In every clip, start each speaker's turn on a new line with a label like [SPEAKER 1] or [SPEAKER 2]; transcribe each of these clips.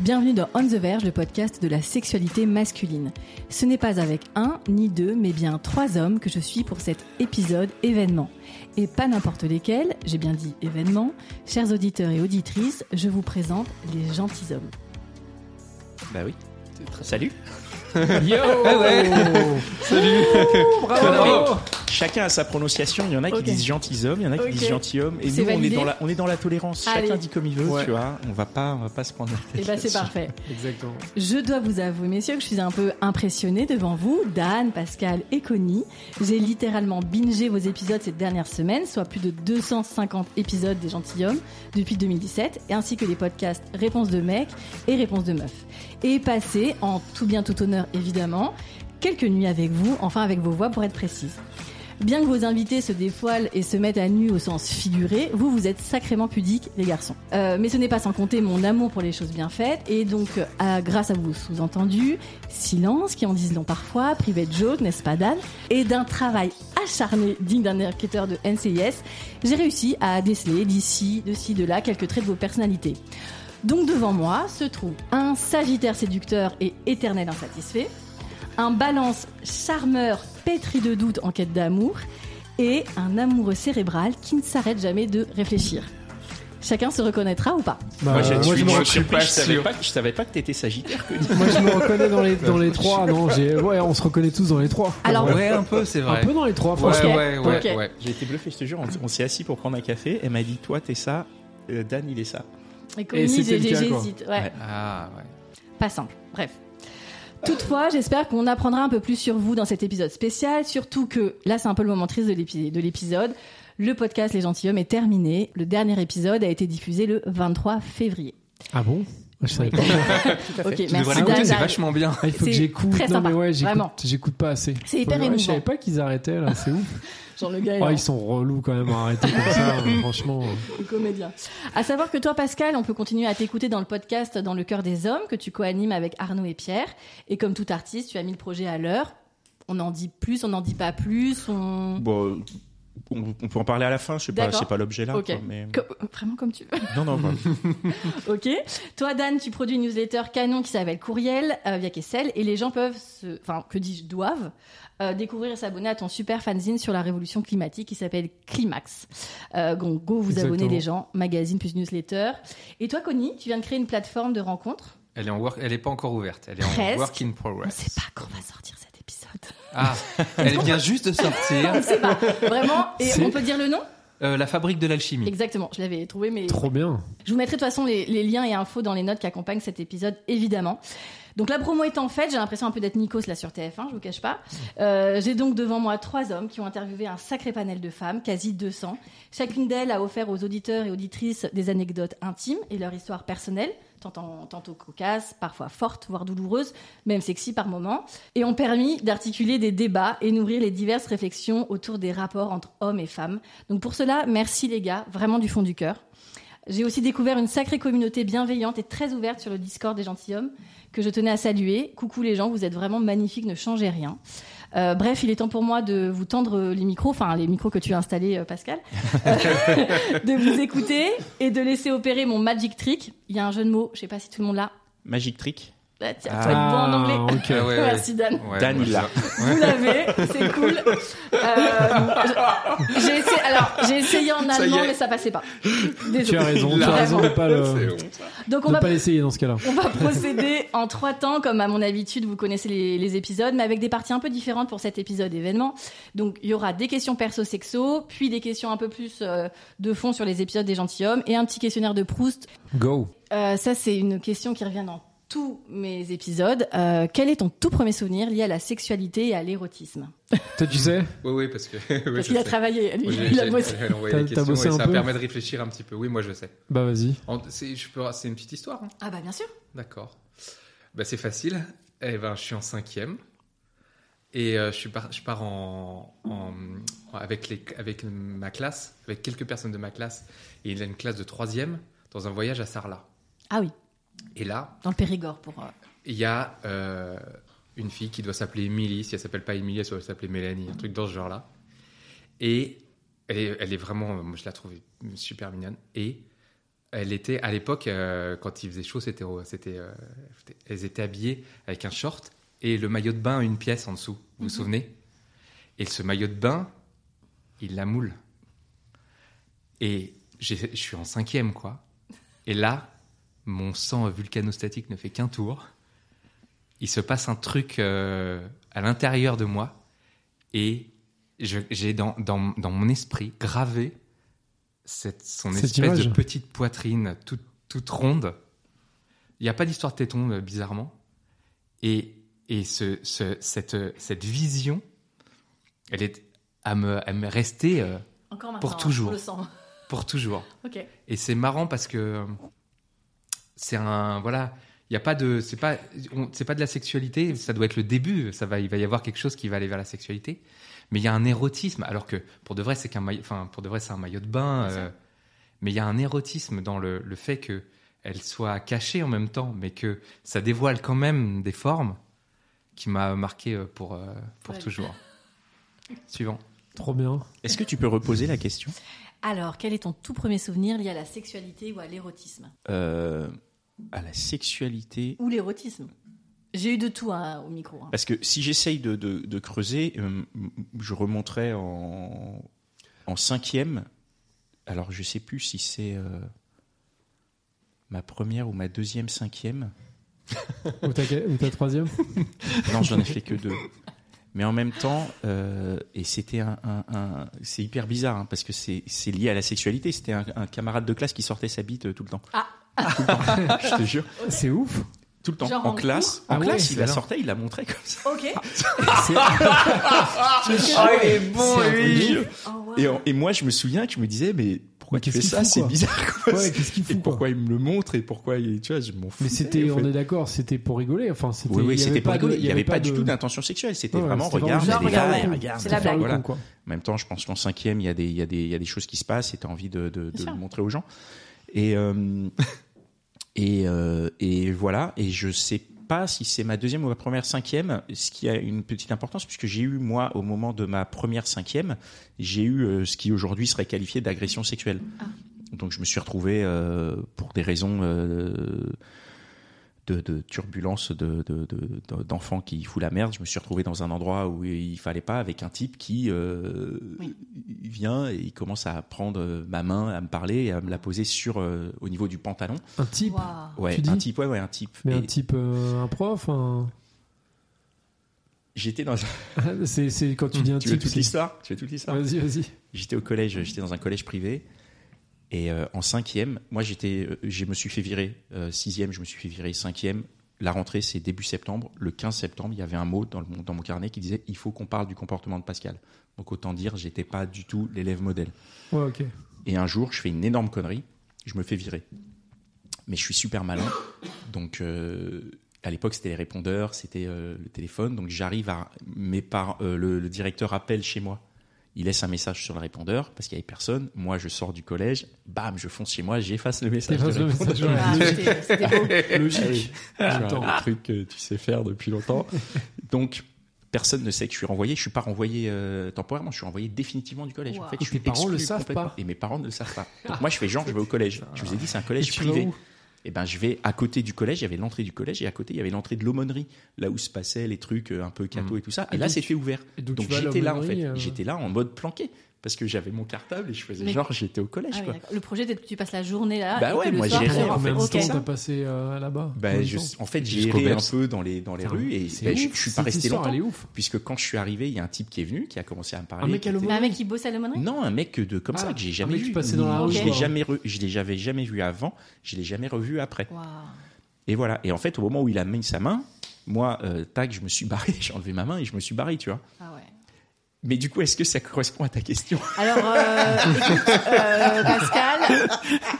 [SPEAKER 1] Bienvenue dans On the Verge, le podcast de la sexualité masculine. Ce n'est pas avec un ni deux, mais bien trois hommes que je suis pour cet épisode événement. Et pas n'importe lesquels, j'ai bien dit événement. Chers auditeurs et auditrices, je vous présente les gentilshommes.
[SPEAKER 2] Bah oui. Salut. Eh
[SPEAKER 3] Yo
[SPEAKER 2] Salut.
[SPEAKER 3] Bravo
[SPEAKER 2] Chacun a sa prononciation. Il y en a qui
[SPEAKER 1] Ok.
[SPEAKER 2] disent gentilshommes, il y en a qui
[SPEAKER 1] Ok.
[SPEAKER 2] disent gentilhomme. Et
[SPEAKER 1] C'est
[SPEAKER 2] nous, on est
[SPEAKER 1] validé
[SPEAKER 2] dans la, on est dans la tolérance.
[SPEAKER 1] Allez.
[SPEAKER 2] Chacun dit comme il veut.
[SPEAKER 3] Ouais.
[SPEAKER 2] Tu vois, on va pas, on va pas se prendre la
[SPEAKER 1] Et
[SPEAKER 2] tête.
[SPEAKER 1] bah c'est parfait.
[SPEAKER 3] Exactement.
[SPEAKER 1] Je dois vous avouer, messieurs, que je suis un peu impressionnée devant vous, Dan, Pascal et Connie. J'ai littéralement bingé vos épisodes cette dernière semaine, soit plus de 250 épisodes des Gentilhommes depuis 2017, ainsi que les podcasts Réponse de mec et Réponse de meuf. Et passé, en tout bien tout honneur évidemment, quelques nuits avec vous, enfin avec vos voix pour être précise. Bien que vos invités se défoilent et se mettent à nu au sens figuré, vous, vous êtes sacrément pudiques, les garçons. Euh, mais ce n'est pas sans compter mon amour pour les choses bien faites, et donc, euh, à- grâce à vos sous-entendus, silence, qui en disent long parfois, privé de joke, n'est-ce pas Dan Et d'un travail acharné, digne d'un enquêteur de NCIS, j'ai réussi à déceler d'ici, de ci, de là, quelques traits de vos personnalités. Donc devant moi se trouve un Sagittaire séducteur et éternel insatisfait, un Balance charmeur pétri de doutes en quête d'amour et un amoureux cérébral qui ne s'arrête jamais de réfléchir. Chacun se reconnaîtra ou pas
[SPEAKER 2] Moi, je, suis-
[SPEAKER 3] Bah, je m'en
[SPEAKER 2] je suis
[SPEAKER 3] suis
[SPEAKER 2] surpris,
[SPEAKER 3] pas
[SPEAKER 2] je savais
[SPEAKER 3] sûr.
[SPEAKER 2] pas, je savais pas que t'étais Sagittaire. Connie.
[SPEAKER 3] Moi, je me reconnais dans les, dans les trois. Non, j'ai, ouais, on se reconnaît tous dans les trois.
[SPEAKER 1] Alors-
[SPEAKER 3] Ouais.
[SPEAKER 4] Ouais, un peu, c'est
[SPEAKER 3] un
[SPEAKER 4] vrai.
[SPEAKER 3] peu dans les trois,
[SPEAKER 4] Ouais,
[SPEAKER 3] franchement.
[SPEAKER 4] ouais, ouais,
[SPEAKER 1] Ok.
[SPEAKER 4] ouais.
[SPEAKER 2] J'ai été bluffé, je te jure. On, on s'est assis pour prendre un café. Elle m'a dit, toi, t'es ça. euh, Dan, il est ça.
[SPEAKER 1] Et Connie,
[SPEAKER 3] c'était
[SPEAKER 1] j'ai-
[SPEAKER 3] le cas, quoi.
[SPEAKER 1] j'hésite. Ouais.
[SPEAKER 2] Ouais.
[SPEAKER 4] Ah, ouais.
[SPEAKER 1] Pas simple, bref. Toutefois, j'espère qu'on apprendra un peu plus sur vous dans cet épisode spécial, surtout que là, c'est un peu le moment triste de l'épi- de l'épisode. Le podcast Les Gentilhommes est terminé. Le dernier épisode a été diffusé le 23 février.
[SPEAKER 3] Ah bon Je savais pas.
[SPEAKER 1] Ok,
[SPEAKER 4] Tu devrais
[SPEAKER 1] merci
[SPEAKER 4] l'écouter,
[SPEAKER 1] Dan.
[SPEAKER 4] c'est vachement bien.
[SPEAKER 3] Ah, il faut que
[SPEAKER 1] C'est
[SPEAKER 3] j'écoute.
[SPEAKER 1] très
[SPEAKER 3] Non,
[SPEAKER 1] sympa,
[SPEAKER 3] mais ouais, j'écoute-
[SPEAKER 1] vraiment.
[SPEAKER 3] j'écoute pas assez.
[SPEAKER 1] C'est
[SPEAKER 3] Faut-
[SPEAKER 1] hyper
[SPEAKER 3] ouais, Je
[SPEAKER 1] émouvant.
[SPEAKER 3] savais pas qu'ils arrêtaient là, c'est ouf.
[SPEAKER 1] Genre le gars, il
[SPEAKER 3] Oh,
[SPEAKER 1] est
[SPEAKER 3] ils sont relous quand même à arrêter comme ça, hein, franchement.
[SPEAKER 1] un comédien. À savoir que toi, Pascal, on peut continuer à t'écouter dans le podcast Dans le cœur des hommes que tu co-animes avec Arnaud et Pierre. Et comme tout artiste, tu as mis le projet à l'heure. On en dit plus, on n'en dit pas plus. On...
[SPEAKER 2] Bon, euh, on, on peut en parler à la fin. Je sais pas,
[SPEAKER 1] D'accord.
[SPEAKER 2] c'est pas l'objet là.
[SPEAKER 1] Ok.
[SPEAKER 2] quoi, mais-
[SPEAKER 1] Co- Vraiment comme tu veux.
[SPEAKER 2] Non, non. voilà.
[SPEAKER 1] Ok. Toi, Dan, tu produis une newsletter canon qui s'appelle Courriel euh, via Kessel et les gens peuvent, se, enfin, que dis-je, doivent euh, découvrir et s'abonner à ton super fanzine sur la révolution climatique qui s'appelle Climax. Euh, donc, go vous
[SPEAKER 3] Exactement.
[SPEAKER 1] abonner les gens, magazine plus newsletter. Et toi, Connie, tu viens de créer une plateforme de rencontre.
[SPEAKER 4] Elle est, en work... elle est pas encore ouverte. Elle est
[SPEAKER 1] Presque.
[SPEAKER 4] en work in
[SPEAKER 1] On ne sait
[SPEAKER 4] progress.
[SPEAKER 1] pas quand va sortir cet épisode.
[SPEAKER 4] Ah, elle vient juste de sortir.
[SPEAKER 1] On sait pas vraiment. Et
[SPEAKER 3] C'est-
[SPEAKER 1] on peut dire le nom
[SPEAKER 4] Euh, la fabrique de l'alchimie.
[SPEAKER 1] Exactement. Je l'avais trouvé, mais
[SPEAKER 3] Trop bien.
[SPEAKER 1] Je vous mettrai de toute façon les, les liens et infos dans les notes qui accompagnent cet épisode, évidemment. Donc la promo étant faite, j'ai l'impression un peu d'être Nikos là sur TF1, je vous cache pas. Euh, j'ai donc devant moi trois hommes qui ont interviewé un sacré panel de femmes, quasi 200. Chacune d'elles a offert aux auditeurs et auditrices des anecdotes intimes et leur histoire personnelle, tantôt, tantôt cocasse, parfois forte, voire douloureuse, même sexy par moments, et ont permis d'articuler des débats et nourrir les diverses réflexions autour des rapports entre hommes et femmes. Donc pour cela, merci les gars, vraiment du fond du cœur. J'ai aussi découvert une sacrée communauté bienveillante et très ouverte sur le Discord des gentilshommes que je tenais à saluer. Coucou les gens, vous êtes vraiment magnifiques, ne changez rien. Euh, bref, il est temps pour moi de vous tendre les micros, enfin les micros que tu as installés, euh, Pascal, Euh, de vous écouter et de laisser opérer mon magic trick. Il y a un jeu de mots, je sais pas si tout le monde l'a.
[SPEAKER 2] Magic trick.
[SPEAKER 1] Bah, tiens,
[SPEAKER 4] Ah.
[SPEAKER 1] faut être bon en anglais.
[SPEAKER 3] ok.
[SPEAKER 4] Ah ouais, ouais.
[SPEAKER 1] Merci Dan.
[SPEAKER 4] Ouais,
[SPEAKER 2] Dan,
[SPEAKER 4] ouais,
[SPEAKER 2] il l'a.
[SPEAKER 1] Vous l'avez, c'est cool. Euh, je- j'ai essayé, alors j'ai essayé en
[SPEAKER 4] Ça y
[SPEAKER 1] allemand,
[SPEAKER 4] est.
[SPEAKER 1] mais ça passait pas. Désolée.
[SPEAKER 3] Tu as raison, tu as raison de pas le,
[SPEAKER 1] Donc on
[SPEAKER 3] de
[SPEAKER 1] va
[SPEAKER 3] pas l'essayer dans ce cas-là.
[SPEAKER 1] On va procéder en trois temps, comme à mon habitude, vous connaissez les, les épisodes, mais avec des parties un peu différentes pour cet épisode événement. Donc, il y aura des questions perso-sexo, puis des questions un peu plus euh, de fond sur les épisodes des gentilshommes, et un petit questionnaire de Proust.
[SPEAKER 4] Go.
[SPEAKER 1] Euh, ça, c'est une question qui revient dans tous mes épisodes, euh, quel est ton tout premier souvenir lié à la sexualité et à l'érotisme
[SPEAKER 3] Toi, tu sais
[SPEAKER 5] Oui, oui, parce que. oui,
[SPEAKER 1] Parce
[SPEAKER 5] je
[SPEAKER 1] qu'il a
[SPEAKER 5] sais.
[SPEAKER 1] travaillé, lui,
[SPEAKER 5] Oui, j'ai-
[SPEAKER 1] il a
[SPEAKER 5] j'ai-
[SPEAKER 1] bossé.
[SPEAKER 5] elle a envoyé
[SPEAKER 3] T'as-
[SPEAKER 5] des
[SPEAKER 3] t'as
[SPEAKER 5] questions
[SPEAKER 3] bossé
[SPEAKER 5] et
[SPEAKER 3] un
[SPEAKER 5] ça
[SPEAKER 3] peu
[SPEAKER 5] permet de réfléchir un petit peu. Oui, moi je sais.
[SPEAKER 3] Bah, vas-y.
[SPEAKER 5] En- C'est je peux- c'est une petite histoire. hein.
[SPEAKER 1] Ah bah bien sûr.
[SPEAKER 5] D'accord. Bah, c'est facile. Eh ben, je suis en cinquième. Et euh, je, suis par- je pars en, en- en- avec, les, avec ma classe, avec quelques personnes de ma classe. Et il y a une classe de troisième dans un voyage à Sarlat.
[SPEAKER 1] Ah oui,
[SPEAKER 5] Et là,
[SPEAKER 1] dans le Périgord pour. euh,
[SPEAKER 5] il y a euh, une fille qui doit s'appeler Émilie. Si elle s'appelle pas Émilie, elle doit s'appeler Mélanie, un truc dans ce genre-là. Et elle est, elle est vraiment, moi je la trouve super mignonne. Et elle était, à l'époque, euh, quand il faisait chaud, c'était, au- c'était, euh, c'était- elles étaient habillées avec un short et le maillot de bain, une pièce en dessous. Vous vous souvenez Et ce maillot de bain, il la moule. Et j'ai- je suis en cinquième, quoi. Et là, mon sang vulcanostatique ne fait qu'un tour. Il se passe un truc euh, à l'intérieur de moi et je- j'ai dans, dans, dans mon esprit gravé cette, son
[SPEAKER 3] Cette
[SPEAKER 5] espèce de
[SPEAKER 3] image.
[SPEAKER 5] petite poitrine toute, toute ronde. Il n'y a pas d'histoire de téton, euh, bizarrement. Et, et ce, ce- cette, cette vision, elle est à me, à me rester euh,
[SPEAKER 1] Encore maintenant,
[SPEAKER 5] Pour
[SPEAKER 1] hein,
[SPEAKER 5] toujours.
[SPEAKER 1] Je le sens.
[SPEAKER 5] pour toujours.
[SPEAKER 1] Ok.
[SPEAKER 5] Et c'est marrant parce que euh, c'est un voilà, il y a pas de c'est pas on- c'est pas de la sexualité, ça doit être le début, ça va il va y avoir quelque chose qui va aller vers la sexualité, mais il y a un érotisme alors que pour de vrai c'est qu'un maillot enfin pour de vrai c'est un maillot de bain
[SPEAKER 1] Bien sûr.
[SPEAKER 5] euh, mais il y a un érotisme dans le, le fait que elle soit cachée en même temps mais que ça dévoile quand même des formes qui m'a marqué euh, pour euh, pour
[SPEAKER 1] Ouais.
[SPEAKER 5] toujours. Suivant.
[SPEAKER 3] Trop bien.
[SPEAKER 2] Est-ce que tu peux reposer la question
[SPEAKER 1] Alors, quel est ton tout premier souvenir lié à la sexualité ou à l'érotisme
[SPEAKER 2] Euh, À la sexualité.
[SPEAKER 1] Ou l'érotisme J'ai eu de tout hein, au micro. hein.
[SPEAKER 2] Parce que si j'essaye de, de- de creuser, euh, je remonterai en, en cinquième. Alors je sais plus si c'est euh, ma première ou ma deuxième cinquième.
[SPEAKER 3] Ou ta, ou ta troisième
[SPEAKER 2] Non, j'en ai fait que deux. Mais en même temps, euh, et c'était un, un- un- c'est hyper bizarre hein, parce que c'est c'est lié à la sexualité. C'était un, un camarade de classe qui sortait sa bite euh, tout le temps.
[SPEAKER 1] Ah.
[SPEAKER 2] Tout le temps. Je te jure,
[SPEAKER 3] C'est ouf.
[SPEAKER 2] tout le temps.
[SPEAKER 1] Genre
[SPEAKER 2] en,
[SPEAKER 1] en
[SPEAKER 2] classe,
[SPEAKER 3] cours
[SPEAKER 2] en
[SPEAKER 3] Ah
[SPEAKER 2] classe,
[SPEAKER 3] ouais,
[SPEAKER 2] il la
[SPEAKER 3] alors.
[SPEAKER 2] sortait, il la montrait comme ça.
[SPEAKER 1] Ok.
[SPEAKER 2] Ah,
[SPEAKER 5] il est bon
[SPEAKER 3] C'est un truc lui.
[SPEAKER 1] Oh, wow.
[SPEAKER 2] Et, en- et moi, je me souviens que je me disais, mais pourquoi
[SPEAKER 3] Mais
[SPEAKER 2] tu fais
[SPEAKER 3] qu'est-ce
[SPEAKER 2] ça
[SPEAKER 3] qu'il fout,
[SPEAKER 2] C'est
[SPEAKER 3] quoi
[SPEAKER 2] bizarre. Quoi.
[SPEAKER 3] Ouais, qu'est-ce qu'il
[SPEAKER 2] et
[SPEAKER 3] fout quoi
[SPEAKER 2] pourquoi il me le montre et pourquoi il, tu vois, je m'en fous.
[SPEAKER 3] Mais c'était, on est d'accord, c'était pour rigoler. Enfin, c'était.
[SPEAKER 2] Oui, oui,
[SPEAKER 3] il y
[SPEAKER 2] c'était
[SPEAKER 3] avait
[SPEAKER 2] pas
[SPEAKER 3] pas de-
[SPEAKER 2] rigoler. Il n'y avait pas
[SPEAKER 3] de-
[SPEAKER 2] du tout d'intention sexuelle. C'était
[SPEAKER 3] Ouais,
[SPEAKER 2] vraiment,
[SPEAKER 3] c'était
[SPEAKER 2] regarde,
[SPEAKER 3] vraiment
[SPEAKER 2] les
[SPEAKER 1] genre,
[SPEAKER 2] gars,
[SPEAKER 1] regarde,
[SPEAKER 2] regarde.
[SPEAKER 1] c'est la
[SPEAKER 3] faire
[SPEAKER 1] blague.
[SPEAKER 3] le
[SPEAKER 2] Voilà.
[SPEAKER 3] con, quoi.
[SPEAKER 2] En même temps, je pense qu'en cinquième, il y, a des- il y, a des- il y a des choses qui se passent et tu as envie de, de- de
[SPEAKER 1] Bien sûr.
[SPEAKER 2] le montrer aux gens. Et, euh, et, euh, et voilà, et je sais pas si c'est ma deuxième ou ma première cinquième, ce qui a une petite importance, puisque j'ai eu, moi, au moment de ma première cinquième, j'ai eu euh, ce qui aujourd'hui serait qualifié d'agression sexuelle.
[SPEAKER 1] Ah.
[SPEAKER 2] Donc je me suis retrouvé, euh, pour des raisons euh, de, de turbulence de, de- de- de- d'enfants qui fout la merde. Je me suis retrouvé dans un endroit où il fallait pas avec un type qui euh,
[SPEAKER 1] Oui.
[SPEAKER 2] il vient et il commence à prendre euh, ma main, à me parler, et à me la poser sur euh, au niveau du pantalon.
[SPEAKER 3] Un type.
[SPEAKER 1] Wow.
[SPEAKER 2] Ouais,
[SPEAKER 3] Tu dis
[SPEAKER 2] un type, ouais, ouais, un type.
[SPEAKER 3] Mais
[SPEAKER 2] Et
[SPEAKER 3] un type, euh, un prof. un-
[SPEAKER 2] J'étais dans.
[SPEAKER 3] C'est c'est quand tu dis un
[SPEAKER 2] tu veux
[SPEAKER 3] type.
[SPEAKER 2] toute
[SPEAKER 3] c'est-
[SPEAKER 2] l'histoire Tu veux toute l'histoire
[SPEAKER 3] Vas-y, vas-y.
[SPEAKER 2] J'étais au collège, j'étais dans un collège privé. Et euh, en cinquième, moi j'étais, euh, je me suis fait virer. Euh, sixième, je me suis fait virer. Cinquième, la rentrée c'est début septembre. Le 15 septembre, il y avait un mot dans, le- dans mon carnet qui disait il faut qu'on parle du comportement de Pascal. Donc autant dire, j'étais pas du tout l'élève modèle.
[SPEAKER 3] Ouais, ok.
[SPEAKER 2] Et un jour, je fais une énorme connerie, je me fais virer. Mais je suis super malin. Donc, euh, à l'époque, c'était les répondeurs, c'était euh, le téléphone. Donc, j'arrive à. Mais par, euh, le, le directeur appelle chez moi. Il laisse un message sur le répondeur parce qu'il n'y avait personne. Moi, je sors du collège, bam, je fonce chez moi, j'efface le message.
[SPEAKER 3] T'effaces
[SPEAKER 2] de
[SPEAKER 3] le
[SPEAKER 2] répondeur.
[SPEAKER 3] message.
[SPEAKER 1] Ah, c'était- c'était beau.
[SPEAKER 3] Logique.
[SPEAKER 2] Ah oui.
[SPEAKER 3] Attends.
[SPEAKER 2] Genre, le truc que tu sais faire depuis longtemps. Donc, personne ne sait que je suis renvoyé. Je suis pas renvoyé euh, temporairement, je suis renvoyé définitivement du collège.
[SPEAKER 1] Wow.
[SPEAKER 2] En fait,
[SPEAKER 3] Et
[SPEAKER 2] je suis
[SPEAKER 3] tes parents
[SPEAKER 2] exclu
[SPEAKER 3] le savent
[SPEAKER 2] complètement.
[SPEAKER 3] pas
[SPEAKER 2] Et mes parents ne le savent pas. Donc, moi, je fais genre, je vais au collège. Je vous ai dit, c'est un collège
[SPEAKER 3] Et tu vas
[SPEAKER 2] privé.
[SPEAKER 3] où
[SPEAKER 2] Et ben, je vais à côté du collège, il y avait l'entrée du collège et à côté, il y avait l'entrée de l'aumônerie, là où se passaient les trucs euh, un peu capot
[SPEAKER 5] Mm.
[SPEAKER 2] et tout ça.
[SPEAKER 3] Mmh. Et
[SPEAKER 2] Et là,
[SPEAKER 3] donc,
[SPEAKER 2] c'était ouvert.
[SPEAKER 3] Et
[SPEAKER 2] Donc,
[SPEAKER 3] tu vas à
[SPEAKER 2] j'étais là, en
[SPEAKER 3] l'aumônerie,
[SPEAKER 2] fait.
[SPEAKER 3] euh,
[SPEAKER 2] J'étais là en mode planqué parce que j'avais mon cartable et je faisais
[SPEAKER 1] Mais-
[SPEAKER 2] genre, j'étais au collège,
[SPEAKER 1] Ah oui,
[SPEAKER 2] quoi.
[SPEAKER 1] d'accord. le projet, c'est que tu passes la journée là.
[SPEAKER 2] Bah
[SPEAKER 1] et que
[SPEAKER 2] ouais,
[SPEAKER 1] le
[SPEAKER 2] moi,
[SPEAKER 1] soir,
[SPEAKER 2] j'ai
[SPEAKER 1] tu
[SPEAKER 2] rien,
[SPEAKER 1] rentres.
[SPEAKER 3] En même temps,
[SPEAKER 1] Ok.
[SPEAKER 3] t'as passé euh, là-bas.
[SPEAKER 2] Ben,
[SPEAKER 3] En même
[SPEAKER 2] je-
[SPEAKER 3] temps.
[SPEAKER 2] en fait, j'ai
[SPEAKER 5] Jusqu'au
[SPEAKER 2] erré un
[SPEAKER 5] Bex.
[SPEAKER 2] peu dans les, dans les
[SPEAKER 3] Putain,
[SPEAKER 2] rues et
[SPEAKER 3] c'est
[SPEAKER 2] ben, je,
[SPEAKER 3] ouf,
[SPEAKER 2] je suis pas
[SPEAKER 3] cette
[SPEAKER 2] resté
[SPEAKER 3] histoire,
[SPEAKER 2] longtemps.
[SPEAKER 3] Elle est ouf.
[SPEAKER 2] Puisque quand je suis arrivé, il y a un type qui est venu, qui a commencé à me parler.
[SPEAKER 3] Un mec
[SPEAKER 2] qui
[SPEAKER 3] à l'aumônerie
[SPEAKER 1] Mais un mec qui bosse à l'aumônerie
[SPEAKER 2] Non, un mec de comme
[SPEAKER 3] Ah,
[SPEAKER 2] ça que j'ai
[SPEAKER 3] un
[SPEAKER 2] jamais
[SPEAKER 3] mec qui
[SPEAKER 2] vu.
[SPEAKER 3] passait dans la
[SPEAKER 2] Je
[SPEAKER 1] rue,
[SPEAKER 2] l'ai
[SPEAKER 3] quoi.
[SPEAKER 2] jamais, re- je l'ai j'avais jamais vu avant, je l'ai jamais revu après.
[SPEAKER 1] Waouh.
[SPEAKER 2] Et voilà. Et en fait, au moment où il a mis sa main, moi, euh, tac, je me suis barré, j'ai enlevé ma main et je me suis barré, tu vois.
[SPEAKER 1] Ah ouais.
[SPEAKER 2] Mais du coup, est-ce que ça correspond à ta question
[SPEAKER 1] Alors, euh, écoute, euh, Pascal,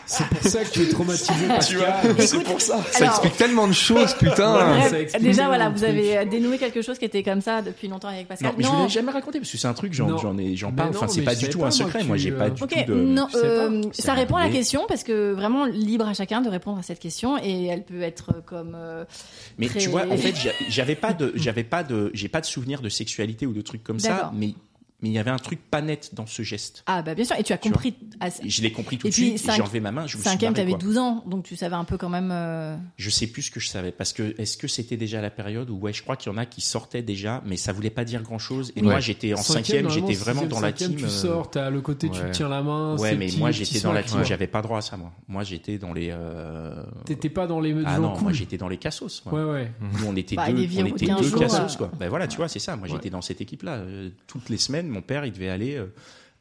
[SPEAKER 3] C'est pour ça que tu es traumatisé.
[SPEAKER 2] Tu vois, c'est pour ça.
[SPEAKER 5] Ça
[SPEAKER 1] Alors-
[SPEAKER 5] explique tellement de choses, putain.
[SPEAKER 3] Ouais.
[SPEAKER 1] bref,
[SPEAKER 3] explique
[SPEAKER 1] déjà
[SPEAKER 3] un
[SPEAKER 1] voilà, vous
[SPEAKER 3] truc.
[SPEAKER 1] avez dénoué quelque chose qui était comme ça depuis longtemps avec Pascal.
[SPEAKER 2] Non, mais je ne l'ai jamais raconté parce que c'est un truc, j'en
[SPEAKER 3] Non.
[SPEAKER 2] j'en ai- j'en
[SPEAKER 3] Mais
[SPEAKER 2] parle.
[SPEAKER 3] non,
[SPEAKER 2] Enfin, c'est
[SPEAKER 3] mais
[SPEAKER 2] pas
[SPEAKER 3] je
[SPEAKER 2] du
[SPEAKER 3] savais
[SPEAKER 2] tout
[SPEAKER 3] pas,
[SPEAKER 2] un
[SPEAKER 3] moi,
[SPEAKER 2] secret.
[SPEAKER 3] que
[SPEAKER 2] Moi,
[SPEAKER 3] tu,
[SPEAKER 2] j'ai
[SPEAKER 3] euh,
[SPEAKER 2] pas du
[SPEAKER 1] Ok,
[SPEAKER 2] tout de.
[SPEAKER 1] non,
[SPEAKER 3] je sais pas.
[SPEAKER 1] euh,
[SPEAKER 2] C'est
[SPEAKER 1] ça répond à la
[SPEAKER 2] arrivé.
[SPEAKER 1] question parce que vraiment libre à chacun de répondre à cette question et elle peut être comme. euh,
[SPEAKER 2] Mais
[SPEAKER 1] très-
[SPEAKER 2] tu vois, en fait, j'a- j'avais pas de, j'avais pas de, j'ai pas de souvenir de sexualité ou de trucs comme ça.
[SPEAKER 1] D'accord.
[SPEAKER 2] Mais mais il y avait un truc pas net dans ce geste.
[SPEAKER 1] Ah bah bien sûr, et tu as
[SPEAKER 2] Tu vois.
[SPEAKER 1] compris. à ce-
[SPEAKER 2] Et Je l'ai compris tout
[SPEAKER 1] Et
[SPEAKER 2] de
[SPEAKER 1] puis,
[SPEAKER 2] suite. et
[SPEAKER 1] cinq-
[SPEAKER 2] J'ai enlevé ma main. Je me suis
[SPEAKER 1] Cinquième,
[SPEAKER 2] barré,
[SPEAKER 1] t'avais
[SPEAKER 2] quoi.
[SPEAKER 1] 12 ans, donc tu savais un peu quand même. euh,
[SPEAKER 2] Je sais plus ce que je savais parce que est-ce que c'était déjà la période où ouais, je crois qu'il y en a qui sortaient déjà, mais ça voulait pas dire grand chose. Et
[SPEAKER 5] Oui.
[SPEAKER 2] moi, j'étais en cinquième, j'étais vraiment dans la team.
[SPEAKER 3] Tu
[SPEAKER 2] euh,
[SPEAKER 3] sors, t'as le côté, tu
[SPEAKER 4] ouais.
[SPEAKER 3] tiens la main.
[SPEAKER 2] Ouais,
[SPEAKER 3] c'est
[SPEAKER 2] mais
[SPEAKER 3] petit,
[SPEAKER 2] moi
[SPEAKER 3] le petit
[SPEAKER 2] j'étais dans la
[SPEAKER 3] smack,
[SPEAKER 2] team,
[SPEAKER 3] ouais.
[SPEAKER 2] j'avais pas droit à ça moi. Moi j'étais dans les. euh,
[SPEAKER 3] T'étais pas dans les
[SPEAKER 2] Ah
[SPEAKER 3] gens
[SPEAKER 2] non, moi
[SPEAKER 3] cool.
[SPEAKER 2] j'étais dans les cassos. Moi.
[SPEAKER 3] Ouais, ouais.
[SPEAKER 2] Nous, on était
[SPEAKER 1] Bah,
[SPEAKER 2] deux,
[SPEAKER 1] les vies
[SPEAKER 2] on
[SPEAKER 1] au bout de
[SPEAKER 2] était
[SPEAKER 1] 15
[SPEAKER 2] deux
[SPEAKER 1] jours,
[SPEAKER 2] cassos,
[SPEAKER 1] euh,
[SPEAKER 2] quoi. Ben voilà, tu vois, c'est ça. Moi, j'étais dans cette équipe-là. Euh, Toutes les semaines, mon père, il devait aller euh,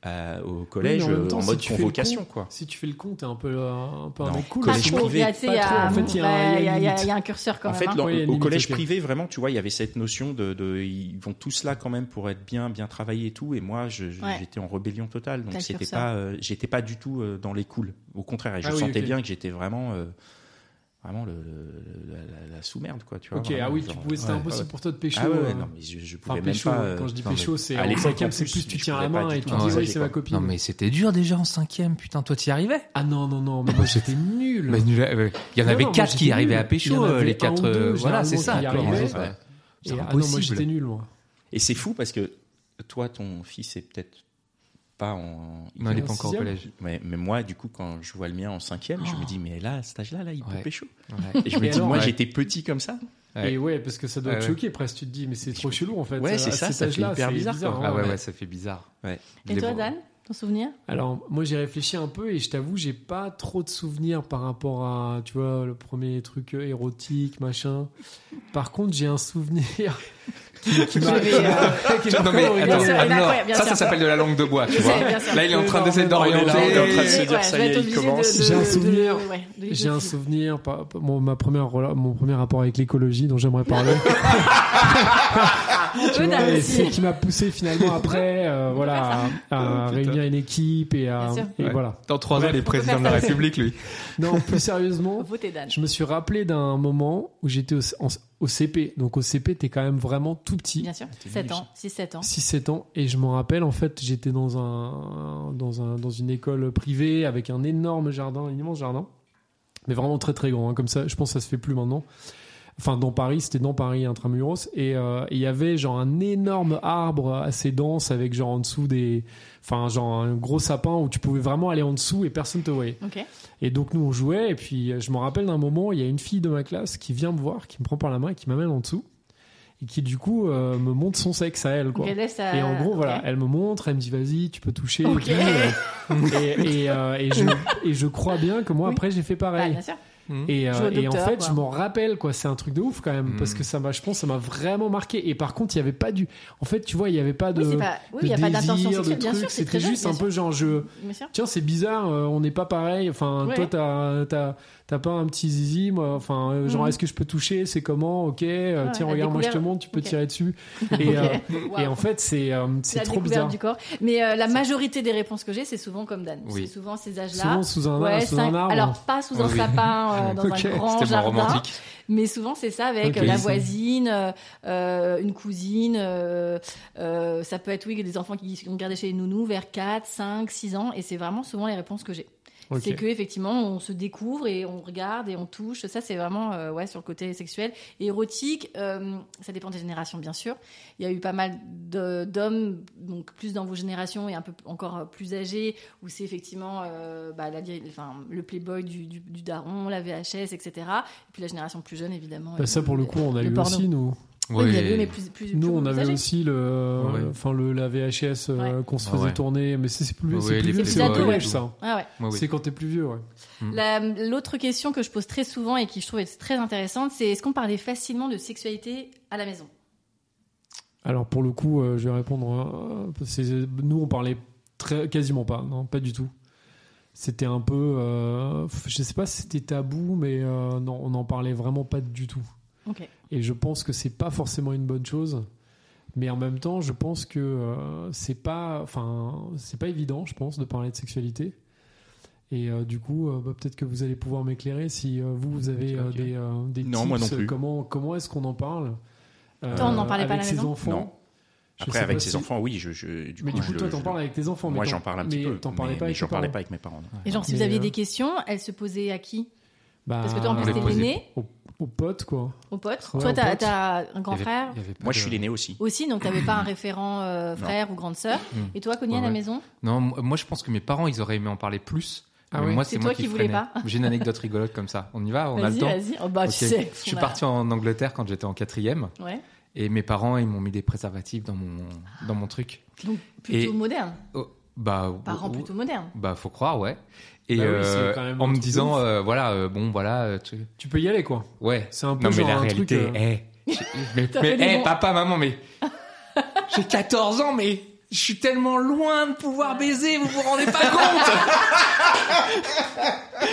[SPEAKER 2] à- au collège
[SPEAKER 3] Oui, mais en
[SPEAKER 2] euh,
[SPEAKER 3] même
[SPEAKER 2] en,
[SPEAKER 3] temps, si
[SPEAKER 2] mode
[SPEAKER 3] tu fais le
[SPEAKER 2] convocation,
[SPEAKER 3] con-
[SPEAKER 2] quoi.
[SPEAKER 3] Si tu fais le compte, t'es un peu, euh, un peu un
[SPEAKER 2] Non,
[SPEAKER 3] mec cool.
[SPEAKER 2] collège
[SPEAKER 3] mais
[SPEAKER 2] privé.
[SPEAKER 1] il y a- tu sais, il y
[SPEAKER 3] Pas
[SPEAKER 1] a-
[SPEAKER 3] trop, en fait, il y a-
[SPEAKER 1] euh, ouais, il y a- il y a-
[SPEAKER 3] une
[SPEAKER 1] il y a un curseur quand
[SPEAKER 2] En
[SPEAKER 1] même.
[SPEAKER 2] fait,
[SPEAKER 1] hein.
[SPEAKER 2] dans-
[SPEAKER 3] Ouais, il y a une
[SPEAKER 2] au
[SPEAKER 3] limite,
[SPEAKER 2] collège
[SPEAKER 3] ok.
[SPEAKER 2] privé, vraiment, tu vois, il y avait cette notion de, de- ils vont tous là quand même pour être bien, bien travaillés et tout. Et moi, je- je-
[SPEAKER 1] Ouais.
[SPEAKER 2] j'étais en rébellion totale,
[SPEAKER 1] T'as
[SPEAKER 2] donc
[SPEAKER 1] le
[SPEAKER 2] c'était
[SPEAKER 1] curseur.
[SPEAKER 2] pas, euh, j'étais pas du tout euh, dans les cools. Au contraire, et je
[SPEAKER 3] Ah oui,
[SPEAKER 2] sentais
[SPEAKER 3] ok.
[SPEAKER 2] bien que j'étais vraiment, euh, vraiment le, le- la, la- la sous-merde, quoi. Tu vois,
[SPEAKER 3] Ok,
[SPEAKER 2] vraiment,
[SPEAKER 3] ah oui,
[SPEAKER 2] genre,
[SPEAKER 3] tu pouvais, c'était
[SPEAKER 2] ouais,
[SPEAKER 3] impossible
[SPEAKER 2] ouais.
[SPEAKER 3] pour toi de pécho.
[SPEAKER 2] Ah ouais, ouais,
[SPEAKER 3] euh,
[SPEAKER 2] non, mais je, je pouvais
[SPEAKER 3] Enfin,
[SPEAKER 2] même
[SPEAKER 3] pécho,
[SPEAKER 2] pas. euh,
[SPEAKER 3] ouais, quand je dis pécho, c'est
[SPEAKER 2] à
[SPEAKER 3] en
[SPEAKER 2] l'époque, en
[SPEAKER 3] cinquième, c'est
[SPEAKER 2] plus,
[SPEAKER 3] plus tu
[SPEAKER 2] je
[SPEAKER 3] tiens la
[SPEAKER 2] pouvais pas
[SPEAKER 3] main
[SPEAKER 2] du
[SPEAKER 3] et
[SPEAKER 2] tout
[SPEAKER 3] tu dis,
[SPEAKER 2] envisager,
[SPEAKER 3] oui, c'est ma
[SPEAKER 2] quoi.
[SPEAKER 3] copine.
[SPEAKER 5] Non, mais c'était dur déjà en cinquième, putain, toi t'y arrivais
[SPEAKER 3] Ah non, non, non, mais moi j'étais nul.
[SPEAKER 5] Mais nul, euh, Il y en
[SPEAKER 3] Non,
[SPEAKER 5] avait
[SPEAKER 3] non, moi,
[SPEAKER 5] quatre
[SPEAKER 3] j'étais
[SPEAKER 5] qui arrivaient
[SPEAKER 3] nul.
[SPEAKER 5] à
[SPEAKER 3] Il y en
[SPEAKER 5] pécho,
[SPEAKER 3] avait
[SPEAKER 5] euh,
[SPEAKER 3] un
[SPEAKER 5] les quatre.
[SPEAKER 3] ou deux,
[SPEAKER 5] euh, Voilà, c'est ça.
[SPEAKER 3] généralement, qui
[SPEAKER 5] quoi.
[SPEAKER 3] y
[SPEAKER 5] Ouais.
[SPEAKER 3] arrivaient.
[SPEAKER 5] C'est
[SPEAKER 3] Et- ah non, moi j'étais
[SPEAKER 5] impossible.
[SPEAKER 3] nul, moi.
[SPEAKER 2] Et c'est fou parce que toi, ton fils est peut-être pas en.
[SPEAKER 5] Non, il est
[SPEAKER 3] en
[SPEAKER 5] pas encore au
[SPEAKER 3] sixième.
[SPEAKER 5] collège.
[SPEAKER 2] Mais, mais moi, du coup, quand je vois le mien en cinquième, je me dis, mais là, à cet âge-là, là, il peut
[SPEAKER 5] Ouais.
[SPEAKER 2] pécho.
[SPEAKER 5] Ouais.
[SPEAKER 2] Et je me
[SPEAKER 3] Oh. Et
[SPEAKER 2] dis,
[SPEAKER 3] alors,
[SPEAKER 2] moi,
[SPEAKER 5] ouais.
[SPEAKER 2] j'étais petit comme ça.
[SPEAKER 5] Ouais.
[SPEAKER 3] Et ouais, parce que ça doit
[SPEAKER 5] Ouais,
[SPEAKER 3] te
[SPEAKER 5] ouais.
[SPEAKER 3] choquer presque, tu te dis, mais c'est trop chelou en fait.
[SPEAKER 2] Ouais,
[SPEAKER 3] euh,
[SPEAKER 2] c'est
[SPEAKER 3] à
[SPEAKER 2] ça,
[SPEAKER 3] cet
[SPEAKER 2] ça fait
[SPEAKER 3] âge-là,
[SPEAKER 2] hyper
[SPEAKER 3] c'est
[SPEAKER 2] bizarre, quoi.
[SPEAKER 3] hein,
[SPEAKER 5] Ah ouais,
[SPEAKER 3] ouais.
[SPEAKER 5] ouais, ça fait bizarre.
[SPEAKER 2] Ouais.
[SPEAKER 1] Et toi, Dan, ton souvenir
[SPEAKER 3] Alors, moi, j'ai réfléchi un peu et je t'avoue, j'ai pas trop de souvenirs par rapport à, tu vois, le premier truc euh, érotique, machin. Par contre, j'ai un souvenir qui, qui m'a.
[SPEAKER 1] vais, euh,
[SPEAKER 3] qui m'a
[SPEAKER 5] Non mais
[SPEAKER 3] encore
[SPEAKER 5] attends,
[SPEAKER 3] regardé.
[SPEAKER 1] sûr,
[SPEAKER 5] ah,
[SPEAKER 1] bien
[SPEAKER 5] non,
[SPEAKER 1] sûr, bien
[SPEAKER 5] ça,
[SPEAKER 1] sûr.
[SPEAKER 5] ça s'appelle de la langue de bois, tu
[SPEAKER 1] Je
[SPEAKER 5] vois.
[SPEAKER 1] sais, bien sûr.
[SPEAKER 5] Là, il est en train
[SPEAKER 3] Non,
[SPEAKER 5] d'essayer
[SPEAKER 3] mais non, mais
[SPEAKER 5] d'orienter.
[SPEAKER 3] là, on est en train de
[SPEAKER 1] Ouais,
[SPEAKER 3] se
[SPEAKER 2] dire, ça
[SPEAKER 1] je vais
[SPEAKER 2] y
[SPEAKER 1] être
[SPEAKER 2] est, il
[SPEAKER 1] obligée de-
[SPEAKER 2] commence.
[SPEAKER 1] de-
[SPEAKER 3] J'ai un
[SPEAKER 1] de-
[SPEAKER 3] souvenir.
[SPEAKER 1] ouais, de les
[SPEAKER 3] J'ai un
[SPEAKER 1] autres.
[SPEAKER 3] souvenir, par- par- mon, ma première, rela- mon premier rapport avec l'écologie dont j'aimerais parler.
[SPEAKER 1] On peut,
[SPEAKER 3] Tu vois,
[SPEAKER 1] Dan,
[SPEAKER 3] et
[SPEAKER 1] aussi.
[SPEAKER 3] c'est qui m'a poussé finalement après euh, voilà, à, à
[SPEAKER 5] Oh, putain.
[SPEAKER 3] réunir une équipe et, à,
[SPEAKER 1] Bien sûr.
[SPEAKER 3] et
[SPEAKER 5] Ouais.
[SPEAKER 3] voilà.
[SPEAKER 5] Dans trois ans, il est
[SPEAKER 1] peut
[SPEAKER 5] président
[SPEAKER 1] faire
[SPEAKER 5] de la
[SPEAKER 1] ça.
[SPEAKER 5] République, lui.
[SPEAKER 3] Non, plus sérieusement,
[SPEAKER 1] Votez Dan.
[SPEAKER 3] je me suis rappelé d'un moment où j'étais au, en- au CP. Donc au CP, t'es quand même vraiment tout petit.
[SPEAKER 1] Bien sûr, 7 ans, 6-7 ans.
[SPEAKER 3] 6-7 ans et je m'en rappelle en fait j'étais dans un dans un dans une école privée avec un énorme jardin un immense jardin mais vraiment très très grand hein, comme ça je pense que ça se fait plus maintenant enfin dans Paris c'était dans Paris intramuros et euh, et il y avait genre un énorme arbre assez dense avec genre en dessous des enfin genre un gros sapin où tu pouvais vraiment aller en dessous et personne te voyait
[SPEAKER 1] Ok.
[SPEAKER 3] et donc nous on jouait et puis euh, je me rappelle d'un moment il y a une fille de ma classe qui vient me voir qui me prend par la main et qui m'amène en dessous et qui du coup euh, me montre son sexe à elle quoi
[SPEAKER 1] Donc elle laisse à-
[SPEAKER 3] et en gros, voilà,
[SPEAKER 1] Euh, ok.
[SPEAKER 3] elle me montre, elle me dit vas-y, tu peux toucher.
[SPEAKER 1] Ok.
[SPEAKER 3] Et, puis, euh, et, et, euh, et je, et je crois bien que moi,
[SPEAKER 1] Oui.
[SPEAKER 3] après, j'ai fait
[SPEAKER 1] Bah,
[SPEAKER 3] pareil.
[SPEAKER 1] bien sûr.
[SPEAKER 3] et, euh,
[SPEAKER 1] Jouer au
[SPEAKER 3] et en
[SPEAKER 1] docteur,
[SPEAKER 3] fait,
[SPEAKER 1] quoi.
[SPEAKER 3] je m'en rappelle, quoi. C'est un truc de ouf quand même, parce que ça m'a, je pense, ça m'a vraiment marqué. Et par contre, il n'y avait pas du. En fait, tu vois, il n'y avait pas de.
[SPEAKER 1] Oui, c'est pas. Oui,
[SPEAKER 3] de
[SPEAKER 1] il n'y a pas d'intention
[SPEAKER 3] désir, de
[SPEAKER 1] sexuelle, bien
[SPEAKER 3] truc.
[SPEAKER 1] sûr, c'est
[SPEAKER 3] C'était
[SPEAKER 1] très jeune.
[SPEAKER 3] juste
[SPEAKER 1] bien
[SPEAKER 3] un peu
[SPEAKER 1] sûr.
[SPEAKER 3] genre je.
[SPEAKER 1] Bien sûr.
[SPEAKER 3] Tiens, c'est bizarre, euh, on n'est pas pareil. Enfin,
[SPEAKER 1] Ouais.
[SPEAKER 3] toi, t'as, t'as, t'as pas un petit zizi, moi. Enfin, euh, genre,
[SPEAKER 1] Mhm.
[SPEAKER 3] est-ce que je peux toucher C'est comment Ok. euh,
[SPEAKER 1] Ouais,
[SPEAKER 3] tiens,
[SPEAKER 1] la
[SPEAKER 3] regarde, moi, je te
[SPEAKER 1] découverte.
[SPEAKER 3] montre, tu peux
[SPEAKER 1] Ok.
[SPEAKER 3] tirer dessus. Et, euh,
[SPEAKER 1] Ok.
[SPEAKER 3] et
[SPEAKER 1] Waouh.
[SPEAKER 3] en fait, c'est, euh, c'est
[SPEAKER 1] la
[SPEAKER 3] trop
[SPEAKER 1] découverte
[SPEAKER 3] bizarre.
[SPEAKER 1] du corps. Mais euh, la majorité des réponses que j'ai, c'est souvent comme Dan.
[SPEAKER 5] Oui.
[SPEAKER 1] C'est souvent ces
[SPEAKER 3] Souvent
[SPEAKER 1] âges-là.
[SPEAKER 3] sous un,
[SPEAKER 1] Ouais,
[SPEAKER 3] sous
[SPEAKER 1] cinq-
[SPEAKER 3] un arbre.
[SPEAKER 1] Alors pas sous un
[SPEAKER 5] Oui.
[SPEAKER 1] sapin euh, dans
[SPEAKER 3] Ok,
[SPEAKER 1] un grand
[SPEAKER 5] C'était moins
[SPEAKER 1] jardin,
[SPEAKER 5] romantique.
[SPEAKER 1] mais souvent c'est ça avec
[SPEAKER 3] Ok,
[SPEAKER 1] euh, la
[SPEAKER 3] c'est-
[SPEAKER 1] voisine, euh, euh, une cousine. euh, euh, ça peut être oui des enfants qui sont gardés chez les nounous vers 4, 5, 6 ans, et c'est vraiment souvent les réponses que j'ai.
[SPEAKER 3] Ok.
[SPEAKER 1] C'est que effectivement, on se découvre et on regarde et on touche. Ça, c'est vraiment euh, ouais sur le côté sexuel, Et érotique. euh, ça dépend des générations, bien sûr. Il y a eu pas mal de- d'hommes, donc plus dans vos générations et un peu encore plus âgés, où c'est effectivement euh, bah, la vieille- enfin, le playboy du, du- du daron, la VHS, etc. Et puis la génération plus jeune, évidemment.
[SPEAKER 3] Bah, ça, pour le coup, on a
[SPEAKER 1] Le
[SPEAKER 3] eu
[SPEAKER 1] porno.
[SPEAKER 3] aussi, nous.
[SPEAKER 1] Oui, il y a eu, mais plus, plus-
[SPEAKER 3] Nous,
[SPEAKER 1] plus-
[SPEAKER 3] on
[SPEAKER 1] plus
[SPEAKER 3] avait
[SPEAKER 1] âgés.
[SPEAKER 3] aussi le,
[SPEAKER 5] Ouais.
[SPEAKER 3] enfin, le, la VHS euh, qu'on se
[SPEAKER 5] Ah
[SPEAKER 3] faisait
[SPEAKER 5] ouais.
[SPEAKER 3] tourner. Mais c'est c'est plus,
[SPEAKER 5] Ouais,
[SPEAKER 3] c'est plus
[SPEAKER 5] les
[SPEAKER 3] vieux,
[SPEAKER 1] petits
[SPEAKER 3] c'est au
[SPEAKER 1] ados,
[SPEAKER 3] collège,
[SPEAKER 5] ouais.
[SPEAKER 3] ça.
[SPEAKER 1] Ah ouais.
[SPEAKER 5] Ouais, oui.
[SPEAKER 3] C'est quand t'es plus vieux, ouais. Mm.
[SPEAKER 1] La- L'autre question que je pose très souvent et qui je trouve est très intéressante, c'est est-ce qu'on parlait facilement de sexualité à la maison
[SPEAKER 3] Alors, pour le coup, euh, je vais répondre. euh, c'est- nous, on parlait très, quasiment pas. Non, pas du tout. C'était un peu, euh, je sais pas si c'était tabou, mais euh, non, on n'en parlait vraiment pas du tout.
[SPEAKER 1] Ok.
[SPEAKER 3] Et je pense que c'est pas forcément une bonne chose. Mais en même temps, je pense que euh, c'est pas, enfin, c'est pas évident, je pense, de parler de sexualité. Et euh, du coup, euh, bah, peut-être que vous allez pouvoir m'éclairer si euh, vous, vous avez euh,
[SPEAKER 2] Ok.
[SPEAKER 3] des, euh, des
[SPEAKER 2] Non,
[SPEAKER 3] tips,
[SPEAKER 2] moi non plus.
[SPEAKER 3] Comment, comment est-ce qu'on en parle euh,
[SPEAKER 1] Toi, on n'en parlait pas à
[SPEAKER 3] avec
[SPEAKER 1] la
[SPEAKER 3] ses
[SPEAKER 1] maison
[SPEAKER 3] enfants.
[SPEAKER 2] Non.
[SPEAKER 3] Je
[SPEAKER 2] Après,
[SPEAKER 3] sais
[SPEAKER 2] avec
[SPEAKER 3] pas
[SPEAKER 2] ses
[SPEAKER 3] si-
[SPEAKER 2] enfants, oui, je, je- du
[SPEAKER 3] mais
[SPEAKER 2] coup,
[SPEAKER 3] du coup,
[SPEAKER 2] je
[SPEAKER 3] toi,
[SPEAKER 2] le-
[SPEAKER 3] t'en
[SPEAKER 2] je-
[SPEAKER 3] parles avec tes enfants. mais
[SPEAKER 2] Moi,
[SPEAKER 3] t'en-
[SPEAKER 2] j'en parle un petit
[SPEAKER 3] mais
[SPEAKER 2] peu.
[SPEAKER 3] T'en parlais
[SPEAKER 2] mais-
[SPEAKER 3] pas
[SPEAKER 2] mais
[SPEAKER 3] avec
[SPEAKER 2] j'en
[SPEAKER 3] tes
[SPEAKER 2] parlais
[SPEAKER 3] parents.
[SPEAKER 2] pas avec mes parents. non.
[SPEAKER 1] Et genre, si vous
[SPEAKER 3] Mais,
[SPEAKER 1] aviez
[SPEAKER 3] euh,
[SPEAKER 1] des questions, elles se posaient à qui
[SPEAKER 3] Bah,
[SPEAKER 1] Parce que toi, en
[SPEAKER 5] on
[SPEAKER 1] plus,
[SPEAKER 5] les
[SPEAKER 1] t'es
[SPEAKER 5] posait.
[SPEAKER 1] l'aîné,
[SPEAKER 3] aux, aux potes, quoi.
[SPEAKER 1] aux potes.
[SPEAKER 3] Ouais,
[SPEAKER 1] toi,
[SPEAKER 3] aux
[SPEAKER 1] t'as
[SPEAKER 3] potes.
[SPEAKER 1] t'as un grand frère
[SPEAKER 2] Moi, je suis l'aîné aussi.
[SPEAKER 1] aussi, donc t'avais pas un référent euh, frère ou grande sœur. Et toi, Connie,
[SPEAKER 5] Mm. Ouais,
[SPEAKER 1] à la
[SPEAKER 5] ouais.
[SPEAKER 1] maison
[SPEAKER 5] Non, moi moi, je pense que mes parents, ils auraient aimé en parler plus.
[SPEAKER 3] Ah
[SPEAKER 5] Mais
[SPEAKER 3] ouais.
[SPEAKER 5] moi,
[SPEAKER 1] C'est
[SPEAKER 5] c'est moi
[SPEAKER 1] toi qui voulais
[SPEAKER 5] freinais.
[SPEAKER 1] pas.
[SPEAKER 5] J'ai une anecdote rigolote comme ça. On y va, on a
[SPEAKER 1] Vas-y,
[SPEAKER 5] le temps.
[SPEAKER 1] vas-y. Oh, bah,
[SPEAKER 5] Ok.
[SPEAKER 1] tu sais.
[SPEAKER 5] Je suis
[SPEAKER 1] on a-
[SPEAKER 5] parti en Angleterre quand j'étais en quatrième
[SPEAKER 1] Ouais.
[SPEAKER 5] et mes parents ils m'ont mis des préservatifs dans mon dans mon truc.
[SPEAKER 1] Donc, plutôt
[SPEAKER 5] Et-
[SPEAKER 1] moderne.
[SPEAKER 5] Oh, bah
[SPEAKER 1] Parents
[SPEAKER 5] oh,
[SPEAKER 1] plutôt modernes.
[SPEAKER 5] Bah faut croire ouais. Et
[SPEAKER 3] Bah oui,
[SPEAKER 5] euh,
[SPEAKER 3] c'est quand même un
[SPEAKER 5] en me
[SPEAKER 3] truc de
[SPEAKER 5] disant
[SPEAKER 3] ouf.
[SPEAKER 5] euh, voilà euh, bon voilà euh, tu-
[SPEAKER 3] Tu peux y aller, quoi.
[SPEAKER 5] ouais.
[SPEAKER 3] C'est un peu
[SPEAKER 5] Non mais
[SPEAKER 3] genre
[SPEAKER 5] la
[SPEAKER 3] un
[SPEAKER 5] réalité.
[SPEAKER 3] truc. euh,
[SPEAKER 5] eh, j'ai- mais
[SPEAKER 1] T'as fait
[SPEAKER 5] mais
[SPEAKER 1] des
[SPEAKER 5] eh,
[SPEAKER 1] bons-
[SPEAKER 5] papa maman mais j'ai 14 ans mais je suis tellement loin de pouvoir baiser vous vous rendez pas
[SPEAKER 1] Bah,
[SPEAKER 5] compte.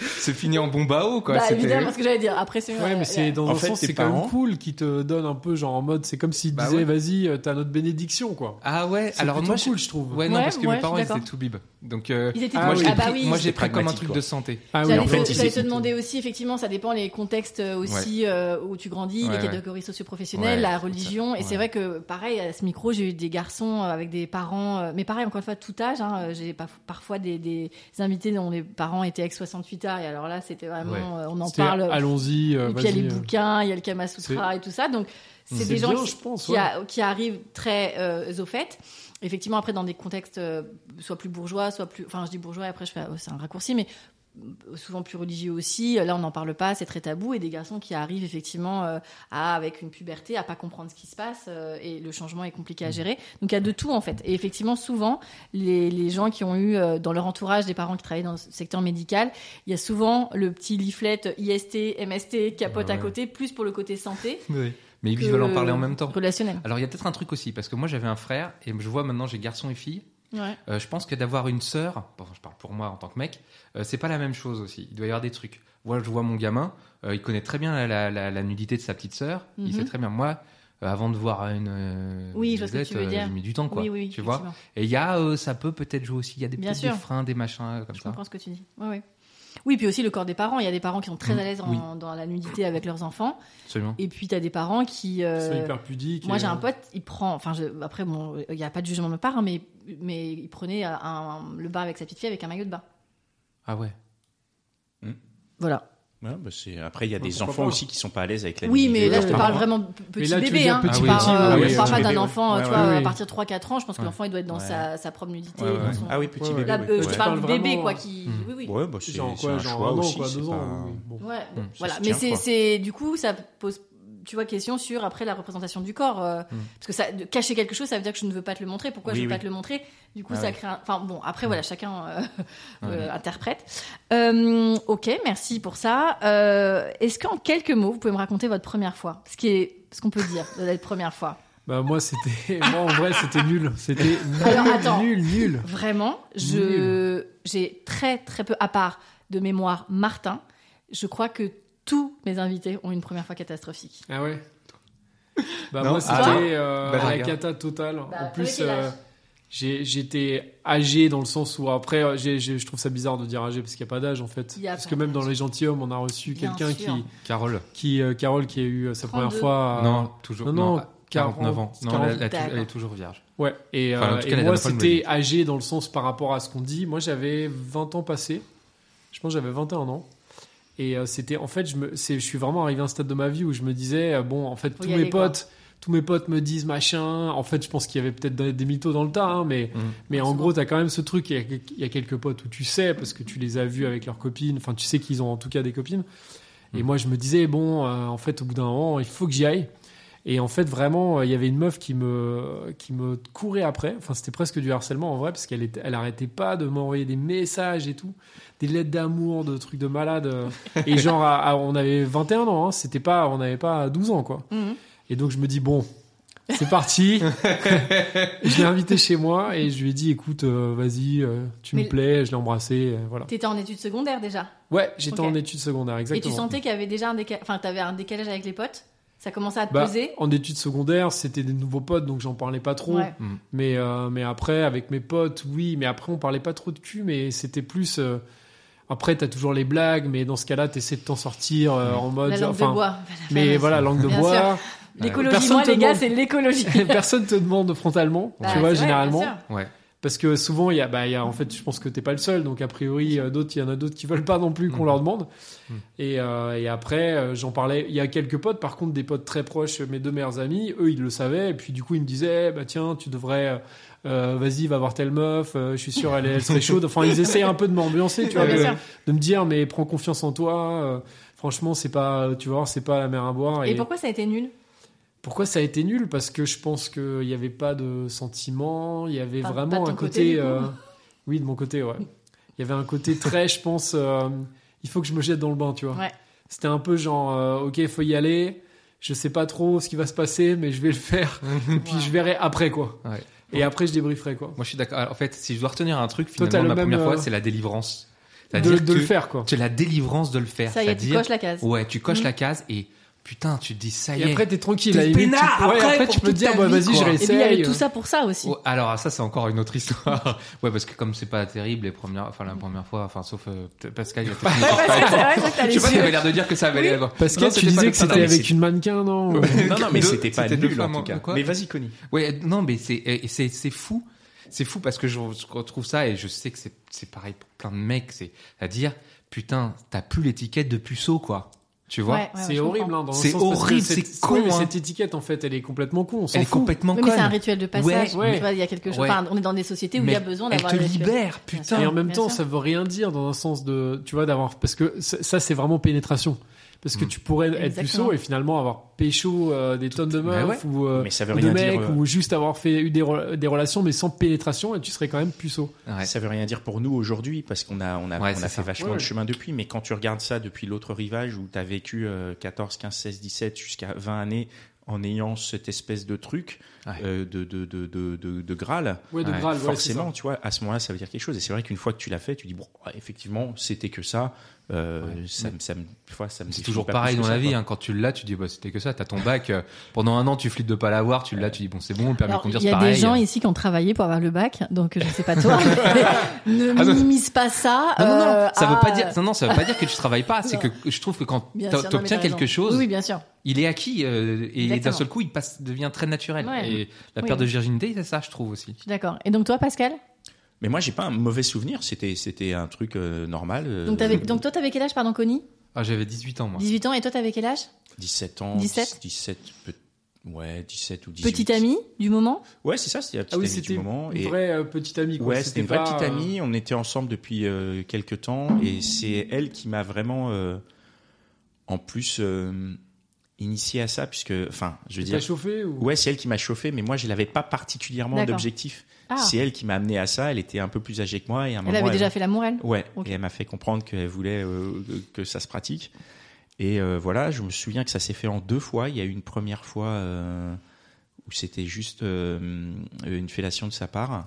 [SPEAKER 5] C'est fini en bombao quoi.
[SPEAKER 1] bah,
[SPEAKER 5] c'était-
[SPEAKER 1] évidemment, ce que j'allais dire. Après, c'est.
[SPEAKER 3] Ouais, mais c'est dans
[SPEAKER 2] En
[SPEAKER 3] un
[SPEAKER 2] fait,
[SPEAKER 3] sens,
[SPEAKER 2] tes
[SPEAKER 3] c'est quand
[SPEAKER 2] parents-
[SPEAKER 3] même cool qui te donne un peu genre en mode, c'est comme s'ils te
[SPEAKER 5] Bah
[SPEAKER 3] disaient,
[SPEAKER 5] ouais.
[SPEAKER 3] vas-y, euh, t'as notre bénédiction, quoi.
[SPEAKER 5] Ah ouais.
[SPEAKER 3] C'est
[SPEAKER 5] Alors
[SPEAKER 3] plutôt
[SPEAKER 5] moi je-
[SPEAKER 3] cool, je trouve.
[SPEAKER 5] Ouais, non,
[SPEAKER 1] Ouais,
[SPEAKER 5] parce que
[SPEAKER 1] ouais, je
[SPEAKER 5] mes parents,
[SPEAKER 1] suis
[SPEAKER 5] ils
[SPEAKER 1] d'accord.
[SPEAKER 5] étaient tout bib. Donc, euh,
[SPEAKER 1] Ils étaient
[SPEAKER 3] Ah
[SPEAKER 5] moi,
[SPEAKER 3] oui.
[SPEAKER 5] je
[SPEAKER 1] Ah
[SPEAKER 5] l'ai
[SPEAKER 1] bah
[SPEAKER 5] pris,
[SPEAKER 1] oui.
[SPEAKER 5] moi, je l'ai
[SPEAKER 2] C'est
[SPEAKER 5] pris comme un
[SPEAKER 2] pragmatique,
[SPEAKER 5] truc
[SPEAKER 2] quoi.
[SPEAKER 5] de santé.
[SPEAKER 3] Ah oui,
[SPEAKER 1] J'allais
[SPEAKER 3] en
[SPEAKER 1] te,
[SPEAKER 3] fait,
[SPEAKER 2] ils
[SPEAKER 1] j'allais te
[SPEAKER 2] étaient-
[SPEAKER 1] demander aussi, effectivement, ça dépend les contextes euh, aussi euh, où tu grandis,
[SPEAKER 5] Ouais,
[SPEAKER 1] les
[SPEAKER 5] ouais.
[SPEAKER 1] catégories socioprofessionnelles,
[SPEAKER 5] Ouais,
[SPEAKER 1] la
[SPEAKER 5] c'est
[SPEAKER 1] religion.
[SPEAKER 5] ça.
[SPEAKER 1] Et c'est
[SPEAKER 5] Ouais.
[SPEAKER 1] vrai que, pareil, à ce micro, j'ai eu des garçons euh, avec des parents, euh, mais pareil, encore une fois, tout âge. hein, euh, j'ai pas- parfois des, des invités dont les parents étaient ex-68A. Et alors là, c'était vraiment,
[SPEAKER 5] Ouais.
[SPEAKER 1] euh, on en
[SPEAKER 3] C'était,
[SPEAKER 1] parle.
[SPEAKER 3] Allons-y, euh,
[SPEAKER 1] et puis il y a
[SPEAKER 3] vas-y.
[SPEAKER 1] les
[SPEAKER 3] euh.
[SPEAKER 1] bouquins, il y a le Kama Sutra et tout ça. Donc, c'est
[SPEAKER 3] C'est
[SPEAKER 1] des gens
[SPEAKER 3] bien,
[SPEAKER 1] qui,
[SPEAKER 3] je pense,
[SPEAKER 1] qui
[SPEAKER 3] ouais.
[SPEAKER 1] a- qui arrivent très euh, au fait. Effectivement, après, dans des contextes euh, soit plus bourgeois, soit plus. Enfin, je dis bourgeois, et après, je fais, oh, c'est un raccourci, mais euh, souvent plus religieux aussi. Là, on n'en parle pas, c'est très tabou. Et des garçons qui arrivent effectivement euh, à, avec une puberté, à pas comprendre ce qui se passe, euh, et le changement est compliqué
[SPEAKER 5] Mmh.
[SPEAKER 1] à gérer. Donc, il y a de tout, en fait. Et effectivement, souvent, les, les gens qui ont eu euh, dans leur entourage des parents qui travaillaient dans le secteur médical, il y a souvent le petit leaflet IST, MST, capote
[SPEAKER 5] Ah
[SPEAKER 1] à
[SPEAKER 5] ouais.
[SPEAKER 1] côté, plus pour le côté santé.
[SPEAKER 5] Mais ils
[SPEAKER 1] que
[SPEAKER 5] veulent en parler en même temps.
[SPEAKER 1] Relationnel.
[SPEAKER 5] Alors, il y a peut-être un truc aussi, parce que moi, j'avais un frère, et je vois maintenant, j'ai garçon et fille.
[SPEAKER 1] Ouais.
[SPEAKER 5] Euh, je pense que d'avoir une sœur, bon, je parle pour moi en tant que mec, euh, c'est pas la même chose aussi. Il doit y avoir des trucs. Moi, je vois mon gamin, euh, il connaît très bien la, la- la- la nudité de sa petite sœur.
[SPEAKER 1] Mhm.
[SPEAKER 5] Il sait très bien. Moi, euh, avant de voir une. euh,
[SPEAKER 1] Oui, je vois ce que
[SPEAKER 5] musette,
[SPEAKER 1] tu veux
[SPEAKER 5] euh,
[SPEAKER 1] dire.
[SPEAKER 5] J'ai mis du temps, quoi.
[SPEAKER 1] oui, oui,
[SPEAKER 5] tu vois
[SPEAKER 1] effectivement.
[SPEAKER 5] Et il y a, euh, ça peut peut-être jouer aussi. Il y a des,
[SPEAKER 1] Bien
[SPEAKER 5] peut-être des
[SPEAKER 1] sûr.
[SPEAKER 5] freins, des machins, euh, comme
[SPEAKER 1] Je
[SPEAKER 5] ça.
[SPEAKER 1] comprends ce que tu dis. Ouais, ouais. Oui, puis aussi le corps des parents. Il y a des parents qui sont très
[SPEAKER 5] Mm,
[SPEAKER 1] à l'aise en-
[SPEAKER 5] oui.
[SPEAKER 1] dans la nudité avec leurs enfants.
[SPEAKER 5] Absolument.
[SPEAKER 1] Et puis, tu as des parents qui. euh,
[SPEAKER 3] C'est hyper pudique.
[SPEAKER 1] Moi,
[SPEAKER 3] et,
[SPEAKER 1] j'ai un
[SPEAKER 3] euh,
[SPEAKER 1] pote, il prend. Enfin, je- après, bon, il n'y a pas de jugement de ma part, hein, mais, mais il prenait un- un- le bain avec sa petite fille avec un maillot de bain.
[SPEAKER 5] Ah ouais.
[SPEAKER 1] Voilà.
[SPEAKER 2] Ouais, bah, c'est- Après, il y a
[SPEAKER 3] Ouais,
[SPEAKER 2] des
[SPEAKER 3] pourquoi
[SPEAKER 2] enfants
[SPEAKER 3] pas.
[SPEAKER 2] aussi qui sont pas à l'aise avec la
[SPEAKER 1] Oui, mais là, je te
[SPEAKER 2] nudité.
[SPEAKER 1] parle vraiment p- petit
[SPEAKER 3] là, tu veux
[SPEAKER 1] bébé.
[SPEAKER 3] dire
[SPEAKER 1] hein.
[SPEAKER 3] petit,
[SPEAKER 1] Je parle,
[SPEAKER 5] petit,
[SPEAKER 1] euh,
[SPEAKER 5] oui,
[SPEAKER 1] je
[SPEAKER 5] oui,
[SPEAKER 1] parle
[SPEAKER 5] petit
[SPEAKER 1] pas d'un
[SPEAKER 2] bébé,
[SPEAKER 1] enfant,
[SPEAKER 2] ouais.
[SPEAKER 1] tu
[SPEAKER 2] Ouais,
[SPEAKER 1] vois,
[SPEAKER 3] ouais,
[SPEAKER 1] à
[SPEAKER 3] oui.
[SPEAKER 1] partir de 3-4 ans, je pense que
[SPEAKER 5] Ouais.
[SPEAKER 1] l'enfant, il doit être dans
[SPEAKER 5] Ouais.
[SPEAKER 1] sa, sa propre nudité.
[SPEAKER 5] Ouais, ouais.
[SPEAKER 1] dans son-
[SPEAKER 2] Ah oui, petit
[SPEAKER 3] Ouais,
[SPEAKER 2] bébé.
[SPEAKER 1] Là,
[SPEAKER 2] oui,
[SPEAKER 1] euh,
[SPEAKER 2] ouais.
[SPEAKER 1] je
[SPEAKER 3] Tu
[SPEAKER 1] parle
[SPEAKER 3] parles
[SPEAKER 1] bébé,
[SPEAKER 3] vraiment- hein.
[SPEAKER 1] quoi. Qui...
[SPEAKER 5] Mm.
[SPEAKER 1] Oui, oui.
[SPEAKER 2] Ouais, bah, c'est
[SPEAKER 3] Genre
[SPEAKER 2] c'est
[SPEAKER 3] quoi,
[SPEAKER 2] un
[SPEAKER 3] genre
[SPEAKER 2] choix
[SPEAKER 3] un an,
[SPEAKER 2] aussi.
[SPEAKER 3] quoi,
[SPEAKER 2] c'est
[SPEAKER 3] deux ans.
[SPEAKER 2] pas-
[SPEAKER 3] oui, bon.
[SPEAKER 1] Ouais, bon,
[SPEAKER 5] ça
[SPEAKER 1] voilà.
[SPEAKER 2] se
[SPEAKER 1] Mais
[SPEAKER 2] tient,
[SPEAKER 1] c'est,
[SPEAKER 2] Hum, quoi.
[SPEAKER 1] c'est- du coup, ça pose, tu vois, question sur après la représentation du corps, euh, parce que ça, de cacher quelque chose, ça veut dire que je ne veux pas te le montrer. Pourquoi
[SPEAKER 2] Hum. Oui,
[SPEAKER 1] je ne veux
[SPEAKER 2] oui. Hum.
[SPEAKER 1] pas te le montrer Du coup,
[SPEAKER 5] Ah
[SPEAKER 1] ça
[SPEAKER 5] ouais.
[SPEAKER 1] crée. un- Enfin bon, après voilà, chacun euh, euh,
[SPEAKER 5] Ouais.
[SPEAKER 1] interprète. Euh, ok, merci pour ça. Euh, est-ce qu'en quelques mots, vous pouvez me raconter votre première fois, ce qui est, ce qu'on peut dire de la première fois
[SPEAKER 3] Bah, moi, c'était. Moi, en vrai, c'était nul. C'était nul,
[SPEAKER 1] Alors, attends.
[SPEAKER 3] nul, nul.
[SPEAKER 1] Vraiment, je, j'ai très très peu, à part de mémoire Martin, je crois que tous mes invités ont une première fois catastrophique.
[SPEAKER 3] Ah ouais Bah,
[SPEAKER 5] Non,
[SPEAKER 3] moi,
[SPEAKER 5] ah.
[SPEAKER 3] c'était euh,
[SPEAKER 5] Bah,
[SPEAKER 3] la
[SPEAKER 5] regarde.
[SPEAKER 3] cata totale.
[SPEAKER 1] Bah,
[SPEAKER 3] en plus,
[SPEAKER 1] t'avais quel
[SPEAKER 3] euh,
[SPEAKER 1] âge
[SPEAKER 3] j'ai- j'étais âgé dans le sens où, après, euh, j'ai- j'ai- je trouve ça bizarre de dire âgé parce qu'il n'y a pas d'âge en fait.
[SPEAKER 1] Il y a
[SPEAKER 3] Parce
[SPEAKER 1] pas
[SPEAKER 3] que même dans
[SPEAKER 1] d'âge.
[SPEAKER 3] Les Gentilshommes, on a reçu
[SPEAKER 1] Bien
[SPEAKER 3] quelqu'un
[SPEAKER 1] sûr.
[SPEAKER 3] qui,
[SPEAKER 5] Carole.
[SPEAKER 3] qui euh, Carole, qui a eu euh, sa première
[SPEAKER 1] 32.
[SPEAKER 3] fois. euh,
[SPEAKER 5] non,
[SPEAKER 3] non,
[SPEAKER 5] toujours. Ah. Non,
[SPEAKER 3] non,
[SPEAKER 5] 49 ans. Non, elle, elle a tou-
[SPEAKER 1] D'accord.
[SPEAKER 5] elle est toujours vierge.
[SPEAKER 3] Ouais, et,
[SPEAKER 5] Enfin, en
[SPEAKER 3] euh,
[SPEAKER 5] tout
[SPEAKER 3] et
[SPEAKER 5] cas,
[SPEAKER 3] moi
[SPEAKER 5] la dernière fois, elle me l'a
[SPEAKER 3] c'était âgé dans le sens par rapport à ce qu'on dit. Moi j'avais 20 ans passés, je pense que j'avais 21 ans. Et euh, c'était en fait, je, me, c'est- je suis vraiment arrivé à un stade de ma vie où je me disais, euh, bon, en fait,
[SPEAKER 1] Faut
[SPEAKER 3] tous
[SPEAKER 1] y
[SPEAKER 3] mes
[SPEAKER 1] aller, quoi.
[SPEAKER 3] potes. Tous mes potes me disent machin. En fait, je pense qu'il y avait peut-être des des mythos dans le tas, hein, mais,
[SPEAKER 5] Mhm.
[SPEAKER 3] mais en
[SPEAKER 1] Souvent.
[SPEAKER 3] gros, t'as quand même ce truc. Il y, a, il y a quelques potes où tu sais, parce que tu les as vus avec leurs copines. Enfin, tu sais qu'ils ont en tout cas des copines. Et moi, je me disais, bon, euh, en fait, au bout d'un moment, il faut que j'y aille. Et en fait, vraiment, euh, il y avait une meuf qui me, qui me courait après. Enfin, c'était presque du harcèlement en vrai, parce qu'elle était- elle arrêtait pas de m'envoyer des messages et tout, des lettres d'amour, de trucs de malade. euh. Et genre, à- à- on avait 21 ans, hein, c'était pas, on n'avait pas 12 ans, quoi.
[SPEAKER 1] Mhm.
[SPEAKER 3] Et donc, je me dis, bon, C'est parti. je l'ai invité chez moi et je lui ai dit écoute, euh, vas-y, euh, tu
[SPEAKER 1] Mais
[SPEAKER 3] me
[SPEAKER 1] le-
[SPEAKER 3] plais. Je l'ai embrassé. euh, voilà.
[SPEAKER 1] T'étais en études secondaires déjà.
[SPEAKER 3] Ouais, j'étais
[SPEAKER 1] Ok.
[SPEAKER 3] en études secondaires, exactement.
[SPEAKER 1] Et tu sentais qu'il y avait déjà un décalage, enfin, t'avais un décalage avec les potes. Ça commençait à te
[SPEAKER 3] Bah,
[SPEAKER 1] peser.
[SPEAKER 3] en études secondaires, c'était des nouveaux potes, donc j'en parlais pas trop.
[SPEAKER 1] Ouais.
[SPEAKER 5] Mm.
[SPEAKER 3] Mais, euh, mais après, avec mes potes, oui, mais après, on parlait pas trop de cul, mais c'était plus. euh, après, t'as toujours les blagues, mais dans ce cas-là, t'essaies de t'en sortir euh, en mode.
[SPEAKER 1] La langue
[SPEAKER 3] enfin,
[SPEAKER 1] de bois.
[SPEAKER 3] Mais voilà, langue de
[SPEAKER 1] Bien
[SPEAKER 3] bois.
[SPEAKER 1] L'écologie,
[SPEAKER 3] Personne
[SPEAKER 1] moi,
[SPEAKER 3] te
[SPEAKER 1] les gars,
[SPEAKER 3] demande.
[SPEAKER 1] c'est l'écologie.
[SPEAKER 3] Personne te demande frontalement,
[SPEAKER 1] Bah,
[SPEAKER 3] tu
[SPEAKER 1] c'est
[SPEAKER 3] vois,
[SPEAKER 1] vrai,
[SPEAKER 3] généralement.
[SPEAKER 1] bien sûr.
[SPEAKER 5] Ouais.
[SPEAKER 3] Parce que souvent, il y a, bah, il y a, en fait, je pense que t'es pas le seul. Donc, a priori, euh, d'autres, il y en a d'autres qui veulent pas non plus qu'on
[SPEAKER 5] Mhm.
[SPEAKER 3] leur demande.
[SPEAKER 5] Mhm.
[SPEAKER 3] Et, euh, et après, euh, j'en parlais. Il y a quelques potes, par contre, des potes très proches, mes deux meilleurs amis, eux, ils le savaient. Et puis, du coup, ils me disaient, eh, bah, tiens, tu devrais, euh, vas-y, va voir telle meuf, euh, je suis sûr, elle, elle serait chaude. Enfin, ils essaient un peu de m'ambiancer, tu vois,
[SPEAKER 1] Ouais, bien
[SPEAKER 3] de,
[SPEAKER 1] sûr.
[SPEAKER 3] de me dire, mais prends confiance en toi. euh, franchement, c'est pas, tu vois, c'est pas la mer à boire.
[SPEAKER 1] Et pourquoi ça a été nul
[SPEAKER 3] Pourquoi ça a été nul Parce que je pense qu'il n'y avait pas de sentiment, il y avait
[SPEAKER 1] Pas- pas
[SPEAKER 3] vraiment
[SPEAKER 1] de ton
[SPEAKER 3] un
[SPEAKER 1] côté,
[SPEAKER 3] côté.
[SPEAKER 1] du coup.
[SPEAKER 3] euh, oui, de mon côté, ouais. Il y avait un côté très, je pense, euh, il faut que je me jette dans le bain, tu vois.
[SPEAKER 1] Ouais.
[SPEAKER 3] C'était un peu genre, euh, ok, faut y aller, je sais pas trop ce qui va se passer, mais je vais le faire, et puis
[SPEAKER 1] Wow.
[SPEAKER 3] je verrai après, quoi.
[SPEAKER 5] Ouais.
[SPEAKER 3] Et après, je débrieferai, quoi.
[SPEAKER 5] Moi, je suis d'accord. Alors, En fait, si je dois retenir un truc,
[SPEAKER 3] Toi, t'as le
[SPEAKER 5] finalement, ma
[SPEAKER 3] même,
[SPEAKER 5] première
[SPEAKER 3] euh,
[SPEAKER 5] fois, c'est la délivrance.
[SPEAKER 3] De,
[SPEAKER 5] C'est-à-dire
[SPEAKER 3] de le
[SPEAKER 5] que-
[SPEAKER 3] faire, quoi.
[SPEAKER 5] C'est la délivrance de le faire.
[SPEAKER 1] Ça y est, tu
[SPEAKER 5] C'est-à-dire-
[SPEAKER 1] coches la case.
[SPEAKER 5] Ouais, tu coches
[SPEAKER 1] Mm.
[SPEAKER 5] la case et putain, tu te dis ça y
[SPEAKER 3] Et
[SPEAKER 5] est.
[SPEAKER 3] après, t'es tranquille.
[SPEAKER 5] T'es
[SPEAKER 3] à la limite, tu,
[SPEAKER 5] peinard,
[SPEAKER 3] ouais,
[SPEAKER 5] après,
[SPEAKER 3] après,
[SPEAKER 5] pour
[SPEAKER 3] tu peux
[SPEAKER 5] toute
[SPEAKER 3] te dire,
[SPEAKER 5] ta
[SPEAKER 3] bah,
[SPEAKER 5] vie,
[SPEAKER 3] vas-y,
[SPEAKER 5] quoi.
[SPEAKER 3] je
[SPEAKER 5] Et
[SPEAKER 1] Et puis il y avait
[SPEAKER 3] réessaye.
[SPEAKER 1] tout ça pour ça aussi.
[SPEAKER 5] Oh, alors ça c'est encore une autre histoire. ouais parce que comme c'est pas terrible les premières, enfin la première fois, enfin sauf euh, peut- Pascal. Il a peut-être une
[SPEAKER 1] Ouais,
[SPEAKER 5] porte-
[SPEAKER 1] parce que c'est vrai, ça, t'as
[SPEAKER 5] je
[SPEAKER 1] les
[SPEAKER 5] sais pas, t'avais
[SPEAKER 1] yeux.
[SPEAKER 5] l'air de dire que ça avait l'air.
[SPEAKER 3] Pascal,
[SPEAKER 5] Non,
[SPEAKER 3] tu
[SPEAKER 5] c'était pas
[SPEAKER 3] disais
[SPEAKER 5] comme
[SPEAKER 3] que
[SPEAKER 5] ça,
[SPEAKER 3] c'était
[SPEAKER 5] non, mais
[SPEAKER 3] avec
[SPEAKER 5] c'est-
[SPEAKER 3] une mannequin, non ou-
[SPEAKER 6] Non, non, mais
[SPEAKER 5] Deux-
[SPEAKER 6] c'était pas
[SPEAKER 5] c'était deux
[SPEAKER 6] nul
[SPEAKER 5] femmes,
[SPEAKER 6] en tout cas. Ah,
[SPEAKER 5] quoi.
[SPEAKER 6] Mais vas-y, Connie.
[SPEAKER 5] Ouais, non, mais c'est eh, et c'est c'est fou, c'est fou parce que je retrouve ça et je sais que c'est c'est pareil pour plein de mecs, c'est à dire putain, t'as plus l'étiquette de puceau quoi, tu vois.
[SPEAKER 1] Ouais, ouais, ouais,
[SPEAKER 3] C'est
[SPEAKER 1] je
[SPEAKER 3] horrible,
[SPEAKER 1] comprends.
[SPEAKER 3] hein, dans le
[SPEAKER 5] C'est
[SPEAKER 3] sens parce que
[SPEAKER 5] horrible,
[SPEAKER 3] cette-
[SPEAKER 5] c'est con,
[SPEAKER 3] ouais, mais
[SPEAKER 5] hein.
[SPEAKER 3] Cette étiquette, en fait, elle est complètement con. On s'en
[SPEAKER 5] Elle est
[SPEAKER 3] fout.
[SPEAKER 5] complètement
[SPEAKER 1] Oui, mais c'est un
[SPEAKER 5] conne.
[SPEAKER 1] rituel de passage.
[SPEAKER 3] Ouais, ouais.
[SPEAKER 1] Tu vois, il y a quelque chose.
[SPEAKER 5] Ouais.
[SPEAKER 1] Enfin, on est dans des sociétés où il y a
[SPEAKER 5] Mais
[SPEAKER 1] besoin
[SPEAKER 5] elle
[SPEAKER 1] d'avoir.
[SPEAKER 5] te
[SPEAKER 1] des rituels.
[SPEAKER 5] libère,
[SPEAKER 1] Bien
[SPEAKER 5] putain.
[SPEAKER 3] Et
[SPEAKER 1] sûr,
[SPEAKER 3] en même
[SPEAKER 1] bien
[SPEAKER 3] temps,
[SPEAKER 1] sûr.
[SPEAKER 3] ça veut rien dire dans un sens de, tu vois, d'avoir, parce que ça, ça, c'est vraiment pénétration. Parce que
[SPEAKER 6] Hmm.
[SPEAKER 5] Mm.
[SPEAKER 3] tu pourrais être
[SPEAKER 1] Exactement.
[SPEAKER 3] puceau et finalement avoir pécho euh, des tonnes de
[SPEAKER 5] mais
[SPEAKER 3] meufs ou euh,
[SPEAKER 6] Mais ça veut
[SPEAKER 3] de
[SPEAKER 6] rien dire.
[SPEAKER 3] mecs
[SPEAKER 6] euh,
[SPEAKER 3] ou juste avoir fait eu des, re- des relations mais sans pénétration et tu serais quand même puceau.
[SPEAKER 5] Ouais.
[SPEAKER 6] Ça veut rien dire pour nous aujourd'hui parce qu'on a, on a,
[SPEAKER 5] Ouais,
[SPEAKER 6] on
[SPEAKER 5] c'est
[SPEAKER 6] a
[SPEAKER 5] ça.
[SPEAKER 6] fait vachement
[SPEAKER 3] Ouais.
[SPEAKER 6] de chemin depuis, mais quand tu regardes ça depuis l'autre rivage où tu as vécu euh, 14, 15, 16, 17 jusqu'à 20 années en ayant cette espèce de truc
[SPEAKER 5] Ouais.
[SPEAKER 6] euh, de, de, de, de, de- de Graal,
[SPEAKER 3] Ouais, de
[SPEAKER 5] Ouais,
[SPEAKER 3] Graal, ouais,
[SPEAKER 6] forcément,
[SPEAKER 3] c'est ça.
[SPEAKER 6] tu vois, à ce moment-là, ça veut dire quelque chose. Et c'est vrai qu'une fois que tu l'as fait, tu dis, bon, ouais, effectivement, c'était que ça. euh, ça, me- ça, me- des fois, ça me
[SPEAKER 5] C'est
[SPEAKER 6] définit
[SPEAKER 5] toujours
[SPEAKER 6] pas
[SPEAKER 5] pareil
[SPEAKER 6] plus
[SPEAKER 5] dans
[SPEAKER 6] que
[SPEAKER 5] la
[SPEAKER 6] ça,
[SPEAKER 5] vie.
[SPEAKER 6] quoi.
[SPEAKER 5] hein. Quand tu l'as, tu dis bah, c'était que ça. T'as ton bac. euh, pendant un an, tu flippes de pas l'avoir. Tu l'as, tu dis bon, c'est bon, le permis
[SPEAKER 1] Alors,
[SPEAKER 5] de conduire,
[SPEAKER 1] il y
[SPEAKER 5] c'est
[SPEAKER 1] a
[SPEAKER 5] pareil.
[SPEAKER 1] des gens ici qui ont travaillé pour avoir le bac, donc je sais pas toi. mais
[SPEAKER 5] Ah
[SPEAKER 1] ne
[SPEAKER 5] non.
[SPEAKER 1] minimise pas ça.
[SPEAKER 5] Non, non, non,
[SPEAKER 1] euh,
[SPEAKER 5] ça veut
[SPEAKER 1] à-
[SPEAKER 5] pas dire. Non, non, ça veut pas dire que tu travailles pas. C'est
[SPEAKER 1] Non.
[SPEAKER 5] que je trouve que quand
[SPEAKER 1] Bien
[SPEAKER 5] t'a-
[SPEAKER 1] sûr, non, mais
[SPEAKER 5] t'obtiens
[SPEAKER 1] t'as
[SPEAKER 5] quelque
[SPEAKER 1] raison.
[SPEAKER 5] chose,
[SPEAKER 1] Oui, oui, bien sûr.
[SPEAKER 5] il est acquis euh, et d'un
[SPEAKER 1] Exactement.
[SPEAKER 5] seul coup, il passe, devient très naturel.
[SPEAKER 1] Ouais.
[SPEAKER 5] Et la
[SPEAKER 1] Oui.
[SPEAKER 5] perte de virginité, c'est ça, je trouve aussi.
[SPEAKER 1] Je suis d'accord. Et donc toi, Pascal
[SPEAKER 6] Mais moi, j'ai pas un mauvais souvenir. C'était, c'était un truc euh, normal. euh,
[SPEAKER 1] donc, t'avais- donc toi, t'avais quel âge, pardon, Connie
[SPEAKER 5] Ah, j'avais 18 ans moi.
[SPEAKER 1] 18 ans. Et toi, t'avais quel âge
[SPEAKER 6] 17 ans.
[SPEAKER 1] 17?
[SPEAKER 6] 17, peut- ouais, 17 ou 18.
[SPEAKER 1] Petite amie du moment
[SPEAKER 6] Ouais, c'est ça, c'était la petite
[SPEAKER 3] Ah oui,
[SPEAKER 6] amie
[SPEAKER 3] c'était
[SPEAKER 6] du moment.
[SPEAKER 3] une
[SPEAKER 6] et-
[SPEAKER 3] vraie euh, petite amie. quoi.
[SPEAKER 6] Ouais, c'était une vraie
[SPEAKER 3] pas,
[SPEAKER 6] petite
[SPEAKER 3] euh,
[SPEAKER 6] amie. On était ensemble depuis euh, quelques temps et c'est elle qui m'a vraiment, euh, en plus, euh, initié à ça, puisque, enfin, je veux
[SPEAKER 3] t'as
[SPEAKER 6] dire.
[SPEAKER 3] chauffé ou
[SPEAKER 6] Ouais, c'est elle qui m'a chauffé, mais moi, je l'avais pas particulièrement
[SPEAKER 1] D'accord.
[SPEAKER 6] d'objectif.
[SPEAKER 1] Ah,
[SPEAKER 6] C'est elle qui m'a amené à ça. Elle était un peu plus âgée que moi et à un
[SPEAKER 1] elle
[SPEAKER 6] moment,
[SPEAKER 1] avait déjà
[SPEAKER 6] m'a-
[SPEAKER 1] fait l'amour, elle
[SPEAKER 6] Ouais,
[SPEAKER 1] Ok.
[SPEAKER 6] et elle m'a fait comprendre qu'elle voulait euh, que ça se pratique. Et euh, voilà, je me souviens que ça s'est fait en deux fois. Il y a eu une première fois euh, où c'était juste euh, une fellation de sa part.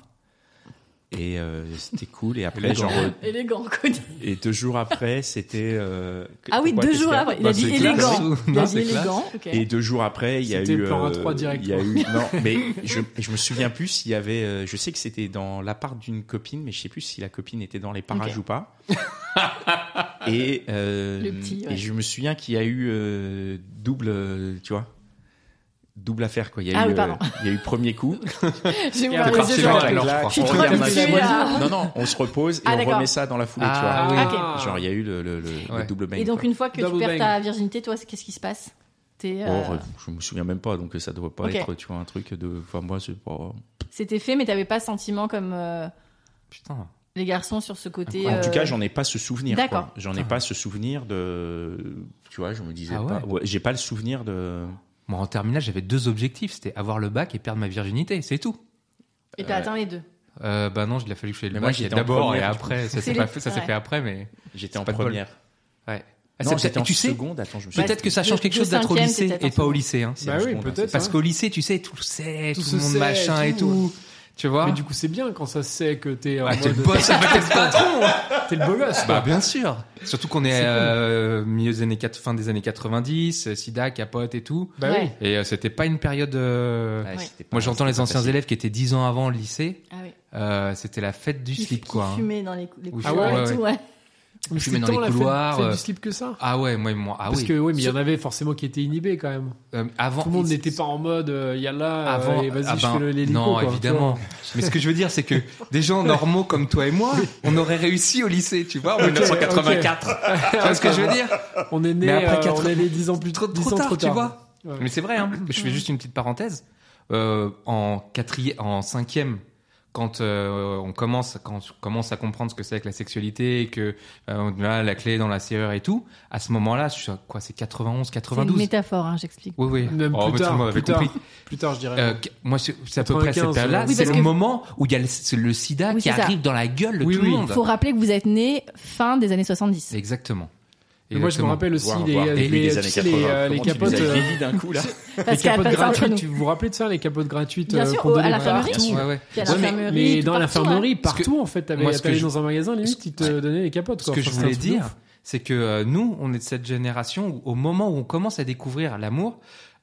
[SPEAKER 6] Et euh, c'était cool. Et après, genre, euh,
[SPEAKER 1] Élégant, Connie.
[SPEAKER 6] et deux jours après, c'était. euh, que-
[SPEAKER 1] Ah oui,
[SPEAKER 6] pourquoi,
[SPEAKER 1] deux
[SPEAKER 6] qu'est-ce
[SPEAKER 1] jours
[SPEAKER 6] qu'il y a Bah,
[SPEAKER 1] après. Il a dit
[SPEAKER 5] Bah, c'est classe.
[SPEAKER 1] élégant. Il a
[SPEAKER 5] Non,
[SPEAKER 1] dit
[SPEAKER 5] c'est classe.
[SPEAKER 1] élégant. ok.
[SPEAKER 6] Et deux jours après, il y a
[SPEAKER 3] C'était
[SPEAKER 6] eu.
[SPEAKER 3] le plan
[SPEAKER 6] euh,
[SPEAKER 3] A3 direct,
[SPEAKER 6] Il y a
[SPEAKER 3] quoi.
[SPEAKER 6] eu. Non, mais je, je me souviens plus s'il y avait. euh, je sais que c'était dans l'appart d'une copine, mais je sais plus si la copine était dans les
[SPEAKER 1] Ok.
[SPEAKER 6] parages ou pas. et, euh,
[SPEAKER 1] Le petit, ouais.
[SPEAKER 6] et je me souviens qu'il y a eu euh, double. euh, tu vois Double affaire, quoi. Il y a,
[SPEAKER 1] Ah
[SPEAKER 6] eu,
[SPEAKER 1] oui,
[SPEAKER 6] euh,
[SPEAKER 1] pardon.
[SPEAKER 6] il y a eu premier coup.
[SPEAKER 1] J'ai
[SPEAKER 3] Et
[SPEAKER 1] ouvert
[SPEAKER 3] après,
[SPEAKER 1] les yeux,
[SPEAKER 3] c'est
[SPEAKER 1] genre,
[SPEAKER 3] vrai.
[SPEAKER 1] Je suis trop habituée à-
[SPEAKER 6] Non, non, on se repose et
[SPEAKER 1] Ah,
[SPEAKER 6] on
[SPEAKER 1] d'accord.
[SPEAKER 6] remet ça dans la foulée,
[SPEAKER 5] Ah,
[SPEAKER 1] oui.
[SPEAKER 6] tu vois.
[SPEAKER 1] Ah.
[SPEAKER 6] Genre, il y a eu le, le- le- le
[SPEAKER 5] Ouais.
[SPEAKER 6] double bang.
[SPEAKER 1] Et donc,
[SPEAKER 6] quoi.
[SPEAKER 1] une fois que tu
[SPEAKER 3] Double
[SPEAKER 1] perds
[SPEAKER 3] bang.
[SPEAKER 1] ta virginité, toi, c'est- qu'est-ce qui se passe T'es, euh,
[SPEAKER 6] Or, je me souviens même pas, donc ça doit pas
[SPEAKER 1] Ok.
[SPEAKER 6] être, tu vois, un truc de. Enfin, moi, c'est pas.
[SPEAKER 1] C'était fait, mais t'avais pas ce sentiment comme euh,
[SPEAKER 5] Putain.
[SPEAKER 1] les garçons sur ce côté.
[SPEAKER 6] En tout
[SPEAKER 1] euh,
[SPEAKER 6] cas, j'en ai pas ce souvenir.
[SPEAKER 1] D'accord.
[SPEAKER 6] quoi. J'en ai pas ce souvenir de. Tu vois, je me disais
[SPEAKER 5] Ah ouais.
[SPEAKER 6] pas. ouais, J'ai pas le souvenir de.
[SPEAKER 5] Moi, en terminale, j'avais deux objectifs. C'était avoir le bac et perdre ma virginité. C'est tout.
[SPEAKER 1] Et t'as atteint les deux.
[SPEAKER 5] Euh, bah non, je l'ai fallu que je fasse le
[SPEAKER 6] Mais
[SPEAKER 5] bac
[SPEAKER 6] moi, j'étais en
[SPEAKER 5] d'abord
[SPEAKER 6] première,
[SPEAKER 5] et
[SPEAKER 6] du coup.
[SPEAKER 5] après. Ça
[SPEAKER 1] C'est
[SPEAKER 5] s'est
[SPEAKER 1] les-
[SPEAKER 5] pas fait- ça s'est
[SPEAKER 1] ouais.
[SPEAKER 5] fait après, mais.
[SPEAKER 6] J'étais en
[SPEAKER 5] pas de bol.
[SPEAKER 6] première.
[SPEAKER 5] Ouais.
[SPEAKER 2] Ah,
[SPEAKER 5] Non,
[SPEAKER 2] ça, j'étais
[SPEAKER 5] et
[SPEAKER 2] en
[SPEAKER 5] Ah, tu sais,
[SPEAKER 2] seconde, attends, je me suis-
[SPEAKER 5] Peut-être que ça
[SPEAKER 1] de-
[SPEAKER 5] change quelque
[SPEAKER 1] de
[SPEAKER 5] chose d'être au
[SPEAKER 1] cinquième,
[SPEAKER 5] lycée
[SPEAKER 1] peut-être en
[SPEAKER 5] et pas au lycée. Hein.
[SPEAKER 3] Bah
[SPEAKER 2] en
[SPEAKER 3] oui,
[SPEAKER 2] seconde, hein,
[SPEAKER 3] peut-être.
[SPEAKER 2] c'est
[SPEAKER 5] Parce
[SPEAKER 3] hein.
[SPEAKER 5] qu'au lycée, tu sais, tout le sait, tout,
[SPEAKER 3] Tout se
[SPEAKER 5] le monde
[SPEAKER 3] sait,
[SPEAKER 5] machin et
[SPEAKER 3] tout.
[SPEAKER 5] tout. Tu vois
[SPEAKER 3] Mais du coup, bah, c'est bien quand ça sait que t'es en
[SPEAKER 5] Ah, t'es le
[SPEAKER 3] mode-
[SPEAKER 5] boss avec le patron
[SPEAKER 3] t'es le beau gosse.
[SPEAKER 5] Bah
[SPEAKER 3] quoi.
[SPEAKER 5] bien sûr. Surtout qu'on est,
[SPEAKER 3] C'est cool.
[SPEAKER 5] euh, milieu des années quat- fin des années 90, euh, sida, capote et tout.
[SPEAKER 3] Bah oui.
[SPEAKER 1] Ouais.
[SPEAKER 5] Et euh, c'était pas une période. euh,
[SPEAKER 2] Ouais,
[SPEAKER 1] Ouais.
[SPEAKER 2] c'était pas-
[SPEAKER 5] Moi j'entends
[SPEAKER 2] c'était
[SPEAKER 5] les
[SPEAKER 2] pas
[SPEAKER 5] anciens
[SPEAKER 2] facile.
[SPEAKER 5] élèves qui étaient 10 ans avant le lycée.
[SPEAKER 1] Ah oui.
[SPEAKER 5] euh, c'était la fête du
[SPEAKER 1] Qui-
[SPEAKER 5] slip
[SPEAKER 1] qui
[SPEAKER 5] quoi. hein.
[SPEAKER 1] fumait dans les, cou- les
[SPEAKER 5] Ou-
[SPEAKER 1] couloirs
[SPEAKER 3] Ah
[SPEAKER 1] et
[SPEAKER 5] ouais,
[SPEAKER 1] tout, ouais.
[SPEAKER 3] Mais
[SPEAKER 5] fumais
[SPEAKER 3] c'était
[SPEAKER 5] dans les
[SPEAKER 3] tant la fête-
[SPEAKER 5] couloirs,
[SPEAKER 3] fête
[SPEAKER 5] euh,
[SPEAKER 3] du slip que ça.
[SPEAKER 5] Ah ouais, moi, moi ah
[SPEAKER 3] Parce
[SPEAKER 5] oui.
[SPEAKER 3] que oui, mais il y en avait forcément qui étaient inhibés quand même.
[SPEAKER 5] Euh, avant,
[SPEAKER 3] Tout le monde
[SPEAKER 5] il-
[SPEAKER 3] n'était pas en mode euh, yalla euh,
[SPEAKER 5] avant
[SPEAKER 3] et vas-y
[SPEAKER 5] ah
[SPEAKER 3] je
[SPEAKER 5] ben,
[SPEAKER 3] fais le- l'hélico.
[SPEAKER 5] non
[SPEAKER 3] quoi, tu
[SPEAKER 5] évidemment mais ce que je veux dire c'est que des gens normaux comme toi et moi on aurait réussi au lycée tu vois en 1984 tu vois ce que je veux dire
[SPEAKER 3] vois. On est né
[SPEAKER 5] Mais après
[SPEAKER 3] euh, on
[SPEAKER 5] quatre-
[SPEAKER 3] est né 10 ans plus
[SPEAKER 5] trop,
[SPEAKER 3] dix
[SPEAKER 5] trop
[SPEAKER 3] ans
[SPEAKER 5] tard,
[SPEAKER 3] trop
[SPEAKER 5] tu vois
[SPEAKER 3] Ouais.
[SPEAKER 5] mais c'est vrai hein. je fais juste une petite parenthèse Euh, en quatrième en cinquième quand euh, on commence quand on commence à comprendre ce que c'est que la sexualité et que euh, là, la clé est dans la serrure et tout à ce moment là je suis à quoi c'est 91
[SPEAKER 1] C'est une
[SPEAKER 5] 92
[SPEAKER 1] métaphore, hein, j'explique.
[SPEAKER 5] oui oui
[SPEAKER 3] Même
[SPEAKER 5] Oh,
[SPEAKER 3] plus
[SPEAKER 5] mais tout le monde
[SPEAKER 3] tard,
[SPEAKER 5] avait
[SPEAKER 3] plus tard,
[SPEAKER 5] compris.
[SPEAKER 3] plus tard, je dirais.
[SPEAKER 5] Euh, qu- moi, c'est c'est à peu près à
[SPEAKER 3] 95,
[SPEAKER 5] cette période-là.
[SPEAKER 3] euh,
[SPEAKER 1] Oui,
[SPEAKER 5] c'est
[SPEAKER 1] parce
[SPEAKER 5] le
[SPEAKER 1] que-
[SPEAKER 5] moment où il y a le, c'est le sida
[SPEAKER 1] Oui,
[SPEAKER 5] qui
[SPEAKER 1] c'est ça.
[SPEAKER 5] arrive dans la gueule de
[SPEAKER 3] Oui,
[SPEAKER 5] tout le
[SPEAKER 3] oui.
[SPEAKER 5] monde.
[SPEAKER 1] Faut rappeler que vous êtes né fin des années 70.
[SPEAKER 5] Exactement.
[SPEAKER 3] Mais moi, je me
[SPEAKER 5] Exactement.
[SPEAKER 3] rappelle aussi
[SPEAKER 2] Voir-
[SPEAKER 3] les,
[SPEAKER 2] voir
[SPEAKER 3] les-
[SPEAKER 2] début des
[SPEAKER 3] tu
[SPEAKER 2] années
[SPEAKER 3] sais, les,
[SPEAKER 2] 80,
[SPEAKER 3] euh, les
[SPEAKER 2] comment tu
[SPEAKER 3] capotes,
[SPEAKER 2] les as
[SPEAKER 3] euh,
[SPEAKER 2] vieillis d'un coup là
[SPEAKER 3] les
[SPEAKER 1] Parce qu'à
[SPEAKER 3] capotes
[SPEAKER 1] la fin, c'est entre
[SPEAKER 3] gratuites.
[SPEAKER 1] nous.
[SPEAKER 3] Tu vous vous rappelez de ça, les capotes gratuites
[SPEAKER 1] Bien
[SPEAKER 3] euh,
[SPEAKER 1] sûr,
[SPEAKER 3] qu'on
[SPEAKER 1] au- à
[SPEAKER 3] donnait
[SPEAKER 1] l'infirmerie.
[SPEAKER 3] partout.
[SPEAKER 5] Ouais, ouais.
[SPEAKER 1] Puis à
[SPEAKER 3] Ouais, mais-
[SPEAKER 1] l'infirmerie,
[SPEAKER 3] mais
[SPEAKER 1] tout
[SPEAKER 3] dans
[SPEAKER 1] partout, hein.
[SPEAKER 3] l'infirmerie,
[SPEAKER 5] Parce que-
[SPEAKER 3] partout en fait, t'avais-
[SPEAKER 5] moi, ce que
[SPEAKER 3] t'allais
[SPEAKER 5] je-
[SPEAKER 3] dans un magasin, limite, ils te donnaient les capotes.
[SPEAKER 5] Ce
[SPEAKER 3] quoi.
[SPEAKER 5] que je
[SPEAKER 3] Enfin, c'est
[SPEAKER 5] voulais
[SPEAKER 3] un truc de
[SPEAKER 5] dire,
[SPEAKER 3] ouf.
[SPEAKER 5] c'est que euh, nous, on est de cette génération où, au moment où on commence à découvrir l'amour,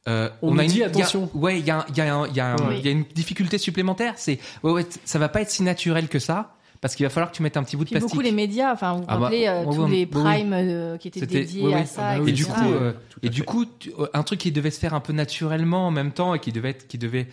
[SPEAKER 5] euh,
[SPEAKER 3] On nous
[SPEAKER 5] a une,
[SPEAKER 3] dit
[SPEAKER 5] il y a-
[SPEAKER 3] attention.
[SPEAKER 5] ouais, il y a, il y a un- il y a un-
[SPEAKER 3] Ouais.
[SPEAKER 5] il y a une difficulté supplémentaire. C'est ouais, ouais, t- ça va pas être si naturel que ça, parce qu'il va falloir que tu mettes un petit bout de
[SPEAKER 1] Puis
[SPEAKER 5] plastique.
[SPEAKER 1] beaucoup les médias, enfin vous vous
[SPEAKER 5] Ah bah,
[SPEAKER 1] rappelez euh,
[SPEAKER 5] oui,
[SPEAKER 1] tous
[SPEAKER 5] oui,
[SPEAKER 1] les
[SPEAKER 5] oui.
[SPEAKER 1] primes euh, qui étaient
[SPEAKER 5] C'était-
[SPEAKER 1] dédiés
[SPEAKER 5] oui,
[SPEAKER 1] à
[SPEAKER 5] oui.
[SPEAKER 1] ça,
[SPEAKER 3] Ah bah
[SPEAKER 5] et
[SPEAKER 3] oui,
[SPEAKER 5] du
[SPEAKER 1] etc.
[SPEAKER 5] coup, euh,
[SPEAKER 2] Tout à
[SPEAKER 5] et du
[SPEAKER 2] fait.
[SPEAKER 5] coup, tu- euh, un truc qui devait se faire un peu naturellement en même temps et qui devait être, qui devait,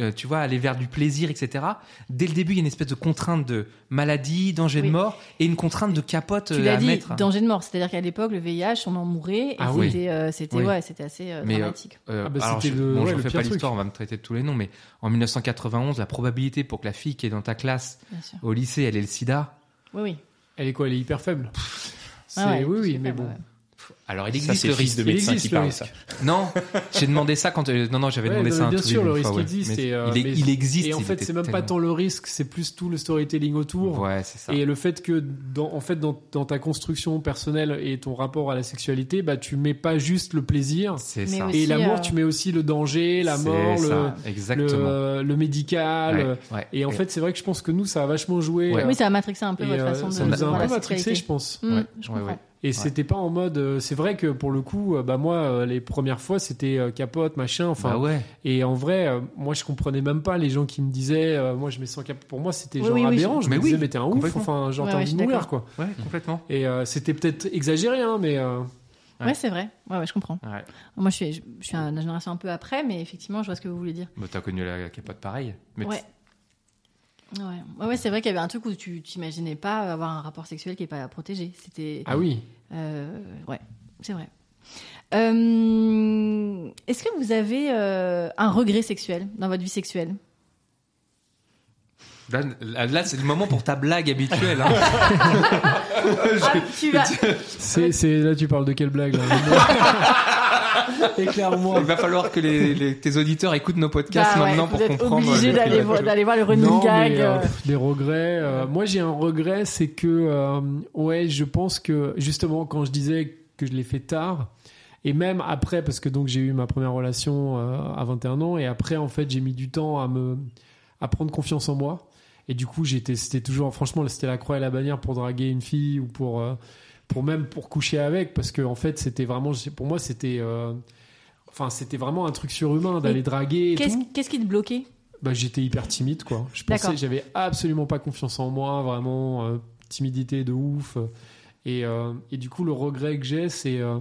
[SPEAKER 5] euh, tu vois, aller vers du plaisir, etc. Dès le début, il y a une espèce de contrainte de maladie, danger
[SPEAKER 1] Oui.
[SPEAKER 5] de mort et une contrainte de capote
[SPEAKER 1] tu
[SPEAKER 5] euh,
[SPEAKER 1] l'as
[SPEAKER 5] à
[SPEAKER 1] dit,
[SPEAKER 5] mettre.
[SPEAKER 1] danger de mort. C'est-à-dire qu'à l'époque, le VIH, on en mourait et
[SPEAKER 3] Ah
[SPEAKER 1] c'était,
[SPEAKER 5] oui.
[SPEAKER 1] euh, c'était,
[SPEAKER 5] Oui.
[SPEAKER 1] ouais, c'était assez euh,
[SPEAKER 5] Mais, euh,
[SPEAKER 1] dramatique.
[SPEAKER 5] Euh,
[SPEAKER 3] Ah bah,
[SPEAKER 5] alors, je,
[SPEAKER 3] c'était le-
[SPEAKER 5] bon, je
[SPEAKER 3] ouais, le
[SPEAKER 5] refais
[SPEAKER 3] pire
[SPEAKER 5] pas
[SPEAKER 3] truc.
[SPEAKER 5] l'histoire, on va me traiter de tous les noms, mais en 1991, la probabilité pour que la fille qui est dans ta classe
[SPEAKER 1] Bien sûr.
[SPEAKER 5] au lycée, elle ait le sida.
[SPEAKER 1] Oui, oui.
[SPEAKER 3] Elle est quoi Elle est hyper faible. C'est-
[SPEAKER 1] Ah ouais,
[SPEAKER 3] oui, oui,
[SPEAKER 1] c'est
[SPEAKER 3] mais
[SPEAKER 1] pas
[SPEAKER 3] bon.
[SPEAKER 1] mal, ouais.
[SPEAKER 5] Alors, il
[SPEAKER 2] ça
[SPEAKER 5] existe
[SPEAKER 2] c'est
[SPEAKER 5] le
[SPEAKER 2] le
[SPEAKER 5] risque.
[SPEAKER 2] fils de
[SPEAKER 3] Il
[SPEAKER 2] médecin
[SPEAKER 3] existe
[SPEAKER 2] qui
[SPEAKER 3] le
[SPEAKER 2] parle
[SPEAKER 3] risque.
[SPEAKER 2] ça
[SPEAKER 5] Non, j'ai demandé ça quand. euh, non, non, j'avais
[SPEAKER 3] Ouais,
[SPEAKER 5] demandé
[SPEAKER 3] non,
[SPEAKER 5] ça. un
[SPEAKER 3] bien
[SPEAKER 5] tout
[SPEAKER 3] sûr,
[SPEAKER 5] une
[SPEAKER 3] le
[SPEAKER 5] fois,
[SPEAKER 3] risque
[SPEAKER 5] ah ouais.
[SPEAKER 3] existe
[SPEAKER 5] Mais
[SPEAKER 3] et, euh,
[SPEAKER 5] il,
[SPEAKER 3] mais-
[SPEAKER 5] il existe.
[SPEAKER 3] Et en
[SPEAKER 5] il
[SPEAKER 3] fait,
[SPEAKER 5] était
[SPEAKER 3] c'est même pas
[SPEAKER 5] tellement-
[SPEAKER 3] tant le risque, c'est plus tout le storytelling autour.
[SPEAKER 5] Ouais, c'est ça.
[SPEAKER 3] Et le fait que, dans, en fait, dans, dans ta construction personnelle et ton rapport à la sexualité, bah, tu mets pas juste le plaisir
[SPEAKER 5] C'est
[SPEAKER 1] Mais
[SPEAKER 5] ça.
[SPEAKER 1] aussi,
[SPEAKER 3] et l'amour,
[SPEAKER 1] euh,
[SPEAKER 3] tu mets aussi le danger, la
[SPEAKER 5] C'est
[SPEAKER 3] mort, le,
[SPEAKER 5] ça,
[SPEAKER 3] le, euh,
[SPEAKER 5] exactement.
[SPEAKER 3] le médical.
[SPEAKER 5] Ouais,
[SPEAKER 3] euh,
[SPEAKER 5] ouais.
[SPEAKER 3] Et en fait, c'est vrai que je pense que nous, ça a vachement joué.
[SPEAKER 5] Ouais.
[SPEAKER 3] euh,
[SPEAKER 1] Oui, ça a matrixé un peu
[SPEAKER 3] et,
[SPEAKER 1] votre
[SPEAKER 3] euh,
[SPEAKER 1] façon
[SPEAKER 3] ça
[SPEAKER 1] de
[SPEAKER 3] nous a un
[SPEAKER 1] voir
[SPEAKER 3] peu
[SPEAKER 1] la
[SPEAKER 3] matrixé, je
[SPEAKER 1] sexualité.
[SPEAKER 3] pense.
[SPEAKER 1] Hum,
[SPEAKER 5] Ouais,
[SPEAKER 1] je
[SPEAKER 5] ouais,
[SPEAKER 1] comprends.
[SPEAKER 5] ouais.
[SPEAKER 3] Et c'était pas en mode. euh, c'est vrai que pour le coup, euh, bah moi, euh, les premières fois, c'était euh, capote, machin. Enfin,
[SPEAKER 5] Bah ouais.
[SPEAKER 3] et en vrai, euh, moi, je comprenais même pas les gens qui me disaient. euh, moi, je mets sans capote. Pour moi, c'était
[SPEAKER 1] Oui,
[SPEAKER 3] genre
[SPEAKER 1] oui, oui,
[SPEAKER 3] aberrant.
[SPEAKER 1] je-
[SPEAKER 3] Je me
[SPEAKER 5] Mais
[SPEAKER 3] disais,
[SPEAKER 5] oui,
[SPEAKER 3] mais t'es un ouf.
[SPEAKER 5] complètement.
[SPEAKER 3] Enfin, genre,
[SPEAKER 1] Ouais,
[SPEAKER 3] t'as
[SPEAKER 1] ouais,
[SPEAKER 3] envie
[SPEAKER 1] je
[SPEAKER 3] de
[SPEAKER 1] suis
[SPEAKER 3] mourir, quoi.
[SPEAKER 5] Ouais, complètement.
[SPEAKER 3] Et euh, c'était peut-être exagéré, hein, mais. euh,
[SPEAKER 1] Ouais, c'est vrai. Ouais, ouais, je comprends.
[SPEAKER 5] Ouais.
[SPEAKER 1] Moi, je suis, je, je suis à la génération un peu après, mais effectivement, je vois ce que vous voulez dire.
[SPEAKER 5] Bah, t'as connu la capote pareil. Mais
[SPEAKER 1] Ouais. Ouais, ouais, ouais, c'est vrai qu'il y avait un truc où tu t'imaginais pas avoir un rapport sexuel qui est pas protégé. C'était
[SPEAKER 3] Ah oui.
[SPEAKER 1] Euh, ouais, c'est vrai. Euh, Est-ce que vous avez euh, un regret sexuel dans votre vie sexuelle
[SPEAKER 5] Là, là, là, c'est le moment pour ta blague habituelle. hein.
[SPEAKER 1] Ah, tu vas...
[SPEAKER 3] C'est, c'est- là, tu parles de quelle blague là Éclaire-moi.
[SPEAKER 5] Il va falloir que les, les- tes auditeurs écoutent nos podcasts maintenant
[SPEAKER 1] Bah vous
[SPEAKER 5] pour
[SPEAKER 1] êtes
[SPEAKER 5] comprendre. euh,
[SPEAKER 1] obligé
[SPEAKER 5] le-
[SPEAKER 1] d'aller
[SPEAKER 5] le-
[SPEAKER 1] voir, d'aller voir le running
[SPEAKER 3] Non,
[SPEAKER 1] gag.
[SPEAKER 3] mais, euh,
[SPEAKER 1] euh.
[SPEAKER 3] pff, des regrets. euh, moi, j'ai un regret, c'est que, euh, ouais, je pense que, justement, quand je disais que je l'ai fait tard, et même après, parce que donc j'ai eu ma première relation euh, à 21 ans, et après, en fait, j'ai mis du temps à me, à prendre confiance en moi. Et du coup, j'étais, c'était toujours, franchement, c'était la croix et la bannière pour draguer une fille ou pour, euh, pour même pour coucher avec, parce que en fait, c'était vraiment, pour moi, c'était, euh, enfin, c'était vraiment un truc surhumain d'aller draguer. et
[SPEAKER 1] Qu'est-ce
[SPEAKER 3] tout.
[SPEAKER 1] qu'est-ce qui te bloquait
[SPEAKER 3] Bah, j'étais hyper timide, quoi. Je
[SPEAKER 1] D'accord.
[SPEAKER 3] pensais, j'avais absolument pas confiance en moi, vraiment euh, timidité de ouf. Et, euh, et du coup, le regret que j'ai, c'est, euh,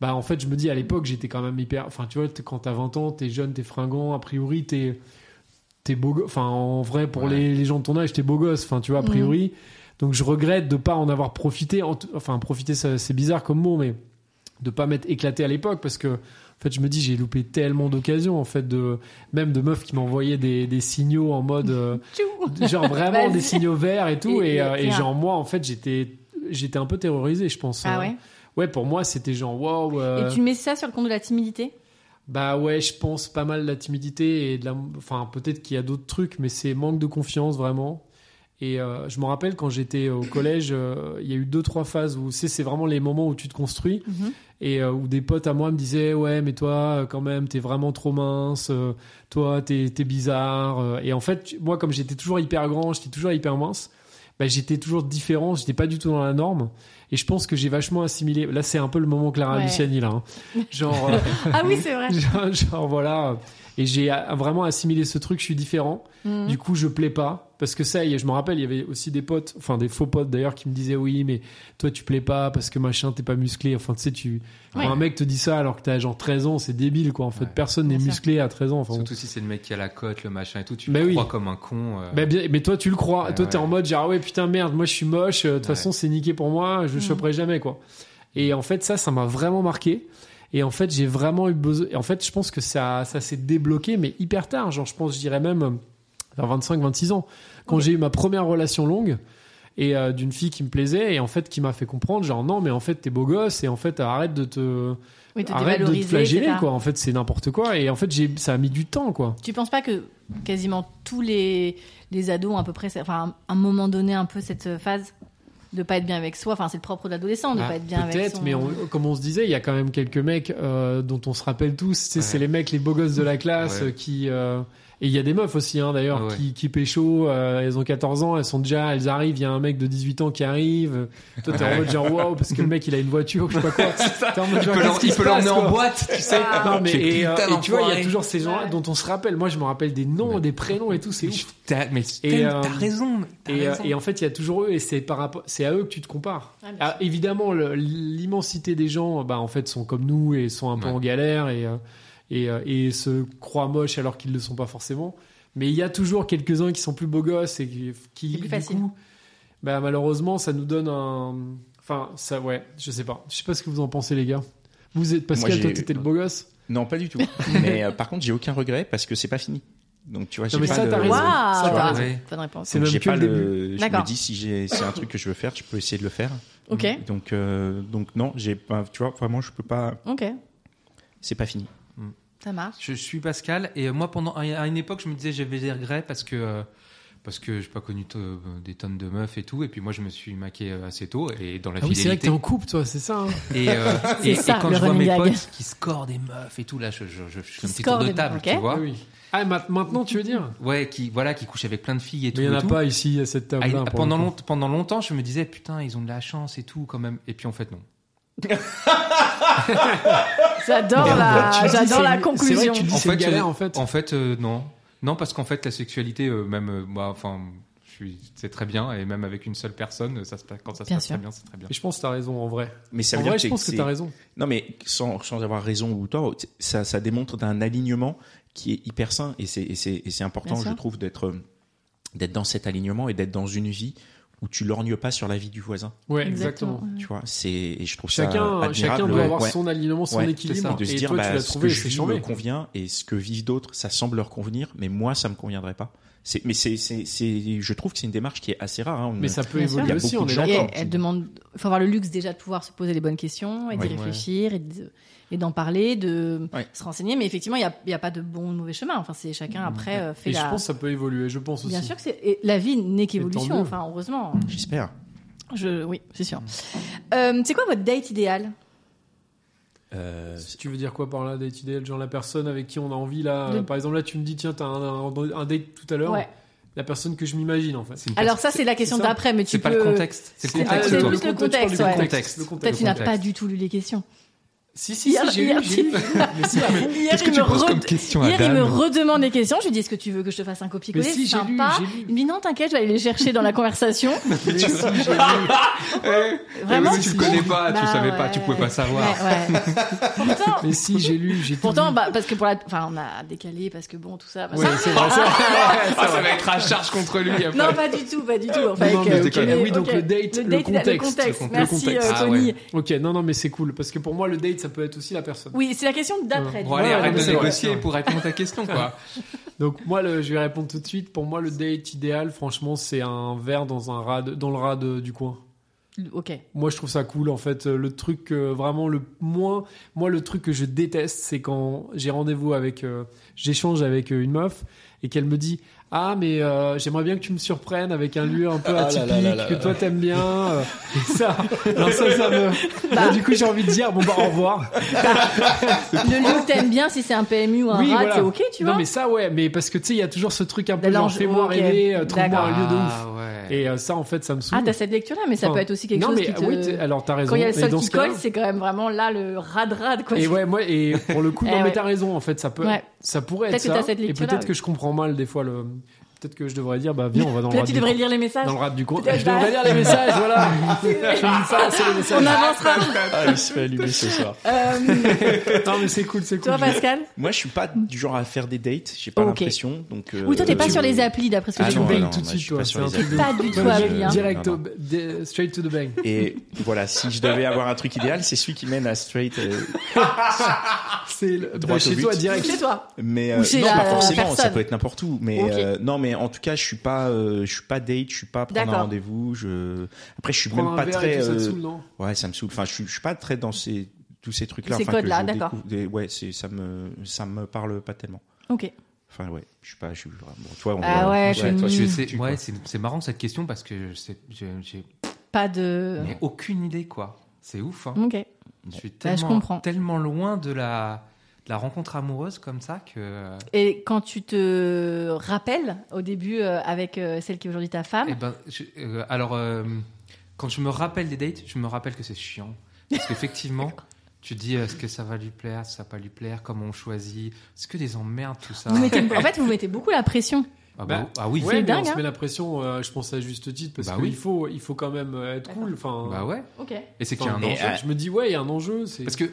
[SPEAKER 3] bah, en fait, je me dis à l'époque, j'étais quand même hyper. Enfin, tu vois, t'es- quand t'as 20 ans, t'es jeune, t'es fringant, a priori, t'es t'es beau. go- Enfin, en vrai, pour les, les gens de ton âge, t'es beau gosse. Enfin, tu vois, a priori. Donc, je regrette de pas en avoir profité. En tout- Enfin, profiter, ça- c'est bizarre comme mot, mais de pas m'être éclaté à l'époque parce que en fait je me dis j'ai loupé tellement d'occasions en fait de même de meufs qui m'envoyaient des, des signaux en mode euh, genre vraiment
[SPEAKER 1] Vas-y.
[SPEAKER 3] des signaux verts et tout
[SPEAKER 1] Et-
[SPEAKER 3] et,
[SPEAKER 1] et-
[SPEAKER 3] euh, et
[SPEAKER 1] tiens.
[SPEAKER 3] genre moi en fait j'étais j'étais un peu terrorisé je pense
[SPEAKER 1] Ah
[SPEAKER 3] Euh,
[SPEAKER 1] ouais
[SPEAKER 3] ouais pour moi c'était genre waouh euh,
[SPEAKER 1] Et tu mets ça sur le compte de la timidité
[SPEAKER 3] bah ouais je pense pas mal de la timidité et de la enfin peut-être qu'il y a d'autres trucs mais c'est manque de confiance vraiment Et euh, je me rappelle quand j'étais au collège, euh, il y a eu deux, trois phases où c'est, c'est vraiment les moments où tu te construis
[SPEAKER 1] Mhm.
[SPEAKER 3] et euh, où des potes à moi me disaient Ouais, mais toi, euh, quand même, t'es vraiment trop mince, euh, toi, t'es, t'es bizarre. euh. Et en fait, tu- moi, comme j'étais toujours hyper grand, j'étais toujours hyper mince, bah, j'étais toujours différent, j'étais pas du tout dans la norme. Et je pense que j'ai vachement assimilé. Là, c'est un peu le moment Clara
[SPEAKER 1] Ouais.
[SPEAKER 3] Luciani, là. hein. Genre. euh,
[SPEAKER 1] Ah oui, c'est vrai.
[SPEAKER 3] genre, genre, voilà. Et j'ai euh, vraiment assimilé ce truc, je suis différent.
[SPEAKER 1] Mhm.
[SPEAKER 3] Du coup, je plais pas. Parce que ça, y est, je me rappelle, il y avait aussi des potes, enfin des faux potes d'ailleurs, qui me disaient oui, mais toi tu plais pas parce que machin, t'es pas musclé. Enfin, tu sais, tu. quand
[SPEAKER 1] Ouais.
[SPEAKER 3] un mec te dit ça alors que t'as genre 13 ans, c'est débile quoi. En fait,
[SPEAKER 4] Ouais.
[SPEAKER 3] personne n'est
[SPEAKER 1] Bien sûr.
[SPEAKER 3] musclé à 13 ans. Enfin,
[SPEAKER 5] Surtout si c'est le mec qui a la cote, le machin et tout, tu
[SPEAKER 3] Bah
[SPEAKER 5] le
[SPEAKER 3] oui.
[SPEAKER 5] crois comme un con. euh.
[SPEAKER 3] bah, bien- mais toi, tu le crois.
[SPEAKER 5] Ouais,
[SPEAKER 3] toi, t'es
[SPEAKER 5] ouais.
[SPEAKER 3] en mode genre, ah ouais, putain, merde, moi, je suis moche. euh, De toute
[SPEAKER 5] Ouais.
[SPEAKER 3] façon, c'est niqué pour moi. Je le
[SPEAKER 1] Mhm.
[SPEAKER 3] choperai jamais, quoi. Et en fait, ça, ça m'a vraiment marqué. Et en fait, j'ai vraiment eu besoin. Et en fait, je pense que ça, ça s'est débloqué, mais hyper tard. Genre, je pense, je dirais même euh, vers 25, 26 ans. Quand j'ai eu ma première relation longue et euh, d'une fille qui me plaisait et en fait qui m'a fait comprendre genre non mais en fait t'es beau gosse et en fait arrête de te
[SPEAKER 1] Oui, te
[SPEAKER 3] arrête de te
[SPEAKER 1] dévaloriser,
[SPEAKER 3] flageller
[SPEAKER 1] etc.
[SPEAKER 3] quoi en fait c'est n'importe quoi et en fait j'ai ça a mis du temps quoi
[SPEAKER 1] Tu penses pas que quasiment tous les, les ados ont à peu près, enfin, à un moment donné, un peu cette phase de pas être bien avec soi Enfin, c'est le propre de l'adolescent de
[SPEAKER 3] Ah,
[SPEAKER 1] pas être bien avec
[SPEAKER 3] Peut-être,
[SPEAKER 1] son...
[SPEAKER 3] mais on- comme on se disait, il y a quand même quelques mecs euh, dont on se rappelle tous. Tu sais,
[SPEAKER 5] Ouais.
[SPEAKER 3] C'est les mecs, les beaux gosses de la classe
[SPEAKER 5] Ouais.
[SPEAKER 3] euh, qui. euh, et il y a des meufs aussi, hein, d'ailleurs,
[SPEAKER 5] Ah ouais.
[SPEAKER 3] qui, qui pécho. euh, elles ont 14 ans, elles sont déjà, elles arrivent. Il y a un mec de 18 ans qui arrive. Toi, t'es en mode genre waouh, parce que le mec il a une voiture, je sais pas quoi. T'es en mode
[SPEAKER 5] Il
[SPEAKER 3] genre,
[SPEAKER 5] peut l'en-
[SPEAKER 3] bah, qu'est-ce qui
[SPEAKER 5] il
[SPEAKER 3] se
[SPEAKER 5] peut l'emmener
[SPEAKER 3] passe,
[SPEAKER 5] en
[SPEAKER 3] quoi
[SPEAKER 5] boîte, tu sais.
[SPEAKER 3] non, mais,
[SPEAKER 5] Quel
[SPEAKER 3] et, euh,
[SPEAKER 5] putain
[SPEAKER 3] et tu vois, il y a
[SPEAKER 5] d'enfoiré.
[SPEAKER 3] toujours ces gens-là dont on se rappelle. Moi, je me rappelle des noms,
[SPEAKER 5] Mais-
[SPEAKER 3] des prénoms et tout, c'est ouf.
[SPEAKER 5] T'as- Mais
[SPEAKER 3] Et,
[SPEAKER 5] t'as
[SPEAKER 3] euh,
[SPEAKER 5] t'as raison. mais t'as
[SPEAKER 3] Et, euh,
[SPEAKER 5] raison.
[SPEAKER 3] et en fait, il y a toujours eux, et c'est par rapport, c'est à eux que tu te compares.
[SPEAKER 1] Ah, bien
[SPEAKER 3] Ah, évidemment, le- l'immensité des gens, bah en fait, sont comme nous et sont un peu
[SPEAKER 5] Ouais.
[SPEAKER 3] en galère et euh, et, euh, et se croient moches alors qu'ils ne le sont pas forcément. Mais il y a toujours quelques uns qui sont plus beaux gosses et qui, qui,
[SPEAKER 1] C'est plus
[SPEAKER 3] du
[SPEAKER 1] facile.
[SPEAKER 3] coup, bah malheureusement, ça nous donne un, enfin ça, ouais, je sais pas, je sais pas ce que vous en pensez les gars. Vous êtes Pascal,
[SPEAKER 2] Moi, j'ai
[SPEAKER 3] toi
[SPEAKER 2] eu-
[SPEAKER 3] t'étais le beau gosse.
[SPEAKER 2] Non, pas du tout. Mais euh, par contre, j'ai aucun regret parce que c'est pas fini. Donc tu vois, j'ai
[SPEAKER 3] mais
[SPEAKER 2] pas
[SPEAKER 3] ça,
[SPEAKER 2] de-
[SPEAKER 3] t'as raison.
[SPEAKER 2] Tu vois,
[SPEAKER 1] Waouh
[SPEAKER 5] ouais.
[SPEAKER 1] Bonne réponse.
[SPEAKER 3] C'est
[SPEAKER 2] Donc,
[SPEAKER 3] même
[SPEAKER 2] j'ai
[SPEAKER 3] que
[SPEAKER 2] pas
[SPEAKER 3] le
[SPEAKER 2] le. Je
[SPEAKER 1] D'accord.
[SPEAKER 2] me dis si j'ai, c'est un truc que je veux faire, je peux essayer de le faire.
[SPEAKER 1] Ok,
[SPEAKER 2] Donc, euh, donc non, j'ai pas. Tu vois, vraiment, je peux pas.
[SPEAKER 1] ok,
[SPEAKER 2] C'est pas fini.
[SPEAKER 1] ça marche.
[SPEAKER 5] Je suis Pascal et euh, moi pendant à une époque je me disais j'avais des regrets parce que euh, parce que j'ai pas connu to- euh, des tonnes de meufs et tout et puis moi je me suis maqué euh, assez tôt et dans la
[SPEAKER 3] Ah oui, c'est vrai que
[SPEAKER 5] fidélité
[SPEAKER 3] t'es en couple, toi, c'est ça. hein.
[SPEAKER 5] et, euh,
[SPEAKER 1] C'est
[SPEAKER 5] et-
[SPEAKER 1] ça,
[SPEAKER 5] et quand
[SPEAKER 1] le
[SPEAKER 5] je vois
[SPEAKER 1] running
[SPEAKER 5] mes
[SPEAKER 1] gag.
[SPEAKER 5] potes qui scorent des meufs et tout là je, je, je, je fais un
[SPEAKER 1] Qui
[SPEAKER 5] petit
[SPEAKER 1] scorent
[SPEAKER 5] tour de
[SPEAKER 1] des
[SPEAKER 5] table
[SPEAKER 1] meufs,
[SPEAKER 5] tu
[SPEAKER 1] ok.
[SPEAKER 3] Ah
[SPEAKER 5] vois
[SPEAKER 3] oui. Ah, ma- maintenant, tu veux dire
[SPEAKER 5] ouais qui voilà qui couche avec plein de filles et tout
[SPEAKER 3] Mais il n'y en
[SPEAKER 5] et
[SPEAKER 3] a
[SPEAKER 5] tout.
[SPEAKER 3] pas ici à cette
[SPEAKER 5] Ah, il-
[SPEAKER 3] table.
[SPEAKER 5] pendant, long- pendant longtemps, je me disais, putain, ils ont de la chance et tout, quand même. Et puis en fait, non.
[SPEAKER 1] J'adore la, j'adore la
[SPEAKER 3] C'est vrai
[SPEAKER 1] conclusion.
[SPEAKER 3] que tu dis
[SPEAKER 5] En
[SPEAKER 3] c'est une
[SPEAKER 5] fait,
[SPEAKER 3] galère
[SPEAKER 5] euh,
[SPEAKER 3] en fait.
[SPEAKER 5] En fait, euh, non. Non, parce qu'en fait, la sexualité, euh, même, euh, bah, enfin, je suis- c'est très bien, et même avec une seule personne, euh, ça se passe- quand ça se
[SPEAKER 1] Bien
[SPEAKER 5] passe
[SPEAKER 1] sûr.
[SPEAKER 5] très bien, c'est très bien.
[SPEAKER 3] Et je pense que t'as raison en vrai.
[SPEAKER 2] Mais ça
[SPEAKER 3] en
[SPEAKER 2] veut
[SPEAKER 3] vrai,
[SPEAKER 2] dire
[SPEAKER 3] je pense que
[SPEAKER 2] c'est-
[SPEAKER 3] t'as raison.
[SPEAKER 2] Non, mais sans, sans avoir raison ou tort, ça, ça démontre d'un alignement qui est hyper sain et c'est, et c'est, et c'est important,
[SPEAKER 1] Bien sûr.
[SPEAKER 2] je trouve, d'être, euh, d'être dans cet alignement et d'être dans une vie où tu lorgnes pas sur la vie du voisin.
[SPEAKER 3] Ouais,
[SPEAKER 1] Exactement.
[SPEAKER 3] exactement.
[SPEAKER 2] Tu vois, c'est, et je trouve ça
[SPEAKER 3] Chacun,
[SPEAKER 2] admirable.
[SPEAKER 3] chacun doit
[SPEAKER 2] ouais.
[SPEAKER 3] avoir
[SPEAKER 2] Ouais.
[SPEAKER 3] son alignement, son
[SPEAKER 2] Ouais, c'est
[SPEAKER 3] équilibre.
[SPEAKER 5] ça.
[SPEAKER 2] Et de se
[SPEAKER 3] et
[SPEAKER 2] dire,
[SPEAKER 3] toi,
[SPEAKER 2] bah,
[SPEAKER 3] tu l'as
[SPEAKER 2] ce que
[SPEAKER 3] trouvé,
[SPEAKER 2] je
[SPEAKER 3] c'est
[SPEAKER 2] vis me
[SPEAKER 3] charmé.
[SPEAKER 2] convient et ce que vivent d'autres, ça semble leur convenir, mais moi, ça me conviendrait pas. C'est, mais c'est, c'est, c'est, je trouve que c'est une démarche qui est assez rare. hein. On-
[SPEAKER 3] Mais ça peut
[SPEAKER 1] Bien sûr.
[SPEAKER 2] il y
[SPEAKER 3] évoluer
[SPEAKER 2] a
[SPEAKER 3] aussi,
[SPEAKER 2] beaucoup
[SPEAKER 3] on
[SPEAKER 2] de
[SPEAKER 3] est
[SPEAKER 2] gens
[SPEAKER 1] Et
[SPEAKER 3] d'accord.
[SPEAKER 1] elle, elle demande, il faut avoir le luxe déjà de pouvoir se poser les bonnes questions et
[SPEAKER 2] Ouais.
[SPEAKER 1] d'y réfléchir et de- et d'en parler, de
[SPEAKER 2] Ouais.
[SPEAKER 1] se renseigner. Mais effectivement, il n'y a, il y a pas de bon ou de mauvais chemin. Enfin, c'est chacun après euh, fait
[SPEAKER 3] Mm. Et
[SPEAKER 1] la.
[SPEAKER 3] je pense que ça peut évoluer, je pense aussi.
[SPEAKER 1] Bien sûr que c'est et la vie n'est qu'évolution.
[SPEAKER 3] mieux.
[SPEAKER 1] Enfin, heureusement.
[SPEAKER 2] J'espère.
[SPEAKER 1] Je, oui, c'est sûr. Euh, c'est quoi votre date idéale
[SPEAKER 2] Euh,
[SPEAKER 3] Tu veux dire quoi par là, date idéal Genre la personne avec qui on a envie là.
[SPEAKER 1] De-
[SPEAKER 3] euh, Par exemple, là, tu me dis, tiens, t'as un, un- un date tout à l'heure.
[SPEAKER 1] Ouais.
[SPEAKER 3] La personne que je m'imagine en fait.
[SPEAKER 5] C'est une
[SPEAKER 1] Alors
[SPEAKER 5] personne-
[SPEAKER 1] ça, c'est la question
[SPEAKER 3] ça.
[SPEAKER 1] d'après, mais tu
[SPEAKER 5] c'est pas
[SPEAKER 1] peux.
[SPEAKER 5] le contexte, c'est le
[SPEAKER 1] Ah,
[SPEAKER 5] contexte.
[SPEAKER 1] c'est
[SPEAKER 5] toi.
[SPEAKER 1] le
[SPEAKER 3] tu parles
[SPEAKER 1] contexte,
[SPEAKER 3] du
[SPEAKER 1] ouais.
[SPEAKER 3] contexte, le
[SPEAKER 1] Peut-être
[SPEAKER 3] contexte.
[SPEAKER 1] tu n'as
[SPEAKER 5] contexte.
[SPEAKER 1] pas du tout lu les questions.
[SPEAKER 3] Si, si,
[SPEAKER 1] Hier-
[SPEAKER 3] si, j'ai
[SPEAKER 1] hier,
[SPEAKER 3] eu, j'ai eu. Mais si, à fond.
[SPEAKER 1] Hier,
[SPEAKER 5] Qu'est-ce que
[SPEAKER 1] il
[SPEAKER 5] tu
[SPEAKER 1] me
[SPEAKER 5] poses
[SPEAKER 1] re-
[SPEAKER 5] comme question à
[SPEAKER 1] Hier, il me
[SPEAKER 5] Dan
[SPEAKER 1] redemande les questions. Je lui dis Est-ce que tu veux que je te fasse un copier-coller
[SPEAKER 3] Mais si, j'ai lu,
[SPEAKER 1] Sympa.
[SPEAKER 3] j'ai lu.
[SPEAKER 1] Il me dit Non, t'inquiète, je vais aller les chercher dans la conversation.
[SPEAKER 3] Mais si, j'ai eu.
[SPEAKER 1] Vraiment
[SPEAKER 5] Eh oui, Tu le connais pas, tu
[SPEAKER 1] Bah
[SPEAKER 5] savais pas, tu
[SPEAKER 1] ouais.
[SPEAKER 5] pouvais pas savoir.
[SPEAKER 1] Ouais, ouais. Pourtant,
[SPEAKER 3] Mais si, j'ai lu, j'ai tout
[SPEAKER 1] pourtant
[SPEAKER 3] lu.
[SPEAKER 1] bah, parce que pour la. Enfin, on a décalé parce que bon, tout ça. machin.
[SPEAKER 3] Ouais, c'est vrai, ça.
[SPEAKER 5] Ah, ça va être à charge contre lui après.
[SPEAKER 1] Non, pas du tout, pas du tout. Enfin,
[SPEAKER 3] Non, non, mais
[SPEAKER 1] ok,
[SPEAKER 3] je
[SPEAKER 1] ok,
[SPEAKER 3] déconne. Oui, donc
[SPEAKER 1] ok.
[SPEAKER 3] le date, le
[SPEAKER 1] le
[SPEAKER 3] contexte,
[SPEAKER 1] contexte.
[SPEAKER 5] le
[SPEAKER 1] Merci,
[SPEAKER 3] contexte.
[SPEAKER 1] euh,
[SPEAKER 5] Ah
[SPEAKER 1] Tony.
[SPEAKER 5] ouais.
[SPEAKER 3] Ok, non, non, mais c'est cool parce que pour moi, le date, ça peut être aussi la personne.
[SPEAKER 1] Oui, c'est la question d'après.
[SPEAKER 5] Bon,
[SPEAKER 1] tu
[SPEAKER 5] allez,
[SPEAKER 3] Ouais,
[SPEAKER 1] vois.
[SPEAKER 5] arrête
[SPEAKER 3] non,
[SPEAKER 5] de
[SPEAKER 3] c'est vrai, c'est
[SPEAKER 5] négocier
[SPEAKER 3] vrai.
[SPEAKER 5] pour répondre à ta question, quoi.
[SPEAKER 3] Donc moi, le- je vais répondre tout de suite. Pour moi, le date idéal, franchement, c'est un verre dans un rad, dans le rad euh, du coin.
[SPEAKER 1] Ok.
[SPEAKER 3] Moi, je trouve ça cool. En fait, Euh, le truc euh, vraiment le moins, moi, le truc que je déteste, c'est quand j'ai rendez-vous avec, euh, j'échange avec euh, une meuf et qu'elle me dit, ah, mais euh, j'aimerais bien que tu me surprennes avec un lieu un peu
[SPEAKER 2] Ah là
[SPEAKER 3] atypique
[SPEAKER 2] là là là
[SPEAKER 3] que
[SPEAKER 2] là
[SPEAKER 3] toi
[SPEAKER 2] là.
[SPEAKER 3] t'aimes bien. Euh, ça, non, ça, ça me.
[SPEAKER 1] Bah.
[SPEAKER 3] Là, du coup, j'ai envie de dire, bon bah au revoir.
[SPEAKER 1] Le lieu que t'aimes bien, si c'est un PMU ou un
[SPEAKER 3] Oui,
[SPEAKER 1] rat,
[SPEAKER 3] voilà.
[SPEAKER 1] c'est ok, tu
[SPEAKER 3] non,
[SPEAKER 1] vois.
[SPEAKER 3] mais ça, ouais, mais parce que tu sais, il y a toujours ce truc un peu
[SPEAKER 1] D'aller en
[SPEAKER 3] genre,
[SPEAKER 1] jeu-
[SPEAKER 3] fais-moi
[SPEAKER 1] ok.
[SPEAKER 3] rêver, euh, trouve-moi un lieu de ouf.
[SPEAKER 5] Ah ouais.
[SPEAKER 3] Et euh, ça, en fait, ça me saoule.
[SPEAKER 1] Ah, t'as cette lecture-là, mais ça
[SPEAKER 3] Enfin,
[SPEAKER 1] peut être aussi quelque
[SPEAKER 3] non,
[SPEAKER 1] chose
[SPEAKER 3] mais,
[SPEAKER 1] qui te.
[SPEAKER 3] oui, t'es- alors t'as raison.
[SPEAKER 1] Quand il y a le
[SPEAKER 3] Et
[SPEAKER 1] sol
[SPEAKER 3] dans
[SPEAKER 1] qui
[SPEAKER 3] ce cas-
[SPEAKER 1] colle, c'est quand même vraiment là le rad-rad, quoi.
[SPEAKER 3] Et ouais, moi, et pour le coup,
[SPEAKER 1] Eh
[SPEAKER 3] non, mais
[SPEAKER 1] ouais.
[SPEAKER 3] t'as raison, en fait, ça peut,
[SPEAKER 1] Ouais.
[SPEAKER 3] ça pourrait être
[SPEAKER 1] Peut-être que
[SPEAKER 3] ça.
[SPEAKER 1] t'as cette
[SPEAKER 3] et
[SPEAKER 1] lecture-là,
[SPEAKER 3] peut-être
[SPEAKER 1] oui.
[SPEAKER 3] que je comprends mal des fois le. Peut-être que je devrais dire, bah viens, on va dans le
[SPEAKER 1] Là,
[SPEAKER 3] rad
[SPEAKER 1] tu
[SPEAKER 3] du
[SPEAKER 1] devrais
[SPEAKER 3] coin.
[SPEAKER 1] lire les messages.
[SPEAKER 3] Dans le rad du coin.
[SPEAKER 1] Peut-être
[SPEAKER 3] Je devrais
[SPEAKER 1] pas.
[SPEAKER 3] lire les messages, voilà. je lis ça, c'est les messages.
[SPEAKER 1] On avancera.
[SPEAKER 2] Ah, il se fait allumer ce soir.
[SPEAKER 1] Euh,
[SPEAKER 3] Non, mais c'est cool, c'est cool.
[SPEAKER 1] toi, Pascal
[SPEAKER 6] Moi, je suis pas du genre à faire des dates. J'ai pas
[SPEAKER 1] Ok.
[SPEAKER 6] l'impression. Donc. euh,
[SPEAKER 1] Oui, toi, t'es pas
[SPEAKER 6] tu-
[SPEAKER 1] sur les applis, d'après ce que
[SPEAKER 6] Ah
[SPEAKER 1] tu
[SPEAKER 3] tu
[SPEAKER 6] non,
[SPEAKER 1] me dis.
[SPEAKER 3] baignes
[SPEAKER 6] non,
[SPEAKER 3] tout de
[SPEAKER 6] moi,
[SPEAKER 3] suite,
[SPEAKER 6] je suis
[SPEAKER 3] toi.
[SPEAKER 6] pas
[SPEAKER 3] C'est
[SPEAKER 6] sur
[SPEAKER 3] un
[SPEAKER 6] les
[SPEAKER 3] truc de.
[SPEAKER 1] Pas du tout,
[SPEAKER 3] Direct-
[SPEAKER 1] Adrien.
[SPEAKER 3] Direct,
[SPEAKER 6] Non,
[SPEAKER 3] au- de- straight to the bang.
[SPEAKER 6] Et voilà, si je devais avoir un truc idéal, c'est celui qui mène à straight. euh,
[SPEAKER 3] C'est
[SPEAKER 6] Droit
[SPEAKER 3] le- bah,
[SPEAKER 6] au
[SPEAKER 3] chez
[SPEAKER 6] but.
[SPEAKER 3] toi, direct.
[SPEAKER 1] Chez toi.
[SPEAKER 6] Mais
[SPEAKER 1] Ou
[SPEAKER 6] euh,
[SPEAKER 1] chez
[SPEAKER 6] non,
[SPEAKER 1] la
[SPEAKER 6] pas forcément. Ça
[SPEAKER 1] personne.
[SPEAKER 6] peut être n'importe où. Mais
[SPEAKER 1] Ok.
[SPEAKER 6] euh, non, mais en tout cas, je suis pas, euh, je suis pas date. Je suis pas prendre un
[SPEAKER 1] D'accord.
[SPEAKER 6] rendez-vous. Je après, je suis
[SPEAKER 3] Prends
[SPEAKER 6] même
[SPEAKER 3] un
[SPEAKER 6] pas
[SPEAKER 3] verre
[SPEAKER 6] très.
[SPEAKER 3] et tout, ça te
[SPEAKER 6] euh,
[SPEAKER 3] saoule, non
[SPEAKER 6] Ouais, ça me saoule. Enfin, je suis, je suis pas très dans ces tous ces trucs-là.
[SPEAKER 1] Ces
[SPEAKER 6] enfin, que
[SPEAKER 1] codes-là,
[SPEAKER 6] je
[SPEAKER 1] d'accord.
[SPEAKER 6] découvre des- Ouais, c'est ça me ça me parle pas tellement.
[SPEAKER 1] Ok.
[SPEAKER 6] Enfin ouais, je suis pas, je suis bon, toi on.
[SPEAKER 1] Ah
[SPEAKER 6] voit-
[SPEAKER 1] ouais, je
[SPEAKER 5] Ouais, toi,
[SPEAKER 1] suis
[SPEAKER 5] tu
[SPEAKER 1] nulle.
[SPEAKER 5] sais-
[SPEAKER 6] Tu
[SPEAKER 5] ouais,
[SPEAKER 6] quoi.
[SPEAKER 5] c'est c'est marrant cette question parce que je sais- je- j'ai
[SPEAKER 1] Pas de.
[SPEAKER 5] mais aucune idée quoi. C'est ouf. hein.
[SPEAKER 1] Ok.
[SPEAKER 5] Je suis
[SPEAKER 1] Bah, je
[SPEAKER 5] tellement,
[SPEAKER 1] comprends.
[SPEAKER 5] tellement loin de la, de la rencontre amoureuse comme ça que.
[SPEAKER 1] Et quand tu te rappelles au début euh, avec euh, celle qui est aujourd'hui ta
[SPEAKER 5] Eh
[SPEAKER 1] femme,
[SPEAKER 5] ben, je- euh, alors, euh, quand je me rappelle des dates, je me rappelle que c'est chiant. Parce qu'effectivement, tu dis euh, est-ce que ça va lui plaire, ça va pas lui plaire, comment on choisit. C'est que des emmerdes tout ça.
[SPEAKER 1] vous mettez, en fait, vous mettez beaucoup la pression.
[SPEAKER 5] Ah, bah,
[SPEAKER 3] Bah,
[SPEAKER 5] ah oui,
[SPEAKER 3] Ouais, mais
[SPEAKER 1] dingue,
[SPEAKER 3] on
[SPEAKER 1] hein.
[SPEAKER 3] se met la pression, euh, je pense à juste titre, parce
[SPEAKER 5] Bah
[SPEAKER 3] qu'il
[SPEAKER 5] oui.
[SPEAKER 3] faut, il faut quand même euh, être cool. Enfin,
[SPEAKER 5] bah ouais.
[SPEAKER 1] Ok.
[SPEAKER 5] Et c'est qu'il y a
[SPEAKER 3] enfin,
[SPEAKER 5] un
[SPEAKER 6] Et,
[SPEAKER 5] enjeu.
[SPEAKER 6] euh,
[SPEAKER 3] je me dis, ouais, il y a un enjeu. c'est-
[SPEAKER 5] Parce que,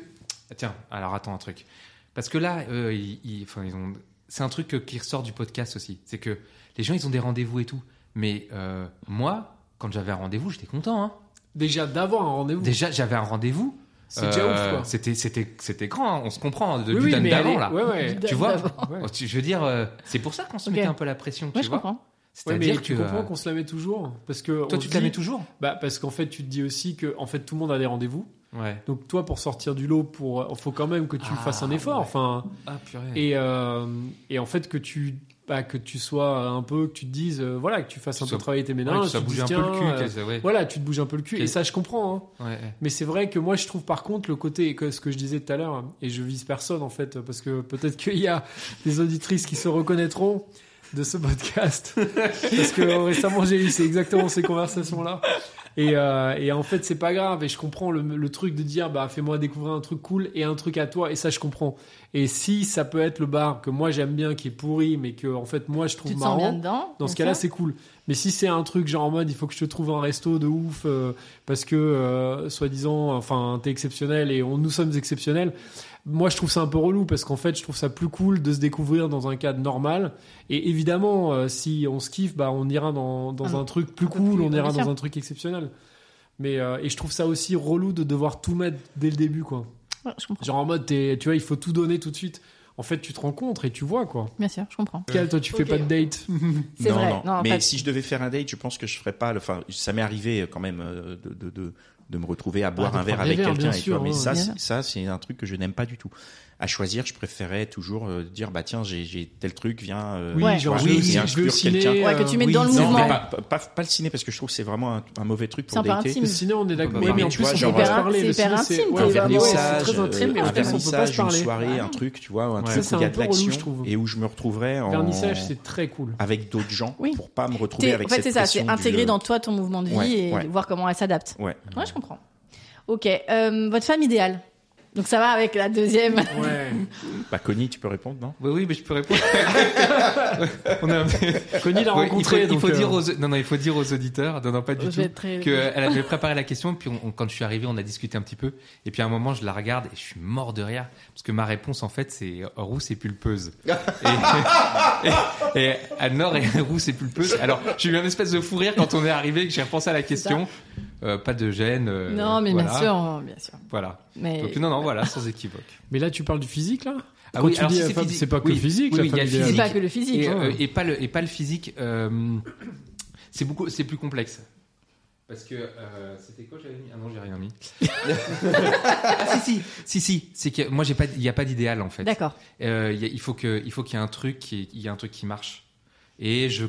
[SPEAKER 5] tiens, alors attends un truc. Parce que là, euh, ils, ils- enfin, ils ont. C'est un truc euh, qui ressort du podcast aussi. C'est que les gens, ils ont des rendez-vous et tout. Mais euh, moi, quand j'avais un rendez-vous, j'étais content. hein.
[SPEAKER 3] Déjà d'avoir un rendez-vous,
[SPEAKER 5] Déjà, j'avais un rendez-vous.
[SPEAKER 3] c'est déjà ouf.
[SPEAKER 5] Euh,
[SPEAKER 3] Quoi.
[SPEAKER 5] C'était, c'était, c'était grand. hein. On se comprend hein, de,
[SPEAKER 3] Oui,
[SPEAKER 5] du
[SPEAKER 3] oui,
[SPEAKER 5] Dan
[SPEAKER 3] mais
[SPEAKER 5] d'avant
[SPEAKER 3] allez,
[SPEAKER 5] là.
[SPEAKER 3] ouais, ouais.
[SPEAKER 1] Du
[SPEAKER 5] Tu
[SPEAKER 1] Dan
[SPEAKER 5] vois.
[SPEAKER 1] d'avant.
[SPEAKER 3] Ouais.
[SPEAKER 5] Oh, tu- Je veux dire, euh, c'est pour ça qu'on se
[SPEAKER 1] Ok.
[SPEAKER 5] mettait un peu la pression.
[SPEAKER 1] Moi,
[SPEAKER 5] tu
[SPEAKER 1] je
[SPEAKER 5] vois.
[SPEAKER 1] comprends.
[SPEAKER 3] Ouais, mais
[SPEAKER 5] C'est-à-dire que
[SPEAKER 3] tu
[SPEAKER 5] euh,
[SPEAKER 3] comprends qu'on se la met toujours parce que
[SPEAKER 5] toi,
[SPEAKER 3] on
[SPEAKER 5] tu
[SPEAKER 3] se
[SPEAKER 5] te la
[SPEAKER 3] dit-
[SPEAKER 5] mets toujours.
[SPEAKER 3] bah, parce qu'en fait tu te dis aussi que en fait tout le monde a des rendez-vous
[SPEAKER 5] Ouais.
[SPEAKER 3] donc toi pour sortir du lot pour euh, faut quand même que tu
[SPEAKER 5] Ah,
[SPEAKER 3] fasses un effort
[SPEAKER 5] ouais.
[SPEAKER 3] enfin
[SPEAKER 5] Ah purée.
[SPEAKER 3] et euh, et en fait que tu bah, que tu sois un peu que tu te dises euh, voilà que tu fasses
[SPEAKER 5] Tu
[SPEAKER 3] un peu
[SPEAKER 5] sois-
[SPEAKER 3] travailler tes
[SPEAKER 5] Ouais, que
[SPEAKER 3] méninges
[SPEAKER 5] ça
[SPEAKER 3] tu te
[SPEAKER 5] bouge
[SPEAKER 3] dises,
[SPEAKER 5] un peu le
[SPEAKER 3] tiens,
[SPEAKER 5] cul.
[SPEAKER 3] euh,
[SPEAKER 5] t'es- ouais.
[SPEAKER 3] voilà tu te bouges un peu le cul
[SPEAKER 5] Ok.
[SPEAKER 3] et ça je comprends hein.
[SPEAKER 5] Ouais, ouais.
[SPEAKER 3] Mais c'est vrai que moi, je trouve par contre le côté, que ce que je disais tout à l'heure, et je vise personne en fait, parce que peut-être qu'il y a des auditrices qui se reconnaîtront de ce podcast. parce que euh, récemment, j'ai eu c'est exactement ces conversations-là. Et, euh, et en fait, c'est pas grave. Et je comprends le, le truc de dire, bah, fais-moi découvrir un truc cool et un truc à toi. Et ça, je comprends. Et si ça peut être le bar que moi j'aime bien, qui est pourri, mais que en fait, moi, je trouve
[SPEAKER 1] Tu te
[SPEAKER 3] marrant.
[SPEAKER 1] sens bien dedans.
[SPEAKER 3] Dans ce
[SPEAKER 1] bien
[SPEAKER 3] cas-là,
[SPEAKER 1] sûr.
[SPEAKER 3] c'est cool. Mais si c'est un truc genre en mode, il faut que je te trouve un resto de ouf euh, parce que euh, soi-disant, enfin, t'es exceptionnel et on, nous sommes exceptionnels. Moi, je trouve ça un peu relou parce qu'en fait, je trouve ça plus cool de se découvrir dans un cadre normal. Et évidemment, euh, si on se kiffe, bah, on ira dans, dans
[SPEAKER 1] Un
[SPEAKER 3] un truc plus
[SPEAKER 1] peu
[SPEAKER 3] cool,
[SPEAKER 1] plus-
[SPEAKER 3] on
[SPEAKER 1] bien
[SPEAKER 3] ira
[SPEAKER 1] sûr.
[SPEAKER 3] dans un truc exceptionnel. Mais euh, et je trouve ça aussi relou de devoir tout mettre dès le début, quoi.
[SPEAKER 1] Ouais, je comprends.
[SPEAKER 3] Genre en mode, t'es- tu vois, il faut tout donner tout de suite. En fait, tu te rencontres et tu vois, quoi.
[SPEAKER 1] Bien sûr, je comprends.
[SPEAKER 3] Pascal, toi, tu
[SPEAKER 1] Ok.
[SPEAKER 3] fais pas de date.
[SPEAKER 1] C'est
[SPEAKER 6] non,
[SPEAKER 1] vrai.
[SPEAKER 6] non.
[SPEAKER 1] Non,
[SPEAKER 6] mais
[SPEAKER 1] pas de-
[SPEAKER 6] si je devais faire un date, je pense que je ferais pas. le- Enfin, ça m'est arrivé quand même euh, de, de, de, de me retrouver à boire
[SPEAKER 3] Ah, de
[SPEAKER 6] un verre
[SPEAKER 3] prendre des
[SPEAKER 6] avec
[SPEAKER 3] verres,
[SPEAKER 6] quelqu'un.
[SPEAKER 3] bien
[SPEAKER 6] et tu vois,
[SPEAKER 3] sûr,
[SPEAKER 6] mais
[SPEAKER 3] ouais,
[SPEAKER 6] ça,
[SPEAKER 1] bien
[SPEAKER 6] c'est-
[SPEAKER 1] sûr.
[SPEAKER 6] ça, c'est un truc que je n'aime pas du tout. À choisir, je préférais toujours euh, dire bah tiens, j'ai- j'ai tel truc, viens. euh,
[SPEAKER 1] Ouais.
[SPEAKER 6] tu
[SPEAKER 3] genre, je
[SPEAKER 6] vois,
[SPEAKER 3] veux-
[SPEAKER 6] et
[SPEAKER 3] je veux
[SPEAKER 6] inclure
[SPEAKER 3] au ciné,
[SPEAKER 6] quelqu'un.
[SPEAKER 1] Ouais, que tu mets
[SPEAKER 3] euh,
[SPEAKER 1] dans le
[SPEAKER 3] oui,
[SPEAKER 6] Non,
[SPEAKER 1] mouvement.
[SPEAKER 6] mais pas, pas, pas- pas le ciné parce que je trouve que c'est vraiment un, un mauvais truc
[SPEAKER 1] C'est un
[SPEAKER 6] pour
[SPEAKER 1] peu
[SPEAKER 6] dater.
[SPEAKER 3] Le
[SPEAKER 1] intime.
[SPEAKER 3] ciné, on est d'accord.
[SPEAKER 5] Bah,
[SPEAKER 3] mais,
[SPEAKER 5] bah,
[SPEAKER 3] mais en
[SPEAKER 5] tu
[SPEAKER 3] plus,
[SPEAKER 6] vois,
[SPEAKER 3] on
[SPEAKER 6] genre,
[SPEAKER 3] peut pas se
[SPEAKER 1] euh,
[SPEAKER 3] parler.
[SPEAKER 1] c'est
[SPEAKER 3] le
[SPEAKER 1] hyper
[SPEAKER 3] ciné, c'est-
[SPEAKER 1] intime,
[SPEAKER 3] ouais,
[SPEAKER 1] tu vois.
[SPEAKER 6] un
[SPEAKER 3] ouais, c'est
[SPEAKER 6] vernissage,
[SPEAKER 3] très
[SPEAKER 6] euh, un
[SPEAKER 3] intime, on peut pas se
[SPEAKER 6] vernissage, une
[SPEAKER 3] parler.
[SPEAKER 6] soirée,
[SPEAKER 1] Ouais.
[SPEAKER 6] un truc, tu vois, un
[SPEAKER 3] Ça,
[SPEAKER 6] truc
[SPEAKER 3] c'est
[SPEAKER 6] où il y
[SPEAKER 3] un
[SPEAKER 6] a de
[SPEAKER 3] peu relou, je
[SPEAKER 6] l'action
[SPEAKER 3] trouve.
[SPEAKER 6] et où je me retrouverais en...
[SPEAKER 3] Vernissage, c'est très cool.
[SPEAKER 6] avec d'autres gens
[SPEAKER 1] Oui.
[SPEAKER 6] pour pas me
[SPEAKER 1] T'es-
[SPEAKER 6] retrouver avec
[SPEAKER 1] en fait,
[SPEAKER 6] cette
[SPEAKER 1] c'est ça, c'est
[SPEAKER 6] pression du- euh,
[SPEAKER 1] intégrer dans toi ton mouvement de vie
[SPEAKER 6] Ouais,
[SPEAKER 1] et
[SPEAKER 6] ouais.
[SPEAKER 1] voir comment elle s'adapte.
[SPEAKER 6] Ouais.
[SPEAKER 1] Ouais, je comprends. Ok, euh, votre femme idéale. Donc ça va avec la deuxième.
[SPEAKER 3] Ouais.
[SPEAKER 6] Bah Connie, tu peux répondre, non
[SPEAKER 5] Oui, oui, mais je peux répondre. On a un peu-
[SPEAKER 3] Connie l'a
[SPEAKER 5] Ouais, il faut,
[SPEAKER 3] rencontré.
[SPEAKER 5] il
[SPEAKER 3] donc,
[SPEAKER 5] faut
[SPEAKER 3] euh,
[SPEAKER 5] dire aux non non il faut dire aux auditeurs non non pas du
[SPEAKER 1] Je vais
[SPEAKER 5] tout
[SPEAKER 1] être très-
[SPEAKER 5] qu'elle avait préparé la question puis on- on- quand je suis arrivé on a discuté un petit peu et puis à un moment je la regarde et je suis mort de rire parce que ma réponse en fait c'est rousse et pulpeuse et, et, et Anne-Laure est rousse et pulpeuse alors j'ai eu un espèce de fou rire quand on est arrivé et que j'ai repensé à la question Euh, pas de gêne euh,
[SPEAKER 1] non, mais
[SPEAKER 5] voilà.
[SPEAKER 1] bien sûr, hein, bien sûr.
[SPEAKER 5] voilà
[SPEAKER 1] Mais
[SPEAKER 5] donc non non voilà sans équivoque
[SPEAKER 3] Mais là, tu parles du physique, là
[SPEAKER 5] Ah
[SPEAKER 3] Quand
[SPEAKER 5] oui,
[SPEAKER 3] tu
[SPEAKER 5] alors
[SPEAKER 3] dis
[SPEAKER 5] si
[SPEAKER 3] la
[SPEAKER 5] c'est
[SPEAKER 3] femme,
[SPEAKER 5] physique-
[SPEAKER 3] c'est pas que
[SPEAKER 5] oui,
[SPEAKER 3] le physique,
[SPEAKER 5] oui,
[SPEAKER 3] la
[SPEAKER 5] il y a
[SPEAKER 3] femme
[SPEAKER 5] le
[SPEAKER 3] idéale.
[SPEAKER 1] c'est pas
[SPEAKER 5] physique.
[SPEAKER 1] que le physique.
[SPEAKER 5] et,
[SPEAKER 1] hein.
[SPEAKER 5] euh, et pas le et pas le physique euh, c'est beaucoup c'est plus complexe
[SPEAKER 4] Parce que euh, c'était quoi j'avais mis Ah non, j'ai rien mis.
[SPEAKER 5] Ah, si, si, si, si. C'est que moi, j'ai pas, il n'y a pas d'idéal en fait.
[SPEAKER 1] D'accord.
[SPEAKER 5] Euh, il y a- il faut que, il faut qu'il y ait un truc, qui, il y a un truc qui marche. Et je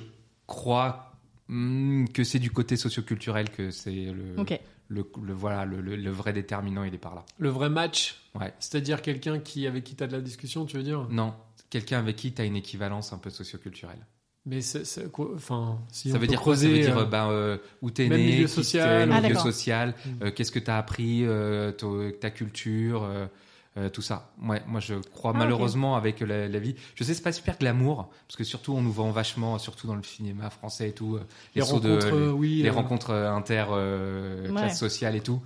[SPEAKER 5] crois hmm, que c'est du côté socioculturel que c'est le,
[SPEAKER 1] Ok.
[SPEAKER 5] le, le- voilà, le, le- le vrai déterminant, il est par là.
[SPEAKER 3] Le vrai match,
[SPEAKER 5] Ouais. Mm.
[SPEAKER 3] c'est-à-dire quelqu'un qui avec qui t'as de la discussion, tu veux dire
[SPEAKER 5] Non, quelqu'un avec qui tu as une équivalence un peu socioculturelle.
[SPEAKER 3] Mais c'est- c'est quoi Enfin, si
[SPEAKER 5] ça
[SPEAKER 3] on peut
[SPEAKER 5] veut dire quoi Ça veut
[SPEAKER 3] creuser,
[SPEAKER 5] dire
[SPEAKER 3] euh,
[SPEAKER 5] euh, ben, euh, où t'es
[SPEAKER 3] même
[SPEAKER 5] né,
[SPEAKER 3] milieu
[SPEAKER 5] qui t'es-
[SPEAKER 3] social.
[SPEAKER 5] le
[SPEAKER 1] Ah,
[SPEAKER 5] milieu
[SPEAKER 1] d'accord.
[SPEAKER 5] social,
[SPEAKER 3] Mm.
[SPEAKER 5] euh, qu'est-ce que t'as appris, euh, ton- ta culture, euh, euh, tout ça. Ouais, moi, je crois
[SPEAKER 1] Ah,
[SPEAKER 5] malheureusement avec la, la vie. Je sais, c'est pas super glamour, parce que surtout, on nous vend vachement, surtout dans le cinéma français et tout, euh,
[SPEAKER 3] les
[SPEAKER 5] sauts
[SPEAKER 3] rencontres,
[SPEAKER 5] de,
[SPEAKER 3] euh, oui,
[SPEAKER 5] les, les
[SPEAKER 3] euh,
[SPEAKER 5] rencontres euh, inter euh,
[SPEAKER 1] Ouais.
[SPEAKER 5] classe sociale et tout.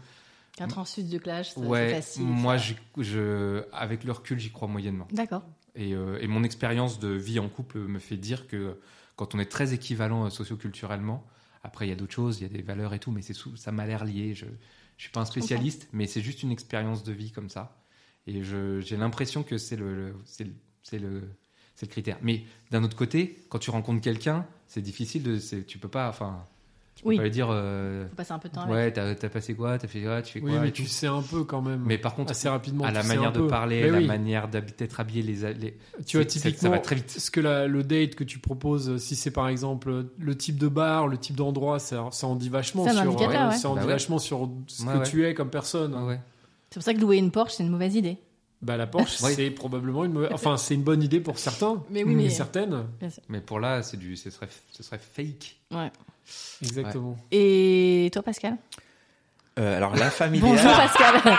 [SPEAKER 1] 4 ans sud de clash, ça,
[SPEAKER 5] ouais, mm.
[SPEAKER 1] c'est facile.
[SPEAKER 5] moi, je, je, avec le recul, j'y crois moyennement.
[SPEAKER 1] D'accord.
[SPEAKER 5] Et, euh, et mon expérience de vie en couple me fait dire que quand on est très équivalent euh, socioculturellement, après il y a d'autres choses, il y a des valeurs et tout, mais c'est sous- ça m'a l'air lié. Je ne suis pas un spécialiste, mais c'est juste une expérience de vie comme ça. Et je- j'ai l'impression que c'est le, le- c'est le- c'est le, c'est le critère. Mais d'un autre côté, quand tu rencontres quelqu'un, c'est difficile de, c'est- tu peux pas, enfin, tu peux
[SPEAKER 1] Oui.
[SPEAKER 5] pas lui dire, euh,
[SPEAKER 1] Faut passer un peu de temps avec.
[SPEAKER 5] ouais, t'as t'as passé quoi, t'as fait quoi, tu fais quoi,
[SPEAKER 3] Oui, mais
[SPEAKER 5] et
[SPEAKER 3] tu
[SPEAKER 5] tout.
[SPEAKER 3] sais un peu quand même.
[SPEAKER 5] Mais par contre,
[SPEAKER 3] assez rapidement,
[SPEAKER 5] à
[SPEAKER 3] tu
[SPEAKER 5] la
[SPEAKER 3] sais un
[SPEAKER 5] manière de
[SPEAKER 3] peu.
[SPEAKER 5] parler,
[SPEAKER 3] Mais
[SPEAKER 5] la
[SPEAKER 3] oui.
[SPEAKER 5] manière d'hab- d'être habillé, les, a- les-
[SPEAKER 3] Tu vois,
[SPEAKER 5] c'est- ça- ça
[SPEAKER 3] typiquement,
[SPEAKER 5] va très vite.
[SPEAKER 3] ce que la- le date que tu proposes, si c'est par exemple le type de bar, le type d'endroit, ça, ça en dit vachement
[SPEAKER 1] C'est un
[SPEAKER 3] sur, euh,
[SPEAKER 1] indicateur, ouais.
[SPEAKER 3] ça en
[SPEAKER 5] Bah
[SPEAKER 3] dit
[SPEAKER 5] ouais.
[SPEAKER 3] vachement sur ce
[SPEAKER 5] Ouais,
[SPEAKER 3] que
[SPEAKER 5] ouais.
[SPEAKER 3] tu es comme personne.
[SPEAKER 5] Ouais.
[SPEAKER 1] C'est pour ça que louer une Porsche, c'est une mauvaise idée.
[SPEAKER 3] Bah, la Porsche,
[SPEAKER 5] Oui.
[SPEAKER 3] c'est probablement une mauvaise- Enfin, c'est une bonne idée pour certains.
[SPEAKER 1] Mais oui, mais-
[SPEAKER 3] certaines.
[SPEAKER 5] Mais pour là, c'est du, ce serait, ce serait fake.
[SPEAKER 1] Ouais.
[SPEAKER 3] Exactement.
[SPEAKER 1] Et toi, Pascal
[SPEAKER 6] Euh, alors, la famille
[SPEAKER 1] Bonjour,
[SPEAKER 6] idéale.
[SPEAKER 1] Pascal.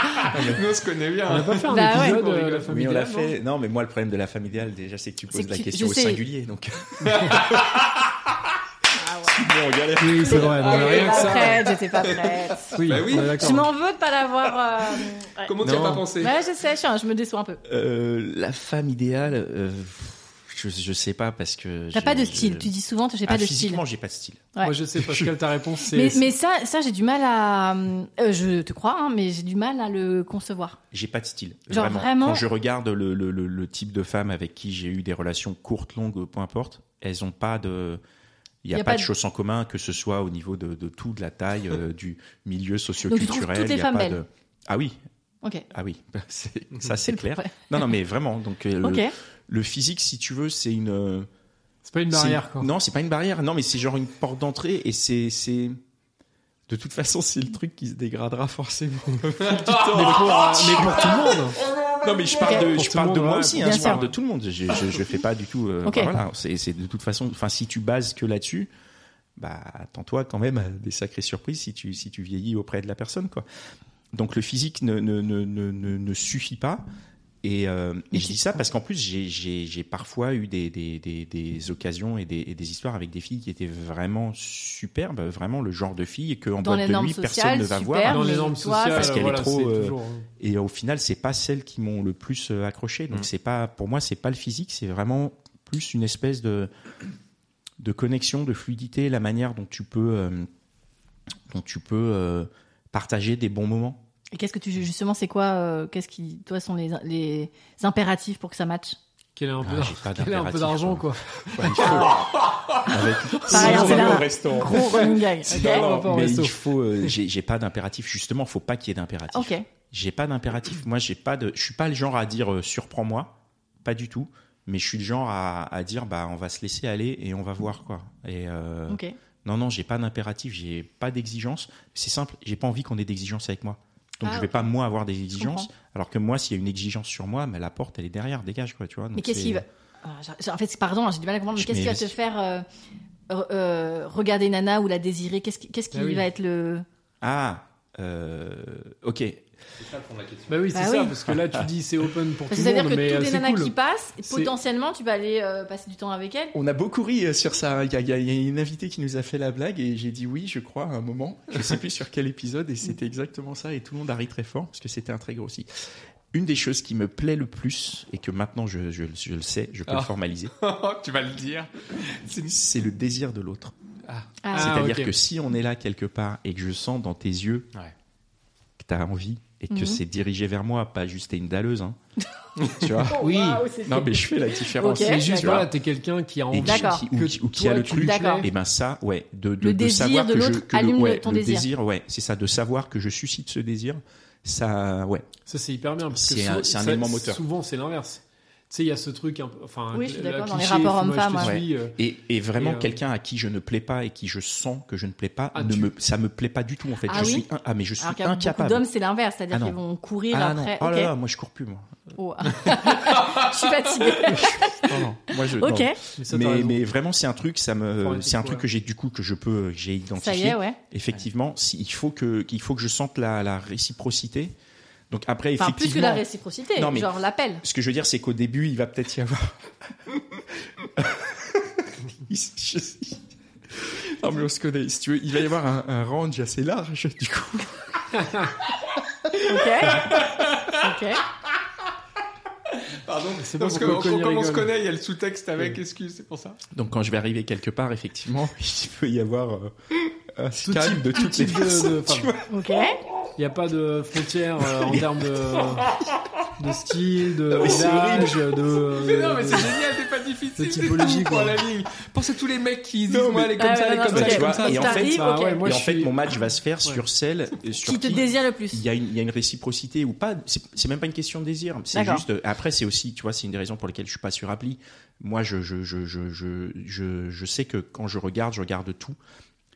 [SPEAKER 4] Nous, on se connaît bien.
[SPEAKER 3] On n'a pas fait un
[SPEAKER 1] Bah ouais.
[SPEAKER 3] épisode euh, la
[SPEAKER 6] Oui,
[SPEAKER 3] famille
[SPEAKER 6] on l'a
[SPEAKER 3] Adams,
[SPEAKER 6] fait. Non, mais moi, le problème de la famille idéale, déjà, c'est que tu
[SPEAKER 1] C'est
[SPEAKER 6] poses
[SPEAKER 1] que
[SPEAKER 6] la
[SPEAKER 1] tu-
[SPEAKER 6] question
[SPEAKER 1] je
[SPEAKER 6] au
[SPEAKER 1] sais. Ah
[SPEAKER 6] singulier. Donc, Ah bon, on galère.
[SPEAKER 3] non Oui, c'est
[SPEAKER 1] Ah,
[SPEAKER 3] vrai. non,
[SPEAKER 1] J'étais
[SPEAKER 3] rien que
[SPEAKER 1] pas
[SPEAKER 3] ça.
[SPEAKER 1] prête, j'étais pas prête.
[SPEAKER 3] Oui,
[SPEAKER 4] Bah oui.
[SPEAKER 3] on est d'accord.
[SPEAKER 1] Je m'en veux de pas l'avoir. euh, ouais.
[SPEAKER 4] Comment tu as
[SPEAKER 6] Non.
[SPEAKER 4] pas pensé
[SPEAKER 1] Ouais, je sais, je, suis un- je me déçois un peu.
[SPEAKER 6] Euh, la femme idéale, euh, je, je sais pas parce que.
[SPEAKER 1] T'as
[SPEAKER 6] je-
[SPEAKER 1] pas de
[SPEAKER 6] je-
[SPEAKER 1] style. Tu dis souvent, que j'ai
[SPEAKER 6] Ah,
[SPEAKER 1] pas de style.
[SPEAKER 6] physiquement, j'ai pas de style.
[SPEAKER 3] Moi, je sais, Pascal, ta réponse,
[SPEAKER 1] Mais,
[SPEAKER 3] c'est.
[SPEAKER 1] mais ça, ça j'ai du mal à. euh, je te crois, hein, mais j'ai du mal à le concevoir.
[SPEAKER 6] J'ai pas de style.
[SPEAKER 1] Genre vraiment
[SPEAKER 6] Quand je regarde le, le- le- le type de femme avec qui j'ai eu des relations courtes, longues, peu importe, elles ont pas de. Il n'y a, pas, de choses en commun, que ce soit au niveau de, de tout, de la taille, euh, du milieu socioculturel.
[SPEAKER 1] toutes les
[SPEAKER 6] il y a
[SPEAKER 1] femmes
[SPEAKER 6] pas
[SPEAKER 1] belles.
[SPEAKER 6] de- Ah oui,
[SPEAKER 1] Ok.
[SPEAKER 6] ah oui, C'est- ça
[SPEAKER 1] Mmh.
[SPEAKER 6] c'est clair. Non, non, mais vraiment. Donc, euh, le,
[SPEAKER 1] Ok.
[SPEAKER 6] le physique, si tu veux, c'est une. euh,
[SPEAKER 3] C'est pas une
[SPEAKER 6] c'est-
[SPEAKER 3] barrière, quoi.
[SPEAKER 6] Non, c'est pas une barrière. Non, mais c'est genre une porte d'entrée et c'est c'est de toute façon c'est le truc qui se dégradera forcément.
[SPEAKER 4] Oh,
[SPEAKER 3] Mais pour, euh, mais pour tout le monde.
[SPEAKER 6] non, mais je parle de
[SPEAKER 3] Pour
[SPEAKER 6] je
[SPEAKER 3] tout
[SPEAKER 6] parle
[SPEAKER 3] le
[SPEAKER 6] de
[SPEAKER 3] monde,
[SPEAKER 6] moi
[SPEAKER 3] ouais,
[SPEAKER 6] aussi.
[SPEAKER 3] bien
[SPEAKER 6] Hein, je
[SPEAKER 1] sûr.
[SPEAKER 6] parle de tout le monde. Je je, je fais pas du tout. euh,
[SPEAKER 1] Ok.
[SPEAKER 6] bah, voilà, c'est c'est de toute façon. Enfin, si tu bases que là-dessus. Bah, attends-toi quand même à des sacrées surprises si tu, si tu vieillis auprès de la personne, quoi. Donc, le physique ne, ne, ne, ne, ne- ne suffit pas. Et, euh, et je dis ça parce qu'en plus, j'ai- j'ai j'ai parfois eu des, des, des, des occasions et des, et des histoires avec des filles qui étaient vraiment superbes, vraiment le genre de filles qu'en
[SPEAKER 1] Dans les
[SPEAKER 6] boîte de
[SPEAKER 1] normes
[SPEAKER 6] nuit, personne
[SPEAKER 1] sociales,
[SPEAKER 6] ne va
[SPEAKER 1] super.
[SPEAKER 6] voir.
[SPEAKER 3] Dans
[SPEAKER 1] Mais
[SPEAKER 3] les normes
[SPEAKER 1] toi,
[SPEAKER 3] sociales,
[SPEAKER 6] parce qu'elle est
[SPEAKER 3] voilà,
[SPEAKER 6] trop,
[SPEAKER 3] c'est
[SPEAKER 6] euh,
[SPEAKER 3] toujours, euh,
[SPEAKER 6] Et au final, c'est pas celles qui m'ont le plus euh, accroché. Donc,
[SPEAKER 5] Mm.
[SPEAKER 6] c'est pas, pour moi, c'est pas le physique, c'est vraiment plus une espèce de, de connexion, de fluidité, la manière dont tu peux, euh, dont tu peux euh, partager des bons moments.
[SPEAKER 1] Et qu'est-ce que tu justement, c'est quoi euh, Qu'est-ce qui, toi, sont les, les impératifs pour que ça matche
[SPEAKER 3] Qu'elle ait un peu
[SPEAKER 6] Ah, j'ai pas
[SPEAKER 3] qu'elle ait un peu
[SPEAKER 6] d'impératif, hein.
[SPEAKER 3] d'argent,
[SPEAKER 6] quoi.
[SPEAKER 3] quoi.
[SPEAKER 6] Ouais, il faut- Avec-
[SPEAKER 1] Pareil,
[SPEAKER 6] Sinon,
[SPEAKER 1] c'est
[SPEAKER 6] on va
[SPEAKER 1] là.
[SPEAKER 6] au restaurant.
[SPEAKER 1] Gros running gag.
[SPEAKER 6] Si-
[SPEAKER 1] ok
[SPEAKER 6] non, non,
[SPEAKER 3] On va pas au
[SPEAKER 6] mais
[SPEAKER 3] resto.
[SPEAKER 6] il faut. euh, j'ai j'ai pas d'impératif. Justement, faut pas qu'il y ait d'impératif.
[SPEAKER 1] Ok.
[SPEAKER 6] J'ai pas d'impératif. Moi, j'ai pas de. Je suis pas le genre à dire euh, surprends-moi. Pas du tout. Mais je suis le genre à, à dire bah on va se laisser aller et on va voir quoi. Et euh,
[SPEAKER 1] Ok.
[SPEAKER 6] non non, j'ai pas d'impératif. J'ai pas d'exigence. C'est simple. J'ai pas envie qu'on ait d'exigence avec moi. Donc
[SPEAKER 1] Ah,
[SPEAKER 6] je vais
[SPEAKER 1] ok.
[SPEAKER 6] pas moi avoir des exigences.
[SPEAKER 1] comprends.
[SPEAKER 6] Alors que moi, s'il y a une exigence sur moi, mais la porte elle est derrière. Dégage quoi, tu vois. Donc,
[SPEAKER 1] Mais qu'est-ce
[SPEAKER 6] c'est-
[SPEAKER 1] qui va. Ah, j'ai- j'ai- En fait, c'est- pardon, j'ai du mal à comprendre, mais
[SPEAKER 6] Je-
[SPEAKER 1] qu'est-ce qui
[SPEAKER 6] mais
[SPEAKER 1] va
[SPEAKER 6] je-
[SPEAKER 1] te faire euh, re- euh, regarder Nana ou la désirer Qu'est-ce qui, qu'est-ce qui
[SPEAKER 3] Ah oui.
[SPEAKER 1] va être le.
[SPEAKER 6] Ah. euh, ok.
[SPEAKER 3] Bah oui, c'est
[SPEAKER 1] Bah
[SPEAKER 3] ça,
[SPEAKER 1] oui.
[SPEAKER 3] parce que là, tu dis c'est open pour tout le
[SPEAKER 1] C'est-à-dire
[SPEAKER 3] monde,
[SPEAKER 1] que
[SPEAKER 3] mais
[SPEAKER 1] toutes
[SPEAKER 3] euh,
[SPEAKER 1] les
[SPEAKER 3] c'est
[SPEAKER 1] nanas
[SPEAKER 3] cool.
[SPEAKER 1] qui passent,
[SPEAKER 3] C'est-
[SPEAKER 1] potentiellement, tu vas aller euh, passer du temps avec elles.
[SPEAKER 6] On a beaucoup ri euh, sur ça. Il y, a- il y a- il y a une invitée qui nous a fait la blague et j'ai dit oui, je crois, à un moment. Je sais plus sur quel épisode et c'était exactement ça. Et tout le monde a ri très fort parce que c'était un très gros si. Une des choses qui me plaît le plus et que maintenant je, je- je le sais, je peux
[SPEAKER 5] Ah.
[SPEAKER 6] le formaliser,
[SPEAKER 5] tu vas le dire.
[SPEAKER 6] c'est le désir de l'autre.
[SPEAKER 1] Ah,
[SPEAKER 3] Ah,
[SPEAKER 6] C'est-à-dire
[SPEAKER 3] ok.
[SPEAKER 6] que si on est là quelque part et que je sens dans tes yeux
[SPEAKER 5] Ouais.
[SPEAKER 6] que tu as envie et que
[SPEAKER 1] Mhm.
[SPEAKER 6] c'est dirigé vers moi, pas juste t'es une dalleuse, hein, tu vois.
[SPEAKER 3] Oui.
[SPEAKER 6] Non, mais je fais la différence.
[SPEAKER 1] Ok.
[SPEAKER 3] C'est juste,
[SPEAKER 6] D'accord.
[SPEAKER 3] voilà, t'es quelqu'un qui a
[SPEAKER 6] Et
[SPEAKER 3] envie.
[SPEAKER 6] qui,
[SPEAKER 1] D'accord.
[SPEAKER 6] qui- ou, qui- ou qui
[SPEAKER 3] Toi,
[SPEAKER 6] a le
[SPEAKER 3] tu-
[SPEAKER 6] truc.
[SPEAKER 1] d'accord.
[SPEAKER 6] Et ben ça, ouais, de, de,
[SPEAKER 1] Le
[SPEAKER 6] de
[SPEAKER 1] désir
[SPEAKER 6] savoir
[SPEAKER 1] de
[SPEAKER 6] que je
[SPEAKER 1] l'autre
[SPEAKER 6] que le-
[SPEAKER 1] allume
[SPEAKER 6] ouais,
[SPEAKER 1] ton
[SPEAKER 6] le
[SPEAKER 1] désir.
[SPEAKER 6] ouais, c'est ça, de savoir que je suscite ce désir, ça, ouais.
[SPEAKER 3] Ça, c'est hyper bien. parce que
[SPEAKER 6] C'est un-
[SPEAKER 3] sou-
[SPEAKER 6] c'est un
[SPEAKER 3] ça-
[SPEAKER 6] élément moteur.
[SPEAKER 3] Souvent, c'est l'inverse. Tu sais, il y a ce truc, un peu- enfin,
[SPEAKER 1] Oui, je suis
[SPEAKER 3] le
[SPEAKER 1] d'accord, dans les
[SPEAKER 3] cliché,
[SPEAKER 1] rapports
[SPEAKER 3] faut, moi,
[SPEAKER 1] hommes-femmes,
[SPEAKER 3] je te
[SPEAKER 6] ouais.
[SPEAKER 3] suis, euh,
[SPEAKER 6] Et, et vraiment,
[SPEAKER 3] Et, euh,
[SPEAKER 6] quelqu'un à qui je ne plais pas et qui je sens que je ne plais pas,
[SPEAKER 3] Ah,
[SPEAKER 6] ne
[SPEAKER 3] tu-
[SPEAKER 6] me, ça me plaît pas du tout en fait.
[SPEAKER 1] Ah
[SPEAKER 6] je
[SPEAKER 1] oui
[SPEAKER 6] suis un- ah mais je suis
[SPEAKER 1] Alors qu'il y a beaucoup
[SPEAKER 6] incapable.
[SPEAKER 1] d'hommes, c'est l'inverse, c'est-à-dire
[SPEAKER 6] Ah non.
[SPEAKER 1] qu'ils vont courir
[SPEAKER 6] ah non,
[SPEAKER 1] après.
[SPEAKER 6] oh là
[SPEAKER 1] ok.
[SPEAKER 6] là, moi je cours plus moi.
[SPEAKER 1] Oh. je suis fatiguée.
[SPEAKER 6] Non, non, moi je. non.
[SPEAKER 1] ok,
[SPEAKER 3] Mais, ça, t'as
[SPEAKER 6] Mais,
[SPEAKER 3] raison.
[SPEAKER 6] mais vraiment, c'est un truc, ça
[SPEAKER 3] Faut
[SPEAKER 6] me, c'est un
[SPEAKER 3] rester
[SPEAKER 6] truc que j'ai du coup que je peux, que j'ai identifié.
[SPEAKER 1] ça y est, ouais.
[SPEAKER 6] Effectivement, si- il faut que, qu'il faut que je sente la, la réciprocité. Donc après,
[SPEAKER 1] Enfin, plus que la
[SPEAKER 6] effectivement,
[SPEAKER 1] réciprocité,
[SPEAKER 6] Non, mais-
[SPEAKER 1] genre l'appel.
[SPEAKER 6] ce que je veux dire, c'est qu'au début, il va peut-être y avoir. Il- je- Non mais on se connaît. Si tu veux, il va y avoir un, un range assez large du coup.
[SPEAKER 1] Ok. ok.
[SPEAKER 4] Pardon,
[SPEAKER 3] C'est
[SPEAKER 4] parce
[SPEAKER 3] pas
[SPEAKER 4] que
[SPEAKER 3] pourquoi
[SPEAKER 4] comme
[SPEAKER 3] Connie
[SPEAKER 4] on se
[SPEAKER 3] rigole.
[SPEAKER 4] connaît, il y a le sous-texte avec excuse, c'est pour ça.
[SPEAKER 6] Donc quand je vais arriver quelque part, effectivement, il peut y avoir euh, un
[SPEAKER 3] Tout
[SPEAKER 6] calme
[SPEAKER 3] type-
[SPEAKER 6] de
[SPEAKER 3] tout
[SPEAKER 6] toutes les
[SPEAKER 3] type de-
[SPEAKER 6] personnes.
[SPEAKER 3] de-
[SPEAKER 6] tu
[SPEAKER 3] enfin,
[SPEAKER 6] vois.
[SPEAKER 1] Ok.
[SPEAKER 3] Il n'y a pas de frontière euh, en termes de, de style, de
[SPEAKER 6] mais c'est
[SPEAKER 3] d'âge, de,
[SPEAKER 4] Mais non, mais c'est
[SPEAKER 3] de-
[SPEAKER 4] génial, c'est pas difficile.
[SPEAKER 3] Euh, C'est
[SPEAKER 4] C'est
[SPEAKER 3] typologie,
[SPEAKER 4] tout
[SPEAKER 3] quoi.
[SPEAKER 4] à la ligne. Pensez tous les mecs qui disent,
[SPEAKER 6] Non,
[SPEAKER 4] moi,
[SPEAKER 6] mais-
[SPEAKER 4] elle est comme
[SPEAKER 1] Ah,
[SPEAKER 4] ça, elle est
[SPEAKER 1] ouais,
[SPEAKER 4] comme ça,
[SPEAKER 1] non,
[SPEAKER 4] elle est
[SPEAKER 1] ok.
[SPEAKER 6] tu
[SPEAKER 4] comme
[SPEAKER 6] vois,
[SPEAKER 4] ça.
[SPEAKER 6] et en
[SPEAKER 1] T'arrives,
[SPEAKER 6] fait-
[SPEAKER 3] Bah
[SPEAKER 1] ok.
[SPEAKER 3] ouais, moi,
[SPEAKER 6] Et
[SPEAKER 3] je
[SPEAKER 6] en fait,
[SPEAKER 3] suis-
[SPEAKER 6] mon match va se faire sur celle euh, sur
[SPEAKER 1] Qui te désire le plus
[SPEAKER 6] il y a une, il y a une réciprocité ou pas. C'est c'est même pas une question de désir. C'est
[SPEAKER 1] D'accord.
[SPEAKER 6] juste. euh, Après, c'est aussi, tu vois, c'est une des raisons pour lesquelles je suis pas sur appli. Moi, je, je, je, je, je, je, je sais que quand je regarde, je regarde tout.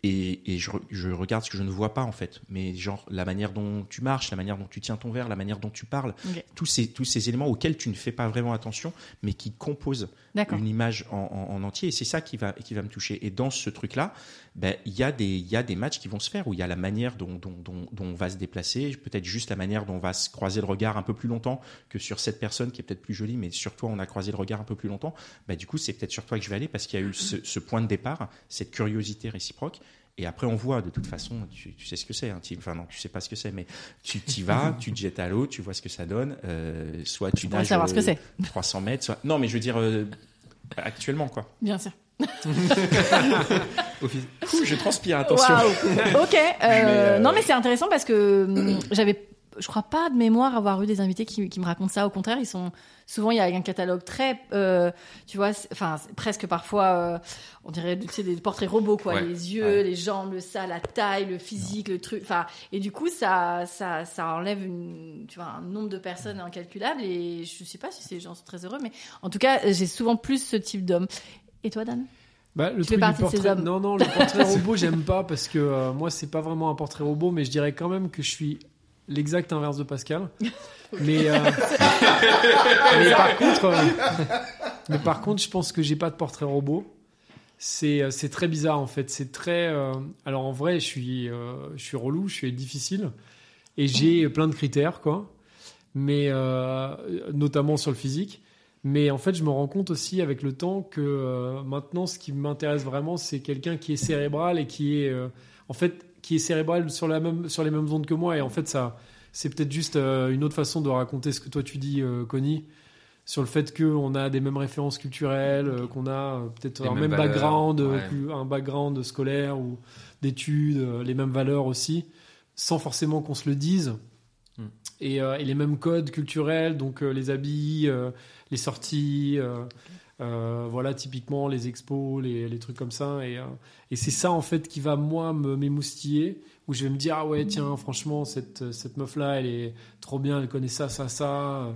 [SPEAKER 6] Et, et je, re- je regarde ce que je ne vois pas en fait, mais genre la manière dont tu marches, la manière dont tu tiens ton verre, la manière dont tu parles,
[SPEAKER 1] Ok.
[SPEAKER 6] tous ces tous ces éléments auxquels tu ne fais pas vraiment attention, mais qui composent
[SPEAKER 1] D'accord.
[SPEAKER 6] une image en, en- en entier. Et c'est ça qui va, qui va me toucher. Et dans ce truc-là, ben, il y, a des- il y a des matchs qui vont se faire où il y a la manière dont, dont, dont- dont on va se déplacer, peut-être juste la manière dont on va se croiser le regard un peu plus longtemps que sur cette personne qui est peut-être plus jolie, mais sur toi, on a croisé le regard un peu plus longtemps. Ben, du coup, c'est peut-être sur toi que je vais aller parce qu'il y a eu ce, ce point de départ, cette curiosité réciproque. Et après, on voit, de toute façon, tu, tu sais ce que c'est, hein, tu- enfin non, tu sais pas ce que c'est, mais tu t'y vas, tu te jettes à l'eau, tu vois ce que ça donne, euh, soit tu
[SPEAKER 1] pourrais
[SPEAKER 6] nages
[SPEAKER 1] savoir ce que
[SPEAKER 6] euh,
[SPEAKER 1] c'est.
[SPEAKER 6] 300 mètres, soit... Non, mais je veux dire, euh, actuellement, quoi.
[SPEAKER 1] Bien sûr.
[SPEAKER 6] Ouh, je transpire, attention.
[SPEAKER 1] Waouh. Ok. euh, Non, mais c'est intéressant parce que hum, j'avais, je crois pas de mémoire avoir eu des invités qui, qui me racontent ça. Au contraire, ils sont souvent il y a un catalogue très, euh, tu vois, c'est- enfin c'est presque parfois, euh, on dirait tu sais, des portraits robots quoi,
[SPEAKER 4] Ouais,
[SPEAKER 1] les yeux,
[SPEAKER 4] ouais.
[SPEAKER 1] les jambes, le ça, la taille, le physique, le truc. Enfin et du coup ça, ça, ça enlève une, tu vois, un nombre de personnes incalculable et je sais pas si ces gens sont très heureux, mais en tout cas j'ai souvent plus ce type d'homme. Et toi Dan
[SPEAKER 3] Bah, le
[SPEAKER 1] Tu fais
[SPEAKER 3] truc du
[SPEAKER 1] partie de ces
[SPEAKER 3] portrait.
[SPEAKER 1] hommes.
[SPEAKER 3] Non, non, le portrait robot, j'aime pas parce que euh, moi, c'est pas vraiment un portrait robot, mais je dirais quand même que je suis l'exact inverse de Pascal. Mais, euh, mais par contre, euh, mais par contre, je pense que j'ai pas de portrait robot. C'est euh, c'est très bizarre en fait. C'est très. euh, alors en vrai, je suis euh, je suis relou, je suis difficile et j'ai plein de critères quoi. Mais euh, notamment sur le physique. Mais en fait, je me rends compte aussi avec le temps que euh, maintenant, ce qui m'intéresse vraiment, c'est quelqu'un qui est cérébral et qui est euh, en fait qui est cérébral sur la même sur les mêmes ondes que moi. Et en fait, ça, c'est peut-être juste euh, une autre façon de raconter ce que toi tu dis, euh, Connie, sur le fait que on a des mêmes références culturelles, euh, qu'on a euh, peut-être
[SPEAKER 5] Les
[SPEAKER 3] un même
[SPEAKER 5] mêmes valeurs,
[SPEAKER 3] background, euh,
[SPEAKER 5] ouais.
[SPEAKER 3] plus- un background scolaire ou d'études, euh, les mêmes valeurs aussi, sans forcément qu'on se le dise.
[SPEAKER 5] Hmm.
[SPEAKER 3] Et, euh, et les mêmes codes culturels, donc euh, les habits, euh, les sorties, euh, euh, voilà, typiquement les expos, les, les trucs comme ça. Et, euh, et c'est ça, en fait, qui va, moi, me- m'émoustiller, où je vais me dire, ah ouais, tiens, franchement, cette, cette meuf-là, elle est trop bien, elle connaît ça, ça, ça.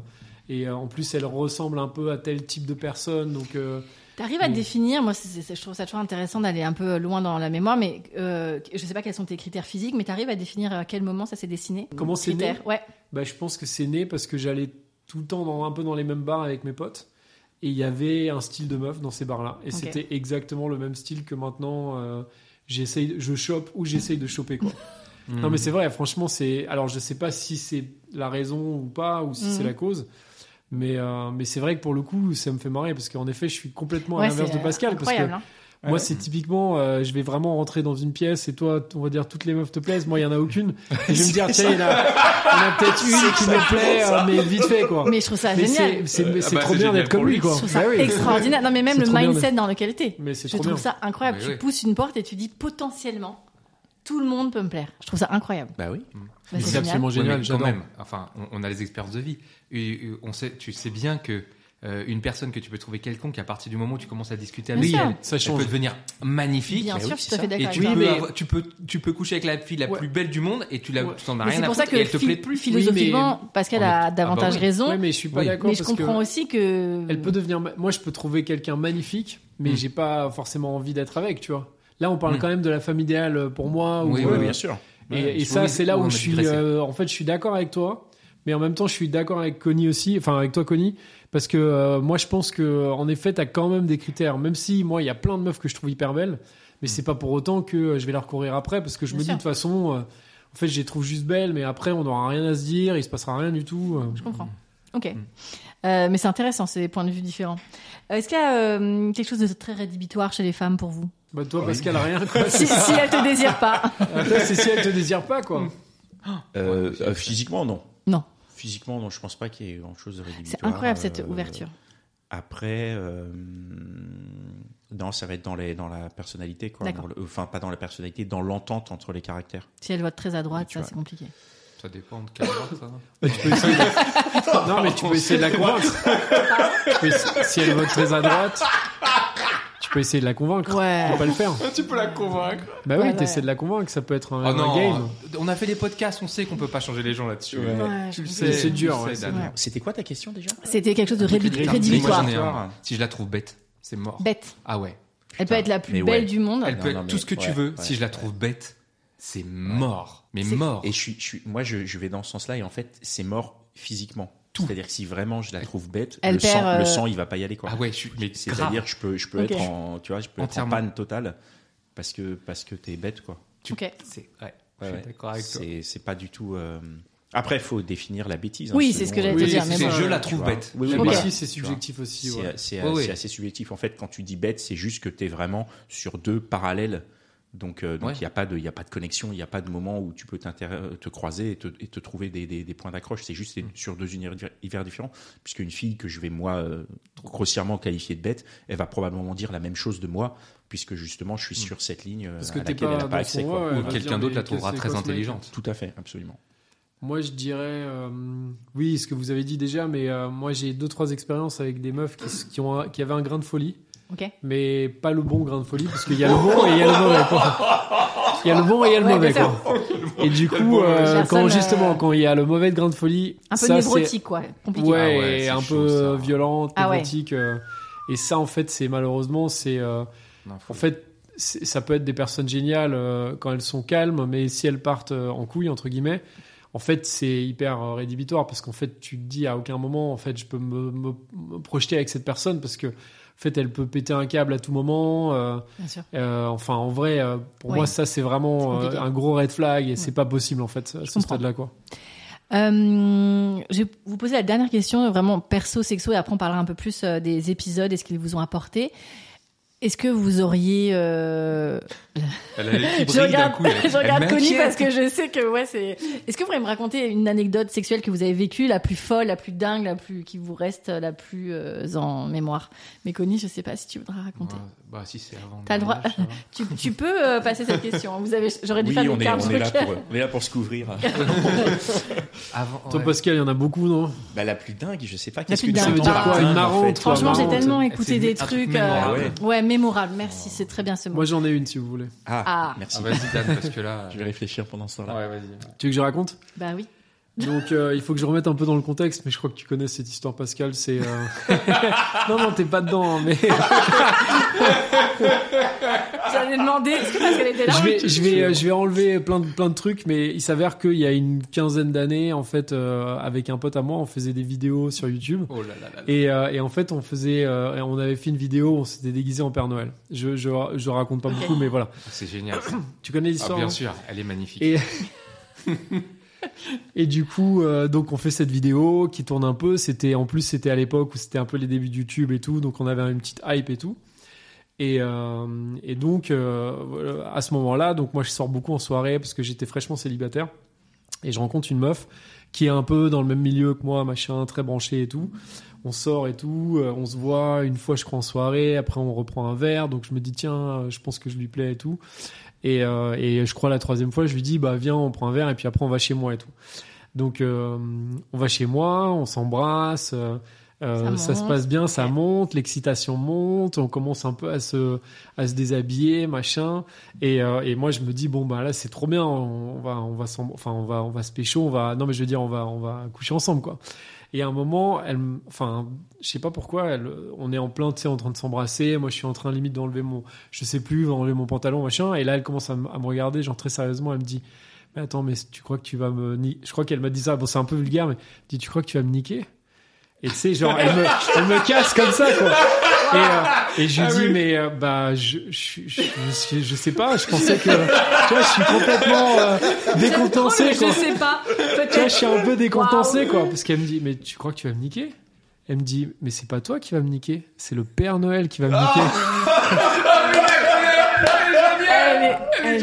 [SPEAKER 3] Et euh, en plus, elle ressemble un peu à tel type de personne. Donc, euh,
[SPEAKER 1] T'arrives à
[SPEAKER 3] Oui.
[SPEAKER 1] définir, moi c'est- c'est- je trouve ça toujours intéressant d'aller un peu loin dans la mémoire, mais euh, je sais pas quels sont tes critères physiques, mais t'arrives à définir à quel moment ça s'est dessiné
[SPEAKER 3] Comment c'est né
[SPEAKER 1] Critères, Ouais,
[SPEAKER 3] bah, je pense que c'est né parce que j'allais tout le temps dans, un peu dans les mêmes bars avec mes potes. Et il y avait un style de meuf dans ces bars-là. Et
[SPEAKER 1] Ok.
[SPEAKER 3] c'était exactement le même style que maintenant, euh, j'essaye, je chope ou j'essaye de choper, quoi. Non, mais c'est vrai, franchement, c'est. Alors, je sais pas si c'est la raison ou pas, ou si
[SPEAKER 1] Mhm.
[SPEAKER 3] c'est la cause. Mais, euh, mais c'est vrai que pour le coup, ça me fait marrer parce qu'en effet, je suis complètement à
[SPEAKER 1] ouais
[SPEAKER 3] l'inverse
[SPEAKER 1] c'est,
[SPEAKER 3] de Pascal.
[SPEAKER 1] euh,
[SPEAKER 3] Parce que
[SPEAKER 1] Incroyable. hein.
[SPEAKER 3] moi, c'est typiquement, euh, je vais vraiment rentrer dans une pièce et toi, t- on va dire toutes les meufs te plaisent. Moi, il y en a aucune. Et je vais me dire, tiens, il y en a, il y en a peut-être une qui me plaît, euh, mais vite fait quoi.
[SPEAKER 1] Mais je trouve ça
[SPEAKER 3] Mais
[SPEAKER 1] génial.
[SPEAKER 3] c'est c'est- mais
[SPEAKER 4] Euh, ah
[SPEAKER 3] c'est
[SPEAKER 4] bah,
[SPEAKER 3] trop
[SPEAKER 4] c'est
[SPEAKER 3] bien
[SPEAKER 4] génial
[SPEAKER 3] d'être comme
[SPEAKER 4] pour
[SPEAKER 3] lui
[SPEAKER 4] lui.
[SPEAKER 3] quoi.
[SPEAKER 1] Je trouve ça
[SPEAKER 3] Bah oui.
[SPEAKER 1] extraordinaire. Non, mais même
[SPEAKER 3] C'est
[SPEAKER 1] le
[SPEAKER 3] trop bien
[SPEAKER 1] mindset dans lequel t'es.
[SPEAKER 3] Mais c'est
[SPEAKER 1] Je
[SPEAKER 3] trop
[SPEAKER 1] trouve
[SPEAKER 3] bien.
[SPEAKER 1] ça incroyable.
[SPEAKER 4] Mais
[SPEAKER 1] tu
[SPEAKER 4] oui.
[SPEAKER 1] pousses une porte et tu dis potentiellement, Tout le monde peut me plaire. Je trouve ça incroyable.
[SPEAKER 6] Bah oui.
[SPEAKER 1] Bah,
[SPEAKER 3] C'est
[SPEAKER 1] c'est génial.
[SPEAKER 3] absolument
[SPEAKER 5] Ouais,
[SPEAKER 3] génial,
[SPEAKER 5] mais quand
[SPEAKER 3] j'adore.
[SPEAKER 5] même. Enfin, on, on a les expériences de vie. Et, euh, on sait, tu sais bien que euh, une personne que tu peux trouver quelconque, à partir du moment où tu commences à discuter avec
[SPEAKER 1] sûr.
[SPEAKER 5] elle,
[SPEAKER 3] Ça
[SPEAKER 5] elle
[SPEAKER 3] change.
[SPEAKER 5] peut devenir magnifique.
[SPEAKER 1] Bien
[SPEAKER 5] Et
[SPEAKER 1] sûr, je
[SPEAKER 5] oui,
[SPEAKER 1] suis
[SPEAKER 5] c'est
[SPEAKER 1] tout à fait
[SPEAKER 5] ça.
[SPEAKER 1] d'accord
[SPEAKER 5] Et tu,
[SPEAKER 1] avec
[SPEAKER 5] peux,
[SPEAKER 1] toi.
[SPEAKER 3] mais-
[SPEAKER 5] avoir- tu peux, tu peux coucher avec la fille la
[SPEAKER 3] Ouais.
[SPEAKER 5] plus belle du monde et tu la,
[SPEAKER 3] Ouais.
[SPEAKER 5] tu t'en as
[SPEAKER 1] Mais
[SPEAKER 5] rien
[SPEAKER 1] c'est
[SPEAKER 5] à
[SPEAKER 1] pour
[SPEAKER 5] foutre
[SPEAKER 1] ça que
[SPEAKER 5] et elle te
[SPEAKER 1] phil-
[SPEAKER 5] plaît plus.
[SPEAKER 1] philosophiquement, Pascal
[SPEAKER 5] on est-
[SPEAKER 1] a
[SPEAKER 5] Ah bah
[SPEAKER 1] davantage
[SPEAKER 5] oui.
[SPEAKER 1] raison.
[SPEAKER 3] Ouais, mais je suis pas
[SPEAKER 5] Oui.
[SPEAKER 3] d'accord.
[SPEAKER 1] mais je
[SPEAKER 3] parce que-
[SPEAKER 1] comprends aussi que.
[SPEAKER 3] Elle peut devenir. ma- Moi, je peux trouver quelqu'un magnifique, mais j'ai pas forcément envie d'être avec, tu vois. Là, on parle
[SPEAKER 5] Mm.
[SPEAKER 3] quand même de la femme idéale pour moi.
[SPEAKER 5] Oui,
[SPEAKER 3] ou,
[SPEAKER 5] oui,
[SPEAKER 3] euh,
[SPEAKER 5] bien
[SPEAKER 7] sûr.
[SPEAKER 3] Et, et
[SPEAKER 5] Oui,
[SPEAKER 3] ça,
[SPEAKER 5] oui,
[SPEAKER 3] c'est là
[SPEAKER 5] oui, on
[SPEAKER 3] où
[SPEAKER 5] a
[SPEAKER 3] je suis.
[SPEAKER 5] digressé.
[SPEAKER 3] euh, en fait, je suis d'accord avec toi, mais en même temps, je suis d'accord avec Connie aussi, enfin avec toi, Connie, parce que euh, moi, je pense que en effet, t'as quand même des critères. Même si moi, il y a plein de meufs que je trouve hyper belles,
[SPEAKER 5] Mm.
[SPEAKER 3] mais c'est pas pour autant que euh, je vais leur courir après, parce que je
[SPEAKER 1] Bien
[SPEAKER 3] me
[SPEAKER 1] sûr.
[SPEAKER 3] dis de toute façon, euh, en fait, je les trouve juste belles, mais après, on n'aura rien à se dire, il se passera rien du tout. euh.
[SPEAKER 1] Je comprends. Ok. Euh, mais c'est intéressant, c'est des points de vue différents. Euh, Est-ce qu'il y a euh, quelque chose de très rédhibitoire chez les femmes pour vous
[SPEAKER 3] Bah, toi, Pascal, rien. Quoi. Ah,
[SPEAKER 1] si, si elles te désirent pas.
[SPEAKER 3] Toi, c'est si elle te désire pas, quoi.
[SPEAKER 6] Euh, euh, physiquement, non.
[SPEAKER 1] Non.
[SPEAKER 6] Physiquement, non, je pense pas qu'il y ait grand chose de rédhibitoire.
[SPEAKER 1] C'est incroyable cette
[SPEAKER 6] Euh,
[SPEAKER 1] ouverture.
[SPEAKER 6] Après, euh, non, ça va être dans, les, dans la personnalité, quoi.
[SPEAKER 1] D'accord.
[SPEAKER 6] Dans le- enfin, pas dans la personnalité, dans l'entente entre les caractères.
[SPEAKER 1] Si elles votent très à droite,
[SPEAKER 6] tu
[SPEAKER 1] ça
[SPEAKER 6] vois.
[SPEAKER 1] c'est compliqué.
[SPEAKER 5] Ça dépend de quel droit, ça.
[SPEAKER 3] Non, mais tu peux essayer de la convaincre. Tu peux essa- si elle vote très à droite, tu peux essayer de la convaincre.
[SPEAKER 1] Ouais.
[SPEAKER 3] Tu peux pas le faire.
[SPEAKER 5] tu peux la convaincre.
[SPEAKER 3] Bah oui,
[SPEAKER 1] Ouais,
[SPEAKER 3] t'essaies
[SPEAKER 1] Ah ouais.
[SPEAKER 3] de la convaincre, ça peut être un,
[SPEAKER 6] Ah
[SPEAKER 5] Oh
[SPEAKER 3] un
[SPEAKER 5] non,
[SPEAKER 3] game.
[SPEAKER 6] hein.
[SPEAKER 5] on a fait des podcasts, on sait qu'on peut pas changer les gens là-dessus.
[SPEAKER 1] Ouais,
[SPEAKER 5] tu le
[SPEAKER 1] je
[SPEAKER 5] sais,
[SPEAKER 3] comprends. C'est
[SPEAKER 5] tu
[SPEAKER 3] dur,
[SPEAKER 5] le
[SPEAKER 3] ouais,
[SPEAKER 5] sais,
[SPEAKER 3] c'est
[SPEAKER 5] Dan.
[SPEAKER 1] vrai.
[SPEAKER 6] C'était quoi ta question déjà
[SPEAKER 1] C'était quelque chose de rédhi-
[SPEAKER 5] Putain,
[SPEAKER 1] rédhibitoire.
[SPEAKER 5] mais moi, j'en ai un. Si je la trouve bête, c'est mort.
[SPEAKER 1] Bête.
[SPEAKER 5] Ah ouais.
[SPEAKER 1] Elle peut être la plus
[SPEAKER 6] Mais
[SPEAKER 1] belle
[SPEAKER 6] ouais.
[SPEAKER 1] du monde.
[SPEAKER 5] Elle
[SPEAKER 6] Non,
[SPEAKER 5] peut
[SPEAKER 6] non,
[SPEAKER 5] être
[SPEAKER 6] mais-
[SPEAKER 5] tout ce que tu
[SPEAKER 6] ouais,
[SPEAKER 5] veux.
[SPEAKER 6] ouais,
[SPEAKER 5] si je la trouve bête, c'est mort. Mais
[SPEAKER 1] C'est-
[SPEAKER 5] mort.
[SPEAKER 6] Et je suis, je suis- moi, je, je vais dans ce sens-là, et en fait, c'est mort physiquement. C'est-à-dire que si vraiment je la trouve bête,
[SPEAKER 1] Elle
[SPEAKER 6] le,
[SPEAKER 1] perd,
[SPEAKER 6] sang,
[SPEAKER 1] euh,
[SPEAKER 6] le sang, il va pas y aller, quoi.
[SPEAKER 5] Ah ouais, je suis. Mais grave.
[SPEAKER 6] C'est-à-dire que je peux, je peux
[SPEAKER 1] Ok.
[SPEAKER 6] être en, tu vois, je peux être en
[SPEAKER 5] Entièrement.
[SPEAKER 6] panne totale parce que parce que t'es bête, quoi.
[SPEAKER 5] Tu-
[SPEAKER 1] Ok.
[SPEAKER 5] c'est- ouais,
[SPEAKER 6] Ouais,
[SPEAKER 5] je
[SPEAKER 6] ouais.
[SPEAKER 5] suis d'accord avec toi.
[SPEAKER 6] C'est c'est pas du tout. euh, Après, il faut définir la bêtise. hein,
[SPEAKER 1] Oui, c'est ce
[SPEAKER 6] selon,
[SPEAKER 1] que j'allais
[SPEAKER 6] euh,
[SPEAKER 1] te
[SPEAKER 3] Oui,
[SPEAKER 1] dire.
[SPEAKER 3] c'est-
[SPEAKER 1] Mais
[SPEAKER 3] c'est-
[SPEAKER 1] bon.
[SPEAKER 5] je la
[SPEAKER 6] tu
[SPEAKER 5] trouve
[SPEAKER 6] vois.
[SPEAKER 5] bête.
[SPEAKER 6] Oui, oui,
[SPEAKER 3] Mais
[SPEAKER 1] Ok.
[SPEAKER 6] mais
[SPEAKER 3] si, c'est
[SPEAKER 6] tu vois. euh,
[SPEAKER 3] subjectif aussi.
[SPEAKER 6] C'est
[SPEAKER 3] ouais.
[SPEAKER 6] c'est-
[SPEAKER 5] Ouais, ouais.
[SPEAKER 6] c'est assez subjectif. En fait, quand tu dis bête, c'est juste que tu es vraiment sur deux parallèles. Donc, euh, donc,
[SPEAKER 5] Ouais.
[SPEAKER 6] il n'y a, pas de- il y a pas de connexion, il n'y a pas de moment où tu peux t'intér- euh, te croiser et te, et te trouver des, des- des points d'accroche. C'est juste t'es sur deux univers univers différents. Puisque une fille que je vais, moi, euh, grossièrement qualifier de bête, elle va probablement dire la même chose de moi, puisque justement, je suis sur cette ligne euh,
[SPEAKER 3] Parce que
[SPEAKER 6] à
[SPEAKER 3] t'es
[SPEAKER 6] laquelle
[SPEAKER 3] pas
[SPEAKER 6] elle n'a
[SPEAKER 3] dans
[SPEAKER 6] pas accès.
[SPEAKER 3] son
[SPEAKER 6] quoi.
[SPEAKER 3] rôle,
[SPEAKER 6] Ou
[SPEAKER 3] elle va
[SPEAKER 6] quelqu'un-
[SPEAKER 3] dire,
[SPEAKER 5] Quelqu'un d'autre
[SPEAKER 3] mais
[SPEAKER 5] la trouvera
[SPEAKER 3] qu'est-ce-
[SPEAKER 5] très
[SPEAKER 3] quoi, ce mec
[SPEAKER 5] intelligente.
[SPEAKER 6] Tout à fait, absolument.
[SPEAKER 3] Moi, je dirais, euh, oui, ce que vous avez dit déjà, mais euh, moi, j'ai deux, trois expériences avec des meufs qui, s- qui ont, un- qui avaient un grain de folie,
[SPEAKER 1] Ok.
[SPEAKER 3] mais pas le bon grain de folie, parce qu'il y a le bon et il y a le mauvais, quoi. Il y a le bon et il y a le
[SPEAKER 1] Ouais,
[SPEAKER 3] mauvais,
[SPEAKER 1] bien
[SPEAKER 3] quoi. Et du coup, euh,
[SPEAKER 1] Personne,
[SPEAKER 3] quand
[SPEAKER 1] euh,
[SPEAKER 3] justement, quand il y a le mauvais grain de folie,
[SPEAKER 1] Un peu
[SPEAKER 3] ça, c'est-
[SPEAKER 1] névrotique, quoi. Compliqué.
[SPEAKER 3] Ouais,
[SPEAKER 5] Ah ouais,
[SPEAKER 3] et
[SPEAKER 5] c'est
[SPEAKER 3] un
[SPEAKER 5] chaud,
[SPEAKER 3] peu
[SPEAKER 5] ça.
[SPEAKER 3] euh, violente,
[SPEAKER 1] Ah ouais.
[SPEAKER 3] névrotique. euh, et ça, en fait, c'est malheureusement, c'est euh,
[SPEAKER 5] Non,
[SPEAKER 3] en
[SPEAKER 5] faut-
[SPEAKER 3] fait, c'est- ça peut être des personnes géniales euh, quand elles sont calmes, mais si elles partent euh, en couille entre guillemets, en fait, c'est hyper euh, rédhibitoire parce qu'en fait, tu te dis à aucun moment, en fait, je peux me, me- me projeter avec cette personne parce que. En fait, elle peut péter un câble à tout moment. euh,
[SPEAKER 1] Bien sûr.
[SPEAKER 3] euh, enfin, en vrai, euh, pour
[SPEAKER 1] Ouais.
[SPEAKER 3] moi, ça, c'est vraiment
[SPEAKER 1] C'est
[SPEAKER 3] euh,
[SPEAKER 1] compliqué.
[SPEAKER 3] un gros red flag et c'est pas possible, en fait, à ce
[SPEAKER 1] comprends.
[SPEAKER 3] stade-là, quoi.
[SPEAKER 1] Euh, je vais vous poser la dernière question, vraiment perso, sexo, et après on parlera un peu plus euh, des épisodes et ce qu'ils vous ont apporté. Est-ce que vous auriez. euh,
[SPEAKER 5] Elle a les petits
[SPEAKER 1] Je
[SPEAKER 5] bris d'un
[SPEAKER 1] regarde,
[SPEAKER 5] coup. elle-
[SPEAKER 1] je regarde
[SPEAKER 5] elle
[SPEAKER 1] Connie
[SPEAKER 5] m'inquiète.
[SPEAKER 1] parce que je sais que ouais, c'est. Est-ce que vous pourriez me raconter une anecdote sexuelle que vous avez vécue, la plus folle, la plus dingue, la plus qui vous reste la plus euh, en mémoire Mais Connie, je sais pas si tu voudras raconter.
[SPEAKER 5] Ouais, Bah, si, c'est avant.
[SPEAKER 1] T'as le droit.
[SPEAKER 5] mariage, ça va.
[SPEAKER 1] Tu, tu peux euh, passer cette question. hein. Vous avez, j'aurais dû
[SPEAKER 6] Oui,
[SPEAKER 1] faire
[SPEAKER 6] on
[SPEAKER 1] une
[SPEAKER 6] est,
[SPEAKER 1] carte.
[SPEAKER 6] on est là pour, on est là pour se couvrir.
[SPEAKER 5] Avant.
[SPEAKER 3] Toi,
[SPEAKER 5] ouais.
[SPEAKER 3] Pascal, il y en a beaucoup, non
[SPEAKER 6] Bah, la plus dingue, je sais pas. Qu'est-ce
[SPEAKER 1] plus
[SPEAKER 6] que tu
[SPEAKER 1] dingue. Ça
[SPEAKER 6] veux
[SPEAKER 1] veut dire
[SPEAKER 6] dire
[SPEAKER 1] quoi,
[SPEAKER 6] dingue,
[SPEAKER 3] une
[SPEAKER 6] en
[SPEAKER 3] marrante,
[SPEAKER 6] fait
[SPEAKER 3] quoi,
[SPEAKER 1] Franchement, j'ai
[SPEAKER 3] marrante.
[SPEAKER 1] tellement
[SPEAKER 5] C'est
[SPEAKER 1] écouté des
[SPEAKER 5] un truc
[SPEAKER 1] trucs.
[SPEAKER 5] mémorable.
[SPEAKER 1] euh, ouais, mémorable. Merci, c'est très bien ce mot.
[SPEAKER 3] Moi, j'en ai une, si vous voulez.
[SPEAKER 6] Ah,
[SPEAKER 1] Ah.
[SPEAKER 6] merci.
[SPEAKER 5] Ah, vas-y, Dan, parce que là.
[SPEAKER 6] Je vais réfléchir pendant ce temps-là.
[SPEAKER 5] Ouais, vas-y.
[SPEAKER 3] Tu veux que je raconte
[SPEAKER 1] Bah oui.
[SPEAKER 3] Donc, euh, il faut que je remette un peu dans le contexte, mais je crois que tu connais cette histoire, Pascal. C'est euh, non, non, t'es pas dedans, hein, mais
[SPEAKER 1] J'allais demander. Est-ce que Pascal était là
[SPEAKER 3] je vais, je vais, euh, je vais enlever plein de, plein de trucs, mais il s'avère qu'il y a une quinzaine d'années, en fait, euh, avec un pote à moi, on faisait des vidéos sur YouTube.
[SPEAKER 5] Oh là là là. là.
[SPEAKER 3] Et, euh, et en fait, on faisait, euh, on avait fait une vidéo, on s'était déguisé en Père Noël. Je, je, je raconte pas beaucoup, mais voilà.
[SPEAKER 5] C'est génial. ça.
[SPEAKER 3] Tu connais
[SPEAKER 5] Ah,
[SPEAKER 3] l'histoire
[SPEAKER 5] bien
[SPEAKER 3] hein
[SPEAKER 5] sûr, elle est magnifique.
[SPEAKER 3] Et... Et du coup, euh, donc on fait cette vidéo qui tourne un peu. C'était en plus c'était à l'époque où c'était un peu les débuts de YouTube et tout, donc on avait une petite hype et tout. Et, euh, et donc euh, voilà, à ce moment-là, donc moi je sors beaucoup en soirée parce que j'étais fraîchement célibataire et je rencontre une meuf qui est un peu dans le même milieu que moi, machin, très branché et tout. On sort et tout, euh, on se voit une fois je crois en soirée, après on reprend un verre, donc je me dis tiens, euh, je pense que je lui plais et tout. Et, euh, et je crois la troisième fois, je lui dis, bah viens, on prend un verre et puis après on va chez moi et tout. Donc euh, on va chez moi, on s'embrasse, euh, euh, ça, se
[SPEAKER 1] monte.
[SPEAKER 3] passe bien, ça monte, l'excitation monte, on commence un peu à se, à se déshabiller, machin. Et, euh, et moi je me dis bon bah là c'est trop bien, on va on va s'em- enfin on va on va se pécho, on va non mais je veux dire on va on va coucher ensemble quoi. Et à un moment, elle, m- enfin, je sais pas pourquoi, elle- on est en plein, tu sais, en train de s'embrasser. Moi, je suis en train limite d'enlever mon, je sais plus, d'enlever mon pantalon, machin. Et là, elle commence à, m- à me regarder, genre très sérieusement. Elle me dit, mais attends, mais tu crois que tu vas me, ni- je crois qu'elle m'a dit ça. Bon, c'est un peu vulgaire, mais elle dit, tu crois que tu vas me niquer? Et tu sais, genre, elle me, elle me casse comme ça, quoi. Et, euh, et je lui dis, mais euh, bah, je, je, je, je, suis- je sais pas, je pensais que, tu vois, je suis complètement euh, décontenancé,
[SPEAKER 1] Je
[SPEAKER 3] quoi.
[SPEAKER 1] sais pas.
[SPEAKER 3] Tu vois, je
[SPEAKER 1] Peut-être.
[SPEAKER 3] suis un peu décontenancé, quoi. Parce qu'elle me dit, mais tu crois que tu vas me niquer Elle me dit, mais c'est pas toi qui vas me niquer, c'est le Père Noël qui va me niquer.
[SPEAKER 1] Ah, Elle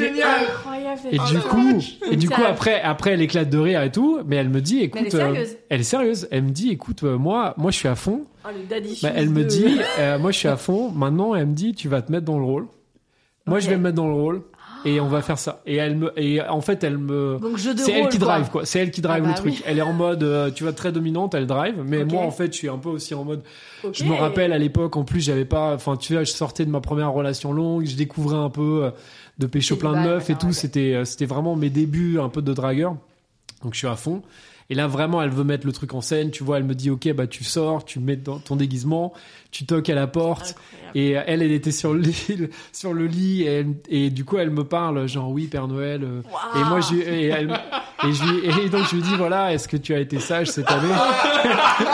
[SPEAKER 1] est, elle est incroyable. Oh,
[SPEAKER 3] Et du coup, et du coup après, après, elle éclate de rire et tout, mais elle me dit, écoute,
[SPEAKER 1] elle est
[SPEAKER 3] euh,
[SPEAKER 1] sérieuse.
[SPEAKER 3] elle est sérieuse. Elle me dit, écoute, euh, moi, moi, je suis à fond.
[SPEAKER 1] Oh, le daddy
[SPEAKER 3] Bah,
[SPEAKER 1] shoes
[SPEAKER 3] elle me
[SPEAKER 1] de-
[SPEAKER 3] dit, euh, moi, je suis à fond. Maintenant, elle me dit, tu vas te mettre dans le rôle. Moi,
[SPEAKER 1] Ok.
[SPEAKER 3] je vais me mettre dans le rôle et on va faire ça. Et elle me, et en fait, elle me.
[SPEAKER 1] Donc jeu de
[SPEAKER 3] C'est elle
[SPEAKER 1] rôle,
[SPEAKER 3] qui
[SPEAKER 1] quoi.
[SPEAKER 3] drive, quoi. C'est elle qui drive
[SPEAKER 1] Ah
[SPEAKER 3] le
[SPEAKER 1] bah
[SPEAKER 3] truc.
[SPEAKER 1] oui.
[SPEAKER 3] Elle est en mode, euh, tu vois, très dominante, elle drive. Mais
[SPEAKER 1] Ok.
[SPEAKER 3] moi, en fait, je suis un peu aussi en mode.
[SPEAKER 1] Ok.
[SPEAKER 3] Je me rappelle à l'époque, en plus, j'avais pas. Enfin, tu vois, je sortais de ma première relation longue, je découvrais un peu euh, de pécho
[SPEAKER 1] C'est
[SPEAKER 3] plein de
[SPEAKER 1] du bal,
[SPEAKER 3] meufs et
[SPEAKER 1] d'accord,
[SPEAKER 3] tout.
[SPEAKER 1] ouais.
[SPEAKER 3] C'était, euh, c'était vraiment mes débuts un peu de dragueur. Donc, je suis à fond. Et là, vraiment, elle veut mettre le truc en scène. Tu vois, elle me dit, OK, bah, tu sors, tu mets dans ton déguisement, tu toques à la porte. Et euh, elle, elle était sur le lit, sur le lit et, elle- et du coup, elle me parle, genre, oui, Père Noël. euh, Et moi, je, et, elle, et, je lui- et donc, je lui dis, voilà, est-ce que tu as été sage cette année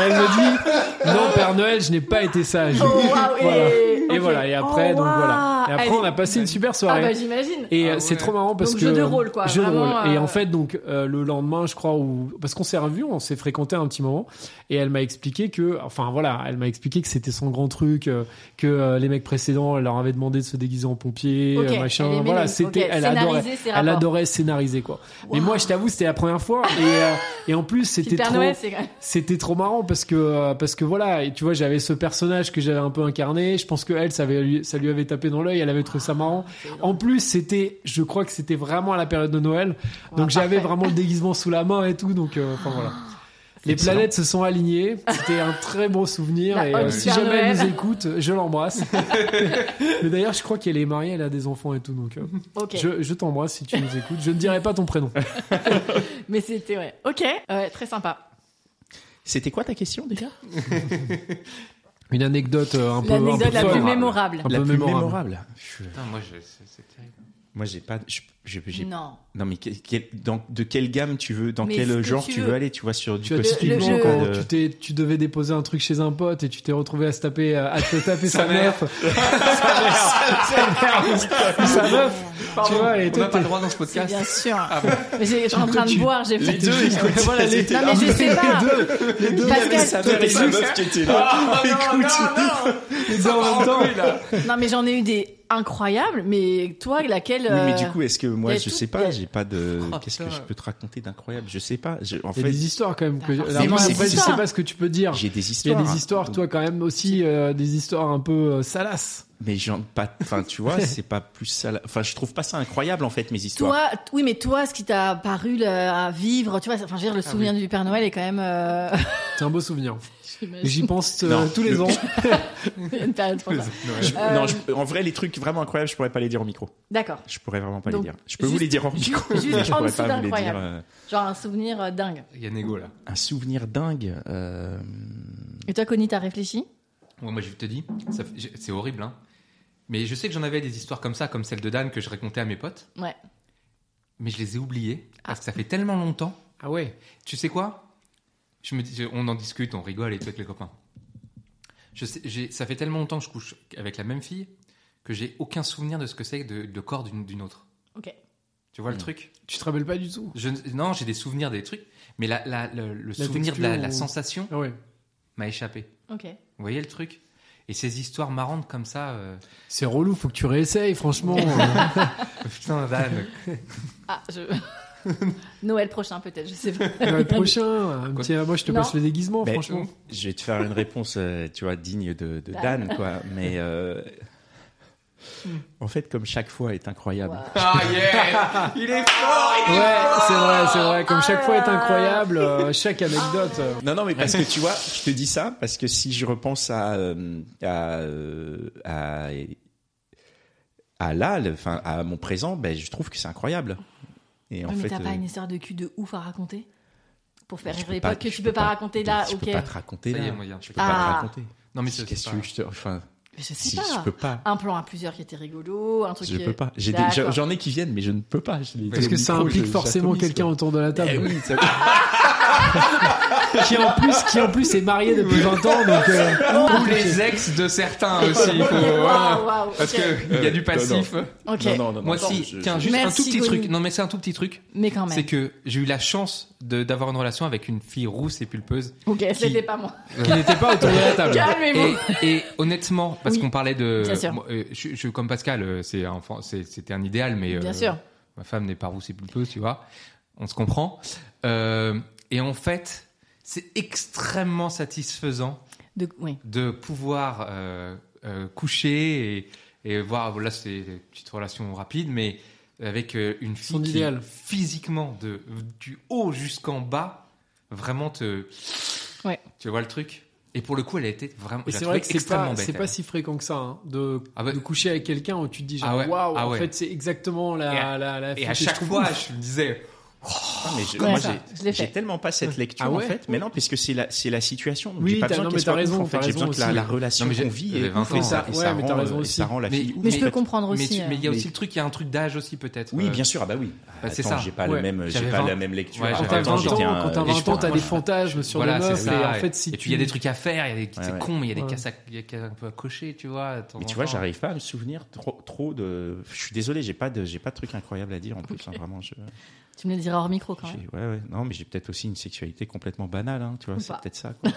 [SPEAKER 3] Elle me dit, non, Père Noël, je n'ai pas été sage.
[SPEAKER 1] Oh, waouh, et-
[SPEAKER 3] Voilà.
[SPEAKER 1] ok.
[SPEAKER 3] Et voilà, et après,
[SPEAKER 1] Oh,
[SPEAKER 3] donc
[SPEAKER 1] waouh.
[SPEAKER 3] voilà. Et après,
[SPEAKER 1] Elle-
[SPEAKER 3] on a passé une super soirée.
[SPEAKER 1] Ah bah j'imagine.
[SPEAKER 3] Et euh, c'est trop marrant parce
[SPEAKER 1] Donc,
[SPEAKER 3] que
[SPEAKER 1] jeu de rôle, quoi,
[SPEAKER 3] Jeu de
[SPEAKER 1] vraiment,
[SPEAKER 3] rôle. Et
[SPEAKER 1] euh,
[SPEAKER 3] en fait donc euh, le lendemain je crois ou parce qu'on s'est revus, on s'est fréquenté un petit moment et elle m'a expliqué que enfin voilà, elle m'a expliqué que c'était son grand truc euh, que euh, les mecs précédents elle leur avait demandé de se déguiser en pompier
[SPEAKER 1] Ok,
[SPEAKER 3] euh, machin
[SPEAKER 1] elle aimait
[SPEAKER 3] voilà,
[SPEAKER 1] les-
[SPEAKER 3] c'était
[SPEAKER 1] ok,
[SPEAKER 3] elle
[SPEAKER 1] scénariser
[SPEAKER 3] adorait
[SPEAKER 1] ses
[SPEAKER 3] elle
[SPEAKER 1] rapports.
[SPEAKER 3] adorait scénariser quoi. Mais moi je t'avoue c'était la première fois et euh, et en plus
[SPEAKER 1] Puis
[SPEAKER 3] c'était
[SPEAKER 1] Père
[SPEAKER 3] trop
[SPEAKER 1] Noël, c'est quand même.
[SPEAKER 3] c'était trop marrant parce que euh, parce que voilà et tu vois j'avais ce personnage que j'avais un peu incarné je pense que elle ça lui, ça lui avait tapé dans l'œil elle avait
[SPEAKER 1] Ah,
[SPEAKER 3] trouvé ça marrant en plus c'était je crois que c'était vraiment à la période de Noël donc j'avais vraiment le déguisement sous la main et tout donc euh, enfin voilà
[SPEAKER 1] Ah,
[SPEAKER 3] les planètes se sont alignées c'était un très bon souvenir
[SPEAKER 1] La
[SPEAKER 3] et euh,
[SPEAKER 1] Hope
[SPEAKER 3] si
[SPEAKER 1] Père
[SPEAKER 3] jamais elle
[SPEAKER 1] Noël.
[SPEAKER 3] nous écoute je l'embrasse mais d'ailleurs je crois qu'elle est mariée elle a des enfants et tout donc euh,
[SPEAKER 1] Ok.
[SPEAKER 3] je, je t'embrasse si tu nous écoutes je ne dirai pas ton prénom
[SPEAKER 1] Mais c'était ouais. Ok. Ouais, très sympa.
[SPEAKER 2] C'était quoi ta question déjà
[SPEAKER 3] une anecdote euh, un peu un peu
[SPEAKER 1] L'anecdote la plus
[SPEAKER 3] folle.
[SPEAKER 1] mémorable.
[SPEAKER 3] Un peu
[SPEAKER 2] La plus
[SPEAKER 3] mémorable.
[SPEAKER 2] mémorable. Je-
[SPEAKER 4] Putain, moi, je- c'est c'est terrible.
[SPEAKER 2] Moi, j'ai pas. je- je- j'ai- non.
[SPEAKER 1] Non.
[SPEAKER 2] mais quel- quel- dans- de quelle gamme tu veux Dans
[SPEAKER 1] Mais ce que
[SPEAKER 2] quel genre
[SPEAKER 1] tu
[SPEAKER 2] tu,
[SPEAKER 1] veux.
[SPEAKER 2] veux. aller Tu vois, sur du
[SPEAKER 3] Tu as
[SPEAKER 2] cosplay
[SPEAKER 1] le-
[SPEAKER 3] typiquement
[SPEAKER 1] jeu.
[SPEAKER 3] quand
[SPEAKER 2] de-
[SPEAKER 3] tu, t'es- tu devais déposer un truc chez un pote et tu t'es retrouvé à se taper, euh, à te taper sa, meuf. sa mère. Sa meuf. Tu vois, et
[SPEAKER 4] On n'a
[SPEAKER 3] toi,
[SPEAKER 4] pas
[SPEAKER 3] t'es-
[SPEAKER 4] le droit dans ce
[SPEAKER 1] C'est
[SPEAKER 4] podcast.
[SPEAKER 1] bien sûr.
[SPEAKER 3] Ah
[SPEAKER 1] Mais j'ai- je suis en train de boire, j'ai fait.
[SPEAKER 2] deux, écoute,
[SPEAKER 3] Voilà, les-
[SPEAKER 2] c'était
[SPEAKER 1] Non mais je sais pas.
[SPEAKER 3] les deux,
[SPEAKER 1] Pascal,
[SPEAKER 3] les
[SPEAKER 2] sa mère et sa meuf qui étaient là.
[SPEAKER 3] deux en même temps.
[SPEAKER 1] Non mais j'en ai eu des incroyables. Mais toi, laquelle
[SPEAKER 2] Oui, mais
[SPEAKER 1] euh,
[SPEAKER 2] du coup, est-ce que moi,
[SPEAKER 1] y a
[SPEAKER 2] je
[SPEAKER 1] tout-
[SPEAKER 2] sais
[SPEAKER 1] y a-
[SPEAKER 2] pas, j'ai pas de.
[SPEAKER 4] Oh,
[SPEAKER 2] Qu'est-ce que
[SPEAKER 4] putain.
[SPEAKER 2] je peux te raconter d'incroyable Je sais pas. Je- en
[SPEAKER 3] Il y a
[SPEAKER 2] fait,
[SPEAKER 3] des histoires quand même. Que...
[SPEAKER 1] Ah,
[SPEAKER 3] Alors,
[SPEAKER 2] forcément,
[SPEAKER 3] moi,
[SPEAKER 2] c'est
[SPEAKER 3] après, je
[SPEAKER 1] bizarre.
[SPEAKER 3] sais pas ce que tu peux dire.
[SPEAKER 2] j'ai des
[SPEAKER 3] Il y a
[SPEAKER 2] histoires.
[SPEAKER 3] des
[SPEAKER 6] hein.
[SPEAKER 3] histoires, toi, quand même aussi, euh, des histoires un peu euh, salaces.
[SPEAKER 2] Mais j'en pas. Enfin, tu vois, c'est pas plus ça. là. Enfin, je trouve pas ça incroyable en fait mes histoires.
[SPEAKER 1] Toi, t- oui, mais toi, ce qui t'a paru là, à vivre, tu vois, enfin, je veux dire, le
[SPEAKER 6] Ah
[SPEAKER 1] souvenir du Père Noël est quand même. euh,
[SPEAKER 3] C'est un beau souvenir.
[SPEAKER 1] j'imagine,
[SPEAKER 3] J'y pense euh,
[SPEAKER 2] Non,
[SPEAKER 3] tous les
[SPEAKER 2] le-
[SPEAKER 3] ans.
[SPEAKER 1] il y a une période pour ça.
[SPEAKER 2] Je-
[SPEAKER 1] Euh,
[SPEAKER 2] Non, je- en vrai, les trucs vraiment incroyables, je pourrais pas les dire au micro.
[SPEAKER 1] D'accord.
[SPEAKER 2] Je pourrais vraiment pas
[SPEAKER 1] Donc,
[SPEAKER 2] les dire. Je peux
[SPEAKER 1] juste-
[SPEAKER 2] vous les dire en micro.
[SPEAKER 1] juste
[SPEAKER 2] mais je
[SPEAKER 1] en
[SPEAKER 2] pourrais
[SPEAKER 1] dessous
[SPEAKER 2] pas vous les dire.
[SPEAKER 1] d'incroyable.
[SPEAKER 2] euh,
[SPEAKER 1] Genre un souvenir euh, dingue.
[SPEAKER 4] Il y a Nego, là.
[SPEAKER 2] un souvenir dingue. euh,
[SPEAKER 1] Et toi, Connie, t'as réfléchi
[SPEAKER 4] Ouais, moi, je te dis, ça fait- j'ai- c'est horrible, hein. Mais je sais que j'en avais des histoires comme ça, comme celle de Dan que je racontais à mes potes,
[SPEAKER 1] Ouais.
[SPEAKER 4] mais je les ai oubliées parce que ça fait tellement longtemps.
[SPEAKER 3] Ah ouais.
[SPEAKER 4] Tu sais quoi je me dis, On en discute, on rigole et tout avec les copains. Je sais, j'ai- ça fait tellement longtemps que je couche avec la même fille que j'ai aucun souvenir de ce que c'est de, le corps d'une d'une autre.
[SPEAKER 1] Ok.
[SPEAKER 4] Tu vois le truc
[SPEAKER 3] Tu te rappelles pas du tout.
[SPEAKER 4] Je ne- Non, j'ai des souvenirs des trucs, mais la- la- le, le souvenir de la,
[SPEAKER 3] texture
[SPEAKER 4] la
[SPEAKER 3] ou-
[SPEAKER 4] sensation
[SPEAKER 3] Ah ouais.
[SPEAKER 4] m'a échappé.
[SPEAKER 1] Ok.
[SPEAKER 4] Vous voyez le truc Et ces histoires marrantes comme ça. euh,
[SPEAKER 3] C'est relou, faut que tu réessayes, franchement.
[SPEAKER 4] Putain, Dan,
[SPEAKER 1] Ah, je. Noël prochain, peut-être, je sais pas.
[SPEAKER 3] Noël prochain, un
[SPEAKER 4] Quoi
[SPEAKER 3] petit- moi je te
[SPEAKER 1] Non.
[SPEAKER 3] passe le déguisement,
[SPEAKER 2] ben,
[SPEAKER 3] franchement.
[SPEAKER 1] Bah.
[SPEAKER 2] Je vais te faire une réponse, euh, tu vois, digne de, de
[SPEAKER 1] Dan.
[SPEAKER 2] Dan, quoi. Mais euh,
[SPEAKER 6] En fait, comme chaque fois est incroyable.
[SPEAKER 2] Ah yeah Il est fort il est-
[SPEAKER 3] Ouais, c'est vrai, c'est vrai. Comme chaque fois est incroyable, euh, chaque anecdote. euh,
[SPEAKER 6] Non, non, mais parce que tu vois, je te dis ça parce que si je repense à euh, à euh, à, à là, le- enfin à mon présent, ben je trouve que c'est incroyable. Et en
[SPEAKER 1] Ouais, mais
[SPEAKER 6] fait,
[SPEAKER 1] t'as pas
[SPEAKER 6] euh,
[SPEAKER 1] une histoire de cul de ouf à raconter Pour faire
[SPEAKER 6] je
[SPEAKER 1] rire
[SPEAKER 6] peux
[SPEAKER 1] les
[SPEAKER 6] pas-
[SPEAKER 1] potes que
[SPEAKER 6] je
[SPEAKER 1] tu peux pas raconter là,
[SPEAKER 6] je
[SPEAKER 1] ok
[SPEAKER 6] peux pas te raconter
[SPEAKER 5] Ça y
[SPEAKER 6] là.
[SPEAKER 5] est, moi, il y a un
[SPEAKER 6] je
[SPEAKER 5] truc.
[SPEAKER 6] peux pas te
[SPEAKER 1] Ah.
[SPEAKER 6] raconter.
[SPEAKER 5] Non, mais c'est-
[SPEAKER 6] Qu'est-ce
[SPEAKER 5] c'est
[SPEAKER 6] que
[SPEAKER 5] pas-
[SPEAKER 6] je te, enfin,
[SPEAKER 1] Mais je sais
[SPEAKER 6] si
[SPEAKER 1] pas.
[SPEAKER 6] je peux pas.
[SPEAKER 1] Un plan à plusieurs qui était rigolo, un truc.
[SPEAKER 6] Je
[SPEAKER 1] qui-
[SPEAKER 6] peux pas. J'ai des-
[SPEAKER 1] D'accord.
[SPEAKER 6] j'en- J'en ai qui viennent, mais je ne peux pas. Je les-
[SPEAKER 3] Parce que
[SPEAKER 6] les
[SPEAKER 3] ça
[SPEAKER 6] micros,
[SPEAKER 3] implique
[SPEAKER 6] je-
[SPEAKER 3] forcément
[SPEAKER 6] j'atomise,
[SPEAKER 3] quelqu'un
[SPEAKER 6] quoi.
[SPEAKER 3] autour de la table.
[SPEAKER 6] Eh oui, ça-
[SPEAKER 3] qui en plus, qui en plus est marié depuis 20 ans, donc. euh,
[SPEAKER 5] Ou les ex de certains aussi. il faut-
[SPEAKER 1] Waouh,
[SPEAKER 5] voilà.
[SPEAKER 1] waouh.
[SPEAKER 5] Parce
[SPEAKER 1] ok.
[SPEAKER 5] qu'il y a du passif.
[SPEAKER 1] Ok.
[SPEAKER 6] Non, non, non, non,
[SPEAKER 5] Moi,
[SPEAKER 6] attends,
[SPEAKER 5] si,
[SPEAKER 6] je-
[SPEAKER 5] tiens,
[SPEAKER 6] je-
[SPEAKER 5] juste un
[SPEAKER 1] Merci,
[SPEAKER 5] tout petit
[SPEAKER 1] Gwenny.
[SPEAKER 5] truc. Non, mais c'est un tout petit truc.
[SPEAKER 1] Mais quand même.
[SPEAKER 5] C'est que j'ai eu la chance de- d'avoir une relation avec une fille rousse et pulpeuse.
[SPEAKER 1] Ok, c'était
[SPEAKER 5] qui-
[SPEAKER 1] pas moi.
[SPEAKER 3] qui n'était pas autour de la table.
[SPEAKER 1] Calmez-vous.
[SPEAKER 5] Et, et honnêtement, parce
[SPEAKER 1] Oui.
[SPEAKER 5] qu'on parlait de,
[SPEAKER 1] Bien sûr.
[SPEAKER 5] moi, euh, je, je- comme Pascal, euh, c'est un fan- c'est- c'était un idéal, mais euh,
[SPEAKER 1] Bien sûr.
[SPEAKER 5] ma femme n'est pas rousse et pulpeuse, tu vois. On se comprend. Euh, et en fait, c'est extrêmement satisfaisant
[SPEAKER 1] De... Oui.
[SPEAKER 5] de pouvoir euh, euh, coucher et, et voir. Voilà, c'est des petites relations rapides, mais avec euh, une fille
[SPEAKER 3] Son
[SPEAKER 5] qui,
[SPEAKER 3] idéal.
[SPEAKER 5] physiquement de du haut jusqu'en bas, vraiment te.
[SPEAKER 1] Ouais.
[SPEAKER 5] Tu vois le truc. Et pour le coup, elle a été vraiment.
[SPEAKER 3] Et
[SPEAKER 5] je la
[SPEAKER 3] c'est vrai
[SPEAKER 5] trouvais
[SPEAKER 3] que c'est
[SPEAKER 5] extrêmement
[SPEAKER 3] pas,
[SPEAKER 5] bête,
[SPEAKER 3] c'est
[SPEAKER 5] elle.
[SPEAKER 3] pas si fréquent que ça, hein, de,
[SPEAKER 5] Ah ouais.
[SPEAKER 3] de coucher avec quelqu'un où tu te dis genre,
[SPEAKER 5] Ah ouais,
[SPEAKER 3] waouh,
[SPEAKER 5] ah
[SPEAKER 3] en
[SPEAKER 5] ouais.
[SPEAKER 3] fait, c'est exactement la,
[SPEAKER 5] Et à-
[SPEAKER 3] la, la fille
[SPEAKER 5] Et
[SPEAKER 3] que
[SPEAKER 5] à
[SPEAKER 3] je
[SPEAKER 5] chaque
[SPEAKER 3] trouve
[SPEAKER 5] fois,
[SPEAKER 3] ouf.
[SPEAKER 5] je me disais,
[SPEAKER 6] Ah, mais je-
[SPEAKER 1] Ouais,
[SPEAKER 6] moi,
[SPEAKER 1] ça,
[SPEAKER 6] j'ai-
[SPEAKER 1] je l'ai fait.
[SPEAKER 6] j'ai tellement pas cette lecture
[SPEAKER 3] Ah ouais
[SPEAKER 6] en fait. Mais non, puisque c'est la, c'est la situation. Donc
[SPEAKER 3] Oui,
[SPEAKER 6] j'ai pas
[SPEAKER 3] t'as-
[SPEAKER 6] besoin
[SPEAKER 3] non,
[SPEAKER 6] qu'elle
[SPEAKER 3] mais
[SPEAKER 6] soit
[SPEAKER 3] t'as
[SPEAKER 6] ouf,
[SPEAKER 3] raison,
[SPEAKER 6] En fait,
[SPEAKER 3] t'as
[SPEAKER 6] j'ai besoin
[SPEAKER 3] raison
[SPEAKER 6] que la,
[SPEAKER 3] aussi.
[SPEAKER 6] la relation
[SPEAKER 5] Non, mais j'ai-
[SPEAKER 6] qu'on vit
[SPEAKER 5] j'avais
[SPEAKER 6] est
[SPEAKER 5] 20
[SPEAKER 6] ouf
[SPEAKER 5] ans,
[SPEAKER 6] et ça,
[SPEAKER 3] ouais,
[SPEAKER 6] et ça
[SPEAKER 3] mais
[SPEAKER 6] rend,
[SPEAKER 3] t'as
[SPEAKER 6] euh,
[SPEAKER 3] raison
[SPEAKER 6] et
[SPEAKER 3] aussi.
[SPEAKER 6] ça rend la
[SPEAKER 5] Mais-
[SPEAKER 6] fille ouf.
[SPEAKER 1] Mais je
[SPEAKER 6] en
[SPEAKER 1] peux
[SPEAKER 6] fait.
[SPEAKER 1] comprendre
[SPEAKER 5] mais
[SPEAKER 1] aussi.
[SPEAKER 5] tu-
[SPEAKER 1] euh,
[SPEAKER 5] mais
[SPEAKER 3] hein.
[SPEAKER 5] il y a aussi le truc, il y a un truc d'âge aussi peut-être.
[SPEAKER 6] Oui,
[SPEAKER 5] Euh,
[SPEAKER 6] bien sûr. Ah bah oui.
[SPEAKER 5] Bah, c'est
[SPEAKER 6] Attends,
[SPEAKER 5] ça.
[SPEAKER 6] J'ai pas
[SPEAKER 3] Ouais.
[SPEAKER 6] le même, euh, j'ai
[SPEAKER 5] J'avais
[SPEAKER 6] pas
[SPEAKER 5] 20.
[SPEAKER 6] la même lecture.
[SPEAKER 5] Ouais,
[SPEAKER 3] Quand
[SPEAKER 5] j'avais
[SPEAKER 3] t'as 20
[SPEAKER 5] Attends, j'étais
[SPEAKER 3] ans,
[SPEAKER 5] un-
[SPEAKER 3] quand t'as
[SPEAKER 5] et je
[SPEAKER 3] 20 ans, t'as
[SPEAKER 5] pense-
[SPEAKER 3] des fantasmes sur
[SPEAKER 5] Voilà,
[SPEAKER 3] les
[SPEAKER 5] c'est
[SPEAKER 3] meufs, et
[SPEAKER 5] ça.
[SPEAKER 3] en fait, si
[SPEAKER 5] et
[SPEAKER 3] tu...
[SPEAKER 5] puis il y a des trucs à faire, il y a des
[SPEAKER 6] Ouais,
[SPEAKER 5] c'est
[SPEAKER 6] ouais.
[SPEAKER 5] con, mais il y a des
[SPEAKER 3] Ouais.
[SPEAKER 5] casses à- il y a des casses un peu à cocher, tu vois. de temps
[SPEAKER 6] Mais
[SPEAKER 5] en
[SPEAKER 6] tu vois,
[SPEAKER 5] temps.
[SPEAKER 6] j'arrive pas à me souvenir trop, trop de. Je suis désolé, j'ai pas de, j'ai pas de truc incroyable à dire en plus. hein, vraiment, je.
[SPEAKER 1] Tu me le diras hors micro quand
[SPEAKER 6] j'ai-
[SPEAKER 1] même.
[SPEAKER 6] ouais, ouais. Non, mais j'ai peut-être aussi une sexualité complètement banale. hein, tu vois,
[SPEAKER 1] Ou
[SPEAKER 6] c'est
[SPEAKER 1] pas.
[SPEAKER 6] peut-être ça. Quoi.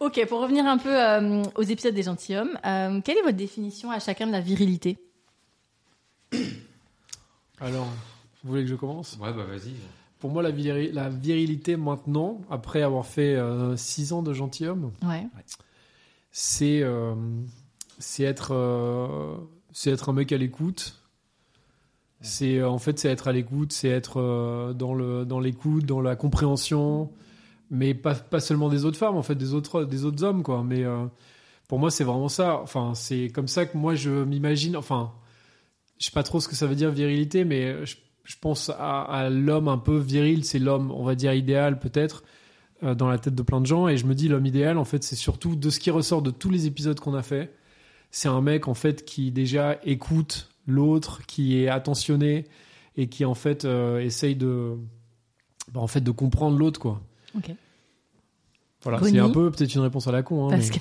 [SPEAKER 1] Ok, pour revenir un peu euh, aux épisodes des gentilshommes, euh, quelle est votre définition à chacun de la virilité
[SPEAKER 3] Alors, vous voulez que je commence
[SPEAKER 5] Ouais, bah vas-y.
[SPEAKER 3] Pour moi, la, viri- la virilité maintenant, après avoir fait 6 ans de gentilhomme,
[SPEAKER 1] Ouais.
[SPEAKER 3] c'est euh, c'est être, euh, c'est être un mec à l'écoute. C'est euh, en fait c'est être à l'écoute, c'est être euh, dans le dans l'écoute, dans la compréhension, mais pas, pas seulement des autres femmes, en fait des autres des autres hommes quoi. Mais euh, pour moi c'est vraiment ça. Enfin c'est comme ça que moi je m'imagine. Enfin je sais pas trop ce que ça veut dire virilité, mais je, je pense à, à l'homme un peu viril, c'est l'homme on va dire idéal peut-être euh, dans la tête de plein de gens. Et je me dis l'homme idéal en fait c'est surtout de ce qui ressort de tous les épisodes qu'on a fait, c'est un mec en fait qui déjà écoute l'autre, qui est attentionné et qui en fait euh, essaye de bah, en fait de comprendre l'autre quoi.
[SPEAKER 1] Ok.
[SPEAKER 3] Voilà,
[SPEAKER 1] Connie
[SPEAKER 3] c'est un peu peut-être une réponse à la con. hein, mais-
[SPEAKER 1] Pascal,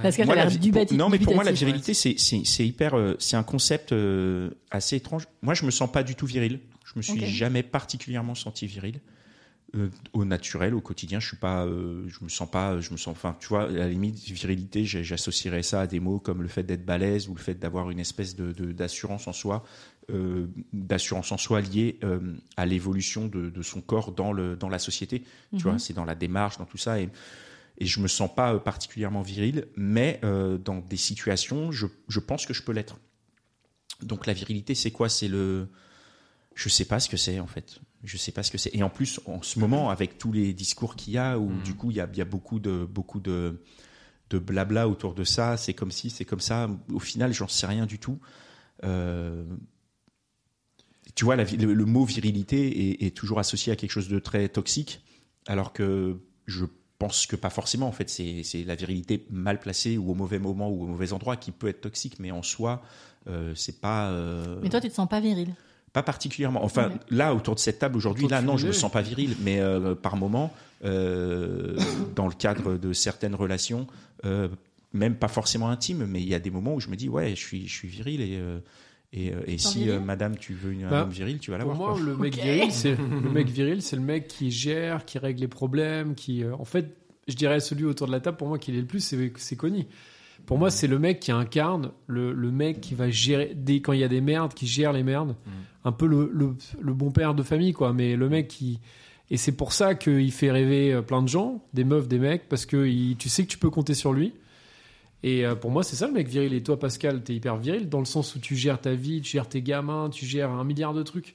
[SPEAKER 1] Pascal
[SPEAKER 6] Moi,
[SPEAKER 1] a
[SPEAKER 6] la
[SPEAKER 1] l'air
[SPEAKER 6] vi-
[SPEAKER 1] du
[SPEAKER 6] pour-
[SPEAKER 1] bâti-
[SPEAKER 6] Non, mais pour moi, la
[SPEAKER 1] dubitatif.
[SPEAKER 6] virilité, c'est- c'est c'est hyper. euh, c'est un concept euh, assez étrange. Moi, je me sens pas du tout viril. Je me suis
[SPEAKER 1] Ok.
[SPEAKER 6] jamais particulièrement senti viril. Euh, au naturel, au quotidien, je suis pas, euh, je me sens pas, je me sens, enfin, tu vois, à la limite, virilité, j'ai- j'associerais ça à des mots comme le fait d'être balèze ou le fait d'avoir une espèce de de- d'assurance en soi, euh, d'assurance en soi liée euh, à l'évolution de, de son corps dans le dans la société. Tu
[SPEAKER 1] Mhm.
[SPEAKER 6] vois, c'est dans la démarche, dans tout ça, et et je me sens pas euh, particulièrement viril, mais euh, dans des situations, je, je pense que je peux l'être. Donc la virilité, c'est quoi C'est le, je sais pas ce que c'est en fait. Je sais pas ce que c'est. Et en plus, en ce moment, avec tous les discours qu'il y a, où
[SPEAKER 5] Mhm.
[SPEAKER 6] du coup il y a, il y a beaucoup de beaucoup de de blabla autour de ça. C'est comme si, c'est comme ça. Au final, j'en sais rien du tout. Euh, tu vois, la vi- le, le mot virilité est, est toujours associé à quelque chose de très toxique, alors que je pense que pas forcément. En fait, c'est c'est la virilité mal placée ou au mauvais moment ou au mauvais endroit qui peut être toxique, mais en soi, euh, c'est pas. euh,
[SPEAKER 1] Mais toi, tu te sens pas viril.
[SPEAKER 6] pas particulièrement. Enfin,
[SPEAKER 1] Ouais.
[SPEAKER 6] là, autour de cette table aujourd'hui,
[SPEAKER 3] Autour
[SPEAKER 6] là,
[SPEAKER 3] du
[SPEAKER 6] non, je me
[SPEAKER 3] sujet.
[SPEAKER 6] sens pas viril, mais euh, par moment, euh, dans le cadre de certaines relations, euh, même pas forcément intimes, mais il y a des moments où je me dis, ouais, je suis, je suis viril et. euh, et, euh, et
[SPEAKER 1] Sans
[SPEAKER 6] si
[SPEAKER 1] viril
[SPEAKER 6] euh, madame tu veux une, un
[SPEAKER 3] Bah,
[SPEAKER 6] homme viril tu vas
[SPEAKER 3] Pour
[SPEAKER 6] l'avoir
[SPEAKER 3] moi,
[SPEAKER 6] quoi.
[SPEAKER 3] le mec
[SPEAKER 1] Ok.
[SPEAKER 3] viril, c'est le mec viril, c'est le mec qui gère, qui règle les problèmes, qui, euh, en fait, je dirais celui autour de la table pour moi qui l'est le plus, c'est c'est Connie. Pour moi, c'est le mec qui incarne le, le mec qui va gérer dès quand il y a des merdes, qui gère les merdes,
[SPEAKER 6] Mm.
[SPEAKER 3] un peu le, le- le bon père de famille quoi. Mais le mec qui et c'est pour ça qu'il fait rêver euh, plein de gens, des meufs, des mecs, parce que il- tu sais que tu peux compter sur lui. Et euh, pour moi, c'est ça le mec viril. Et toi, Pascal, t'es hyper viril dans le sens où tu gères ta vie, tu gères tes gamins, tu gères un milliard de trucs.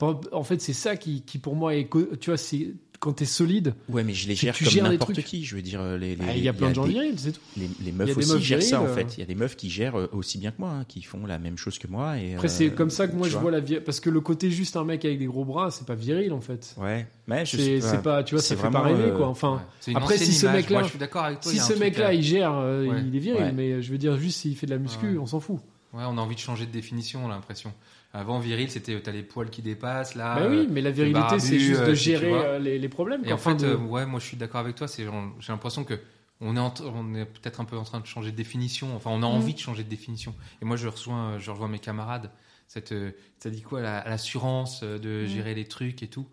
[SPEAKER 3] En en fait, c'est ça qui, qui, pour moi, est. co- Tu vois, c'est quand t'es solide,
[SPEAKER 2] Ouais, mais je les
[SPEAKER 3] Tu-
[SPEAKER 2] gère
[SPEAKER 3] tu
[SPEAKER 2] comme
[SPEAKER 3] gères les
[SPEAKER 2] n'importe
[SPEAKER 3] trucs.
[SPEAKER 2] qui. Je veux dire, euh, les, les-
[SPEAKER 3] bah, il y a plein de gens
[SPEAKER 2] des-
[SPEAKER 3] virils, c'est tout.
[SPEAKER 2] Les, les
[SPEAKER 3] Il y a
[SPEAKER 2] meufs
[SPEAKER 3] des
[SPEAKER 2] aussi
[SPEAKER 3] meufs
[SPEAKER 2] gèrent ça,
[SPEAKER 3] viriles,
[SPEAKER 2] en
[SPEAKER 3] euh.
[SPEAKER 2] fait. Il y a des meufs qui gèrent euh, aussi bien que moi, hein, qui font la même chose que moi. Et,
[SPEAKER 3] Après,
[SPEAKER 2] euh,
[SPEAKER 3] c'est comme ça que moi,
[SPEAKER 2] tu
[SPEAKER 3] je vois la vie. Parce que le côté juste un mec avec des gros bras, c'est pas viril, en fait.
[SPEAKER 2] Ouais, mais je
[SPEAKER 3] C'est
[SPEAKER 2] sais
[SPEAKER 3] c'est pas, tu vois,
[SPEAKER 2] C'est
[SPEAKER 3] ça fait pas
[SPEAKER 2] vraiment,
[SPEAKER 3] rêver,
[SPEAKER 2] euh,
[SPEAKER 3] quoi. Enfin.
[SPEAKER 5] Ouais. C'est une
[SPEAKER 3] Après, si
[SPEAKER 5] ancienne
[SPEAKER 3] ce
[SPEAKER 5] image.
[SPEAKER 3] mec-là-
[SPEAKER 5] Moi, je suis d'accord avec toi. il
[SPEAKER 3] Si
[SPEAKER 5] y a un
[SPEAKER 3] ce
[SPEAKER 5] truc
[SPEAKER 3] mec-là
[SPEAKER 5] à-
[SPEAKER 3] il gère, euh,
[SPEAKER 5] Ouais.
[SPEAKER 3] il est viril,
[SPEAKER 2] Ouais.
[SPEAKER 3] mais euh, je veux dire juste s'il fait de la muscu,
[SPEAKER 5] Ouais.
[SPEAKER 3] on s'en fout.
[SPEAKER 5] Ouais, on a envie de changer de définition, on a l'impression. Avant, viril, c'était euh, t'as les poils qui dépassent, là.
[SPEAKER 3] bah
[SPEAKER 5] euh,
[SPEAKER 3] oui, mais la virilité
[SPEAKER 5] barbu,
[SPEAKER 3] c'est juste de
[SPEAKER 5] euh, tu- tu
[SPEAKER 3] gérer
[SPEAKER 5] vois.
[SPEAKER 3] euh, les, les problèmes.
[SPEAKER 5] Et
[SPEAKER 3] quoi.
[SPEAKER 5] en fait,
[SPEAKER 3] Enfin, de-
[SPEAKER 5] euh, ouais, moi je suis d'accord avec toi. C'est, on- j'ai l'impression que on est, en t- on est peut-être un peu en train de changer de définition. Enfin,
[SPEAKER 3] Mm.
[SPEAKER 5] on a envie de changer de définition. Et moi, je reçois, euh, je rejoins mes camarades. Cette, euh, ça dit quoi, la- l'assurance euh, de
[SPEAKER 3] Mm.
[SPEAKER 5] gérer les trucs et tout.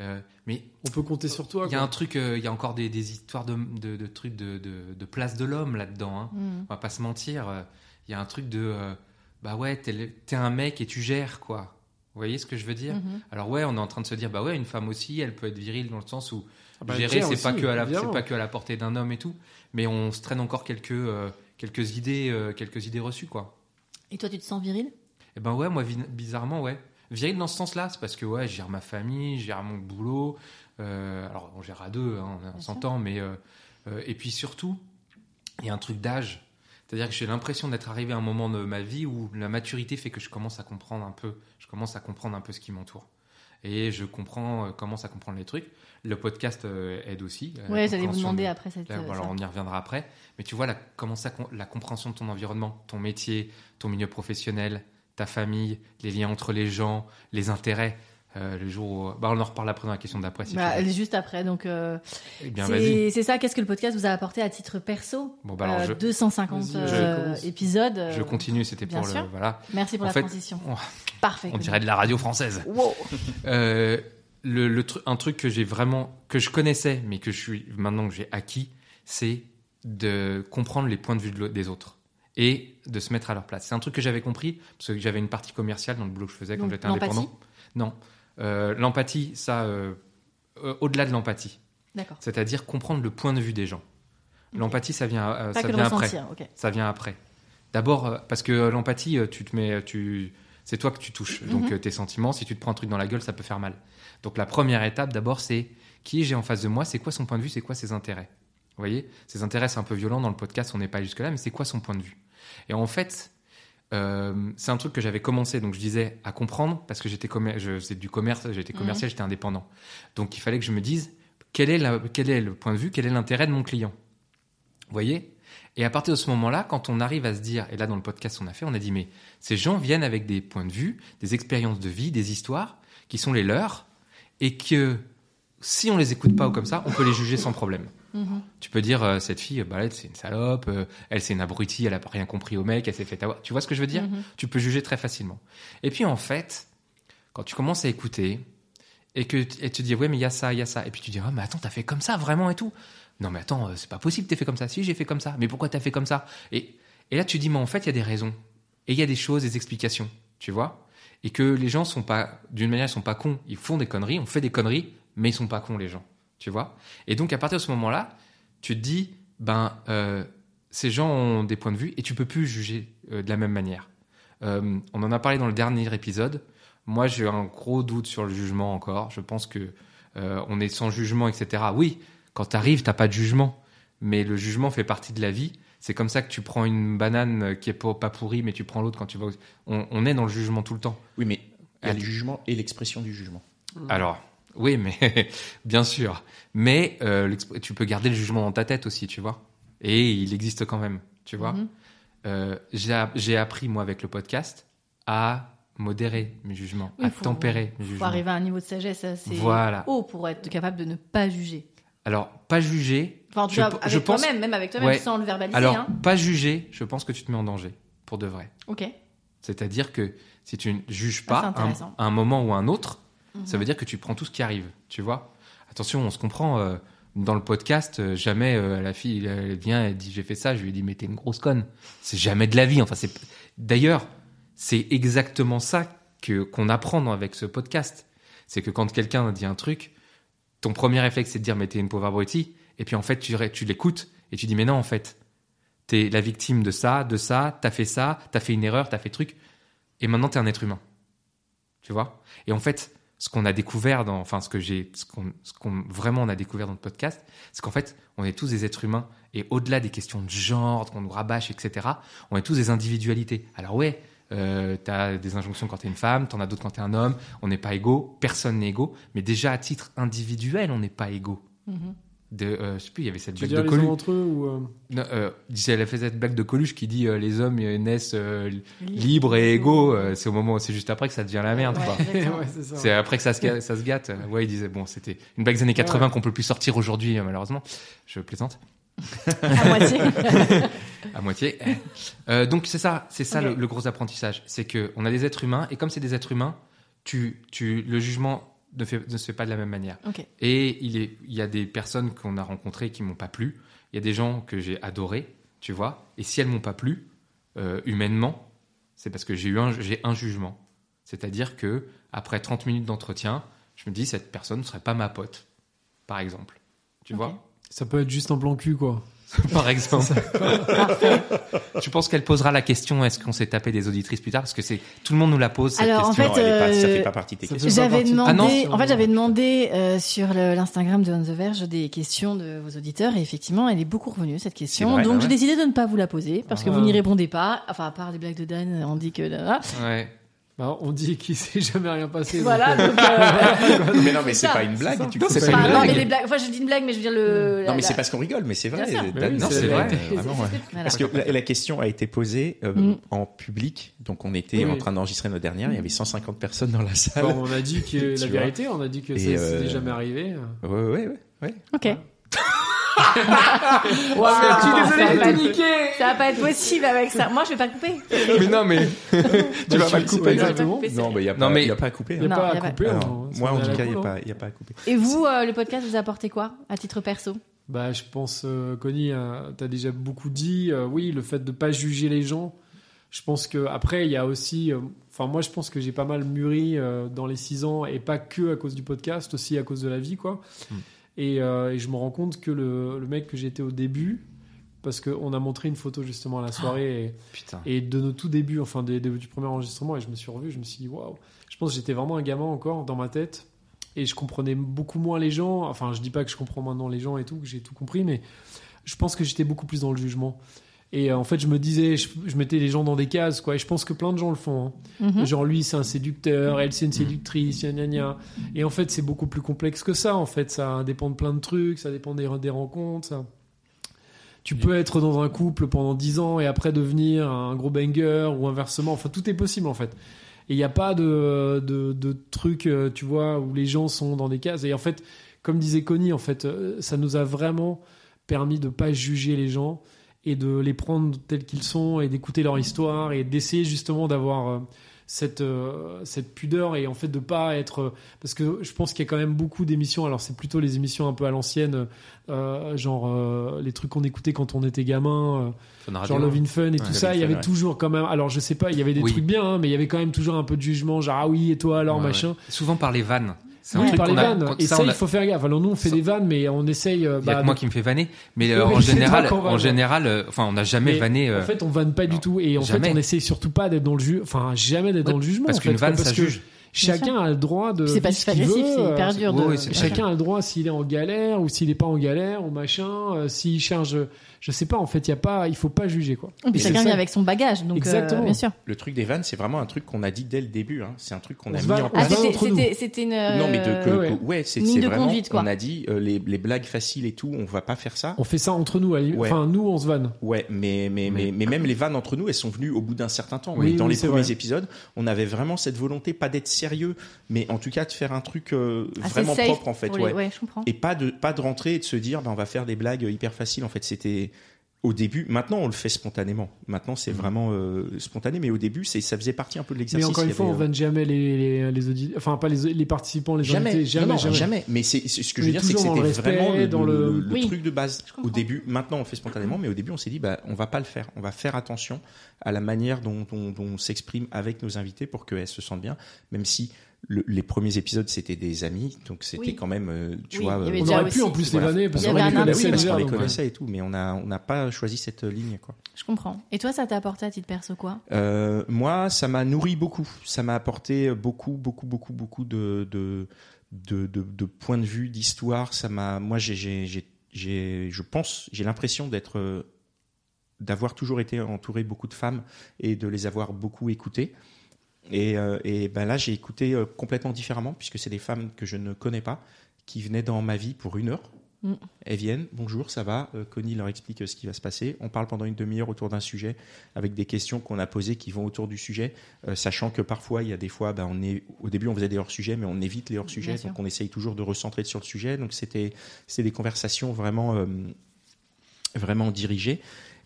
[SPEAKER 5] Euh, mais
[SPEAKER 3] on peut compter sur toi.
[SPEAKER 5] il y a
[SPEAKER 3] quoi.
[SPEAKER 5] un truc, euh, il y a encore des, des histoires de, de- de trucs de, de- de place de l'homme là-dedans. hein.
[SPEAKER 1] Mm.
[SPEAKER 5] On va pas se mentir. euh, Il y a un truc de, euh, bah ouais, t'es, le- t'es un mec et tu gères quoi. Vous voyez ce que je veux dire
[SPEAKER 1] Mhm.
[SPEAKER 5] alors ouais, on est en train de se dire bah ouais, une femme aussi, elle peut être virile dans le sens où
[SPEAKER 3] Ah bah,
[SPEAKER 5] gérer
[SPEAKER 3] tiens,
[SPEAKER 5] c'est pas
[SPEAKER 3] aussi,
[SPEAKER 5] que à la c'est
[SPEAKER 3] évidemment.
[SPEAKER 5] pas que à la portée d'un homme et tout, mais on se traîne encore quelques euh, quelques idées euh, quelques idées reçues quoi.
[SPEAKER 1] Et toi, tu te sens viril
[SPEAKER 5] Et ben ouais, moi vi- bizarrement ouais. Viril dans ce sens-là, c'est parce que ouais, je gère ma famille, je gère mon boulot. euh, alors on gère à deux, hein, on- on
[SPEAKER 1] sûr.
[SPEAKER 5] s'entend, mais euh, euh, et puis surtout, il y a un truc d'âge. C'est-à-dire que j'ai l'impression d'être arrivé à un moment de ma vie où la maturité fait que je commence à comprendre un peu, je commence à comprendre un peu ce qui m'entoure. Et je comprends, euh, commence à comprendre les trucs. Le podcast euh, aide aussi. à la
[SPEAKER 1] Ouais, j'allais vous
[SPEAKER 5] compréhension
[SPEAKER 1] demander
[SPEAKER 5] de-
[SPEAKER 1] après cette.
[SPEAKER 5] Là,
[SPEAKER 1] euh,
[SPEAKER 5] bon, alors,
[SPEAKER 1] ça.
[SPEAKER 5] on y reviendra après. Mais tu vois, la, comment ça, con- la compréhension de ton environnement, ton métier, ton milieu professionnel, ta famille, les liens entre les gens, les intérêts. euh, le jour où- bah, on en reparle après dans la question d'après. Si
[SPEAKER 1] Bah,
[SPEAKER 5] tu veux.
[SPEAKER 1] juste après, donc euh,
[SPEAKER 5] Eh bien, vas-y.
[SPEAKER 1] c'est c'est ça. Qu'est-ce que le podcast vous a apporté à titre perso
[SPEAKER 5] Bon, bah, alors,
[SPEAKER 1] Euh,
[SPEAKER 5] je,
[SPEAKER 1] 250
[SPEAKER 3] Vas-y,
[SPEAKER 1] euh,
[SPEAKER 3] je commence.
[SPEAKER 1] épisodes. euh,
[SPEAKER 5] je continue. C'était
[SPEAKER 1] bien
[SPEAKER 5] pour le.
[SPEAKER 1] sûr.
[SPEAKER 5] Voilà.
[SPEAKER 1] Merci pour
[SPEAKER 5] En
[SPEAKER 1] la
[SPEAKER 5] fait,
[SPEAKER 1] transition.
[SPEAKER 5] on-
[SPEAKER 1] Parfait.
[SPEAKER 5] On dirait de la radio française.
[SPEAKER 1] Wow.
[SPEAKER 5] Euh, le, le tru- un truc que j'ai vraiment que je connaissais mais que je suis maintenant que j'ai acquis c'est de comprendre les points de vue de l'au- des autres et de se mettre à leur place c'est un truc que j'avais compris parce que j'avais une partie commerciale dans le boulot que je faisais quand
[SPEAKER 1] Donc,
[SPEAKER 5] j'étais
[SPEAKER 1] l'empathie
[SPEAKER 5] indépendant non Euh, l'empathie ça euh, euh, au-delà de l'empathie
[SPEAKER 1] D'accord.
[SPEAKER 5] c'est-à-dire comprendre le point de vue des gens l'empathie ça vient euh,
[SPEAKER 1] Pas
[SPEAKER 5] ça
[SPEAKER 1] que le
[SPEAKER 5] vient après
[SPEAKER 1] ressentir. Ok.
[SPEAKER 5] ça vient après. D'abord, euh, parce que euh, l'empathie, euh, tu te mets, tu, c'est toi que tu touches. Donc
[SPEAKER 1] Mhm.
[SPEAKER 5] euh, tes sentiments, si tu te prends un truc dans la gueule, ça peut faire mal. Donc la première étape, d'abord, c'est qui j'ai en face de moi, c'est quoi son point de vue, c'est quoi ses intérêts. Vous voyez, ses intérêts, c'est un peu violent dans le podcast, on n'est pas jusque là, mais c'est quoi son point de vue. Et en fait, euh, c'est un truc que j'avais commencé, donc je disais à comprendre parce que j'étais commer- je faisais du commerce, j'étais
[SPEAKER 1] Mhm.
[SPEAKER 5] commercial, j'étais indépendant. Donc il fallait que je me dise quel est, la- quel est le point de vue, quel est l'intérêt de mon client. Vous voyez Et à partir de ce moment-là, quand on arrive à se dire, et là dans le podcast on a fait, on a dit mais ces gens viennent avec des points de vue, des expériences de vie, des histoires qui sont les leurs et que si on les écoute pas ou comme ça, on peut les juger sans problème.
[SPEAKER 1] Mhm.
[SPEAKER 5] Tu peux dire euh, cette fille, euh, bah, elle c'est une salope, euh, elle c'est une abrutie, elle a pas rien compris au mec, elle s'est fait avoir. Tu vois ce que je veux dire
[SPEAKER 1] Mhm.
[SPEAKER 5] Tu peux juger très facilement. Et puis en fait, quand tu commences à écouter et que t- et tu dis ouais mais il y a ça, il y a ça, et puis tu dis ah mais attends t'as fait comme ça vraiment et tout. Non mais attends euh, c'est pas possible t'es fait comme ça. Si j'ai fait comme ça, mais pourquoi t'as fait comme ça Et et là tu dis mais en fait il y a des raisons et il y a des choses, des explications, tu vois Et que les gens sont pas d'une manière ils sont pas cons, ils font des conneries, on fait des conneries, mais ils sont pas cons les gens, tu vois Et donc à partir de ce moment là tu te dis, ben, euh, ces gens ont des points de vue et tu peux plus juger euh, de la même manière. Euh, on en a parlé dans le dernier épisode. Moi, j'ai un gros doute sur le jugement encore. Je pense que euh, on est sans jugement, etc. Oui, quand t'arrives, t'as pas de jugement, mais le jugement fait partie de la vie. C'est comme ça que tu prends une banane qui est pas pas pourrie, mais tu prends l'autre quand tu vas. au- On, on est dans le jugement tout le temps.
[SPEAKER 2] Oui, mais il y a
[SPEAKER 5] Elle-
[SPEAKER 2] le jugement et l'expression du jugement.
[SPEAKER 1] Mmh.
[SPEAKER 5] Alors, oui, mais bien sûr. Mais euh, l'exp- tu peux garder le jugement dans ta tête aussi, tu vois. Et il existe quand même, tu vois.
[SPEAKER 1] Mhm.
[SPEAKER 5] Euh, j'ai a- j'ai appris, moi, avec le podcast, à modérer mes jugements,
[SPEAKER 1] Oui,
[SPEAKER 5] à
[SPEAKER 1] faut-
[SPEAKER 5] tempérer mes
[SPEAKER 1] Faut
[SPEAKER 5] jugements.
[SPEAKER 1] arriver à un niveau de sagesse assez
[SPEAKER 5] Voilà.
[SPEAKER 1] haut pour être capable de ne pas juger.
[SPEAKER 5] Alors, pas juger.
[SPEAKER 1] Enfin, en tout
[SPEAKER 5] Je
[SPEAKER 1] cas,
[SPEAKER 5] pe-
[SPEAKER 1] avec
[SPEAKER 5] je pense-
[SPEAKER 1] toi-même, même avec toi-même,
[SPEAKER 5] Ouais.
[SPEAKER 1] sans le verbaliser.
[SPEAKER 5] Alors,
[SPEAKER 1] hein.
[SPEAKER 5] pas juger, je pense que tu te mets en danger, pour de vrai.
[SPEAKER 1] Ok.
[SPEAKER 5] C'est-à-dire que si tu ne juges
[SPEAKER 1] Ah, c'est
[SPEAKER 5] pas un,
[SPEAKER 1] intéressant.
[SPEAKER 5] un moment ou un autre, ça
[SPEAKER 1] Mhm.
[SPEAKER 5] veut dire que tu prends tout ce qui arrive, tu vois. Attention, on se comprend. euh, dans le podcast, euh, jamais euh, la fille elle vient et dit j'ai fait ça. Je lui dis mais t'es une grosse conne. C'est jamais de la vie. Enfin, c'est d'ailleurs c'est exactement ça que qu'on apprend dans- avec ce podcast. C'est que quand quelqu'un dit un truc, ton premier réflexe c'est de dire mais t'es une pauvre abrutie. Et puis en fait tu, ré- tu l'écoutes et tu dis mais non en fait T'es la victime de ça, de ça, t'as fait ça, t'as fait une erreur, t'as fait truc. Et maintenant, t'es un être humain. Tu vois Et en fait, ce qu'on a découvert dans, enfin, ce que j'ai, ce qu'on, ce qu'on vraiment on a découvert dans le podcast, c'est qu'en fait, on est tous des êtres humains. Et au-delà des questions de genre, qu'on nous rabâche, etc., on est tous des individualités. Alors ouais, euh, t'as des injonctions quand t'es une femme, t'en as d'autres quand t'es un homme. On n'est pas égaux, personne n'est égaux. Mais déjà à titre individuel, on n'est pas égaux.
[SPEAKER 1] Mhm.
[SPEAKER 5] De, euh, je sais plus, il y avait cette
[SPEAKER 3] Tu veux
[SPEAKER 5] blague
[SPEAKER 3] dire
[SPEAKER 5] de
[SPEAKER 3] les gens
[SPEAKER 5] Coluche.
[SPEAKER 3] entre eux ou. euh,
[SPEAKER 5] Non, euh, elle a fait cette blague de Coluche qui dit euh, les hommes euh, naissent euh, libres et égaux. Euh, c'est au moment, c'est juste après que ça devient la merde.
[SPEAKER 1] Ouais,
[SPEAKER 5] quoi.
[SPEAKER 1] exactement.
[SPEAKER 3] ouais, c'est ça.
[SPEAKER 5] C'est après que ça se, ga- ça se gâte. Ouais, il disait, bon, c'était une blague des années 80 qu'on peut plus sortir aujourd'hui, euh, malheureusement. Je plaisante.
[SPEAKER 1] À moitié.
[SPEAKER 5] À moitié. Euh, donc, c'est ça, c'est ça
[SPEAKER 1] Ok.
[SPEAKER 5] le, le gros apprentissage. C'est que on a des êtres humains, et comme c'est des êtres humains, tu, tu, le jugement ne, fait- ne se fait pas de la même manière.
[SPEAKER 1] Ok.
[SPEAKER 5] Et il, est, il y a des personnes qu'on a rencontrées qui m'ont pas plu. Il y a des gens que j'ai adorés, tu vois. Et si elles m'ont pas plu, euh, humainement, c'est parce que j'ai eu un, j'ai un jugement. C'est-à-dire que après 30 minutes d'entretien, je me dis cette personne ne serait pas ma pote, par exemple. Tu
[SPEAKER 1] Ok.
[SPEAKER 5] vois
[SPEAKER 3] Ça peut être juste un plan cul, quoi.
[SPEAKER 5] Par exemple. tu penses qu'elle posera la question est-ce qu'on s'est tapé des auditrices plus tard Parce que c'est tout le monde nous la pose cette
[SPEAKER 1] Alors, en
[SPEAKER 5] question.
[SPEAKER 1] fait,
[SPEAKER 2] non, elle est pas- ça
[SPEAKER 1] euh,
[SPEAKER 2] fait pas partie de tes
[SPEAKER 3] ça
[SPEAKER 2] questions.
[SPEAKER 3] fait pas
[SPEAKER 1] J'avais
[SPEAKER 3] partie de-
[SPEAKER 1] demandé,
[SPEAKER 5] Ah non,
[SPEAKER 3] sûrement.
[SPEAKER 1] en fait, j'avais demandé euh, sur le- l'Instagram de On the Verge des questions de vos auditeurs et effectivement, elle est beaucoup revenue cette question.
[SPEAKER 2] C'est vrai,
[SPEAKER 1] Donc,
[SPEAKER 2] ouais.
[SPEAKER 1] j'ai décidé de ne pas vous la poser parce que
[SPEAKER 3] Ah.
[SPEAKER 1] vous n'y répondez pas. Enfin, à part les blagues de Dan, on dit que là, là.
[SPEAKER 5] Ouais.
[SPEAKER 3] Bah, on dit qu'il s'est jamais rien passé.
[SPEAKER 1] voilà.
[SPEAKER 3] donc, euh,
[SPEAKER 1] donc, euh,
[SPEAKER 2] Mais non, mais c'est
[SPEAKER 1] ça,
[SPEAKER 2] pas une blague.
[SPEAKER 3] ça.
[SPEAKER 2] du
[SPEAKER 3] Non,
[SPEAKER 2] coup,
[SPEAKER 3] c'est
[SPEAKER 2] c'est
[SPEAKER 3] pas
[SPEAKER 2] pas
[SPEAKER 1] enfin,
[SPEAKER 2] une
[SPEAKER 1] non, mais les
[SPEAKER 2] blague.
[SPEAKER 1] blagues. Enfin, je dis une blague, mais je veux dire le.
[SPEAKER 2] Non, mais c'est
[SPEAKER 1] pas
[SPEAKER 2] parce qu'on rigole, mais c'est vrai.
[SPEAKER 1] Bien sûr.
[SPEAKER 2] Dan,
[SPEAKER 3] Mais oui,
[SPEAKER 2] non,
[SPEAKER 3] c'est
[SPEAKER 2] c'est
[SPEAKER 3] la
[SPEAKER 2] vrai.
[SPEAKER 3] vérité.
[SPEAKER 2] Vraiment, ouais. Parce que la, la question a été posée euh,
[SPEAKER 1] Mm.
[SPEAKER 2] en public, donc on était
[SPEAKER 3] Oui.
[SPEAKER 2] en train d'enregistrer nos dernières, il y avait 150 personnes dans la salle.
[SPEAKER 3] bon, on a dit que la
[SPEAKER 2] Tu vois.
[SPEAKER 3] vérité, on a dit que
[SPEAKER 2] Et,
[SPEAKER 3] ça
[SPEAKER 2] euh,
[SPEAKER 3] c'était jamais arrivé.
[SPEAKER 2] Ouais, ouais, ouais.
[SPEAKER 3] Bah,
[SPEAKER 2] ouais.
[SPEAKER 1] Ok.
[SPEAKER 3] je suis désolé,
[SPEAKER 1] ça,
[SPEAKER 3] j'ai
[SPEAKER 1] va pas
[SPEAKER 3] tout
[SPEAKER 1] être... ça va pas être possible avec ça. Moi, je vais pas couper.
[SPEAKER 5] Mais non, mais
[SPEAKER 2] Tu vas pas le
[SPEAKER 3] ouais,
[SPEAKER 2] couper.
[SPEAKER 3] exactement.
[SPEAKER 1] couper, c'est
[SPEAKER 2] Non,
[SPEAKER 1] vrai.
[SPEAKER 2] mais il n'y a,
[SPEAKER 5] Non,
[SPEAKER 2] pas-
[SPEAKER 5] mais-
[SPEAKER 2] y a pas à couper.
[SPEAKER 3] Il n'y a
[SPEAKER 1] Non,
[SPEAKER 2] hein.
[SPEAKER 3] pas
[SPEAKER 1] y a
[SPEAKER 3] à
[SPEAKER 1] pas-
[SPEAKER 3] couper.
[SPEAKER 2] Alors,
[SPEAKER 3] hein. Ça
[SPEAKER 2] moi, en
[SPEAKER 3] met à
[SPEAKER 2] tout
[SPEAKER 3] la
[SPEAKER 2] cas, il
[SPEAKER 3] cool, hein.
[SPEAKER 2] n'y a, pas à couper.
[SPEAKER 1] Et vous, euh, le podcast, vous apportez quoi à titre perso
[SPEAKER 3] Bah, je pense, euh, Connie, euh, t'as déjà beaucoup dit. euh, oui, le fait de pas juger les gens. Je pense que après, il y a aussi. euh, Enfin, moi, je pense que j'ai pas mal mûri euh, dans les six ans et pas que à cause du podcast, aussi à cause de la vie, quoi.
[SPEAKER 2] Hmm.
[SPEAKER 5] Mm.
[SPEAKER 3] Et, euh, et je me rends compte que le, le mec que j'étais au début, parce qu'on a montré une photo justement à
[SPEAKER 2] Ah.
[SPEAKER 3] la soirée. et-
[SPEAKER 5] putain.
[SPEAKER 3] Et de nos tout débuts, enfin des- des- du premier enregistrement, et je me suis revu, je me suis dit waouh. Je pense que j'étais vraiment un gamin encore dans ma tête, et je comprenais beaucoup moins les gens. Enfin, je dis pas que je comprends maintenant les gens et tout, que j'ai tout compris, mais je pense que j'étais beaucoup plus dans le jugement. Et euh, en fait, je me disais, je, je mettais les gens dans des cases, quoi. Et je pense que plein de gens le font. hein.
[SPEAKER 1] Mhm.
[SPEAKER 3] Genre lui c'est un séducteur, elle c'est une séductrice, gna gna gna. Et en fait c'est beaucoup plus complexe que ça en fait, ça dépend de plein de trucs, ça dépend des, des rencontres. ça. Tu peux être dans un couple pendant 10 ans et après devenir un gros banger ou inversement, enfin tout est possible en fait. Et il n'y a pas de, de, de truc, euh, tu vois, où les gens sont dans des cases. Et en fait, comme disait Connie, en fait, euh, ça nous a vraiment permis de pas juger les gens et de les prendre tels qu'ils sont et d'écouter leur histoire et d'essayer justement d'avoir... euh, cette, euh, cette pudeur et en fait de pas être euh, parce que je pense qu'il y a quand même beaucoup d'émissions alors c'est plutôt les émissions un peu à l'ancienne euh, genre euh, les trucs qu'on écoutait quand on était gamin
[SPEAKER 5] Fun
[SPEAKER 3] euh,
[SPEAKER 5] Radio,
[SPEAKER 3] genre Love in Fun et tout
[SPEAKER 5] Love
[SPEAKER 3] ça
[SPEAKER 5] in
[SPEAKER 3] il y
[SPEAKER 5] Fun,
[SPEAKER 3] avait
[SPEAKER 5] Ah, ouais.
[SPEAKER 3] toujours quand même alors je sais pas il y avait des
[SPEAKER 5] Oui.
[SPEAKER 3] trucs bien hein, mais il y avait quand même toujours un peu de jugement genre ah oui et toi alors
[SPEAKER 5] Ouais,
[SPEAKER 3] machin
[SPEAKER 5] ouais. Souvent par les vannes. C'est
[SPEAKER 3] Oui, par
[SPEAKER 5] qu'on
[SPEAKER 3] les
[SPEAKER 5] a-
[SPEAKER 3] vannes
[SPEAKER 5] qu'on-
[SPEAKER 3] et ça,
[SPEAKER 5] on
[SPEAKER 3] il
[SPEAKER 5] l'a-
[SPEAKER 3] faut faire gaffe alors nous on fait
[SPEAKER 5] Ça-
[SPEAKER 3] des vannes mais on essaye euh,
[SPEAKER 5] Il y a
[SPEAKER 3] bah,
[SPEAKER 5] que moi
[SPEAKER 3] de-
[SPEAKER 5] qui me fais vanner, mais euh,
[SPEAKER 3] Ouais,
[SPEAKER 5] en
[SPEAKER 3] c'est
[SPEAKER 5] général,
[SPEAKER 1] bah,
[SPEAKER 3] toi qu'on vanne.
[SPEAKER 5] en général, euh, enfin, on n'a jamais
[SPEAKER 3] Mais
[SPEAKER 5] vanné. euh,
[SPEAKER 3] en fait on vanne pas
[SPEAKER 5] non,
[SPEAKER 3] du tout et en
[SPEAKER 5] jamais.
[SPEAKER 3] fait on essaye surtout pas d'être dans le jugement enfin jamais d'être
[SPEAKER 5] Oui,
[SPEAKER 3] dans le jugement
[SPEAKER 5] parce
[SPEAKER 3] en fait,
[SPEAKER 5] qu'une vanne,
[SPEAKER 3] parce
[SPEAKER 5] ça
[SPEAKER 3] que
[SPEAKER 5] juge.
[SPEAKER 3] Chacun a le droit de.
[SPEAKER 1] Puis c'est pas
[SPEAKER 3] vivre ce
[SPEAKER 1] super
[SPEAKER 3] qu'il
[SPEAKER 1] agressif,
[SPEAKER 3] veut,
[SPEAKER 1] c'est
[SPEAKER 3] euh,
[SPEAKER 1] hyper dur de.
[SPEAKER 5] oui, c'est très
[SPEAKER 3] Chacun a le droit s'il est en galère ou s'il n'est pas en galère ou machin, euh, s'il charge, je sais pas. En fait, il y a pas, il faut pas juger quoi.
[SPEAKER 1] Et puis
[SPEAKER 3] Et c'est
[SPEAKER 1] chacun
[SPEAKER 3] ça.
[SPEAKER 1] vient avec son bagage, donc euh,
[SPEAKER 3] Exactement.
[SPEAKER 1] bien sûr.
[SPEAKER 2] Le truc des vannes, c'est vraiment un truc qu'on a dit dès le début. hein. C'est un truc qu'on
[SPEAKER 3] On
[SPEAKER 2] a
[SPEAKER 3] se
[SPEAKER 2] mis
[SPEAKER 3] va-
[SPEAKER 2] en
[SPEAKER 3] on
[SPEAKER 1] Ah,
[SPEAKER 3] se
[SPEAKER 2] place.
[SPEAKER 3] va
[SPEAKER 1] c'était
[SPEAKER 3] entre nous.
[SPEAKER 1] c'était- c'était une. euh,
[SPEAKER 2] Non, mais de, que-
[SPEAKER 3] ouais.
[SPEAKER 2] que- ouais, c'est
[SPEAKER 1] Ligne
[SPEAKER 2] c'est
[SPEAKER 1] de
[SPEAKER 2] vraiment.
[SPEAKER 1] conduite, quoi.
[SPEAKER 2] On a dit euh, les, les blagues faciles et tout, on va pas faire ça.
[SPEAKER 3] On fait ça entre nous. à la limite.
[SPEAKER 2] Ouais.
[SPEAKER 3] Enfin, nous, on se vanne.
[SPEAKER 2] Ouais, mais, mais, mais, mais même les vannes entre nous, elles sont venues au bout d'un certain temps.
[SPEAKER 3] Oui,
[SPEAKER 2] mais dans
[SPEAKER 3] oui,
[SPEAKER 2] les
[SPEAKER 3] c'est
[SPEAKER 2] premiers
[SPEAKER 3] vrai.
[SPEAKER 2] épisodes, on avait vraiment cette volonté, pas d'être sérieux, mais en tout cas de faire un truc euh,
[SPEAKER 1] assez
[SPEAKER 2] vraiment
[SPEAKER 1] safe
[SPEAKER 2] propre en fait.
[SPEAKER 1] pour les-
[SPEAKER 2] ouais.
[SPEAKER 1] Ouais, je comprends.
[SPEAKER 2] Et pas de, pas de rentrer et de se dire, bah, on va faire des blagues hyper faciles. En fait, c'était au début. Maintenant, on le fait spontanément. Maintenant, c'est vraiment euh, spontané, mais au début, c'est ça faisait partie un peu de
[SPEAKER 3] Mhm. Mais
[SPEAKER 2] l'exercice.
[SPEAKER 3] encore
[SPEAKER 2] Il
[SPEAKER 3] une
[SPEAKER 2] y
[SPEAKER 3] fois, on
[SPEAKER 2] avait, euh,
[SPEAKER 3] vanne jamais les les, les audi- enfin pas les, les participants, les
[SPEAKER 2] Jamais,
[SPEAKER 3] invités,
[SPEAKER 2] jamais, jamais, Mais c'est c'est- ce que je veux
[SPEAKER 3] Mais
[SPEAKER 2] dire, c'est que
[SPEAKER 3] toujours
[SPEAKER 2] c'était
[SPEAKER 3] dans le respect,
[SPEAKER 2] vraiment le,
[SPEAKER 3] dans
[SPEAKER 2] le-
[SPEAKER 3] le-
[SPEAKER 2] le
[SPEAKER 1] Oui.
[SPEAKER 2] truc de base.
[SPEAKER 1] Je comprends.
[SPEAKER 2] Au début, maintenant on le fait spontanément, mais au début on s'est dit, bah, on va pas le faire. On va faire attention à la manière dont, dont- dont on s'exprime avec nos invités pour qu'elles se sentent bien, même si le- les premiers épisodes, c'était des amis, donc c'était
[SPEAKER 1] Oui.
[SPEAKER 2] quand même, euh, tu
[SPEAKER 1] Oui,
[SPEAKER 2] vois,
[SPEAKER 1] il y
[SPEAKER 2] euh,
[SPEAKER 1] avait
[SPEAKER 3] On
[SPEAKER 1] déjà
[SPEAKER 3] aurait pu
[SPEAKER 1] aussi.
[SPEAKER 3] en plus
[SPEAKER 2] Voilà.
[SPEAKER 3] l'évaner parce
[SPEAKER 1] Il y
[SPEAKER 3] qu'on
[SPEAKER 1] avait
[SPEAKER 3] les
[SPEAKER 1] un
[SPEAKER 2] bah oui,
[SPEAKER 3] connaissait
[SPEAKER 2] parce qu'on
[SPEAKER 3] déjà.
[SPEAKER 2] les
[SPEAKER 3] donc,
[SPEAKER 2] connaissait et tout, mais on n'a on n'a pas choisi cette euh, ligne. Quoi.
[SPEAKER 1] Je comprends. Et toi, ça t'a apporté à titre perso quoi
[SPEAKER 2] Euh, moi, ça m'a nourri beaucoup. Ça m'a apporté beaucoup, beaucoup, beaucoup, beaucoup de, de, de, de- de points de vue, d'histoire. Ça m'a, moi, j'ai, j'ai, j'ai- j'ai- je pense, j'ai l'impression d'être, euh, d'avoir toujours été entouré de beaucoup de femmes et de les avoir beaucoup écoutées. Et, euh, et ben là, j'ai écouté euh, complètement différemment puisque c'est des femmes que je ne connais pas qui venaient dans ma vie pour une heure.
[SPEAKER 1] Mm.
[SPEAKER 2] Elles viennent, bonjour, ça va. euh, Connie leur explique euh, ce qui va se passer. On parle pendant une demi-heure autour d'un sujet avec des questions qu'on a posées qui vont autour du sujet, euh, sachant que parfois, il y a des fois, bah, on est, au début, on faisait des hors-sujets, mais on évite les hors-sujets,
[SPEAKER 1] Bien sûr.
[SPEAKER 2] donc on essaye toujours de recentrer sur le sujet. Donc c'était c'était des conversations vraiment, euh, vraiment dirigées.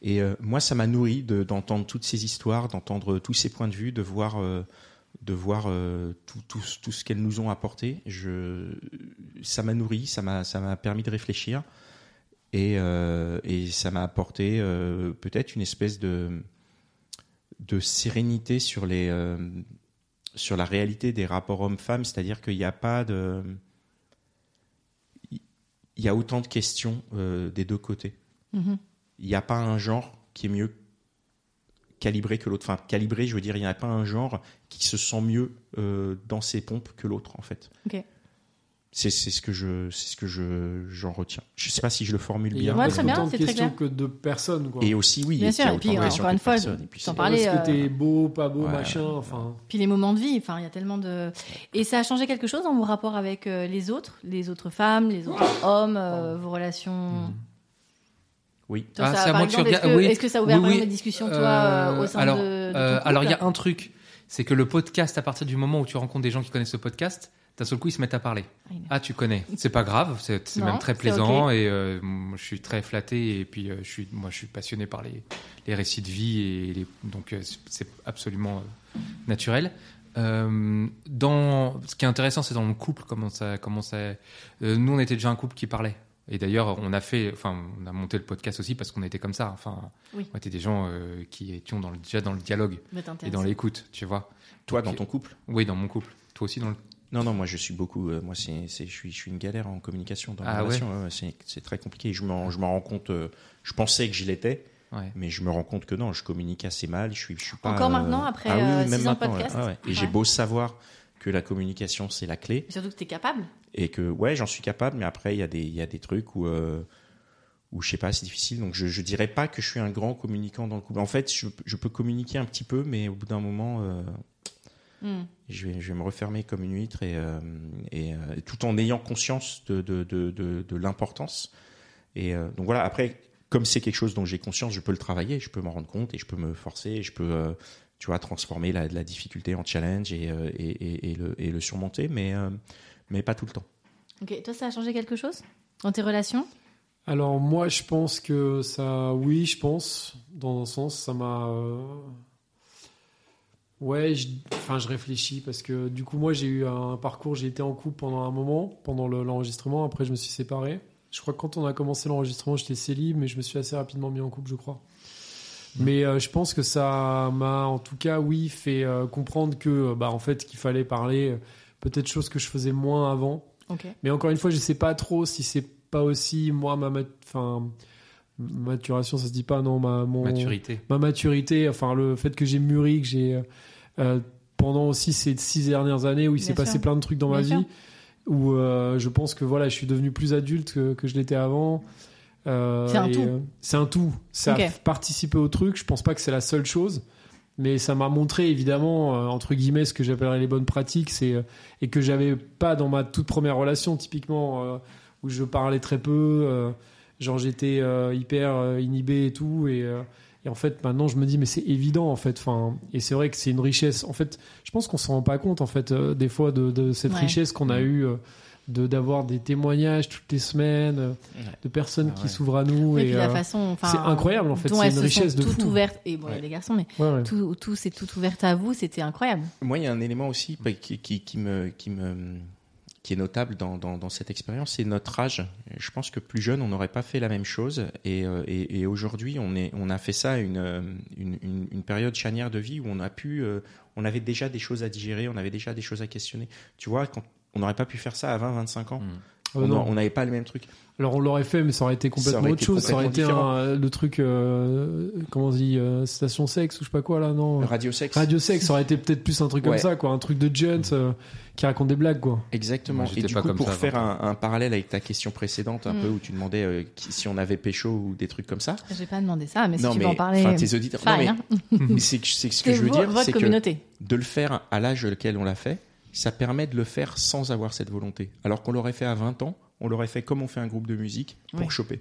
[SPEAKER 2] Et euh, moi, ça m'a nourri de- d'entendre toutes ces histoires, d'entendre tous ces points de vue, de voir, euh, de voir euh, tout, tout, ce- tout ce qu'elles nous ont apporté. Je, ça m'a nourri, ça m'a ça m'a permis de réfléchir. Et, euh, et ça m'a apporté euh, peut-être une espèce de, de sérénité sur, les, euh, sur la réalité des rapports hommes-femmes, c'est-à-dire qu'il n'y a pas de. Il y a autant de questions euh, des deux côtés.
[SPEAKER 1] Mhm.
[SPEAKER 2] Il n'y a pas un genre qui est mieux calibré que l'autre. Enfin, calibré, je veux dire, il n'y a pas un genre qui se sent mieux euh, dans ses pompes que l'autre, en fait.
[SPEAKER 1] Ok.
[SPEAKER 2] C'est c'est ce que je, c'est ce que je, j'en retiens. Je ne sais pas si je le formule
[SPEAKER 3] Il y
[SPEAKER 2] bien.
[SPEAKER 3] a
[SPEAKER 1] Moi,
[SPEAKER 3] pas
[SPEAKER 1] très
[SPEAKER 3] autant
[SPEAKER 1] bien,
[SPEAKER 3] de
[SPEAKER 1] c'est très
[SPEAKER 3] questions
[SPEAKER 1] clair.
[SPEAKER 3] que de personnes. Quoi.
[SPEAKER 2] Et aussi, oui,
[SPEAKER 1] Bien
[SPEAKER 2] et qu'il y
[SPEAKER 1] sûr,
[SPEAKER 2] a
[SPEAKER 1] et puis,
[SPEAKER 2] autant de
[SPEAKER 1] euh,
[SPEAKER 2] relations
[SPEAKER 1] encore
[SPEAKER 2] que
[SPEAKER 1] une
[SPEAKER 2] de
[SPEAKER 1] fois,
[SPEAKER 2] personnes. Et puis,
[SPEAKER 1] t'en
[SPEAKER 2] c'est-
[SPEAKER 1] parlais,
[SPEAKER 3] Est-ce
[SPEAKER 1] euh,
[SPEAKER 3] que t'es beau, pas beau,
[SPEAKER 2] Ouais,
[SPEAKER 3] machin.
[SPEAKER 2] ouais.
[SPEAKER 3] Enfin,
[SPEAKER 1] Puis les moments de vie, enfin, il y a tellement de. Et ça a changé quelque chose dans vos rapports avec euh, les autres, les autres femmes, les autres hommes, euh, vos relations.
[SPEAKER 3] Mm.
[SPEAKER 2] Oui.
[SPEAKER 1] Toi,
[SPEAKER 5] Ah,
[SPEAKER 1] ça,
[SPEAKER 5] c'est à
[SPEAKER 1] par
[SPEAKER 5] moi que tu
[SPEAKER 1] exemple, est-ce
[SPEAKER 5] regardes-
[SPEAKER 1] que,
[SPEAKER 5] oui.
[SPEAKER 1] est-ce que ça a ouvert
[SPEAKER 5] Oui,
[SPEAKER 1] vraiment
[SPEAKER 5] oui.
[SPEAKER 1] des discussions, toi,
[SPEAKER 5] Euh,
[SPEAKER 1] euh, au sein
[SPEAKER 5] alors,
[SPEAKER 1] de, de ton
[SPEAKER 5] euh,
[SPEAKER 1] couple
[SPEAKER 5] alors, il y a un truc, c'est que le podcast, à partir du moment où tu rencontres des gens qui connaissent le podcast, d'un seul coup, ils se mettent à parler.
[SPEAKER 1] Ah, il-
[SPEAKER 5] Ah, tu connais. C'est pas grave, c'est c'est
[SPEAKER 1] Non,
[SPEAKER 5] même très
[SPEAKER 1] c'est
[SPEAKER 5] plaisant et euh, moi, je suis très flatté et puis euh, je suis, moi, je suis passionné par les, les récits de vie et les- donc euh, c'est- c'est absolument euh, naturel. Euh, dans ce qui est intéressant, c'est dans le couple comment ça, comment ça. euh, nous, on était déjà un couple qui parlait. Et d'ailleurs, on a fait, enfin, on a monté le podcast aussi parce qu'on était comme ça. Enfin,
[SPEAKER 1] Oui.
[SPEAKER 5] on était des gens euh, qui étions dans le, déjà dans le dialogue
[SPEAKER 1] Mais t'intéresses.
[SPEAKER 5] et dans l'écoute, tu vois.
[SPEAKER 2] Toi,
[SPEAKER 5] Donc,
[SPEAKER 2] dans ton couple
[SPEAKER 5] Oui, dans mon couple. Toi aussi dans le.
[SPEAKER 2] Non, non, moi je suis beaucoup. euh, moi, c'est, c'est- je, suis, je suis une galère en communication dans la
[SPEAKER 5] Ah ouais
[SPEAKER 2] relation. ouais, ouais, c'est, c'est très compliqué. Je m'en, je m'en rends compte. euh, je pensais que je l'étais,
[SPEAKER 5] Ouais.
[SPEAKER 2] mais je me rends compte que non, je communique assez mal. Je suis, je suis pas.
[SPEAKER 1] Encore maintenant, après,
[SPEAKER 2] ah oui,
[SPEAKER 1] euh,
[SPEAKER 2] oui, même
[SPEAKER 1] six ans de
[SPEAKER 2] maintenant, ouais,
[SPEAKER 1] podcast
[SPEAKER 2] ouais, ouais. Et j'ai
[SPEAKER 1] Ouais.
[SPEAKER 2] beau savoir que la communication, c'est la clé.
[SPEAKER 1] Et Surtout que t'es capable.
[SPEAKER 2] et que ouais j'en suis capable mais après il y a des il y a des trucs où euh, où je sais pas c'est difficile donc je je dirais pas que je suis un grand communicant dans le couple en fait je, je peux communiquer un petit peu mais au bout d'un moment euh,
[SPEAKER 1] Hmm.
[SPEAKER 2] je vais, je vais me refermer comme une huître et, euh, et, euh, tout en ayant conscience de, de, de, de, de l'importance. Et euh, donc voilà, après, comme c'est quelque chose dont j'ai conscience, je peux le travailler, je peux m'en rendre compte et je peux me forcer, et je peux, euh, tu vois, transformer la, la difficulté en challenge et, euh, et, et, et le, et le surmonter, mais, euh, mais pas tout le temps.
[SPEAKER 1] Ok. Toi, ça a changé quelque chose dans tes relations
[SPEAKER 3] Alors moi, je pense que ça, oui, je pense, dans un sens, ça m'a. euh, Ouais, je- enfin, je réfléchis parce que du coup, moi, j'ai eu un parcours, j'ai été en couple pendant un moment, pendant le- l'enregistrement. Après, je me suis séparé. Je crois que quand on a commencé l'enregistrement, j'étais célib, mais je me suis assez rapidement mis en couple, je crois. Mais euh, je pense que ça m'a, en tout cas, oui, fait euh, comprendre que, euh, bah, en fait, qu'il fallait parler euh, peut-être choses que je faisais moins avant.
[SPEAKER 1] Ok.
[SPEAKER 3] Mais encore une fois, je sais pas trop si c'est pas aussi moi ma mat- enfin maturation, ça se dit pas non ma mon-
[SPEAKER 5] Maturité.
[SPEAKER 3] ma maturité, enfin le fait que j'ai mûri, que j'ai euh, pendant aussi ces six dernières années où il
[SPEAKER 1] Bien
[SPEAKER 3] s'est passé
[SPEAKER 1] sûr.
[SPEAKER 3] plein de trucs dans ma
[SPEAKER 1] Bien
[SPEAKER 3] vie, où euh, je pense que voilà, je suis devenu plus adulte que, que je l'étais avant. Euh,
[SPEAKER 1] C'est un
[SPEAKER 3] et,
[SPEAKER 1] tout.
[SPEAKER 3] euh, c'est un tout. Ça
[SPEAKER 1] Ok.
[SPEAKER 3] a participé au truc. Je pense pas que c'est la seule chose, mais ça m'a montré évidemment euh, entre guillemets ce que j'appellerais les bonnes pratiques, c'est euh, et que j'avais pas dans ma toute première relation typiquement euh, où je parlais très peu. euh, genre j'étais euh, hyper euh, inhibé et tout et euh, et en fait, maintenant, je me dis, mais c'est évident, en fait. Enfin, et c'est vrai que c'est une richesse. En fait, je pense qu'on s'en rend pas compte, en fait, euh, des fois, de, de cette
[SPEAKER 1] Ouais.
[SPEAKER 3] richesse qu'on a eue, euh, de d'avoir des témoignages toutes les semaines, euh, de personnes
[SPEAKER 5] Ah
[SPEAKER 3] qui
[SPEAKER 5] ouais.
[SPEAKER 3] s'ouvrent à nous.
[SPEAKER 1] Et
[SPEAKER 3] et,
[SPEAKER 1] puis la
[SPEAKER 3] euh,
[SPEAKER 1] façon. enfin,
[SPEAKER 3] c'est incroyable, en fait,
[SPEAKER 1] dont
[SPEAKER 3] c'est
[SPEAKER 1] elles
[SPEAKER 3] une
[SPEAKER 1] se sont
[SPEAKER 3] richesse de
[SPEAKER 1] toutes
[SPEAKER 3] fou.
[SPEAKER 1] ouvertes. Et bon, il y a
[SPEAKER 2] Ouais.
[SPEAKER 1] des garçons, mais
[SPEAKER 3] ouais, ouais.
[SPEAKER 1] tout, tout c'est tout ouverte à vous. C'était incroyable.
[SPEAKER 2] Moi, il y a un élément aussi bah, qui, qui, qui me, qui me, qui est notable dans, dans, dans cette expérience, c'est notre âge. Je pense que plus jeune, on n'aurait pas fait la même chose. Et, euh, et- et aujourd'hui, on, est- on a fait ça à une, euh, une, une- une période charnière de vie où on a pu, euh, on avait déjà des choses à digérer, on avait déjà des choses à questionner. Tu vois, quand- on n'aurait pas pu faire ça à 20, 25 ans.
[SPEAKER 5] Mm.
[SPEAKER 3] Ah,
[SPEAKER 2] On
[SPEAKER 3] non.
[SPEAKER 2] a- on n'avait pas le même truc.
[SPEAKER 3] Alors on l'aurait fait, mais ça aurait été complètement
[SPEAKER 2] Ça aurait
[SPEAKER 3] autre
[SPEAKER 2] été
[SPEAKER 3] chose. Ça aurait été
[SPEAKER 2] complètement
[SPEAKER 3] un- le truc, euh, comment on dit, euh, station sexe ou je sais pas quoi là, non
[SPEAKER 2] Radio sexe.
[SPEAKER 3] Radio sexe, ça aurait été peut-être plus un truc comme
[SPEAKER 2] Ouais.
[SPEAKER 3] ça, quoi, un truc de Jones euh, qui raconte des blagues, quoi.
[SPEAKER 2] Exactement.
[SPEAKER 5] Moi, j'étais
[SPEAKER 2] Et du
[SPEAKER 5] pas
[SPEAKER 2] coup,
[SPEAKER 5] comme
[SPEAKER 2] pour
[SPEAKER 5] ça avant.
[SPEAKER 2] faire un, un parallèle avec ta question précédente, un
[SPEAKER 1] Mm.
[SPEAKER 2] peu où tu demandais euh, qui- si on avait pécho ou des trucs comme ça.
[SPEAKER 1] J'ai pas demandé ça, mais si
[SPEAKER 2] non,
[SPEAKER 1] tu
[SPEAKER 2] mais,
[SPEAKER 1] veux en parler.
[SPEAKER 2] enfin, tes auditeurs. non,
[SPEAKER 1] fine,
[SPEAKER 2] mais-
[SPEAKER 1] hein.
[SPEAKER 2] mais c'est que- c'est que ce que
[SPEAKER 1] C'est
[SPEAKER 2] je veux
[SPEAKER 1] vo-
[SPEAKER 2] dire,
[SPEAKER 1] votre
[SPEAKER 2] c'est que
[SPEAKER 1] communauté.
[SPEAKER 2] de le faire à l'âge auquel on l'a fait, ça permet de le faire sans avoir cette volonté. Alors qu'on l'aurait fait à 20 ans, on l'aurait fait comme on fait un groupe de musique pour
[SPEAKER 1] Ouais.
[SPEAKER 2] choper.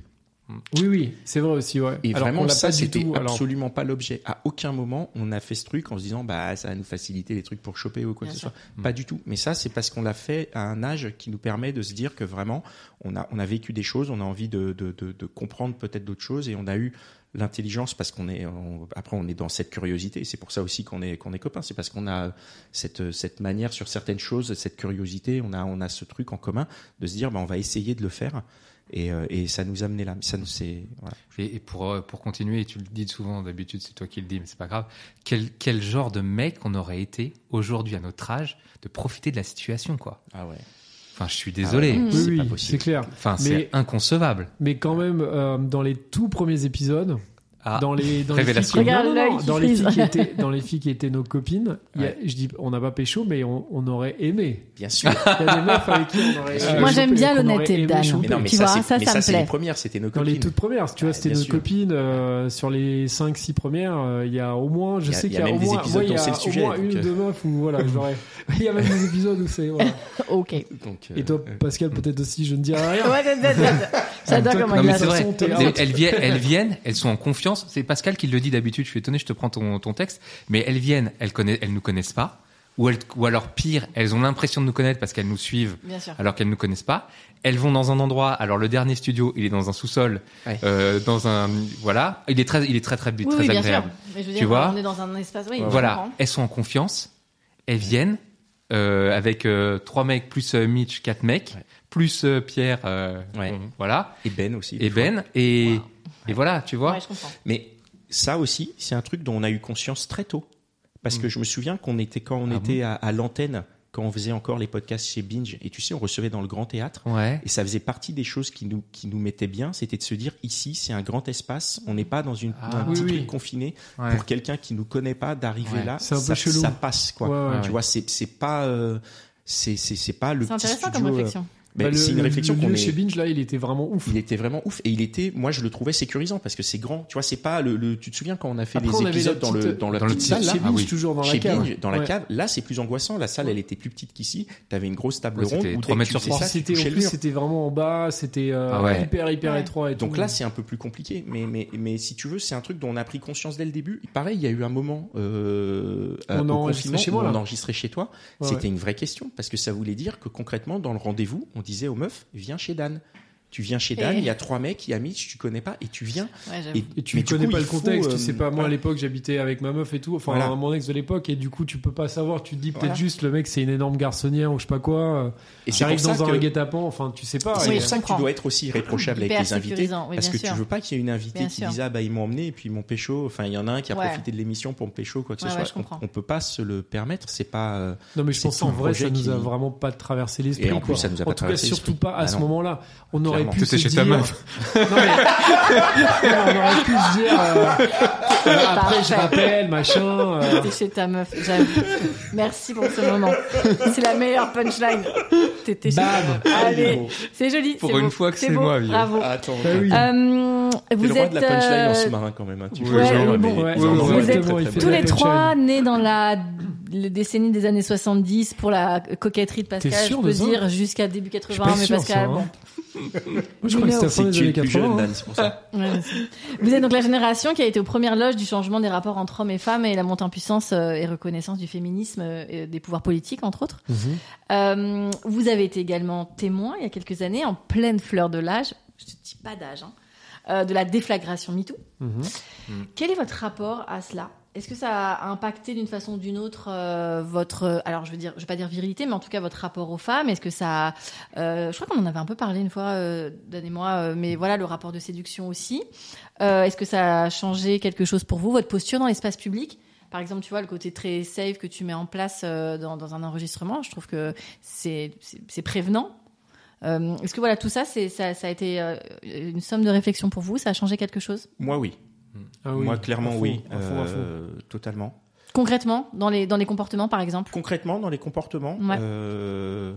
[SPEAKER 3] Oui, oui, c'est vrai aussi, ouais.
[SPEAKER 2] Et
[SPEAKER 3] Alors qu'on
[SPEAKER 2] vraiment,
[SPEAKER 3] l'a
[SPEAKER 2] ça,
[SPEAKER 3] pas du
[SPEAKER 2] c'était
[SPEAKER 3] tout. Alors,
[SPEAKER 2] absolument pas l'objet. À aucun moment, on a fait ce truc en se disant, bah, ça va nous faciliter les trucs pour choper ou quoi
[SPEAKER 1] Bien
[SPEAKER 2] que ce
[SPEAKER 1] sûr.
[SPEAKER 2] soit. Pas du tout. Mais ça, c'est parce qu'on l'a fait à un âge qui nous permet de se dire que vraiment, on a, on a vécu des choses, on a envie de, de, de, de comprendre peut-être d'autres choses et on a eu l'intelligence parce qu'on est, on- après, on est dans cette curiosité. C'est pour ça aussi qu'on est, qu'on est copains. C'est parce qu'on a cette, cette manière sur certaines choses, cette curiosité. On a, on a ce truc en commun de se dire, bah, on va essayer de le faire. Et, euh, et ça nous a amené là. Ça nous, c'est, voilà.
[SPEAKER 5] Et, et pour, euh, pour continuer, et tu le dis souvent, d'habitude c'est toi qui le dis, mais c'est pas grave, quel, quel genre de mec on aurait été aujourd'hui à notre âge de profiter de la situation, quoi
[SPEAKER 2] Ah ouais.
[SPEAKER 5] Enfin, je suis désolé,
[SPEAKER 2] Ah
[SPEAKER 1] ouais.
[SPEAKER 3] oui,
[SPEAKER 5] c'est pas
[SPEAKER 3] oui,
[SPEAKER 5] possible.
[SPEAKER 3] c'est clair.
[SPEAKER 5] Enfin,
[SPEAKER 3] Ah Mais-
[SPEAKER 5] c'est inconcevable.
[SPEAKER 3] Mais quand même, euh, dans les tout premiers épisodes,
[SPEAKER 5] Ah,
[SPEAKER 3] dans les dans les filles
[SPEAKER 5] révélation.
[SPEAKER 3] qui- non,
[SPEAKER 1] Regarde
[SPEAKER 3] non,
[SPEAKER 1] l'œil
[SPEAKER 3] non,
[SPEAKER 1] qui
[SPEAKER 3] dans les filles
[SPEAKER 1] frise.
[SPEAKER 3] qui étaient dans les filles qui étaient nos copines, il y a-
[SPEAKER 2] Ouais.
[SPEAKER 3] je dis, on n'a pas pécho, mais on, on aurait aimé.
[SPEAKER 2] Bien sûr.
[SPEAKER 3] Il y a des meufs avec qui on aurait.
[SPEAKER 2] Moi,
[SPEAKER 3] euh,
[SPEAKER 2] j'aime
[SPEAKER 3] chopé,
[SPEAKER 1] bien
[SPEAKER 3] qu'on aurait
[SPEAKER 1] l'honnêteté de
[SPEAKER 3] aimé
[SPEAKER 1] Dan.
[SPEAKER 3] choper.
[SPEAKER 2] Mais non, mais
[SPEAKER 1] Tu
[SPEAKER 2] ça,
[SPEAKER 1] vois,
[SPEAKER 2] c'est-
[SPEAKER 1] ça,
[SPEAKER 2] mais
[SPEAKER 1] ça me
[SPEAKER 2] c'est
[SPEAKER 1] plaît.
[SPEAKER 2] les premières, c'était nos
[SPEAKER 3] Dans
[SPEAKER 2] copines.
[SPEAKER 3] les toutes premières, si tu vois,
[SPEAKER 2] Ouais,
[SPEAKER 3] c'était
[SPEAKER 2] bien
[SPEAKER 3] nos
[SPEAKER 2] sûr.
[SPEAKER 3] copines euh, sur les 5 6 premières, euh, il y a au moins, je
[SPEAKER 2] Il y a-
[SPEAKER 3] sais
[SPEAKER 2] il y a
[SPEAKER 3] qu'il y a
[SPEAKER 2] même
[SPEAKER 3] au
[SPEAKER 2] des
[SPEAKER 3] moins,
[SPEAKER 2] épisodes
[SPEAKER 3] moi, il
[SPEAKER 2] dont
[SPEAKER 3] y
[SPEAKER 2] c'est
[SPEAKER 3] a
[SPEAKER 2] le
[SPEAKER 3] au
[SPEAKER 2] sujet,
[SPEAKER 3] moins
[SPEAKER 2] donc,
[SPEAKER 3] une
[SPEAKER 2] euh.
[SPEAKER 3] ou deux meufs où voilà, j'aurais il y a même des épisodes où c'est voilà.
[SPEAKER 1] Ok.
[SPEAKER 2] Donc, euh,
[SPEAKER 3] Et toi Pascal peut-être aussi, je ne dirai rien.
[SPEAKER 1] Ouais, ouais, ouais, ouais, ouais. J'adore
[SPEAKER 3] Toi,
[SPEAKER 1] comment
[SPEAKER 3] non,
[SPEAKER 5] Non,
[SPEAKER 1] il
[SPEAKER 5] mais
[SPEAKER 1] a
[SPEAKER 5] c'est
[SPEAKER 3] façon,
[SPEAKER 5] vrai.
[SPEAKER 3] t'es
[SPEAKER 5] Elles,
[SPEAKER 3] out.
[SPEAKER 5] elles viennent, elles viennent, elles sont en confiance. C'est Pascal qui le dit d'habitude. Je suis étonné, je te prends ton, ton texte. Mais elles viennent, elles connaissent, elles nous connaissent pas. Ou, elles, ou alors pire, elles ont l'impression de nous connaître parce qu'elles nous suivent
[SPEAKER 1] Bien sûr.
[SPEAKER 5] alors qu'elles ne nous connaissent pas. Elles vont dans un endroit. Alors le dernier studio, il est dans un sous-sol,
[SPEAKER 2] Ouais.
[SPEAKER 5] euh, dans un voilà. Il est très, il est très très, très,
[SPEAKER 1] Oui, oui, bien sûr.
[SPEAKER 5] agréable.
[SPEAKER 1] Mais je veux
[SPEAKER 5] Tu
[SPEAKER 1] dire,
[SPEAKER 5] vois
[SPEAKER 1] on est dans un espace. Oui, je
[SPEAKER 5] Voilà,
[SPEAKER 1] comprends.
[SPEAKER 5] elles sont en confiance. Elles viennent euh, avec euh, trois mecs plus euh, Mitch, quatre mecs
[SPEAKER 2] Ouais.
[SPEAKER 5] plus euh, Pierre. euh,
[SPEAKER 2] Ouais.
[SPEAKER 5] bon, voilà.
[SPEAKER 2] et Ben aussi.
[SPEAKER 5] Et
[SPEAKER 2] des fois.
[SPEAKER 5] Ben et et voilà, tu vois.
[SPEAKER 1] Ouais, je comprends.
[SPEAKER 2] Mais ça aussi, c'est un truc dont on a eu conscience très tôt. Parce que je me souviens qu'on était, quand on
[SPEAKER 5] Ah
[SPEAKER 2] était à, à l'antenne, quand on faisait encore les podcasts chez Binge, et tu sais, on recevait dans le grand théâtre.
[SPEAKER 5] Ouais.
[SPEAKER 2] Et ça faisait partie des choses qui nous, qui nous mettaient bien, c'était de se dire ici, c'est un grand espace, on n'est pas dans une,
[SPEAKER 5] Ah,
[SPEAKER 2] un
[SPEAKER 3] oui,
[SPEAKER 2] petit
[SPEAKER 3] oui.
[SPEAKER 2] truc confiné.
[SPEAKER 5] Ouais.
[SPEAKER 2] Pour quelqu'un qui nous connaît pas, d'arriver
[SPEAKER 5] Ouais.
[SPEAKER 2] là,
[SPEAKER 3] C'est un peu
[SPEAKER 2] ça,
[SPEAKER 3] chelou.
[SPEAKER 2] ça passe. quoi.
[SPEAKER 3] Ouais, ouais.
[SPEAKER 2] Tu vois, c'est c'est pas, euh, c'est c'est- c'est pas le
[SPEAKER 1] C'est
[SPEAKER 2] petit
[SPEAKER 1] intéressant
[SPEAKER 2] studio,
[SPEAKER 1] comme
[SPEAKER 2] euh,
[SPEAKER 1] réflexion.
[SPEAKER 2] mais
[SPEAKER 3] Bah, le-
[SPEAKER 2] c'est une
[SPEAKER 3] le-
[SPEAKER 2] réflexion
[SPEAKER 3] le
[SPEAKER 2] qu'on
[SPEAKER 3] lieu
[SPEAKER 2] est-
[SPEAKER 3] chez Binge là, il était vraiment ouf.
[SPEAKER 2] Il était vraiment ouf et il était, moi je le trouvais sécurisant parce que c'est grand. Tu vois, c'est pas le, le- Tu te souviens quand on a fait
[SPEAKER 3] Après, on
[SPEAKER 2] les
[SPEAKER 3] avait la
[SPEAKER 2] épisodes dans le
[SPEAKER 3] petite-
[SPEAKER 2] dans la
[SPEAKER 5] dans le
[SPEAKER 2] petite
[SPEAKER 5] petit-
[SPEAKER 2] salle là,
[SPEAKER 3] chez
[SPEAKER 5] Ah
[SPEAKER 3] Binge
[SPEAKER 5] oui.
[SPEAKER 3] toujours dans
[SPEAKER 2] chez
[SPEAKER 3] la cave.
[SPEAKER 2] Binge, dans la
[SPEAKER 3] Ouais.
[SPEAKER 2] cave, là c'est plus angoissant. La salle elle était plus petite qu'ici. T'avais une grosse table
[SPEAKER 5] Ouais,
[SPEAKER 2] ronde
[SPEAKER 5] c'était
[SPEAKER 2] où dès
[SPEAKER 5] trois
[SPEAKER 2] que
[SPEAKER 5] mètres
[SPEAKER 2] tu
[SPEAKER 5] sur
[SPEAKER 2] faisais
[SPEAKER 5] trois.
[SPEAKER 2] ça, tu
[SPEAKER 3] C'était en
[SPEAKER 2] touchais le
[SPEAKER 3] plus,
[SPEAKER 2] mur.
[SPEAKER 3] c'était vraiment en bas, c'était euh,
[SPEAKER 5] Ah ouais.
[SPEAKER 3] hyper hyper
[SPEAKER 1] Ouais.
[SPEAKER 3] étroit et
[SPEAKER 2] Donc
[SPEAKER 3] tout.
[SPEAKER 2] là, c'est un peu plus compliqué, mais, mais, mais si tu veux, c'est un truc dont on a pris conscience dès le début. Pareil, il y a eu un moment euh,
[SPEAKER 3] On
[SPEAKER 2] euh, au
[SPEAKER 3] a enregistré
[SPEAKER 2] confinement
[SPEAKER 3] chez
[SPEAKER 2] où
[SPEAKER 3] moi,
[SPEAKER 2] on
[SPEAKER 3] là.
[SPEAKER 2] enregistrait chez toi.
[SPEAKER 3] Ouais,
[SPEAKER 2] C'était
[SPEAKER 3] ouais.
[SPEAKER 2] une vraie question, parce que ça voulait dire que concrètement, dans le rendez-vous, on disait aux meufs, viens chez Dan. Tu viens chez Dan,
[SPEAKER 1] Eh.
[SPEAKER 2] il y a trois mecs, il y a Mitch, tu connais pas, et tu viens.
[SPEAKER 1] Ouais, j'avoue.
[SPEAKER 2] Et,
[SPEAKER 3] Et tu
[SPEAKER 2] mais
[SPEAKER 3] ne
[SPEAKER 2] du
[SPEAKER 3] connais
[SPEAKER 2] coup,
[SPEAKER 3] pas
[SPEAKER 2] il
[SPEAKER 3] le
[SPEAKER 2] faut,
[SPEAKER 3] contexte,
[SPEAKER 2] euh,
[SPEAKER 3] tu sais pas. Moi,
[SPEAKER 2] voilà.
[SPEAKER 3] à l'époque, j'habitais avec ma meuf et tout, enfin,
[SPEAKER 2] Voilà.
[SPEAKER 3] mon ex de l'époque, et du coup, tu peux pas savoir. Tu te dis peut-être
[SPEAKER 2] Voilà.
[SPEAKER 3] juste le mec, c'est une énorme garçonnière ou je sais pas quoi.
[SPEAKER 2] Et
[SPEAKER 3] Et
[SPEAKER 2] c'est
[SPEAKER 3] ça
[SPEAKER 2] pour
[SPEAKER 3] arrive
[SPEAKER 2] ça
[SPEAKER 3] dans
[SPEAKER 2] que-
[SPEAKER 3] un guet-apens, enfin, tu sais pas.
[SPEAKER 2] C'est
[SPEAKER 1] Oui,
[SPEAKER 3] Et-
[SPEAKER 2] pour
[SPEAKER 1] je
[SPEAKER 2] ça que tu
[SPEAKER 1] comprends.
[SPEAKER 2] dois être aussi irréprochable avec
[SPEAKER 1] Hyper
[SPEAKER 2] les invités.
[SPEAKER 1] sécurisant, oui,
[SPEAKER 2] parce
[SPEAKER 1] bien
[SPEAKER 2] que
[SPEAKER 1] sûr.
[SPEAKER 2] tu veux pas qu'il y ait une invitée
[SPEAKER 1] Bien
[SPEAKER 2] qui
[SPEAKER 1] sûr.
[SPEAKER 2] dise Ah, bah, ils m'ont emmené et puis ils m'ont pécho. Enfin, il y en a un qui a
[SPEAKER 1] Ouais.
[SPEAKER 2] profité de l'émission pour me pécho, quoi que
[SPEAKER 1] Ouais,
[SPEAKER 2] ce
[SPEAKER 1] ouais, je
[SPEAKER 2] soit.
[SPEAKER 1] comprends.
[SPEAKER 2] on, on peut pas se le permettre. C'est pas. euh,
[SPEAKER 3] Non, mais je
[SPEAKER 2] C'est
[SPEAKER 3] pense
[SPEAKER 2] tout
[SPEAKER 3] en
[SPEAKER 2] le
[SPEAKER 3] vrai, ça
[SPEAKER 2] projet
[SPEAKER 3] nous a
[SPEAKER 2] qui-
[SPEAKER 3] vraiment pas traversé l'esprit.
[SPEAKER 2] Et en plus,
[SPEAKER 3] quoi.
[SPEAKER 2] ça nous a
[SPEAKER 3] En
[SPEAKER 2] pas
[SPEAKER 3] tout cas,
[SPEAKER 2] traversé
[SPEAKER 3] surtout
[SPEAKER 2] l'esprit.
[SPEAKER 3] pas à
[SPEAKER 2] Ah
[SPEAKER 3] ce
[SPEAKER 2] non.
[SPEAKER 3] moment-là. On aurait
[SPEAKER 2] Clairement.
[SPEAKER 3] pu se
[SPEAKER 5] T'étais chez ta
[SPEAKER 3] dire.
[SPEAKER 5] meuf.
[SPEAKER 3] Non, mais... Non, on aurait pu se dire. euh, Après, je
[SPEAKER 1] Parfait.
[SPEAKER 3] rappelle, machin. euh,
[SPEAKER 1] T'es chez ta meuf, j'avoue. Merci pour ce moment. C'est la meilleure punchline. T'étais chez ta
[SPEAKER 3] Bam
[SPEAKER 1] meuf. Allez, c'est joli.
[SPEAKER 5] Pour
[SPEAKER 1] c'est
[SPEAKER 5] une
[SPEAKER 1] beau,
[SPEAKER 5] fois que c'est
[SPEAKER 1] beau,
[SPEAKER 5] moi, vieux.
[SPEAKER 1] Bravo.
[SPEAKER 2] Attends,
[SPEAKER 3] Ah oui.
[SPEAKER 1] Euh,
[SPEAKER 2] t'es le
[SPEAKER 1] vous
[SPEAKER 2] roi de
[SPEAKER 1] êtes
[SPEAKER 2] la punchline
[SPEAKER 1] euh,
[SPEAKER 2] en sous-marin quand même. hein. Tu
[SPEAKER 5] Ouais,
[SPEAKER 2] vois,
[SPEAKER 1] ouais,
[SPEAKER 2] genre,
[SPEAKER 1] bon,
[SPEAKER 2] mais-
[SPEAKER 3] ouais,
[SPEAKER 2] non, non,
[SPEAKER 3] ouais,
[SPEAKER 2] ouais,
[SPEAKER 3] exactement,
[SPEAKER 2] très,
[SPEAKER 3] il
[SPEAKER 2] très
[SPEAKER 3] faut
[SPEAKER 1] tous
[SPEAKER 2] bien.
[SPEAKER 3] la
[SPEAKER 1] les
[SPEAKER 3] punchline.
[SPEAKER 1] trois nés dans la le décennie des années 70 pour la coquetterie de Pascal.
[SPEAKER 3] T'es sûr
[SPEAKER 1] je
[SPEAKER 3] de
[SPEAKER 1] peux
[SPEAKER 3] ça
[SPEAKER 1] dire jusqu'à début
[SPEAKER 3] Je
[SPEAKER 1] 80,
[SPEAKER 3] suis pas
[SPEAKER 1] mais
[SPEAKER 3] sûr,
[SPEAKER 1] Pascal.
[SPEAKER 3] ça, hein.
[SPEAKER 1] bon.
[SPEAKER 3] Moi, je crois que c'était à la fin
[SPEAKER 2] C'est que
[SPEAKER 3] des
[SPEAKER 2] tu es
[SPEAKER 3] années
[SPEAKER 2] plus jeune,
[SPEAKER 3] 80. hein.
[SPEAKER 2] Dan, c'est pour ça.
[SPEAKER 1] Ouais, merci. Vous êtes donc la génération qui a été aux premières loges du changement des rapports entre hommes et femmes et la montée en puissance euh, et reconnaissance du féminisme euh, et des pouvoirs politiques, entre autres.
[SPEAKER 3] Mhm.
[SPEAKER 1] Euh, vous avez été également témoin il y a quelques années, en pleine fleur de l'âge, je ne dis pas d'âge, hein, euh, de la déflagration MeToo.
[SPEAKER 3] Mhm.
[SPEAKER 1] Quel est votre rapport à cela Est-ce que ça a impacté d'une façon ou d'une autre euh, votre, euh, alors je veux dire, je vais pas dire virilité, mais en tout cas votre rapport aux femmes Est-ce que ça, a- euh, je crois qu'on en avait un peu parlé une fois, euh, Dan et moi, euh, mais voilà le rapport de séduction aussi. Euh, Est-ce que ça a changé quelque chose pour vous, votre posture dans l'espace public Par exemple, tu vois le côté très safe que tu mets en place euh, dans, dans un enregistrement, je trouve que c'est c'est- c'est prévenant. Euh, Est-ce que voilà tout ça, c'est ça, ça a été euh, une somme de réflexion pour vous Ça a changé quelque chose
[SPEAKER 2] Moi, oui.
[SPEAKER 3] Ah oui,
[SPEAKER 2] Moi,
[SPEAKER 3] à
[SPEAKER 2] clairement,
[SPEAKER 3] fond,
[SPEAKER 2] oui.
[SPEAKER 3] à fond, à fond.
[SPEAKER 2] Euh, totalement.
[SPEAKER 1] Concrètement, dans les, dans les comportements, par exemple
[SPEAKER 2] Concrètement, dans les comportements,
[SPEAKER 1] Ouais.
[SPEAKER 2] euh,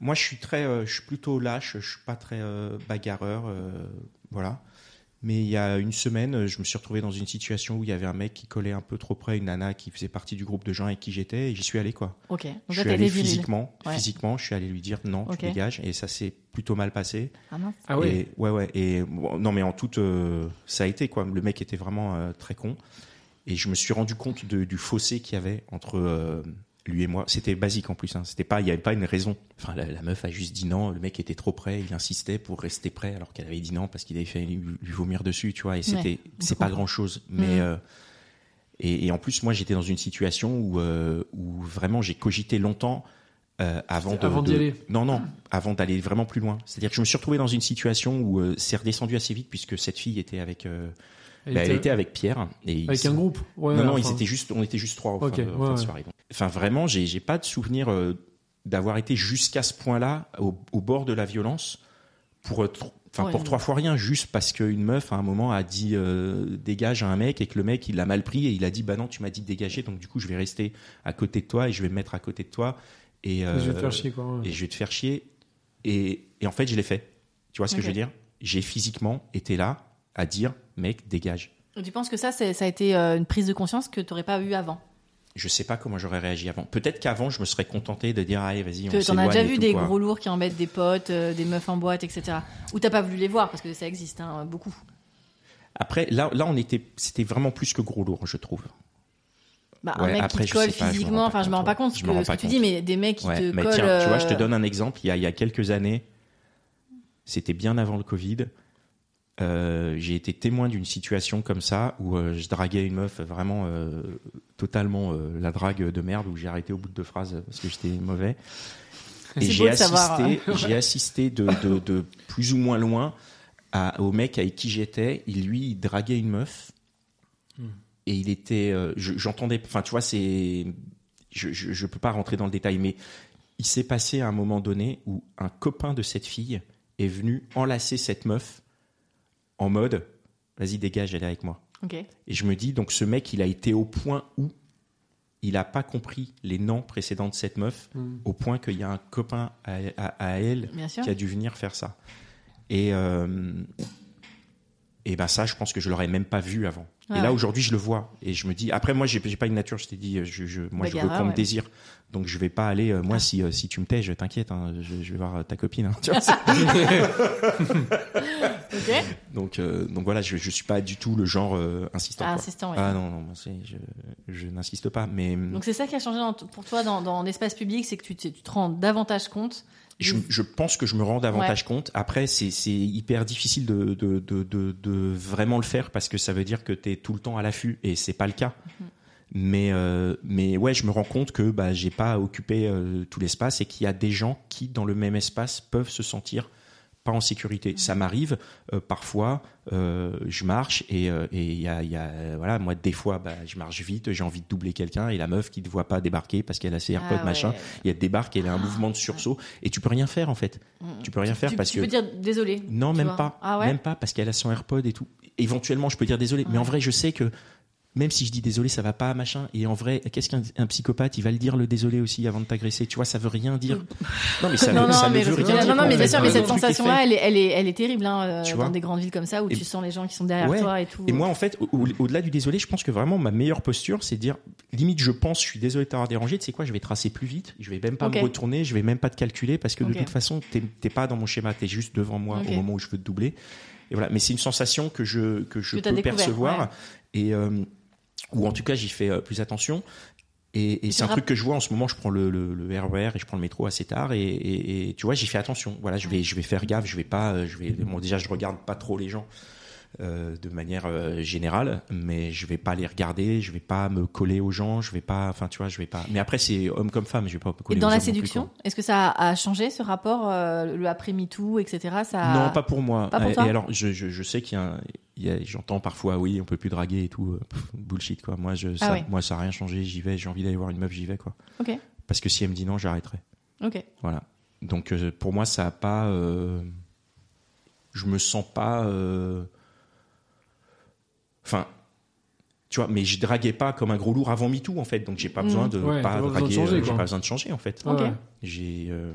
[SPEAKER 2] moi je suis très, euh, je suis plutôt lâche, je suis pas très euh, bagarreur, euh, voilà. Mais il y a une semaine, je me suis retrouvé dans une situation où il y avait un mec qui collait un peu trop près une nana qui faisait partie du groupe de gens avec qui j'étais et j'y suis allé quoi.
[SPEAKER 1] Ok. Donc
[SPEAKER 2] je
[SPEAKER 1] là,
[SPEAKER 2] suis
[SPEAKER 1] t'as
[SPEAKER 2] allé
[SPEAKER 1] été viril.
[SPEAKER 2] physiquement,
[SPEAKER 1] Ouais.
[SPEAKER 2] physiquement, je suis allé lui dire non,
[SPEAKER 1] Ok.
[SPEAKER 2] tu dégages et ça s'est plutôt mal passé.
[SPEAKER 1] Ah mince.
[SPEAKER 3] Ah oui.
[SPEAKER 2] Et, ouais, ouais. Et bon, non, mais en toute, euh, ça a été quoi. Le mec était vraiment euh, très con. Et je me suis rendu compte de- du fossé qu'il y avait entre euh, lui et moi. C'était basique en plus. Hein. C'était pas, il y avait pas une raison. Enfin, la, la meuf a juste dit non. Le mec était trop près. Il insistait pour rester près alors qu'elle avait dit non parce qu'il avait fait lui, lui vomir dessus, tu vois. Et c'était,
[SPEAKER 1] Ouais, je
[SPEAKER 2] c'est pas
[SPEAKER 1] comprends.
[SPEAKER 2] grand chose. Mais
[SPEAKER 1] Mhm.
[SPEAKER 2] euh, et, et en plus, moi, j'étais dans une situation où, euh, où vraiment j'ai cogité longtemps euh, avant de.
[SPEAKER 3] Avant d'y
[SPEAKER 2] de-
[SPEAKER 3] aller.
[SPEAKER 2] Non, non, avant d'aller vraiment plus loin. C'est-à-dire que je me suis retrouvé dans une situation où euh, c'est redescendu assez vite puisque cette fille était avec. euh,
[SPEAKER 3] Elle
[SPEAKER 2] bah, elle
[SPEAKER 3] était
[SPEAKER 2] était avec Pierre. Et ils
[SPEAKER 3] avec
[SPEAKER 2] sont-
[SPEAKER 3] un groupe. Ouais,
[SPEAKER 2] non, non,
[SPEAKER 3] enfin,
[SPEAKER 2] ils étaient juste, on était juste trois au
[SPEAKER 3] Ok,
[SPEAKER 2] fin de- en fin
[SPEAKER 3] ouais,
[SPEAKER 2] de
[SPEAKER 3] ouais.
[SPEAKER 2] soirée. Donc, Enfin, vraiment, j'ai j'ai pas de souvenir euh, d'avoir été jusqu'à ce point-là, au, au bord de la violence, pour, euh, tr- enfin,
[SPEAKER 1] Ouais.
[SPEAKER 2] pour trois fois rien, juste parce qu'une meuf, à un moment, a dit euh, dégage à un mec et que le mec, il l'a mal pris et il a dit bah non, tu m'as dit de dégager, donc du coup, je vais rester à côté de toi et je vais me mettre à côté de toi. Et,
[SPEAKER 3] Je vais te
[SPEAKER 2] euh,
[SPEAKER 3] faire chier, quoi. ouais.
[SPEAKER 2] et je vais te faire chier. Et, et en fait, je l'ai fait. Tu vois ce
[SPEAKER 1] Ok.
[SPEAKER 2] que je veux dire J'ai physiquement été là à dire mec, dégage.
[SPEAKER 1] Tu penses que ça, c'est- ça a été euh, une prise de conscience que t'aurais pas eu avant
[SPEAKER 2] je sais pas comment j'aurais réagi avant. Peut-être qu'avant, je me serais contenté de dire, allez, vas-y,
[SPEAKER 1] Que
[SPEAKER 2] on
[SPEAKER 1] t'en as
[SPEAKER 2] s'éloigne
[SPEAKER 1] déjà
[SPEAKER 2] et
[SPEAKER 1] vu
[SPEAKER 2] tout,
[SPEAKER 1] des
[SPEAKER 2] quoi.
[SPEAKER 1] gros lourds qui embêtent des potes, euh, des meufs en boîte, etc. Ou t'as pas voulu les voir parce que ça existe hein, beaucoup.
[SPEAKER 2] Après, là, là, on était, c'était vraiment plus que gros lourd, je trouve.
[SPEAKER 1] Bah, un
[SPEAKER 2] Ouais,
[SPEAKER 1] mec
[SPEAKER 2] après,
[SPEAKER 1] qui
[SPEAKER 2] je
[SPEAKER 1] te colle
[SPEAKER 2] sais pas, je me rends
[SPEAKER 1] physiquement,
[SPEAKER 2] pas
[SPEAKER 1] enfin je me rends
[SPEAKER 2] compte,
[SPEAKER 1] pas compte
[SPEAKER 2] ouais.
[SPEAKER 1] ce
[SPEAKER 2] Je
[SPEAKER 1] que,
[SPEAKER 2] me rends
[SPEAKER 1] ce que
[SPEAKER 2] pas
[SPEAKER 1] tu dis,
[SPEAKER 2] compte.
[SPEAKER 1] mais des mecs qui
[SPEAKER 2] Ouais,
[SPEAKER 1] te
[SPEAKER 2] mais
[SPEAKER 1] collent.
[SPEAKER 2] tiens, tu vois, je te
[SPEAKER 1] euh,
[SPEAKER 2] donne un exemple. Il y a, il y a quelques années, c'était bien avant le Covid. euh, j'ai été témoin d'une situation comme ça où euh, je draguais une meuf vraiment euh, totalement euh, la drague de merde où j'ai arrêté au bout de deux phrases parce que j'étais mauvais. Et
[SPEAKER 1] C'est
[SPEAKER 2] j'ai
[SPEAKER 1] beau de
[SPEAKER 2] assisté,
[SPEAKER 1] savoir, hein.
[SPEAKER 2] j'ai assisté de, de- de plus ou moins loin à- au mec avec qui j'étais. Il lui il draguait une meuf et il était, euh, je- j'entendais, enfin tu vois c'est, je, je je peux pas rentrer dans le détail mais il s'est passé à un moment donné où un copain de cette fille est venu enlacer cette meuf en mode vas-y dégage elle est avec moi
[SPEAKER 1] euh, Ok.
[SPEAKER 2] et je me dis donc ce mec il a été au point où il n'a pas compris les noms précédents de cette meuf
[SPEAKER 3] Mm.
[SPEAKER 2] au point qu'il y a un copain à, à- à elle
[SPEAKER 1] Bien sûr.
[SPEAKER 2] qui a dû venir faire ça et euh, et ben ça je pense que je l'aurais même pas vu avant
[SPEAKER 1] Ouais,
[SPEAKER 2] et là
[SPEAKER 1] ouais.
[SPEAKER 2] aujourd'hui je le vois et je me dis après moi j'ai j'ai pas une nature je t'ai dit je, je- moi je veux
[SPEAKER 1] Bagarreur,
[SPEAKER 2] qu'on
[SPEAKER 1] ouais. Ah.
[SPEAKER 2] me désire donc je vais pas aller euh, moi si euh, si tu me tais je t'inquiète hein, je, je vais voir euh, ta copine hein, tu vois, c'est-
[SPEAKER 1] Ok.
[SPEAKER 2] donc euh, donc voilà je je suis pas du tout le genre euh, insistant
[SPEAKER 1] Ah,
[SPEAKER 2] quoi.
[SPEAKER 1] insistant, oui.
[SPEAKER 2] Ah non, non, moi, c'est- je, je n'insiste pas, mais euh,
[SPEAKER 1] Donc c'est ça qui a changé dans- pour toi dans, dans l'espace public, c'est que tu, te- tu te rends davantage compte.
[SPEAKER 2] je,
[SPEAKER 1] Mmh.
[SPEAKER 2] je pense que je me rends davantage compte. Après, c'est c'est hyper difficile de, de, de, de, de vraiment le faire parce que ça veut dire que tu es tout le temps à l'affût et c'est pas le cas.
[SPEAKER 1] Mmh.
[SPEAKER 2] Mais, euh, mais ouais, je me rends compte que bah, j'ai pas occupé euh, tout l'espace et qu'il y a des gens qui, dans le même espace, peuvent se sentir pas en
[SPEAKER 1] Mmh.
[SPEAKER 2] sécurité. Ça m'arrive euh, parfois, euh, je marche et euh, et il y a, il y a, euh, voilà, moi des fois, bah, je marche vite, j'ai envie de doubler quelqu'un et la meuf qui ne te voit pas débarquer parce qu'elle a ses
[SPEAKER 1] Ah,
[SPEAKER 2] AirPods machin,
[SPEAKER 1] ouais.
[SPEAKER 2] il y a débarque,
[SPEAKER 1] Ah,
[SPEAKER 2] elle a un mouvement de sursaut et tu peux rien faire en fait. Tu peux rien faire
[SPEAKER 1] Mm, tu,
[SPEAKER 2] parce
[SPEAKER 1] tu
[SPEAKER 2] que
[SPEAKER 1] peux dire désolé.
[SPEAKER 2] non,
[SPEAKER 1] tu
[SPEAKER 2] même
[SPEAKER 1] vois.
[SPEAKER 2] pas.
[SPEAKER 1] Ah ouais.
[SPEAKER 2] Même pas parce qu'elle a son AirPod et tout. Éventuellement, je peux dire désolé, mais en vrai, je sais que même si je dis désolé, ça va pas, machin. Et en vrai, qu'est-ce qu'un un psychopathe, il va le dire le désolé aussi avant de t'agresser. Tu vois, ça veut rien dire. Non, mais ça,
[SPEAKER 1] non,
[SPEAKER 2] ne-
[SPEAKER 1] non,
[SPEAKER 2] ça ne
[SPEAKER 1] mais
[SPEAKER 2] veut
[SPEAKER 1] le-
[SPEAKER 2] rien dire.
[SPEAKER 1] non, non,
[SPEAKER 2] en
[SPEAKER 1] mais bien
[SPEAKER 2] fait.
[SPEAKER 1] sûr, mais
[SPEAKER 2] Le
[SPEAKER 1] cette
[SPEAKER 2] truc est
[SPEAKER 1] sensation-là,
[SPEAKER 2] fait.
[SPEAKER 1] elle est, elle, est, elle est terrible hein, euh,
[SPEAKER 2] Tu
[SPEAKER 1] dans
[SPEAKER 2] vois
[SPEAKER 1] des grandes villes comme ça où
[SPEAKER 2] Et-
[SPEAKER 1] tu sens les gens qui sont derrière
[SPEAKER 2] Ouais.
[SPEAKER 1] toi et tout.
[SPEAKER 2] Et moi, en fait, au- au- au-delà du désolé, je pense que vraiment ma meilleure posture, c'est de dire limite, je pense, je suis désolé de t'avoir dérangé. Tu sais quoi, je vais tracer plus vite, je vais même pas
[SPEAKER 1] Ok.
[SPEAKER 2] me retourner, je vais même pas te calculer parce que
[SPEAKER 1] Ok.
[SPEAKER 2] de toute façon, t'es t'es pas dans mon schéma, t'es juste devant moi
[SPEAKER 1] Ok.
[SPEAKER 2] au moment où je veux te doubler. Et voilà. Mais c'est une sensation que je, que je
[SPEAKER 1] Que t'as
[SPEAKER 2] peux
[SPEAKER 1] découvert,
[SPEAKER 2] percevoir
[SPEAKER 1] ouais.
[SPEAKER 2] et euh, ou en tout cas, j'y fais euh, plus attention. Et, et c'est un
[SPEAKER 1] rap-
[SPEAKER 2] truc que je vois en ce moment. Je prends le, le, le RER et je prends le métro assez tard. Et, et- et tu vois, j'y fais attention. Voilà, je vais, je vais faire gaffe. Je vais pas, euh, je vais. Bon, déjà, je regarde pas trop les gens. euh, de manière euh, générale, mais je vais pas les regarder, je vais pas me coller aux gens, je vais pas, enfin tu vois, je vais pas. Mais après c'est homme comme femme, je vais pas me
[SPEAKER 1] Et
[SPEAKER 2] coller.
[SPEAKER 1] dans
[SPEAKER 2] aux
[SPEAKER 1] la
[SPEAKER 2] hommes non plus,
[SPEAKER 1] séduction,
[SPEAKER 2] quoi.
[SPEAKER 1] est-ce que ça a changé ce rapport, euh, le après MeToo, etc. Ça...
[SPEAKER 2] Non, pas pour moi.
[SPEAKER 1] Ah. Pas pour
[SPEAKER 2] et,
[SPEAKER 1] toi
[SPEAKER 2] et alors je, je, je sais qu'il y a, un- il y a- j'entends parfois oui on peut plus draguer et tout euh, pff, bullshit quoi. Moi je, ça,
[SPEAKER 1] ouais.
[SPEAKER 2] moi ça a rien changé, j'y vais, j'ai envie d'aller voir une meuf, j'y vais quoi.
[SPEAKER 1] Ok,
[SPEAKER 2] Parce que si elle me dit non, j'arrêterai.
[SPEAKER 1] ok.
[SPEAKER 2] Voilà. Donc euh, pour moi, ça a pas. euh, je me sens pas. euh, Enfin. tu vois, mais je draguais pas comme un gros lourd avant MeToo, en fait. Donc j'ai pas
[SPEAKER 1] Mm.
[SPEAKER 2] besoin de
[SPEAKER 3] Mmh. Ouais,
[SPEAKER 2] pas
[SPEAKER 3] t'as pas besoin de
[SPEAKER 2] draguer.
[SPEAKER 3] changer,
[SPEAKER 2] euh, j'ai
[SPEAKER 3] quoi.
[SPEAKER 2] pas besoin de changer, en fait.
[SPEAKER 1] Ok.
[SPEAKER 3] Ah Ouais.
[SPEAKER 2] J'ai. euh,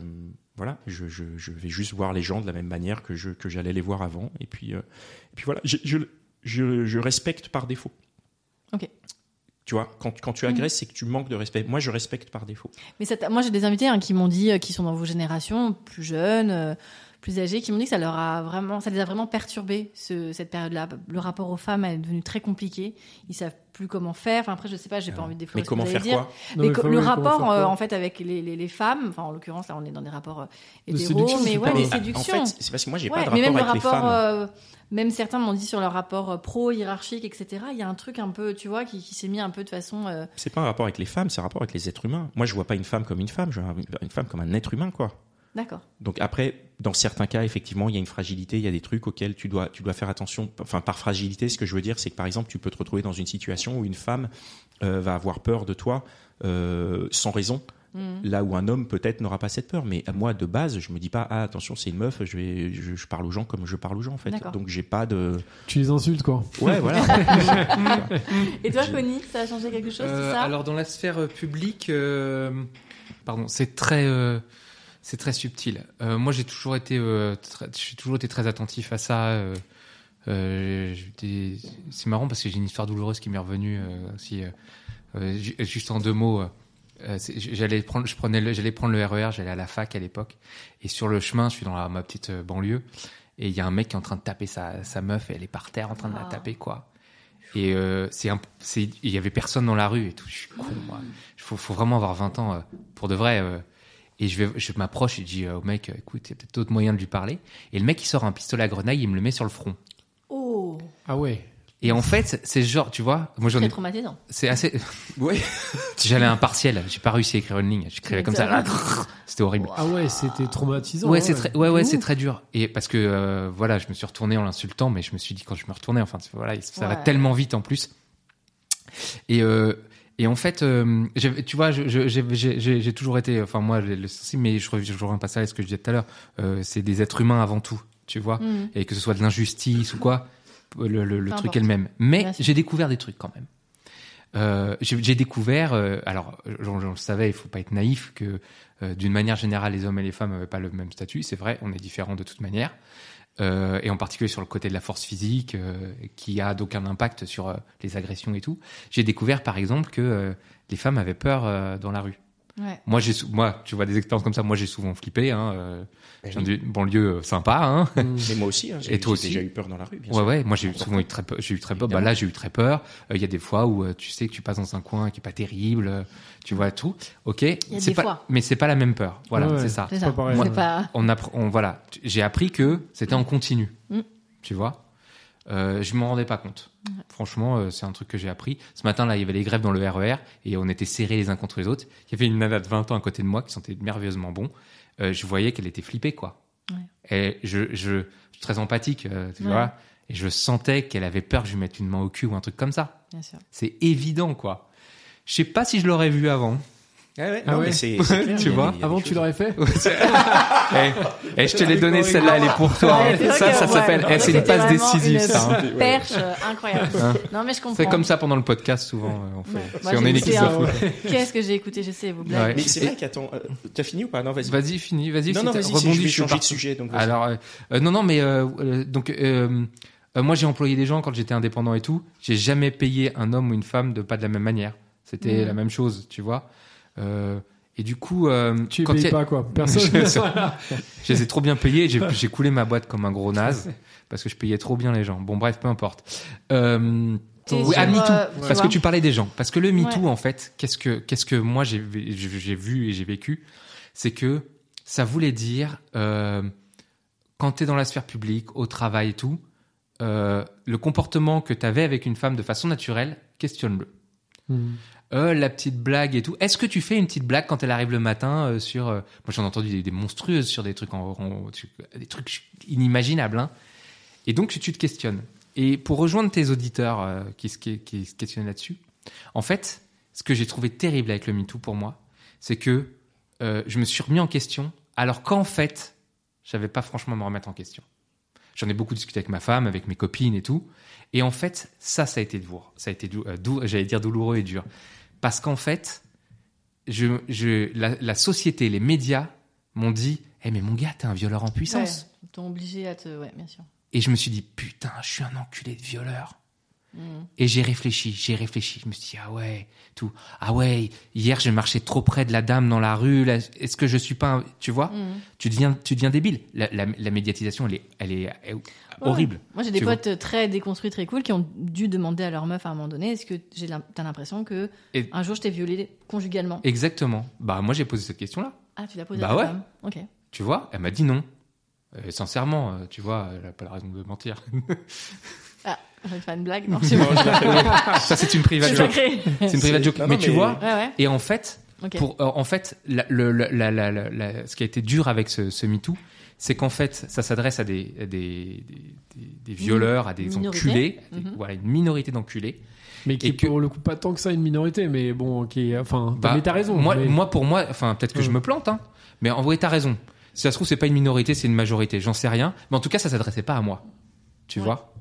[SPEAKER 2] voilà, je, je, je vais juste voir les gens de la même manière que je que j'allais les voir avant. Et puis, euh, et puis voilà, je, je, je, je respecte par défaut.
[SPEAKER 1] Ok. Mmh.
[SPEAKER 2] Tu vois, quand, quand tu agresses, c'est que tu manques de respect. Moi, je respecte par défaut.
[SPEAKER 1] Mais ça t'a- moi, j'ai des invités hein, qui m'ont dit, euh, qui sont dans vos générations, plus jeunes, euh, plus âgés, qui m'ont dit que ça leur a vraiment, ça les a vraiment perturbés ce- cette période-là. Le rapport aux femmes est devenu très compliqué. Ils savent plus comment faire. Enfin, après, je sais pas, j'ai pas envie de défendre.
[SPEAKER 2] Ah. Mais
[SPEAKER 1] ce que
[SPEAKER 2] comment
[SPEAKER 1] vous allez
[SPEAKER 2] faire
[SPEAKER 1] dire.
[SPEAKER 2] quoi
[SPEAKER 3] Non,
[SPEAKER 1] mais
[SPEAKER 3] mais
[SPEAKER 1] co-
[SPEAKER 3] faut-
[SPEAKER 1] le
[SPEAKER 3] ouais, comment
[SPEAKER 1] rapport,
[SPEAKER 3] faire
[SPEAKER 1] euh,
[SPEAKER 3] quoi
[SPEAKER 1] en fait, avec les, les- les femmes, enfin, en l'occurrence, là, on est dans des rapports euh,
[SPEAKER 3] De
[SPEAKER 1] hétéros,
[SPEAKER 3] séduction,
[SPEAKER 1] mais
[SPEAKER 3] tu
[SPEAKER 1] ouais,
[SPEAKER 3] parles.
[SPEAKER 1] des
[SPEAKER 3] En
[SPEAKER 2] En
[SPEAKER 1] séductions.
[SPEAKER 2] fait, c'est parce que moi, j'ai
[SPEAKER 1] Ouais,
[SPEAKER 2] pas de
[SPEAKER 1] mais
[SPEAKER 2] rapport
[SPEAKER 1] même
[SPEAKER 2] avec
[SPEAKER 1] le
[SPEAKER 2] les
[SPEAKER 1] rapport,
[SPEAKER 2] femmes.
[SPEAKER 1] euh, même certains m'ont dit sur leur rapport euh, pro hiérarchique, etc. Il y a un truc un peu, tu vois, qui, qui s'est mis un peu de façon. euh,
[SPEAKER 2] C'est pas un rapport avec les femmes, c'est un rapport avec les êtres humains. Moi, je vois pas une femme comme une femme, je vois une femme comme un être humain, quoi.
[SPEAKER 1] D'accord.
[SPEAKER 2] Donc après, dans certains cas, effectivement, il y a une fragilité, il y a des trucs auxquels tu dois, tu dois faire attention. Enfin, par fragilité, ce que je veux dire, c'est que par exemple, tu peux te retrouver dans une situation où une femme euh, va avoir peur de toi euh, sans raison,
[SPEAKER 1] Mhm.
[SPEAKER 2] là où un homme peut-être n'aura pas cette peur. Mais à moi, de base, je me dis pas, ah, attention, c'est une meuf, je, vais, je, je parle aux gens comme je parle aux gens, en fait.
[SPEAKER 1] D'accord.
[SPEAKER 2] Donc j'ai pas de.
[SPEAKER 3] Tu les insultes, quoi.
[SPEAKER 2] Ouais, voilà.
[SPEAKER 1] Et toi,
[SPEAKER 2] J'ai-
[SPEAKER 1] Connie, ça a changé quelque chose,
[SPEAKER 5] Euh,
[SPEAKER 1] tout ça
[SPEAKER 5] alors dans la sphère euh, publique, euh, pardon, c'est très, euh, c'est très subtil. Euh, moi, j'ai toujours été, euh, très- j'ai toujours été très attentif à ça. euh, euh, j'ai- c'est marrant parce que j'ai une histoire douloureuse qui m'est revenue euh, aussi. euh, euh, ju- juste en deux mots, euh, euh, c'est- j'allais prendre, je prenais, le- j'allais prendre le RER, j'allais à la fac à l'époque, et sur le chemin, je suis dans la- ma petite euh, banlieue, et il y a un mec qui est en train de taper sa, sa meuf, et elle est par terre en train de la
[SPEAKER 1] Ah.
[SPEAKER 5] taper quoi. Et euh, c'est un- c'est- il y avait personne dans la rue et tout. Je suis con moi. Il faut, faut vraiment avoir 20 ans euh, pour de vrai. euh. et je, vais, je m'approche et je dis euh, au mec, euh, écoute, il y a peut-être d'autres moyens de lui parler. Et le mec, il sort un pistolet à grenaille, il me le met sur le front.
[SPEAKER 1] Oh,
[SPEAKER 3] Ah ouais.
[SPEAKER 5] Et en fait, c'est- c'est genre, tu vois, moi j'en
[SPEAKER 1] très
[SPEAKER 5] ai,
[SPEAKER 1] traumatisant.
[SPEAKER 5] c'est assez.
[SPEAKER 2] Ouais.
[SPEAKER 5] J'allais à un partiel, j'ai pas réussi à écrire une ligne. J'écrivais comme ça. C'était horrible.
[SPEAKER 3] Ah ouais, c'était traumatisant. hein,
[SPEAKER 5] Ouais, c'est très, ouais, ouais,
[SPEAKER 3] Ouh.
[SPEAKER 5] c'est très dur. Et parce que euh, voilà, je me suis retourné en l'insultant, mais je me suis dit quand je me retournais, enfin c'est- voilà, ça va
[SPEAKER 1] Ouais.
[SPEAKER 5] tellement vite en plus. Et euh, et en fait, euh, j'avais- tu vois, je- je- j'ai j'ai- j'ai- j'ai toujours été, enfin moi, j'ai le souci, mais je, rev- je reviens pas ça à ce que je disais tout à l'heure. euh, c'est des êtres humains avant tout, tu vois,
[SPEAKER 1] Mhm.
[SPEAKER 5] et que ce soit de l'injustice ou quoi, le, le- le
[SPEAKER 1] Peu
[SPEAKER 5] truc
[SPEAKER 1] importe.
[SPEAKER 5] est le même. Mais
[SPEAKER 1] Bien sûr.
[SPEAKER 5] j'ai découvert des trucs quand même. Euh, j'ai j'ai découvert, euh, alors j'en j'en le savais, il faut pas être naïf, que euh, d'une manière générale, les hommes et les femmes n'avaient pas le même statut. C'est vrai, on est différents de toute manière. Euh, et en particulier sur le côté de la force physique, euh, qui a d'aucun impact sur euh, les agressions et tout. J'ai découvert, par exemple, que euh, les femmes avaient peur euh, dans la rue.
[SPEAKER 1] Ouais.
[SPEAKER 5] Moi, j'ai, sou- moi, tu vois des expériences comme ça. Moi, j'ai souvent flippé. Hein, euh, je viens d'une banlieue euh, sympa. Hein.
[SPEAKER 2] mais moi aussi, hein, j'ai
[SPEAKER 5] Et toi
[SPEAKER 2] j'ai
[SPEAKER 5] aussi
[SPEAKER 2] déjà eu peur dans la rue, bien
[SPEAKER 5] Ouais,
[SPEAKER 2] sûr.
[SPEAKER 5] ouais. Moi, j'ai eu souvent eu très peur. J'ai eu très peur. Bah, là, j'ai eu très peur. Euh, Il y a des fois où euh, tu sais que tu passes dans un coin qui est pas terrible. euh, tu vois tout. Ok.
[SPEAKER 1] y a
[SPEAKER 5] c'est
[SPEAKER 1] des
[SPEAKER 5] pas,
[SPEAKER 1] fois.
[SPEAKER 5] Mais c'est pas la même peur. Voilà,
[SPEAKER 3] Ouais,
[SPEAKER 5] c'est ça.
[SPEAKER 1] C'est
[SPEAKER 3] C'est
[SPEAKER 1] ça.
[SPEAKER 3] pas pareil.
[SPEAKER 1] C'est pas.
[SPEAKER 5] On appre- on- voilà. Tu- J'ai appris que c'était en continu.
[SPEAKER 1] Mm.
[SPEAKER 5] Tu vois. Euh, je m'en rendais pas compte. Franchement, euh, c'est un truc que j'ai appris. Ce matin, là, il y avait les grèves dans le RER et on était serrés les uns contre les autres. Il y avait une nana de 20 ans à côté de moi qui sentait merveilleusement bon. Euh, je voyais qu'elle était flippée, quoi. Et je, je, je suis très empathique, euh, tu
[SPEAKER 1] Ouais.
[SPEAKER 5] vois. Et je sentais qu'elle avait peur que je lui mette une main au cul ou un truc comme ça.
[SPEAKER 1] Bien sûr.
[SPEAKER 5] C'est évident, quoi. Je sais pas si je l'aurais vu avant.
[SPEAKER 3] Ah
[SPEAKER 2] Non,
[SPEAKER 3] ouais.
[SPEAKER 2] mais c'est- c'est clair,
[SPEAKER 5] Tu
[SPEAKER 2] il y a
[SPEAKER 5] vois,
[SPEAKER 2] des- il y a
[SPEAKER 3] Avant,
[SPEAKER 2] des
[SPEAKER 3] tu
[SPEAKER 2] choses.
[SPEAKER 3] l'aurais fait
[SPEAKER 5] Eh, eh, je te l'ai donné, celle-là, elle est pour toi. hein.
[SPEAKER 1] Ouais, c'est vrai
[SPEAKER 5] ça,
[SPEAKER 1] que-
[SPEAKER 5] ça
[SPEAKER 1] ouais.
[SPEAKER 5] s'appelle. eh, c'est une
[SPEAKER 1] C'était
[SPEAKER 5] passe
[SPEAKER 1] vraiment
[SPEAKER 5] décisive,
[SPEAKER 1] une
[SPEAKER 5] ça. hein.
[SPEAKER 1] Perche euh, incroyable. Non, mais je comprends.
[SPEAKER 5] C'est comme ça pendant le podcast, souvent. euh, on fait.
[SPEAKER 1] Ouais.
[SPEAKER 5] Parce
[SPEAKER 1] Moi,
[SPEAKER 5] qu'on
[SPEAKER 1] j'ai
[SPEAKER 5] est une
[SPEAKER 1] écouté
[SPEAKER 5] équipe de
[SPEAKER 1] un-
[SPEAKER 5] foot.
[SPEAKER 1] Qu'est-ce que j'ai écouté Je sais, vous
[SPEAKER 5] Ouais.
[SPEAKER 1] blaguez.
[SPEAKER 2] Mais c'est vrai qu'attends, euh, t'as fini ou pas Non,
[SPEAKER 1] hein.
[SPEAKER 2] vas-y.
[SPEAKER 5] Vas-y, finis, vas-y.
[SPEAKER 2] non,
[SPEAKER 5] si
[SPEAKER 2] non,
[SPEAKER 5] t'as-
[SPEAKER 2] vas-y, si,
[SPEAKER 5] rebondis,
[SPEAKER 2] je vais
[SPEAKER 5] je suis
[SPEAKER 2] changer de
[SPEAKER 5] parti.
[SPEAKER 2] sujet. Donc vas-y.
[SPEAKER 5] Alors, euh, euh, non, non, mais euh, euh, donc, euh, euh, moi j'ai employé des gens quand j'étais indépendant et tout. J'ai jamais payé un homme ou une femme de pas de la même manière. C'était
[SPEAKER 1] Mhm.
[SPEAKER 5] la même chose, tu vois. Euh, et du coup, euh,
[SPEAKER 3] Tu
[SPEAKER 5] quand il y
[SPEAKER 3] payes
[SPEAKER 5] a-
[SPEAKER 3] pas, quoi. Personne.
[SPEAKER 5] Je- je les ai trop bien payés. J'ai, j'ai coulé ma boîte comme un gros naze parce que je payais trop bien les gens. Bon, bref, peu importe. Euh,
[SPEAKER 1] T'es
[SPEAKER 5] oui,
[SPEAKER 1] sur,
[SPEAKER 5] ah, MeToo.
[SPEAKER 1] euh,
[SPEAKER 5] Parce que
[SPEAKER 1] vois.
[SPEAKER 5] tu parlais des gens. Parce que le MeToo,
[SPEAKER 1] Ouais.
[SPEAKER 5] en fait, qu'est-ce que, qu'est-ce que moi j'ai, vé- j'ai j'ai vu et j'ai vécu, c'est que ça voulait dire euh, quand t'es dans la sphère publique, au travail et tout, euh, le comportement que tu avais avec une femme de façon naturelle, questionne-le.
[SPEAKER 3] Mm.
[SPEAKER 5] Euh, la petite blague et tout. Est-ce que tu fais une petite blague quand elle arrive le matin euh, sur euh, Moi, j'en ai entendu des, des monstrueuses sur des trucs, en, en- tu- des trucs inimaginables. hein. Et donc, tu, tu te questionnes. Et pour rejoindre tes auditeurs euh, qui, se, qui- qui se questionnent là-dessus, en fait, ce que j'ai trouvé terrible avec le MeToo pour moi, c'est que euh, je me suis remis en question, alors qu'en fait, j'avais pas franchement à me remettre en question. J'en ai beaucoup discuté avec ma femme, avec mes copines et tout. Et en fait, ça, ça a été lourd. Ça a été, dou- euh, dou- j'allais dire douloureux et dur. Parce qu'en fait, je, je- la, la société, les médias m'ont dit Eh, mais mon gars, t'es un violeur en puissance.
[SPEAKER 1] Ouais, t'ont obligé à te. Ouais, bien sûr.
[SPEAKER 5] Et je me suis dit Putain, je suis un enculé de violeur.
[SPEAKER 1] Mm.
[SPEAKER 5] Et j'ai réfléchi, j'ai réfléchi. Je me suis dit Ah ouais, tout. Ah ouais, hier, j'ai marché trop près de la dame dans la rue. Là, Est-ce que je suis pas. un- Tu vois
[SPEAKER 1] Mm.
[SPEAKER 5] tu, deviens, tu deviens débile. La, la- la médiatisation, elle est, elle est euh,
[SPEAKER 1] Ouais.
[SPEAKER 5] horrible.
[SPEAKER 1] Moi, j'ai des
[SPEAKER 5] Tu
[SPEAKER 1] potes très déconstruits, très cool, qui ont dû demander à leur meuf à un moment donné est-ce que j'ai l'im- t'as l'impression que
[SPEAKER 5] Et-
[SPEAKER 1] un jour je t'ai violée conjugalement
[SPEAKER 5] Exactement. Bah, moi, j'ai posé cette question-là.
[SPEAKER 1] Ah, tu l'as posé
[SPEAKER 5] Bah
[SPEAKER 1] à ta
[SPEAKER 5] ouais.
[SPEAKER 1] femme. Ok.
[SPEAKER 5] Tu vois, elle m'a dit non. Euh, sincèrement, euh, tu vois, elle n'a pas la raison de mentir.
[SPEAKER 1] Ah, j'allais faire une blague. Non, c'est bon.
[SPEAKER 5] Ah, Ça, c'est une private
[SPEAKER 1] Je l'ai
[SPEAKER 5] joke.
[SPEAKER 1] créé.
[SPEAKER 5] C'est une private joke.
[SPEAKER 6] Non, non,
[SPEAKER 5] mais, tu
[SPEAKER 6] mais-
[SPEAKER 5] vois,
[SPEAKER 1] Ouais, ouais.
[SPEAKER 5] et en fait,
[SPEAKER 1] Ok.
[SPEAKER 5] pour, euh, en fait la- le- le- la- la- la- la- ce qui a été dur avec ce, ce MeToo, c'est qu'en fait, ça s'adresse à des, à des, des- des- des violeurs, à des
[SPEAKER 1] Minorité.
[SPEAKER 5] enculés, à des-
[SPEAKER 1] Mhm.
[SPEAKER 5] voilà, une minorité d'enculés.
[SPEAKER 3] Mais qui
[SPEAKER 5] Et
[SPEAKER 3] est
[SPEAKER 5] que- Bah,
[SPEAKER 3] pour le coup pas tant que ça une minorité, mais bon, qui est. Enfin, t'as- mais t'as raison.
[SPEAKER 5] Moi,
[SPEAKER 3] mais- Mm.
[SPEAKER 5] moi, pour moi, enfin, peut-être que je
[SPEAKER 3] Ouais.
[SPEAKER 5] me plante, hein, mais en vrai, t'as raison. Si ça se trouve, c'est pas une minorité, c'est une majorité. J'en sais rien. Mais en tout cas, ça s'adressait pas à moi. Tu
[SPEAKER 1] Ouais.
[SPEAKER 5] vois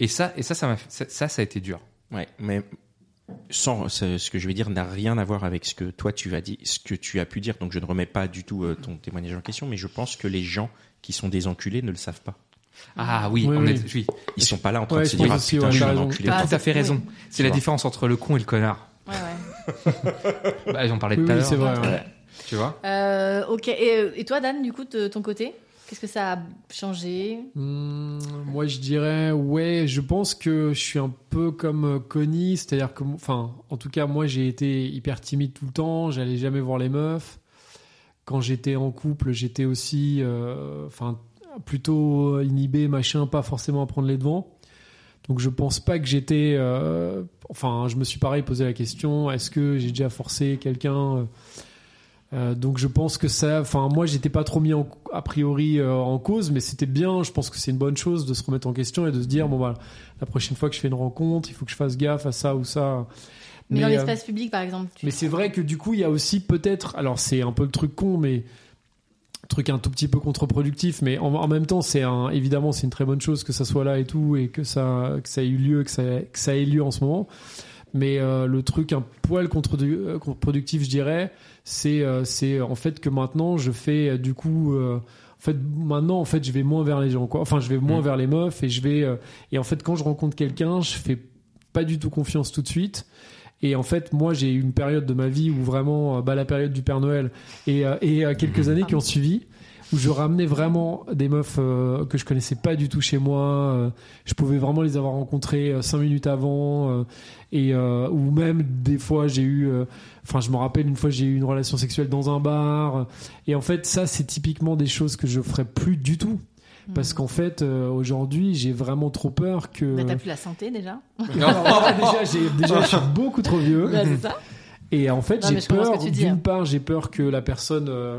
[SPEAKER 5] Et ça, et ça, ça m'a, fait- ça, ça, ça a été dur.
[SPEAKER 6] Ouais, mais sans ce ce que je vais dire n'a rien à voir avec ce que toi tu as dit, ce que tu as pu dire. Donc je ne remets pas du tout euh, ton témoignage en question, mais je pense que les gens qui sont des enculés ne le savent pas.
[SPEAKER 5] Ah oui,
[SPEAKER 3] Oui,
[SPEAKER 5] on
[SPEAKER 3] oui.
[SPEAKER 5] est- oui.
[SPEAKER 6] Ils sont pas là en train
[SPEAKER 3] Ouais,
[SPEAKER 6] de
[SPEAKER 3] je
[SPEAKER 6] se dire
[SPEAKER 3] pense
[SPEAKER 6] ah,
[SPEAKER 3] aussi,
[SPEAKER 6] putain,
[SPEAKER 3] ouais,
[SPEAKER 6] je suis
[SPEAKER 3] t'as
[SPEAKER 6] un
[SPEAKER 3] raison.
[SPEAKER 6] enculé.
[SPEAKER 1] Pas-
[SPEAKER 6] Putain,
[SPEAKER 5] tout à fait
[SPEAKER 1] oui.
[SPEAKER 5] raison. C'est
[SPEAKER 6] Tu
[SPEAKER 5] la
[SPEAKER 6] vois.
[SPEAKER 5] différence entre le con et le connard.
[SPEAKER 1] Ouais, ouais.
[SPEAKER 5] Bah, j'en parlais
[SPEAKER 3] Oui,
[SPEAKER 5] tout à
[SPEAKER 3] oui,
[SPEAKER 5] l'heure.
[SPEAKER 3] c'est vrai. ouais.
[SPEAKER 5] Tu vois
[SPEAKER 1] Euh, ok. Et, et toi, Dan, du coup, de ton côté, qu'est-ce que ça a changé
[SPEAKER 3] Hmm, moi, je dirais, ouais, je pense que je suis un peu comme euh, Connie, c'est-à-dire que, enfin, en tout cas, moi, j'ai été hyper timide tout le temps, j'allais jamais voir les meufs. Quand j'étais en couple, j'étais aussi, euh, enfin, plutôt inhibé, machin, pas forcément à prendre les devants. Donc, je pense pas que j'étais, euh, enfin, je me suis pareil posé la question, est-ce que j'ai déjà forcé quelqu'un euh, euh, donc je pense que ça, enfin moi j'étais pas trop mis en- a priori euh, en cause, mais c'était bien. Je pense que c'est une bonne chose de se remettre en question et de se dire bon bah la prochaine fois que je fais une rencontre, il faut que je fasse gaffe à ça ou ça.
[SPEAKER 1] Mais, dans
[SPEAKER 3] euh,
[SPEAKER 1] l'espace public, par exemple. tu-
[SPEAKER 3] mais c'est vrai que du coup, il y a aussi peut-être. Alors, c'est un peu le truc con, mais truc un tout petit peu contre-productif. Mais en, en même temps, c'est un, évidemment, c'est une très bonne chose que ça soit là et tout, et que ça, que ça ait eu lieu, que ça, que ça ait lieu en ce moment. Mais euh, le truc un poil contre- euh, contre-productif, je dirais, c'est euh, c'est en fait que maintenant, je fais euh, du coup. euh, en fait, maintenant, en fait, je vais moins vers les gens, quoi. Enfin, je vais moins
[SPEAKER 5] Mm.
[SPEAKER 3] vers les meufs et je vais. euh, et en fait, quand je rencontre quelqu'un, je fais pas du tout confiance tout de suite. Et en fait, moi, j'ai eu une période de ma vie où vraiment, euh, bah, la période du Père Noël et, euh, et euh, quelques années qui ont suivi, où je ramenais vraiment des meufs euh, que je connaissais pas du tout chez moi. euh, je pouvais vraiment les avoir rencontrées euh, cinq minutes avant, euh, et euh, ou même des fois, j'ai eu. euh, Enfin, je me rappelle une fois, j'ai eu une relation sexuelle dans un bar. euh, Et en fait, ça, c'est typiquement des choses que je ferais plus du tout. Parce qu'en fait, euh, aujourd'hui, j'ai vraiment trop peur que.
[SPEAKER 1] Bah, t'as plus la santé déjà.
[SPEAKER 3] Alors, voilà, déjà, j'ai- déjà, je suis beaucoup trop vieux.
[SPEAKER 1] Bah, c'est ça.
[SPEAKER 3] Et en fait,
[SPEAKER 1] Non, mais
[SPEAKER 3] j'ai
[SPEAKER 1] je comprends ce
[SPEAKER 3] peur.
[SPEAKER 1] que tu dis, hein.
[SPEAKER 3] D'une part, j'ai peur que la personne, euh,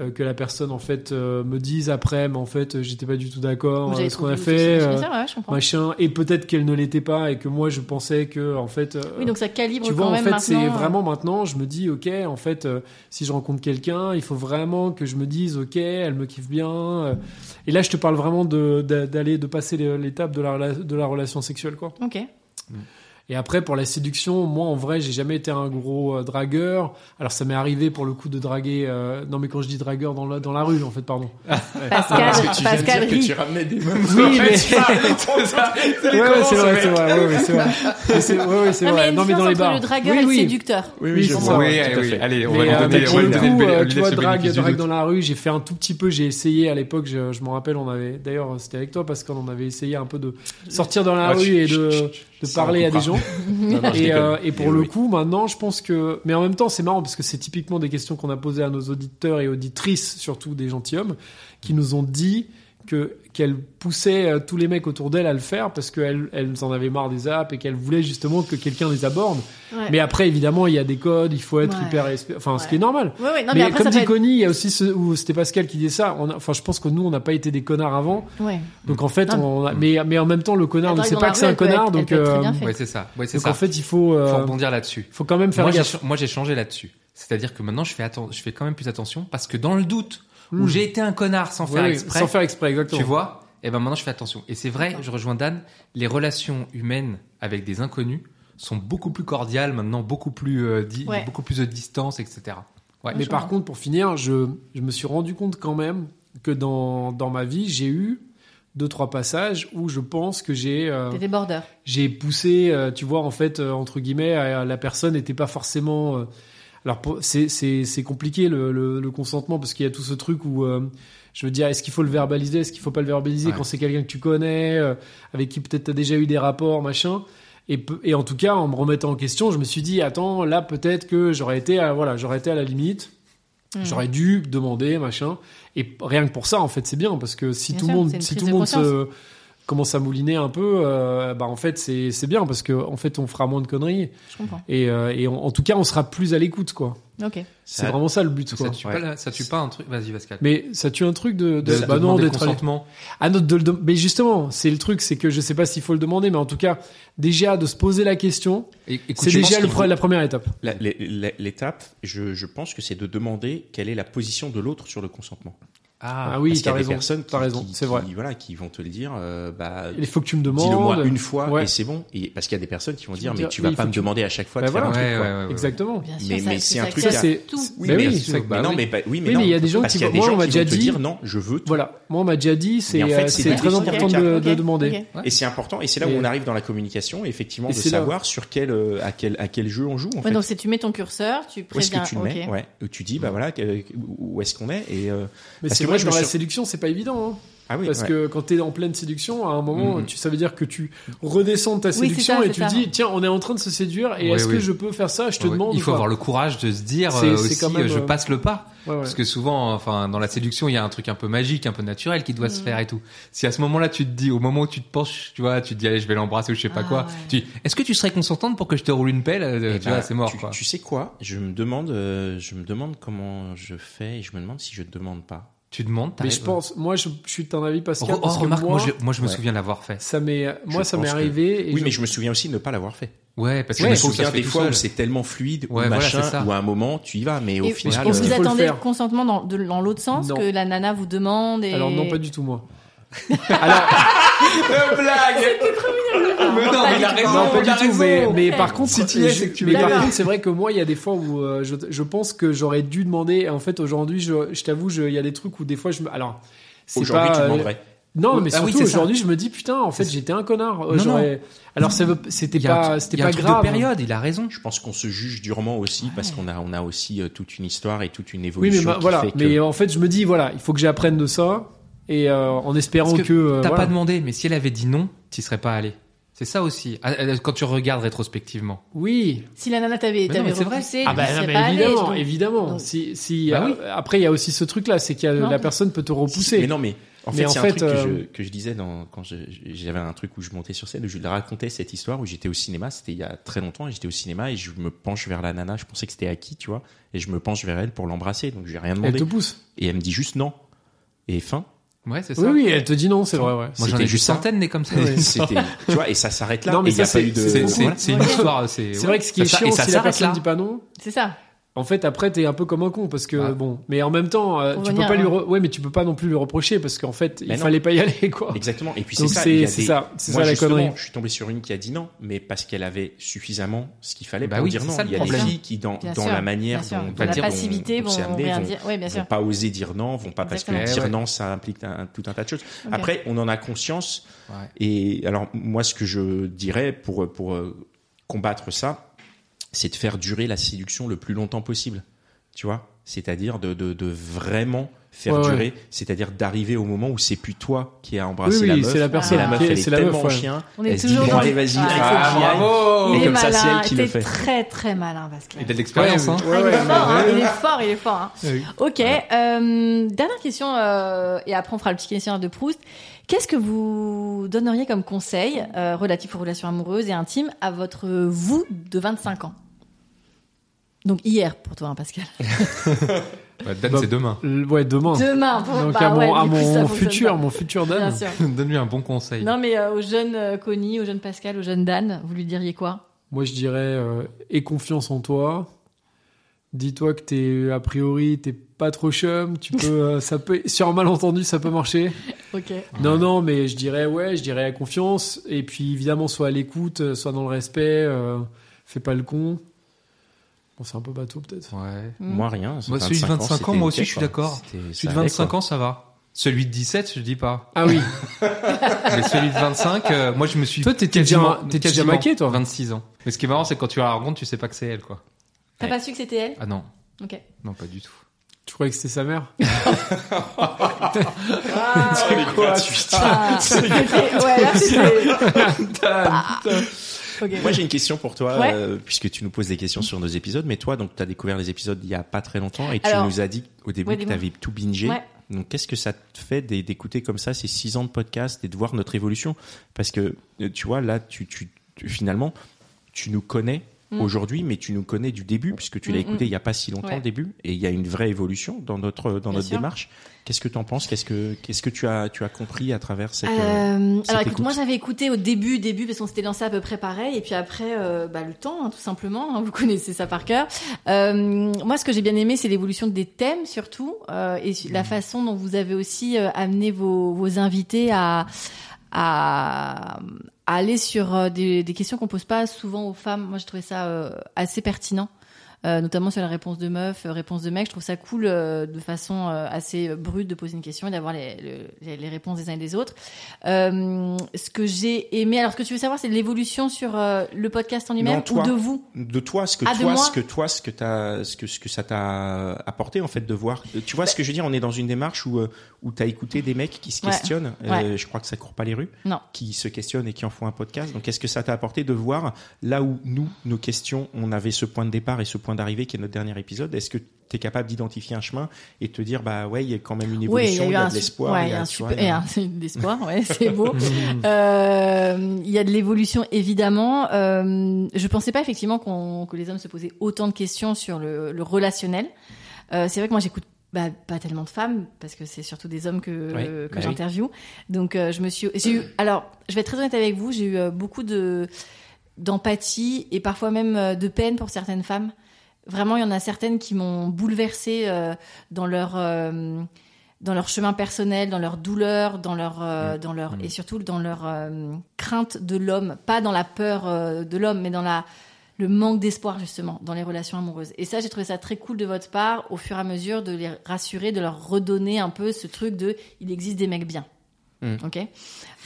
[SPEAKER 3] euh, que la personne en fait euh, me dise après, mais en fait, euh, j'étais pas du tout d'accord.
[SPEAKER 1] Vous
[SPEAKER 3] euh,
[SPEAKER 1] avez
[SPEAKER 3] ce qu'on
[SPEAKER 1] trouvé
[SPEAKER 3] a
[SPEAKER 1] vous
[SPEAKER 3] fait,
[SPEAKER 1] aussi.
[SPEAKER 3] euh,
[SPEAKER 1] Bien sûr, ouais, je comprends.
[SPEAKER 3] machin. Et peut-être qu'elle ne l'était pas et que moi, je pensais que en fait. euh,
[SPEAKER 1] Oui, donc ça calibre
[SPEAKER 3] tu vois,
[SPEAKER 1] quand
[SPEAKER 3] en
[SPEAKER 1] même
[SPEAKER 3] fait, c'est
[SPEAKER 1] maintenant, euh,
[SPEAKER 3] vraiment maintenant, je me dis, ok, en fait, euh, si je rencontre quelqu'un, il faut vraiment que je me dise, ok, elle me kiffe bien. euh. et là, je te parle vraiment de- d'a- d'aller, de, passer les- l'étape de la, rela- de la relation sexuelle, quoi.
[SPEAKER 1] Ok.
[SPEAKER 3] Et après, pour la séduction, moi, en vrai, j'ai jamais été un gros euh, dragueur. Alors, ça m'est arrivé pour le coup de draguer. euh, non, mais quand je dis dragueur, dans la, dans la rue, en fait, pardon.
[SPEAKER 1] Pascal, Pascal rit.
[SPEAKER 2] ramenais des meufs.
[SPEAKER 3] Oui, mais. Ouais, ouais, c'est vrai, c'est vrai. Ouais, ouais, c'est vrai. Mais c'est- ouais, ouais, c'est
[SPEAKER 1] Non, mais il y a
[SPEAKER 3] vrai.
[SPEAKER 1] une
[SPEAKER 3] Non, mais
[SPEAKER 1] différence
[SPEAKER 3] dans les
[SPEAKER 1] entre
[SPEAKER 3] bars.
[SPEAKER 1] le dragueur et le séducteur.
[SPEAKER 3] Oui, oui, je
[SPEAKER 1] Pour
[SPEAKER 3] sais.
[SPEAKER 1] moi.
[SPEAKER 3] Oui,
[SPEAKER 2] allez, oui.
[SPEAKER 5] allez,
[SPEAKER 3] Mais, euh, mais pour le coup, euh, tu vois, drague, drague dans
[SPEAKER 5] la...
[SPEAKER 3] la rue, j'ai fait un tout petit peu, j'ai essayé à l'époque, je, je m'en rappelle, on avait, d'ailleurs, c'était avec toi parce qu'on avait essayé un peu de sortir dans la
[SPEAKER 5] Ouais,
[SPEAKER 3] rue
[SPEAKER 5] chut,
[SPEAKER 3] et
[SPEAKER 5] chut,
[SPEAKER 3] de,
[SPEAKER 5] chut,
[SPEAKER 3] de
[SPEAKER 5] ça, on
[SPEAKER 3] parler à des gens.
[SPEAKER 5] coupera.
[SPEAKER 3] et, euh, et pour le coup, maintenant, je pense que, mais en même temps, c'est marrant parce que c'est typiquement des questions qu'on a posées à nos auditeurs et auditrices, surtout des gentilshommes, qui nous ont dit que qu'elle poussait euh, tous les mecs autour d'elle à le faire parce qu'elle elle en avait marre des apps et qu'elle voulait justement que quelqu'un les aborde.
[SPEAKER 1] Ouais.
[SPEAKER 3] Mais après, évidemment, il y a des codes, il faut être
[SPEAKER 1] Ouais.
[SPEAKER 3] hyper... respect- Enfin, ce
[SPEAKER 1] Ouais.
[SPEAKER 3] qui est normal.
[SPEAKER 1] Ouais, ouais, non, mais,
[SPEAKER 3] mais,
[SPEAKER 1] après,
[SPEAKER 3] comme
[SPEAKER 1] ça
[SPEAKER 3] dit
[SPEAKER 1] peut être-
[SPEAKER 3] Connie, il y a aussi ce, où c'était Pascal qui disait ça. on a- Enfin, je pense que nous, on n'a pas été des connards avant.
[SPEAKER 1] Ouais.
[SPEAKER 3] Donc en fait,
[SPEAKER 1] Mm. Non, mais-
[SPEAKER 3] on a- mais mais en même temps, le connard ne
[SPEAKER 1] Attends,
[SPEAKER 3] sait
[SPEAKER 1] dans
[SPEAKER 3] pas
[SPEAKER 1] la
[SPEAKER 3] que c'est
[SPEAKER 1] rue,
[SPEAKER 3] un
[SPEAKER 1] elle peut
[SPEAKER 3] connard.
[SPEAKER 1] être- elle
[SPEAKER 3] Donc
[SPEAKER 1] peut être très
[SPEAKER 3] euh,
[SPEAKER 1] bien faite.
[SPEAKER 5] Ouais, c'est ça. Ouais, c'est
[SPEAKER 3] donc
[SPEAKER 5] ça.
[SPEAKER 3] en fait, il faut euh,
[SPEAKER 5] faut rebondir là-dessus.
[SPEAKER 3] faut quand même faire
[SPEAKER 5] Moi, j'ai
[SPEAKER 3] gaffe.
[SPEAKER 5] cha- moi, j'ai changé là-dessus. C'est-à-dire que maintenant, je fais, atten- je fais quand même plus attention parce que dans le doute où
[SPEAKER 3] Mm.
[SPEAKER 5] j'ai été un connard sans
[SPEAKER 3] Ouais,
[SPEAKER 5] faire
[SPEAKER 3] ouais,
[SPEAKER 5] exprès,
[SPEAKER 3] Sans faire exprès, exactement.
[SPEAKER 5] tu vois, et ben maintenant, je fais attention. Et c'est vrai, je rejoins Dan, les relations humaines avec des inconnus sont beaucoup plus cordiales maintenant, beaucoup plus, euh, di-
[SPEAKER 1] Ouais.
[SPEAKER 5] beaucoup plus de distance, etc. Ouais,
[SPEAKER 3] Mais
[SPEAKER 1] je
[SPEAKER 3] par
[SPEAKER 1] vois.
[SPEAKER 3] contre, pour finir, je, je me suis rendu compte quand même que dans, dans ma vie, j'ai eu deux trois passages où je pense que j'ai euh,
[SPEAKER 1] T'étais border.
[SPEAKER 3] j'ai poussé, euh, tu vois, en fait, euh, entre guillemets, à- à la personne n'était pas forcément. euh, alors, pour- c'est- c'est c'est compliqué le, le- le consentement parce qu'il y a tout ce truc où. euh, je veux dire, est-ce qu'il faut le verbaliser, est-ce qu'il faut pas le verbaliser
[SPEAKER 5] Ouais.
[SPEAKER 3] quand c'est quelqu'un que tu connais, euh, avec qui peut-être tu as déjà eu des rapports, machin. Et, peu- et en tout cas, en me remettant en question, je me suis dit, attends, là peut-être que j'aurais été, à, voilà, j'aurais été à la limite,
[SPEAKER 1] Mm.
[SPEAKER 3] j'aurais dû demander, machin. Et p- rien que pour ça, en fait, c'est bien parce que si
[SPEAKER 1] Bien
[SPEAKER 3] tout le
[SPEAKER 1] sûr,
[SPEAKER 3] monde,
[SPEAKER 1] c'est une
[SPEAKER 3] si
[SPEAKER 1] prise
[SPEAKER 3] tout le
[SPEAKER 1] de
[SPEAKER 3] monde se, commence à mouliner un peu, euh, bah en fait c'est c'est bien parce que en fait on fera moins de conneries
[SPEAKER 1] Je comprends.
[SPEAKER 3] et, euh, et on- en tout cas on sera plus à l'écoute quoi.
[SPEAKER 1] Ok.
[SPEAKER 3] C'est vraiment ça le but
[SPEAKER 5] Ça
[SPEAKER 3] quoi.
[SPEAKER 5] tue,
[SPEAKER 2] Ouais.
[SPEAKER 5] pas, la- ça tue pas un truc. Vas-y, Pascal.
[SPEAKER 3] Mais ça tue un truc de, de-
[SPEAKER 5] De-
[SPEAKER 3] bah non
[SPEAKER 5] de demander
[SPEAKER 3] d'être allé-
[SPEAKER 5] consentement.
[SPEAKER 3] ah non, de le dem- mais justement, c'est le truc, c'est que je sais pas s'il faut le demander, mais en tout cas, déjà de se poser la question,
[SPEAKER 5] Et- écoute,
[SPEAKER 3] c'est
[SPEAKER 5] je pense
[SPEAKER 3] déjà le
[SPEAKER 5] qu'il
[SPEAKER 3] pre- la première étape.
[SPEAKER 2] La- l'é- l'é- L'étape, je, je pense que c'est de demander quelle est la position de l'autre sur le consentement.
[SPEAKER 3] Ah,
[SPEAKER 5] Ah,
[SPEAKER 3] oui,
[SPEAKER 2] Parce qu'il y
[SPEAKER 3] t'as
[SPEAKER 2] a des
[SPEAKER 3] raison,
[SPEAKER 2] personnes qui,
[SPEAKER 3] t'as raison,
[SPEAKER 2] qui-
[SPEAKER 3] c'est vrai.
[SPEAKER 2] qui, voilà, qui vont te le dire, euh, bah,
[SPEAKER 3] Il faut que tu me demandes.
[SPEAKER 2] dis-le moi une fois
[SPEAKER 3] Ouais.
[SPEAKER 2] et c'est bon. Et, parce qu'il y a des personnes qui vont
[SPEAKER 3] Qui
[SPEAKER 2] dire,
[SPEAKER 3] vont
[SPEAKER 2] mais
[SPEAKER 3] dire,
[SPEAKER 2] tu vas
[SPEAKER 3] oui,
[SPEAKER 2] pas
[SPEAKER 3] faut
[SPEAKER 2] me
[SPEAKER 3] que tu-
[SPEAKER 2] demander à chaque fois
[SPEAKER 3] Bah
[SPEAKER 2] de faire
[SPEAKER 3] voilà.
[SPEAKER 2] un truc.
[SPEAKER 5] Ouais,
[SPEAKER 2] quoi.
[SPEAKER 5] ouais, ouais, ouais.
[SPEAKER 3] Exactement.
[SPEAKER 1] Bien sûr,
[SPEAKER 2] Mais-
[SPEAKER 1] ça-
[SPEAKER 2] mais c'est un
[SPEAKER 1] ça
[SPEAKER 2] truc
[SPEAKER 1] casse
[SPEAKER 3] qui a-
[SPEAKER 1] tout.
[SPEAKER 3] Oui,
[SPEAKER 2] Oui,
[SPEAKER 3] mais
[SPEAKER 2] mais,
[SPEAKER 3] oui,
[SPEAKER 2] sûr.
[SPEAKER 3] ça-
[SPEAKER 2] Mais
[SPEAKER 5] bah
[SPEAKER 2] non,
[SPEAKER 5] oui.
[SPEAKER 2] mais bah- oui, mais
[SPEAKER 3] Oui,
[SPEAKER 2] non.
[SPEAKER 3] mais il y a des gens
[SPEAKER 2] Parce
[SPEAKER 3] qui
[SPEAKER 2] qu'il y a
[SPEAKER 3] vont-
[SPEAKER 2] des
[SPEAKER 3] moi,
[SPEAKER 2] gens
[SPEAKER 3] on m'a
[SPEAKER 2] qui
[SPEAKER 3] déjà
[SPEAKER 2] vont te
[SPEAKER 3] dit-
[SPEAKER 2] dire non, je veux. tout.
[SPEAKER 3] Voilà. Moi, on m'a déjà dit, c'est
[SPEAKER 2] en fait,
[SPEAKER 3] euh,
[SPEAKER 2] c'est
[SPEAKER 3] c'est
[SPEAKER 2] des
[SPEAKER 3] très
[SPEAKER 2] questions
[SPEAKER 3] important
[SPEAKER 2] qui
[SPEAKER 3] de,
[SPEAKER 2] arrivent.
[SPEAKER 3] de demander.
[SPEAKER 1] Ok.
[SPEAKER 2] Et c'est important. Et c'est là où
[SPEAKER 3] Et-
[SPEAKER 2] on arrive dans la communication, effectivement,
[SPEAKER 3] Et
[SPEAKER 2] de
[SPEAKER 3] c'est là-
[SPEAKER 2] savoir sur quel, euh, à quel, à quel jeu on joue. En
[SPEAKER 1] Ouais,
[SPEAKER 2] fait.
[SPEAKER 1] donc c'est tu mets ton curseur, tu
[SPEAKER 2] Où est-ce
[SPEAKER 1] préviens.
[SPEAKER 2] que tu le mets
[SPEAKER 1] ok.
[SPEAKER 2] ouais. Où tu dis, bah voilà, que- où est-ce qu'on est Et euh,
[SPEAKER 3] Mais
[SPEAKER 2] Parce
[SPEAKER 3] c'est
[SPEAKER 2] que
[SPEAKER 3] vrai
[SPEAKER 2] moi,
[SPEAKER 3] que
[SPEAKER 2] je
[SPEAKER 3] dans
[SPEAKER 2] me
[SPEAKER 3] la
[SPEAKER 2] suis-
[SPEAKER 3] séduction, c'est pas évident. hein.
[SPEAKER 2] ah oui,
[SPEAKER 3] Parce
[SPEAKER 2] ouais.
[SPEAKER 3] que quand t'es en pleine séduction, à un moment,
[SPEAKER 5] Mhm.
[SPEAKER 3] tu, ça veut dire que tu redescends de ta
[SPEAKER 1] c'est
[SPEAKER 3] séduction
[SPEAKER 1] ça,
[SPEAKER 3] et
[SPEAKER 1] c'est
[SPEAKER 3] tu
[SPEAKER 1] ça.
[SPEAKER 3] dis, tiens, on est en train de se séduire et
[SPEAKER 5] Oui,
[SPEAKER 3] est-ce que
[SPEAKER 5] oui.
[SPEAKER 3] je peux faire ça Je te
[SPEAKER 5] Ouais,
[SPEAKER 3] demande.
[SPEAKER 5] Il faut
[SPEAKER 3] quoi.
[SPEAKER 5] avoir le courage de se dire
[SPEAKER 3] C'est-
[SPEAKER 5] euh,
[SPEAKER 3] c'est
[SPEAKER 5] aussi
[SPEAKER 3] quand même,
[SPEAKER 5] euh, je
[SPEAKER 3] euh,
[SPEAKER 5] passe le pas.
[SPEAKER 3] Ouais, ouais.
[SPEAKER 5] Parce que souvent, enfin, dans la séduction, il y a un truc un peu magique, un peu naturel qui doit se
[SPEAKER 1] Mm.
[SPEAKER 5] faire et tout. Si à ce moment-là, tu te dis, au moment où tu te penches, tu vois, tu te dis, allez, je vais l'embrasser ou je sais pas
[SPEAKER 1] Ah
[SPEAKER 5] quoi,
[SPEAKER 1] ouais.
[SPEAKER 5] tu dis, est-ce que tu serais consentante pour que je te roule une pelle Euh,
[SPEAKER 2] Eh ben,
[SPEAKER 5] Tu
[SPEAKER 3] bah,
[SPEAKER 5] vois, c'est mort,
[SPEAKER 2] tu,
[SPEAKER 5] quoi.
[SPEAKER 2] tu sais quoi Je me demande, euh, je me demande comment je fais et je me demande si je te demande pas.
[SPEAKER 5] Tu demandes, t'as
[SPEAKER 3] Mais je
[SPEAKER 5] raison.
[SPEAKER 3] pense, moi, je, je suis de ton avis, Pascal.
[SPEAKER 5] Re- oh,
[SPEAKER 3] parce que
[SPEAKER 5] remarque, moi,
[SPEAKER 3] moi,
[SPEAKER 5] je, moi, je me
[SPEAKER 2] Ouais.
[SPEAKER 5] souviens l'avoir fait.
[SPEAKER 3] ça m'est, moi,
[SPEAKER 2] Je
[SPEAKER 3] ça m'est
[SPEAKER 2] pense que-
[SPEAKER 3] arrivé. et
[SPEAKER 2] oui,
[SPEAKER 3] je-
[SPEAKER 2] mais je me souviens aussi de ne pas l'avoir fait.
[SPEAKER 5] Ouais, parce
[SPEAKER 2] je
[SPEAKER 5] que
[SPEAKER 2] me
[SPEAKER 5] je
[SPEAKER 2] souviens des fois où c'est tellement fluide, ou
[SPEAKER 5] Ouais, voilà,
[SPEAKER 2] machin,
[SPEAKER 5] c'est ça.
[SPEAKER 2] ou à un moment tu y vas, mais au
[SPEAKER 1] Et,
[SPEAKER 2] final,
[SPEAKER 3] je
[SPEAKER 1] et
[SPEAKER 3] pense
[SPEAKER 2] euh,
[SPEAKER 3] qu'il
[SPEAKER 1] vous
[SPEAKER 3] faut le
[SPEAKER 1] attendez le
[SPEAKER 3] faire.
[SPEAKER 1] consentement dans, de- dans l'autre sens
[SPEAKER 3] Non.
[SPEAKER 1] que la nana vous demande et
[SPEAKER 3] Alors non, pas du tout moi. Alors,
[SPEAKER 1] Ah,
[SPEAKER 5] Mais non, mais il a raison,
[SPEAKER 1] Oh,
[SPEAKER 3] non, pas
[SPEAKER 5] il a
[SPEAKER 3] du tout.
[SPEAKER 5] raison.
[SPEAKER 3] Mais, mais par contre,
[SPEAKER 5] Si t'y es,
[SPEAKER 3] je-
[SPEAKER 5] c'est que tu
[SPEAKER 3] mais
[SPEAKER 5] l'as
[SPEAKER 3] par
[SPEAKER 5] fait.
[SPEAKER 3] contre, c'est vrai que moi, il y a des fois où euh, je, je pense que j'aurais dû demander. Et En fait, aujourd'hui, je, je t'avoue, je- il y a des trucs où des fois, je me. Alors, c'est
[SPEAKER 2] aujourd'hui
[SPEAKER 3] pas,
[SPEAKER 2] tu
[SPEAKER 3] euh,
[SPEAKER 2] demanderais.
[SPEAKER 3] Non, mais
[SPEAKER 5] Ah oui,
[SPEAKER 3] surtout
[SPEAKER 5] c'est ça.
[SPEAKER 3] aujourd'hui, je me dis putain, en fait, j'étais un connard. Euh,
[SPEAKER 5] Non,
[SPEAKER 3] j'aurais- Alors, ça veut- c'était
[SPEAKER 5] Il y a un
[SPEAKER 3] pas,
[SPEAKER 5] truc-
[SPEAKER 3] c'était
[SPEAKER 5] il y a
[SPEAKER 3] pas
[SPEAKER 5] un truc de
[SPEAKER 3] grave. hein.
[SPEAKER 5] période, il a raison.
[SPEAKER 2] Je pense qu'on se juge durement aussi parce qu'on a, on a aussi euh, toute une histoire et toute une
[SPEAKER 3] Oui,
[SPEAKER 2] évolution.
[SPEAKER 3] mais ma-
[SPEAKER 2] qui
[SPEAKER 3] voilà.
[SPEAKER 2] fait que-
[SPEAKER 3] Mais en fait, je me dis voilà, il faut que j'apprenne de ça et euh, en espérant
[SPEAKER 5] Parce
[SPEAKER 3] que.
[SPEAKER 5] que
[SPEAKER 3] euh,
[SPEAKER 5] T'as
[SPEAKER 3] voilà.
[SPEAKER 5] pas demandé, mais si elle avait dit non, t'y serais pas allé. C'est ça aussi. Ah, euh, Quand tu regardes rétrospectivement.
[SPEAKER 3] Oui.
[SPEAKER 1] si la nana t'avait
[SPEAKER 5] Mais non,
[SPEAKER 1] t'avait
[SPEAKER 5] mais c'est vrai.
[SPEAKER 1] repoussé,
[SPEAKER 3] Ah bah,
[SPEAKER 1] tu
[SPEAKER 3] non,
[SPEAKER 1] serais
[SPEAKER 3] mais
[SPEAKER 1] pas allé,
[SPEAKER 3] évidemment,
[SPEAKER 1] je-
[SPEAKER 3] évidemment.
[SPEAKER 1] Donc-
[SPEAKER 3] Si, si,
[SPEAKER 5] Bah
[SPEAKER 3] euh,
[SPEAKER 5] oui.
[SPEAKER 3] Après, il y a aussi ce truc-là, c'est que
[SPEAKER 1] Non.
[SPEAKER 3] la personne peut te repousser.
[SPEAKER 2] Mais non, mais en
[SPEAKER 3] Mais
[SPEAKER 2] fait,
[SPEAKER 3] en
[SPEAKER 2] c'est un
[SPEAKER 3] fait,
[SPEAKER 2] truc que,
[SPEAKER 3] euh,
[SPEAKER 2] je, que je disais dans, quand je- j'avais un truc où je montais sur scène, où je leur racontais cette histoire où j'étais au cinéma, c'était il y a très longtemps, et j'étais au cinéma et je me penche vers la nana, je pensais que c'était acquis, tu vois, et je me penche vers elle pour l'embrasser, donc je lui ai rien
[SPEAKER 3] elle
[SPEAKER 2] demandé.
[SPEAKER 3] te pousse.
[SPEAKER 2] Et elle me dit juste non. Et fin.
[SPEAKER 5] Ouais, c'est ça.
[SPEAKER 3] Oui, oui, elle te dit non, c'est vrai. Ouais.
[SPEAKER 5] Moi, j'en
[SPEAKER 2] C'était
[SPEAKER 5] ai juste
[SPEAKER 2] juste ça.
[SPEAKER 5] centaines des comme ça.
[SPEAKER 3] Ouais.
[SPEAKER 2] C'était, tu vois, et ça s'arrête là.
[SPEAKER 3] Non, mais
[SPEAKER 2] et il y a
[SPEAKER 3] ça,
[SPEAKER 2] pas
[SPEAKER 3] c'est-
[SPEAKER 2] eu de.
[SPEAKER 3] c'est-
[SPEAKER 5] C'est
[SPEAKER 3] c'est-
[SPEAKER 2] voilà.
[SPEAKER 5] c'est une histoire. C'est
[SPEAKER 3] C'est vrai que ce qui est
[SPEAKER 5] ça-
[SPEAKER 3] chiant,
[SPEAKER 5] et ça
[SPEAKER 3] si la
[SPEAKER 5] s'arrête
[SPEAKER 3] personne
[SPEAKER 5] là.
[SPEAKER 3] dit pas non,
[SPEAKER 1] C'est ça.
[SPEAKER 3] en fait, après, t'es un peu comme un con parce que
[SPEAKER 5] Ouais.
[SPEAKER 3] bon, mais en même temps, euh,
[SPEAKER 1] Faut
[SPEAKER 3] tu peux
[SPEAKER 1] venir,
[SPEAKER 3] pas lui,
[SPEAKER 1] hein.
[SPEAKER 3] re- ouais, mais tu peux pas non plus lui reprocher parce qu'en fait, il
[SPEAKER 2] Mais non.
[SPEAKER 3] fallait pas y aller, quoi.
[SPEAKER 2] Exactement. Et puis c'est
[SPEAKER 3] Donc
[SPEAKER 2] ça. il y
[SPEAKER 3] c'est
[SPEAKER 2] a
[SPEAKER 3] c'est
[SPEAKER 2] des-
[SPEAKER 3] ça, c'est
[SPEAKER 2] Moi,
[SPEAKER 3] ça la
[SPEAKER 2] justement,
[SPEAKER 3] connerie.
[SPEAKER 2] Je suis tombé sur une qui a dit non, mais parce qu'elle avait suffisamment ce qu'il fallait
[SPEAKER 5] Bah
[SPEAKER 2] pour
[SPEAKER 5] oui,
[SPEAKER 2] dire
[SPEAKER 5] c'est
[SPEAKER 2] non.
[SPEAKER 5] ça le
[SPEAKER 2] Il y a des
[SPEAKER 5] problème.
[SPEAKER 2] filles qui, dans,
[SPEAKER 1] Bien
[SPEAKER 2] dans
[SPEAKER 1] sûr,
[SPEAKER 2] la manière
[SPEAKER 1] bien sûr.
[SPEAKER 2] dont,
[SPEAKER 1] Dans la
[SPEAKER 2] dont-
[SPEAKER 1] passivité,
[SPEAKER 2] dont
[SPEAKER 1] vont
[SPEAKER 2] c'est
[SPEAKER 1] vont
[SPEAKER 2] amené,
[SPEAKER 1] rien
[SPEAKER 2] vont-
[SPEAKER 1] dire. Oui, bien
[SPEAKER 2] vont
[SPEAKER 1] sûr.
[SPEAKER 2] pas oser dire non, vont pas parce que
[SPEAKER 1] Exactement.
[SPEAKER 2] dire
[SPEAKER 5] Eh ouais.
[SPEAKER 2] non, ça implique un- tout un tas de choses.
[SPEAKER 1] Ok.
[SPEAKER 2] Après, on en a conscience.
[SPEAKER 5] Ouais.
[SPEAKER 2] Et alors, moi, ce que je dirais pour, pour euh, combattre ça, c'est de faire durer la séduction le plus longtemps possible. tu vois C'est-à-dire de, de, de vraiment faire
[SPEAKER 3] Ouais, ouais.
[SPEAKER 2] durer, c'est-à-dire d'arriver au moment où c'est plus toi qui as embrassé
[SPEAKER 3] Oui,
[SPEAKER 2] la
[SPEAKER 3] oui,
[SPEAKER 2] meuf.
[SPEAKER 3] c'est la personne
[SPEAKER 2] meuf,
[SPEAKER 3] qui est-
[SPEAKER 2] elle est
[SPEAKER 3] c'est la meuf,
[SPEAKER 2] tellement
[SPEAKER 3] ouais.
[SPEAKER 2] chien.
[SPEAKER 1] On est
[SPEAKER 2] elle se dit,
[SPEAKER 1] toujours
[SPEAKER 2] bon,
[SPEAKER 1] dans-
[SPEAKER 2] allez, vas-y,
[SPEAKER 1] Ah,
[SPEAKER 2] il faut que j'y aille.
[SPEAKER 5] bravo
[SPEAKER 2] Et
[SPEAKER 1] Il est
[SPEAKER 2] comme ça, c'est elle
[SPEAKER 1] malin,
[SPEAKER 2] qui le
[SPEAKER 1] t'es
[SPEAKER 2] fait.
[SPEAKER 1] très très malin, Pascal.
[SPEAKER 5] Et de l'expérience,
[SPEAKER 3] Ouais,
[SPEAKER 5] hein.
[SPEAKER 1] Ah, il, est
[SPEAKER 3] Ouais,
[SPEAKER 1] fort,
[SPEAKER 3] mais-
[SPEAKER 1] hein, il est fort, il est fort, hein.
[SPEAKER 3] Oui.
[SPEAKER 1] Ok, euh, dernière question, euh, et après on fera le petit questionnaire de Proust. Qu'est-ce que vous donneriez comme conseil euh, relatif aux relations amoureuses et intimes à votre vous de 25 ans Donc hier pour toi, hein, Pascal.
[SPEAKER 5] Bah, Dan,
[SPEAKER 3] Bah,
[SPEAKER 5] c'est demain.
[SPEAKER 3] Le- Ouais, demain.
[SPEAKER 1] Demain pour
[SPEAKER 3] Oh. Donc
[SPEAKER 1] bah
[SPEAKER 3] à mon,
[SPEAKER 1] ouais,
[SPEAKER 3] à
[SPEAKER 1] du coup,
[SPEAKER 3] mon
[SPEAKER 1] ça fonctionne
[SPEAKER 3] futur,
[SPEAKER 1] pas.
[SPEAKER 3] mon futur
[SPEAKER 1] Bien
[SPEAKER 3] Dan.
[SPEAKER 1] sûr.
[SPEAKER 5] Donne-lui un bon conseil.
[SPEAKER 1] Non mais euh, au jeune euh, Connie, au jeune Pascal, au jeune Dan, vous lui diriez quoi
[SPEAKER 3] Moi, je dirais, euh, aie confiance en toi. Dis-toi que t'es, a priori, t'es pas trop chum. Tu peux, euh, ça peut, sur un malentendu, ça peut marcher.
[SPEAKER 1] Ok.
[SPEAKER 3] Non, non, mais je dirais, ouais, je dirais la confiance. Et puis, évidemment, soit à l'écoute, euh, soit dans le respect. euh, fais pas le con. Bon, c'est un peu bateau, peut-être.
[SPEAKER 5] Ouais.
[SPEAKER 2] Moi, rien.
[SPEAKER 5] Moi, celui de 25 ans, moi aussi, je suis d'accord. Celui de 25 ans, ça va. Celui de 17, je dis pas.
[SPEAKER 3] Ah oui.
[SPEAKER 5] Mais celui de 25, euh, moi, je me suis.
[SPEAKER 3] Toi, t'étais déjà-
[SPEAKER 5] quasiment-
[SPEAKER 3] t'étais déjà
[SPEAKER 5] quasiment
[SPEAKER 3] maqué, toi.
[SPEAKER 5] 26 ans. Mais ce qui est marrant, c'est que quand tu la rencontres, tu sais pas que c'est elle, quoi.
[SPEAKER 1] T'as pas su que c'était elle
[SPEAKER 5] Ah non,
[SPEAKER 1] Ok.
[SPEAKER 5] non, pas du tout.
[SPEAKER 3] Je croyais que c'était sa mère.
[SPEAKER 1] Ah, c'était- ouais, là, c'était- Ok.
[SPEAKER 2] Moi, j'ai une question pour toi,
[SPEAKER 1] Ouais.
[SPEAKER 2] euh, puisque tu nous poses des questions sur nos épisodes, mais toi, donc, tu as découvert les épisodes il y a pas très longtemps et tu
[SPEAKER 1] Alors-
[SPEAKER 2] nous as dit au début
[SPEAKER 1] Ouais,
[SPEAKER 2] que tu
[SPEAKER 1] dis-moi.
[SPEAKER 2] avais tout bingé.
[SPEAKER 1] Ouais.
[SPEAKER 2] Donc, qu'est-ce que ça te fait d'é- d'écouter comme ça ces six ans de podcast et de voir notre évolution Parce que, euh, tu vois, là, tu, tu- tu- finalement, tu nous connais
[SPEAKER 1] Mm.
[SPEAKER 2] aujourd'hui, mais tu nous connais du début, puisque tu l'as
[SPEAKER 1] Mm,
[SPEAKER 2] écouté
[SPEAKER 1] mm.
[SPEAKER 2] il n'y a pas si longtemps
[SPEAKER 1] Ouais.
[SPEAKER 2] au début, et il y a une vraie évolution dans notre, dans
[SPEAKER 1] Bien
[SPEAKER 2] notre
[SPEAKER 1] sûr.
[SPEAKER 2] démarche. Qu'est-ce que tu en penses Qu'est-ce que, qu'est-ce que tu, as, tu as compris à travers cette... euh,
[SPEAKER 1] Euh,
[SPEAKER 2] cette
[SPEAKER 1] alors écoute,
[SPEAKER 2] écoute.
[SPEAKER 1] moi j'avais écouté au début, début parce qu'on s'était lancé à peu près pareil, et puis après, euh, bah, le temps, hein, tout simplement, hein, vous connaissez ça par cœur. Euh, moi, ce que j'ai bien aimé, c'est l'évolution des thèmes surtout, euh, et la façon dont vous avez aussi euh, amené vos, vos invités à, à, à aller sur euh, des, des questions qu'on pose pas souvent aux femmes. Moi, j'ai trouvé ça euh, assez pertinent. euh, notamment sur la réponse de meuf, euh, réponse de mec, je trouve ça cool euh, de façon euh, assez brute de poser une question et d'avoir les- le- les- les réponses des uns et des autres. Euh, ce que j'ai aimé, alors ce que tu veux savoir, c'est de l'évolution sur euh, le podcast en lui-même
[SPEAKER 2] Non,
[SPEAKER 1] ou
[SPEAKER 2] toi.
[SPEAKER 1] de vous
[SPEAKER 2] de toi ce que
[SPEAKER 1] Ah, de
[SPEAKER 2] toi
[SPEAKER 1] moi
[SPEAKER 2] ce que toi ce que t'as ce que ce que ça t'a apporté en fait de voir tu vois ce que je veux dire on est dans une démarche où euh, où t'as écouté des mecs qui se
[SPEAKER 1] Bah Ouais.
[SPEAKER 2] questionnent Euh, je crois que ça court pas les rues
[SPEAKER 1] Non.
[SPEAKER 2] qui se questionnent et qui en font un podcast donc est-ce que ça t'a apporté de voir là où nous nos questions on avait ce point de départ et ce point d'arrivée qui est notre dernier épisode est-ce que t'es capable d'identifier un chemin et de te dire bah ouais il y a quand même une évolution il y a, de
[SPEAKER 1] su-
[SPEAKER 2] l'espoir
[SPEAKER 1] ouais,
[SPEAKER 2] il y a,
[SPEAKER 1] un
[SPEAKER 2] tu
[SPEAKER 1] super-
[SPEAKER 2] vois, il y
[SPEAKER 1] et
[SPEAKER 2] a-
[SPEAKER 1] un- de l'espoir, ouais, c'est beau. Euh, Il y a de l'évolution évidemment. Euh, je pensais pas effectivement qu'on que les hommes se posaient autant de questions sur le, le relationnel. Euh, c'est vrai que moi j'écoute bah, pas tellement de femmes parce que c'est surtout des hommes que euh,
[SPEAKER 2] Oui,
[SPEAKER 1] que
[SPEAKER 2] bah oui.
[SPEAKER 1] j'interviewe. Donc euh, je me suis j'ai eu alors je vais être très honnête avec vous, j'ai eu euh, beaucoup de d'empathie et parfois même euh, de peine pour certaines femmes. Vraiment, il y en a certaines qui m'ont bouleversée euh, dans leur euh, dans leur chemin personnel, dans leur douleur, dans leur
[SPEAKER 2] Mmh.
[SPEAKER 1] euh, dans leur et surtout dans leur euh, crainte de l'homme, pas dans la peur euh, de l'homme, mais dans la le manque d'espoir justement dans les relations amoureuses. Et ça, j'ai trouvé ça très cool de votre part, au fur et à mesure, de les rassurer, de leur redonner un peu ce truc de il existe des mecs bien.
[SPEAKER 2] Mm.
[SPEAKER 1] Ok.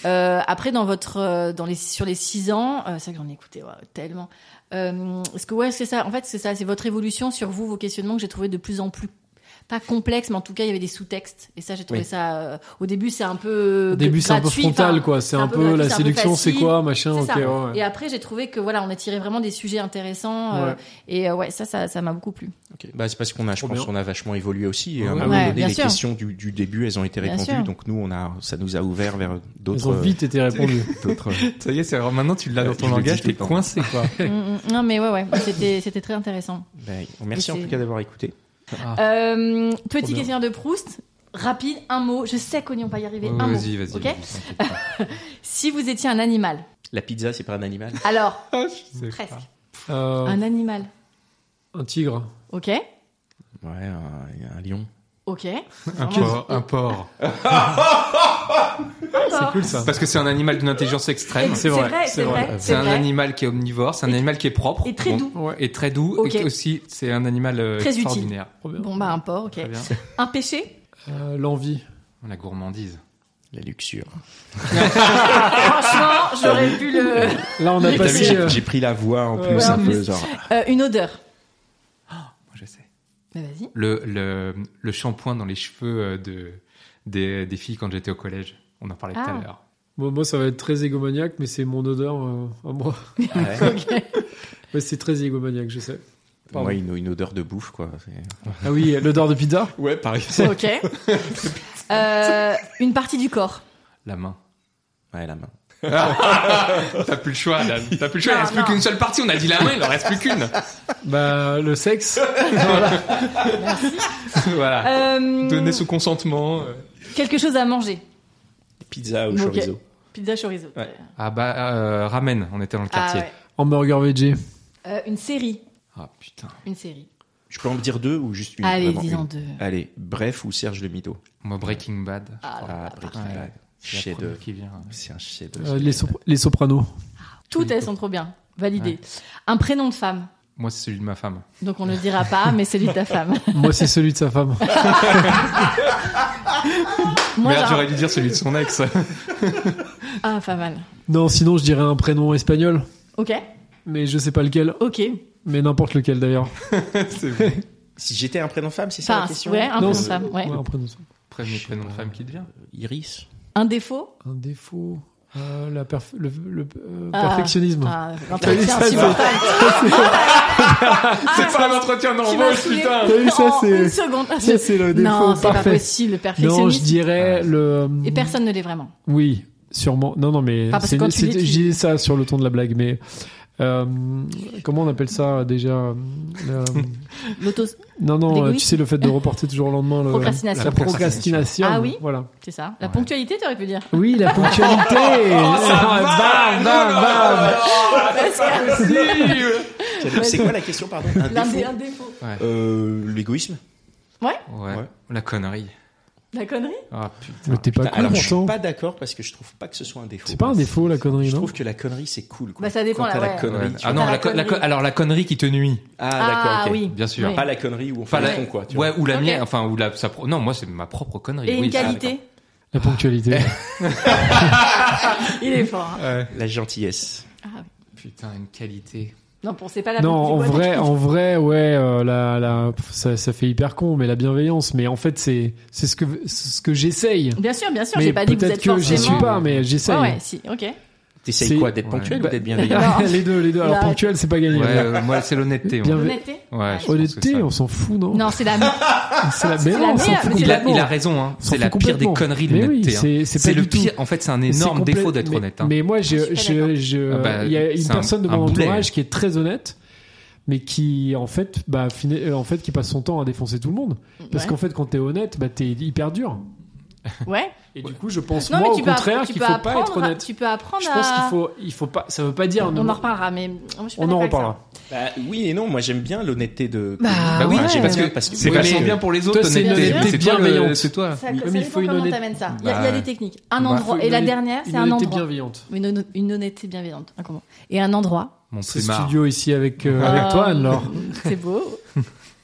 [SPEAKER 1] Euh, après, dans votre, euh, dans les, sur les six ans, euh, c'est vrai que j'en ai écouté ouais, tellement. Euh, ce que ouais, c'est ça. En fait, c'est ça, c'est votre évolution sur vous, vos questionnements que j'ai trouvé de plus en plus pas complexe, mais en tout cas, il y avait des sous-textes. Et ça, j'ai trouvé
[SPEAKER 2] Oui.
[SPEAKER 1] ça. euh, au début, c'est un peu.
[SPEAKER 3] Au début, c'est un peu
[SPEAKER 1] Euh, gratuit,
[SPEAKER 3] frontal,
[SPEAKER 1] enfin,
[SPEAKER 3] quoi. C'est un peu
[SPEAKER 1] gratuit,
[SPEAKER 3] la
[SPEAKER 1] c'est un peu
[SPEAKER 3] séduction, c'est
[SPEAKER 1] facile.
[SPEAKER 3] quoi, machin,
[SPEAKER 1] C'est
[SPEAKER 3] ok,
[SPEAKER 1] ça.
[SPEAKER 3] ouais, ouais.
[SPEAKER 1] Et après, j'ai trouvé que voilà, on a tiré vraiment des sujets intéressants. euh,
[SPEAKER 3] Ouais.
[SPEAKER 1] et euh, ouais, ça, ça, ça m'a beaucoup plu.
[SPEAKER 2] Ok. Bah, c'est parce qu'on a, je
[SPEAKER 3] Trop
[SPEAKER 2] pense,
[SPEAKER 3] bien.
[SPEAKER 2] on a vachement évolué aussi. Et à un
[SPEAKER 3] Ouais,
[SPEAKER 2] moment
[SPEAKER 1] ouais,
[SPEAKER 2] donné,
[SPEAKER 1] bien
[SPEAKER 2] les
[SPEAKER 1] sûr.
[SPEAKER 2] questions du, du début, elles ont été
[SPEAKER 1] Bien
[SPEAKER 2] répondues.
[SPEAKER 1] sûr.
[SPEAKER 2] Donc nous, on a, ça nous a ouvert vers
[SPEAKER 3] Ils
[SPEAKER 2] d'autres.
[SPEAKER 3] ont vite été répondus.
[SPEAKER 2] d'autres- euh,
[SPEAKER 5] Ça y est, c'est maintenant tu l'as dans
[SPEAKER 2] Je
[SPEAKER 5] ton
[SPEAKER 2] le dis
[SPEAKER 5] langage,
[SPEAKER 2] tout le
[SPEAKER 5] t'es
[SPEAKER 2] temps.
[SPEAKER 5] coincé quoi.
[SPEAKER 1] Mm, mm. non, mais ouais, ouais, c'était, c'était très intéressant.
[SPEAKER 2] Ben, merci
[SPEAKER 1] Et
[SPEAKER 2] en
[SPEAKER 1] c'est-
[SPEAKER 2] tout cas d'avoir écouté.
[SPEAKER 1] Euh, petit
[SPEAKER 3] Ah. bien.
[SPEAKER 1] questionnaire de Proust. Rapide, un mot. Je sais qu'on va y arriver. un mot.
[SPEAKER 5] Vas-y, vas-y.
[SPEAKER 1] ok
[SPEAKER 5] vas-y, t'inquiète pas.
[SPEAKER 1] si vous étiez un animal,
[SPEAKER 2] La pizza, c'est pas un animal.
[SPEAKER 1] alors
[SPEAKER 5] sais
[SPEAKER 1] presque
[SPEAKER 3] Euh,
[SPEAKER 1] un animal.
[SPEAKER 3] un tigre.
[SPEAKER 1] Ok,
[SPEAKER 2] Ouais, un, un lion.
[SPEAKER 1] ok.
[SPEAKER 5] Un porc, un porc.
[SPEAKER 3] C'est cool, ça.
[SPEAKER 5] Parce que c'est un animal d'une intelligence extrême.
[SPEAKER 1] C'est vrai, c'est vrai, c'est
[SPEAKER 5] C'est un
[SPEAKER 1] vrai.
[SPEAKER 5] animal qui est omnivore, c'est un
[SPEAKER 1] Et-
[SPEAKER 5] animal qui est propre.
[SPEAKER 1] et très
[SPEAKER 5] On-
[SPEAKER 1] doux.
[SPEAKER 5] ouais, Et très doux.
[SPEAKER 1] Ok.
[SPEAKER 5] Et qui aussi, c'est un animal euh,
[SPEAKER 1] Très utile.
[SPEAKER 5] extraordinaire.
[SPEAKER 3] Trop bien.
[SPEAKER 1] Bon bah un porc, ok.
[SPEAKER 5] Très bien.
[SPEAKER 1] Un péché
[SPEAKER 3] Euh, L'envie.
[SPEAKER 5] La gourmandise.
[SPEAKER 2] La luxure.
[SPEAKER 1] Franchement, j'aurais pu le.
[SPEAKER 3] Là, on a
[SPEAKER 2] T'as vu,
[SPEAKER 3] passé. euh,
[SPEAKER 2] j'ai- j'ai pris la voix en
[SPEAKER 3] Ouais,
[SPEAKER 2] plus.
[SPEAKER 1] ouais,
[SPEAKER 2] un
[SPEAKER 1] en
[SPEAKER 2] peu,
[SPEAKER 1] plus.
[SPEAKER 2] genre,
[SPEAKER 1] Euh, une odeur.
[SPEAKER 5] Moi, je sais.
[SPEAKER 1] Bah vas-y.
[SPEAKER 5] le, le, le shampoing dans les cheveux euh, de, des, des filles quand j'étais au collège. On en parlait tout
[SPEAKER 1] Ah.
[SPEAKER 5] à l'heure.
[SPEAKER 3] Bon, moi, ça va être très égomaniaque, mais c'est mon odeur euh, à moi. Ouais, c'est très égomaniaque, je sais.
[SPEAKER 2] Pour
[SPEAKER 3] Pardon.
[SPEAKER 2] moi, une, une odeur de bouffe, quoi.
[SPEAKER 3] Ah oui, l'odeur de pizza
[SPEAKER 2] Ouais, pareil.
[SPEAKER 1] Ok. Euh, une partie du corps.
[SPEAKER 5] La main.
[SPEAKER 2] Ouais, la main.
[SPEAKER 5] T'as plus le choix, Dan. T'as plus le choix. il
[SPEAKER 1] Non,
[SPEAKER 5] reste
[SPEAKER 1] non.
[SPEAKER 5] plus qu'une seule partie. On a dit la main, il en reste plus qu'une.
[SPEAKER 3] Bah, le sexe.
[SPEAKER 5] voilà.
[SPEAKER 1] Euh,
[SPEAKER 5] Donner son consentement. euh.
[SPEAKER 1] Quelque chose à manger.
[SPEAKER 2] Pizza au
[SPEAKER 1] Ok.
[SPEAKER 2] chorizo.
[SPEAKER 1] Pizza chorizo.
[SPEAKER 2] Ouais.
[SPEAKER 5] Ah bah, euh, ramen. On était dans le
[SPEAKER 1] Ah
[SPEAKER 5] quartier.
[SPEAKER 1] ouais.
[SPEAKER 3] Hamburger veggie.
[SPEAKER 1] Euh, une série.
[SPEAKER 5] Ah, putain.
[SPEAKER 1] Une série.
[SPEAKER 2] Je peux en dire deux ou juste une
[SPEAKER 1] Allez,
[SPEAKER 2] vraiment
[SPEAKER 1] dis-en
[SPEAKER 2] une
[SPEAKER 1] deux.
[SPEAKER 2] Allez, bref ou Serge le Mito.
[SPEAKER 5] Moi, Breaking Bad.
[SPEAKER 1] Ah, là,
[SPEAKER 2] Ah,
[SPEAKER 1] là,
[SPEAKER 2] Breaking
[SPEAKER 5] pareil.
[SPEAKER 2] Bad.
[SPEAKER 5] C'est la
[SPEAKER 2] Chef
[SPEAKER 5] première
[SPEAKER 2] d'œuvre.
[SPEAKER 5] qui vient.
[SPEAKER 2] C'est un chef d'œuvre.
[SPEAKER 3] Euh, les, sopr- les sopranos.
[SPEAKER 1] Toutes elles sont trop bien. Validées. Un prénom de femme.
[SPEAKER 5] Moi, c'est celui de ma femme.
[SPEAKER 1] Donc on ne le dira pas, mais celui de ta femme.
[SPEAKER 3] Moi, c'est celui de sa femme.
[SPEAKER 1] Moi,
[SPEAKER 5] Merde,
[SPEAKER 1] j'ai un-
[SPEAKER 5] j'aurais dû dire celui de son ex.
[SPEAKER 1] Ah, pas mal.
[SPEAKER 3] Non, sinon, je dirais un prénom espagnol,
[SPEAKER 1] Ok.
[SPEAKER 3] mais je sais pas lequel.
[SPEAKER 1] Ok.
[SPEAKER 3] Mais n'importe lequel d'ailleurs.
[SPEAKER 5] c'est vrai.
[SPEAKER 2] Si j'étais un prénom femme, c'est ça
[SPEAKER 1] Enfin,
[SPEAKER 2] la question
[SPEAKER 1] ouais, un
[SPEAKER 3] Non,
[SPEAKER 1] prénom de
[SPEAKER 3] c'est-
[SPEAKER 1] femme. ouais.
[SPEAKER 3] Ouais, un prénom.
[SPEAKER 5] Premier prénom de femme qui devient.
[SPEAKER 2] Iris.
[SPEAKER 1] Un défaut.
[SPEAKER 3] Un défaut. euh, la perf- le le- euh,
[SPEAKER 1] Ah.
[SPEAKER 3] perfectionnisme.
[SPEAKER 1] Ah,
[SPEAKER 3] T'as vu
[SPEAKER 1] L'entretien
[SPEAKER 3] ça,
[SPEAKER 1] insupportable. Ah,
[SPEAKER 5] C'est pas un entretien
[SPEAKER 1] Tu m'as
[SPEAKER 5] d'embauche,
[SPEAKER 1] saoulé
[SPEAKER 5] putain.
[SPEAKER 3] T'as vu ça,
[SPEAKER 1] en
[SPEAKER 3] c'est-
[SPEAKER 1] une seconde.
[SPEAKER 3] Ça, c'est le défaut
[SPEAKER 1] non, c'est pas
[SPEAKER 3] parfait.
[SPEAKER 1] possible, le
[SPEAKER 3] non,
[SPEAKER 1] perfectionnisme.
[SPEAKER 3] je dirais le.
[SPEAKER 1] Et personne ne l'est vraiment.
[SPEAKER 3] Oui, sûrement. Non, non, mais
[SPEAKER 1] Enfin, parce que
[SPEAKER 3] c'est-
[SPEAKER 1] quand tu
[SPEAKER 3] c'est-
[SPEAKER 1] dis- tu-
[SPEAKER 3] je disais ça sur le ton de la blague, mais euh, comment on appelle ça déjà euh, euh,
[SPEAKER 1] L'auto,
[SPEAKER 3] Non, non,
[SPEAKER 1] L'égoïsme.
[SPEAKER 3] tu sais le fait de reporter toujours le lendemain le-
[SPEAKER 1] Procrastination.
[SPEAKER 3] la procrastination.
[SPEAKER 1] Ah oui
[SPEAKER 3] Voilà.
[SPEAKER 1] c'est ça. La
[SPEAKER 5] Ouais.
[SPEAKER 1] ponctualité, tu aurais pu dire.
[SPEAKER 3] Oui, la ponctualité. Oh,
[SPEAKER 1] Ah,
[SPEAKER 5] Ah,
[SPEAKER 1] bah,
[SPEAKER 5] bah,
[SPEAKER 2] Ah,
[SPEAKER 3] bam, bam, bam.
[SPEAKER 2] C'est quoi la question, pardon Un
[SPEAKER 1] L'un
[SPEAKER 2] défaut
[SPEAKER 1] des un défaut.
[SPEAKER 2] Euh, L'égoïsme.
[SPEAKER 5] bah. Ouais.
[SPEAKER 2] Ouais.
[SPEAKER 5] La connerie.
[SPEAKER 1] La connerie
[SPEAKER 5] Ah, putain.
[SPEAKER 3] Mais t'es pas
[SPEAKER 2] Putain, Bah, alors,
[SPEAKER 3] cool,
[SPEAKER 2] je suis
[SPEAKER 3] pourtant.
[SPEAKER 2] pas d'accord parce que je trouve pas que ce soit un défaut.
[SPEAKER 3] C'est pas un défaut la connerie,
[SPEAKER 2] Je
[SPEAKER 3] non
[SPEAKER 2] trouve que la connerie, c'est cool. Quoi.
[SPEAKER 1] Bah, ça dépend,
[SPEAKER 2] Quand t'as
[SPEAKER 1] là,
[SPEAKER 2] la
[SPEAKER 1] ouais.
[SPEAKER 2] connerie.
[SPEAKER 5] Ouais.
[SPEAKER 2] tu
[SPEAKER 5] Ah
[SPEAKER 2] vois.
[SPEAKER 5] non,
[SPEAKER 1] la
[SPEAKER 5] la co- la co-
[SPEAKER 1] connerie.
[SPEAKER 5] alors la connerie qui te nuit.
[SPEAKER 2] Ah, d'accord, ok.
[SPEAKER 1] oui.
[SPEAKER 5] Bien sûr.
[SPEAKER 1] Oui.
[SPEAKER 2] Pas la connerie où on fait
[SPEAKER 5] Enfin,
[SPEAKER 2] le
[SPEAKER 5] la-
[SPEAKER 2] con, quoi. Tu
[SPEAKER 5] ouais,
[SPEAKER 2] vois.
[SPEAKER 5] ou la
[SPEAKER 1] Ok.
[SPEAKER 5] mienne. Enfin, ou la, sa pro- non, moi, c'est ma propre connerie.
[SPEAKER 1] Et
[SPEAKER 5] oui.
[SPEAKER 1] une qualité
[SPEAKER 3] La ponctualité.
[SPEAKER 1] Il est fort. hein.
[SPEAKER 2] La gentillesse.
[SPEAKER 1] Ah oui.
[SPEAKER 5] Putain, une qualité.
[SPEAKER 1] Non, bon, c'est pas la
[SPEAKER 3] non, en
[SPEAKER 1] ponctualité.
[SPEAKER 3] vrai, en vrai, ouais, euh, la, la, pff, ça, ça fait hyper con, mais la bienveillance. Mais en fait, c'est, c'est ce que, c'est ce que j'essaye.
[SPEAKER 1] Bien sûr, bien sûr,
[SPEAKER 3] Mais
[SPEAKER 1] j'ai pas dit que vous êtes
[SPEAKER 3] peut-être que j'y
[SPEAKER 1] forcément...
[SPEAKER 3] suis pas, mais j'essaye.
[SPEAKER 1] Ah ouais, si, ok.
[SPEAKER 2] T'essayes
[SPEAKER 3] C'est-
[SPEAKER 2] quoi D'être
[SPEAKER 5] Ouais.
[SPEAKER 2] ponctuel
[SPEAKER 3] Bah-
[SPEAKER 2] ou d'être bienveillant
[SPEAKER 1] Non.
[SPEAKER 3] les deux, les deux. Alors
[SPEAKER 1] Là.
[SPEAKER 3] ponctuel, c'est pas gagné.
[SPEAKER 5] Ouais, euh, moi, c'est l'honnêteté. moi.
[SPEAKER 3] Bien-
[SPEAKER 1] Honnêteté
[SPEAKER 5] Ouais, je pense que
[SPEAKER 3] Honnêteté,
[SPEAKER 5] ça-
[SPEAKER 3] on s'en fout, non
[SPEAKER 1] Non, c'est la...
[SPEAKER 3] c'est la
[SPEAKER 1] c'est
[SPEAKER 3] merde.
[SPEAKER 1] la
[SPEAKER 3] on s'en
[SPEAKER 1] merde,
[SPEAKER 3] fout
[SPEAKER 1] mais
[SPEAKER 5] Il a,
[SPEAKER 3] complètement.
[SPEAKER 5] il a raison, hein.
[SPEAKER 3] On s'en
[SPEAKER 5] c'est la
[SPEAKER 3] fout
[SPEAKER 5] pire des
[SPEAKER 3] complètement.
[SPEAKER 5] conneries,
[SPEAKER 3] Mais oui,
[SPEAKER 5] l'honnêteté. hein.
[SPEAKER 3] c'est, c'est
[SPEAKER 5] C'est
[SPEAKER 3] pas
[SPEAKER 5] le
[SPEAKER 3] du tout.
[SPEAKER 5] pire, en fait, c'est un énorme
[SPEAKER 3] C'est complète-
[SPEAKER 5] défaut d'être
[SPEAKER 3] mais-
[SPEAKER 5] honnête. hein.
[SPEAKER 3] Mais moi,
[SPEAKER 1] Je
[SPEAKER 3] je,
[SPEAKER 1] suis pas
[SPEAKER 3] je,
[SPEAKER 1] d'accord.
[SPEAKER 3] je-
[SPEAKER 5] Ah bah,
[SPEAKER 3] il y a une
[SPEAKER 5] c'est un-
[SPEAKER 3] personne de
[SPEAKER 5] un
[SPEAKER 3] mon
[SPEAKER 5] boulet.
[SPEAKER 3] entourage qui est très honnête, mais qui en fait, bah, fini- euh, en fait, qui passe son temps à défoncer tout le monde. Parce
[SPEAKER 1] Ouais.
[SPEAKER 3] qu'en fait, quand t'es honnête, bah, t'es hyper dur.
[SPEAKER 1] Ouais.
[SPEAKER 3] Et du coup, je pense
[SPEAKER 1] Non,
[SPEAKER 3] moi
[SPEAKER 1] mais
[SPEAKER 3] au
[SPEAKER 1] tu peux,
[SPEAKER 3] contraire
[SPEAKER 1] tu
[SPEAKER 3] qu'il
[SPEAKER 1] peux
[SPEAKER 3] faut
[SPEAKER 1] apprendre,
[SPEAKER 3] pas être honnête.
[SPEAKER 1] Tu peux apprendre
[SPEAKER 3] Je pense
[SPEAKER 1] à...
[SPEAKER 3] qu'il faut, il faut pas. Ça veut pas dire.
[SPEAKER 1] On en reparlera, mais... moi, je suis pas
[SPEAKER 3] on en
[SPEAKER 1] d'accord avec ça.
[SPEAKER 3] reparlera.
[SPEAKER 2] Bah, Oui et non, moi j'aime bien l'honnêteté de.
[SPEAKER 1] Bah,
[SPEAKER 5] Bah oui,
[SPEAKER 1] ouais.
[SPEAKER 5] j'ai- parce que
[SPEAKER 2] Parce que-
[SPEAKER 5] c'est
[SPEAKER 2] Oui,
[SPEAKER 5] vachement
[SPEAKER 2] mais-
[SPEAKER 5] bien pour les autres,
[SPEAKER 3] Toi, c'est une
[SPEAKER 5] l'honnêteté.
[SPEAKER 3] honnêteté
[SPEAKER 5] C'est toi, le-
[SPEAKER 3] bienveillante.
[SPEAKER 5] C'est toi.
[SPEAKER 1] Ça,
[SPEAKER 3] Oui,
[SPEAKER 1] ça
[SPEAKER 3] mais il
[SPEAKER 1] dépend
[SPEAKER 3] faut une
[SPEAKER 1] comment
[SPEAKER 3] honnête-
[SPEAKER 1] t'amènes ça. Il y, a-
[SPEAKER 5] Bah,
[SPEAKER 1] il y a des techniques. Un
[SPEAKER 5] bah,
[SPEAKER 3] faut
[SPEAKER 1] endroit.
[SPEAKER 3] une
[SPEAKER 1] Et la
[SPEAKER 3] honnête-
[SPEAKER 1] dernière, c'est
[SPEAKER 3] Une
[SPEAKER 1] un
[SPEAKER 3] honnêteté
[SPEAKER 1] endroit.
[SPEAKER 3] bienveillante.
[SPEAKER 1] Une, honn- une honnêteté bienveillante. Ah, comment Et un endroit.
[SPEAKER 5] Mon
[SPEAKER 3] Ce
[SPEAKER 5] plumard.
[SPEAKER 3] studio ici avec euh, avec
[SPEAKER 1] Euh,
[SPEAKER 3] toi, alors.
[SPEAKER 1] C'est beau.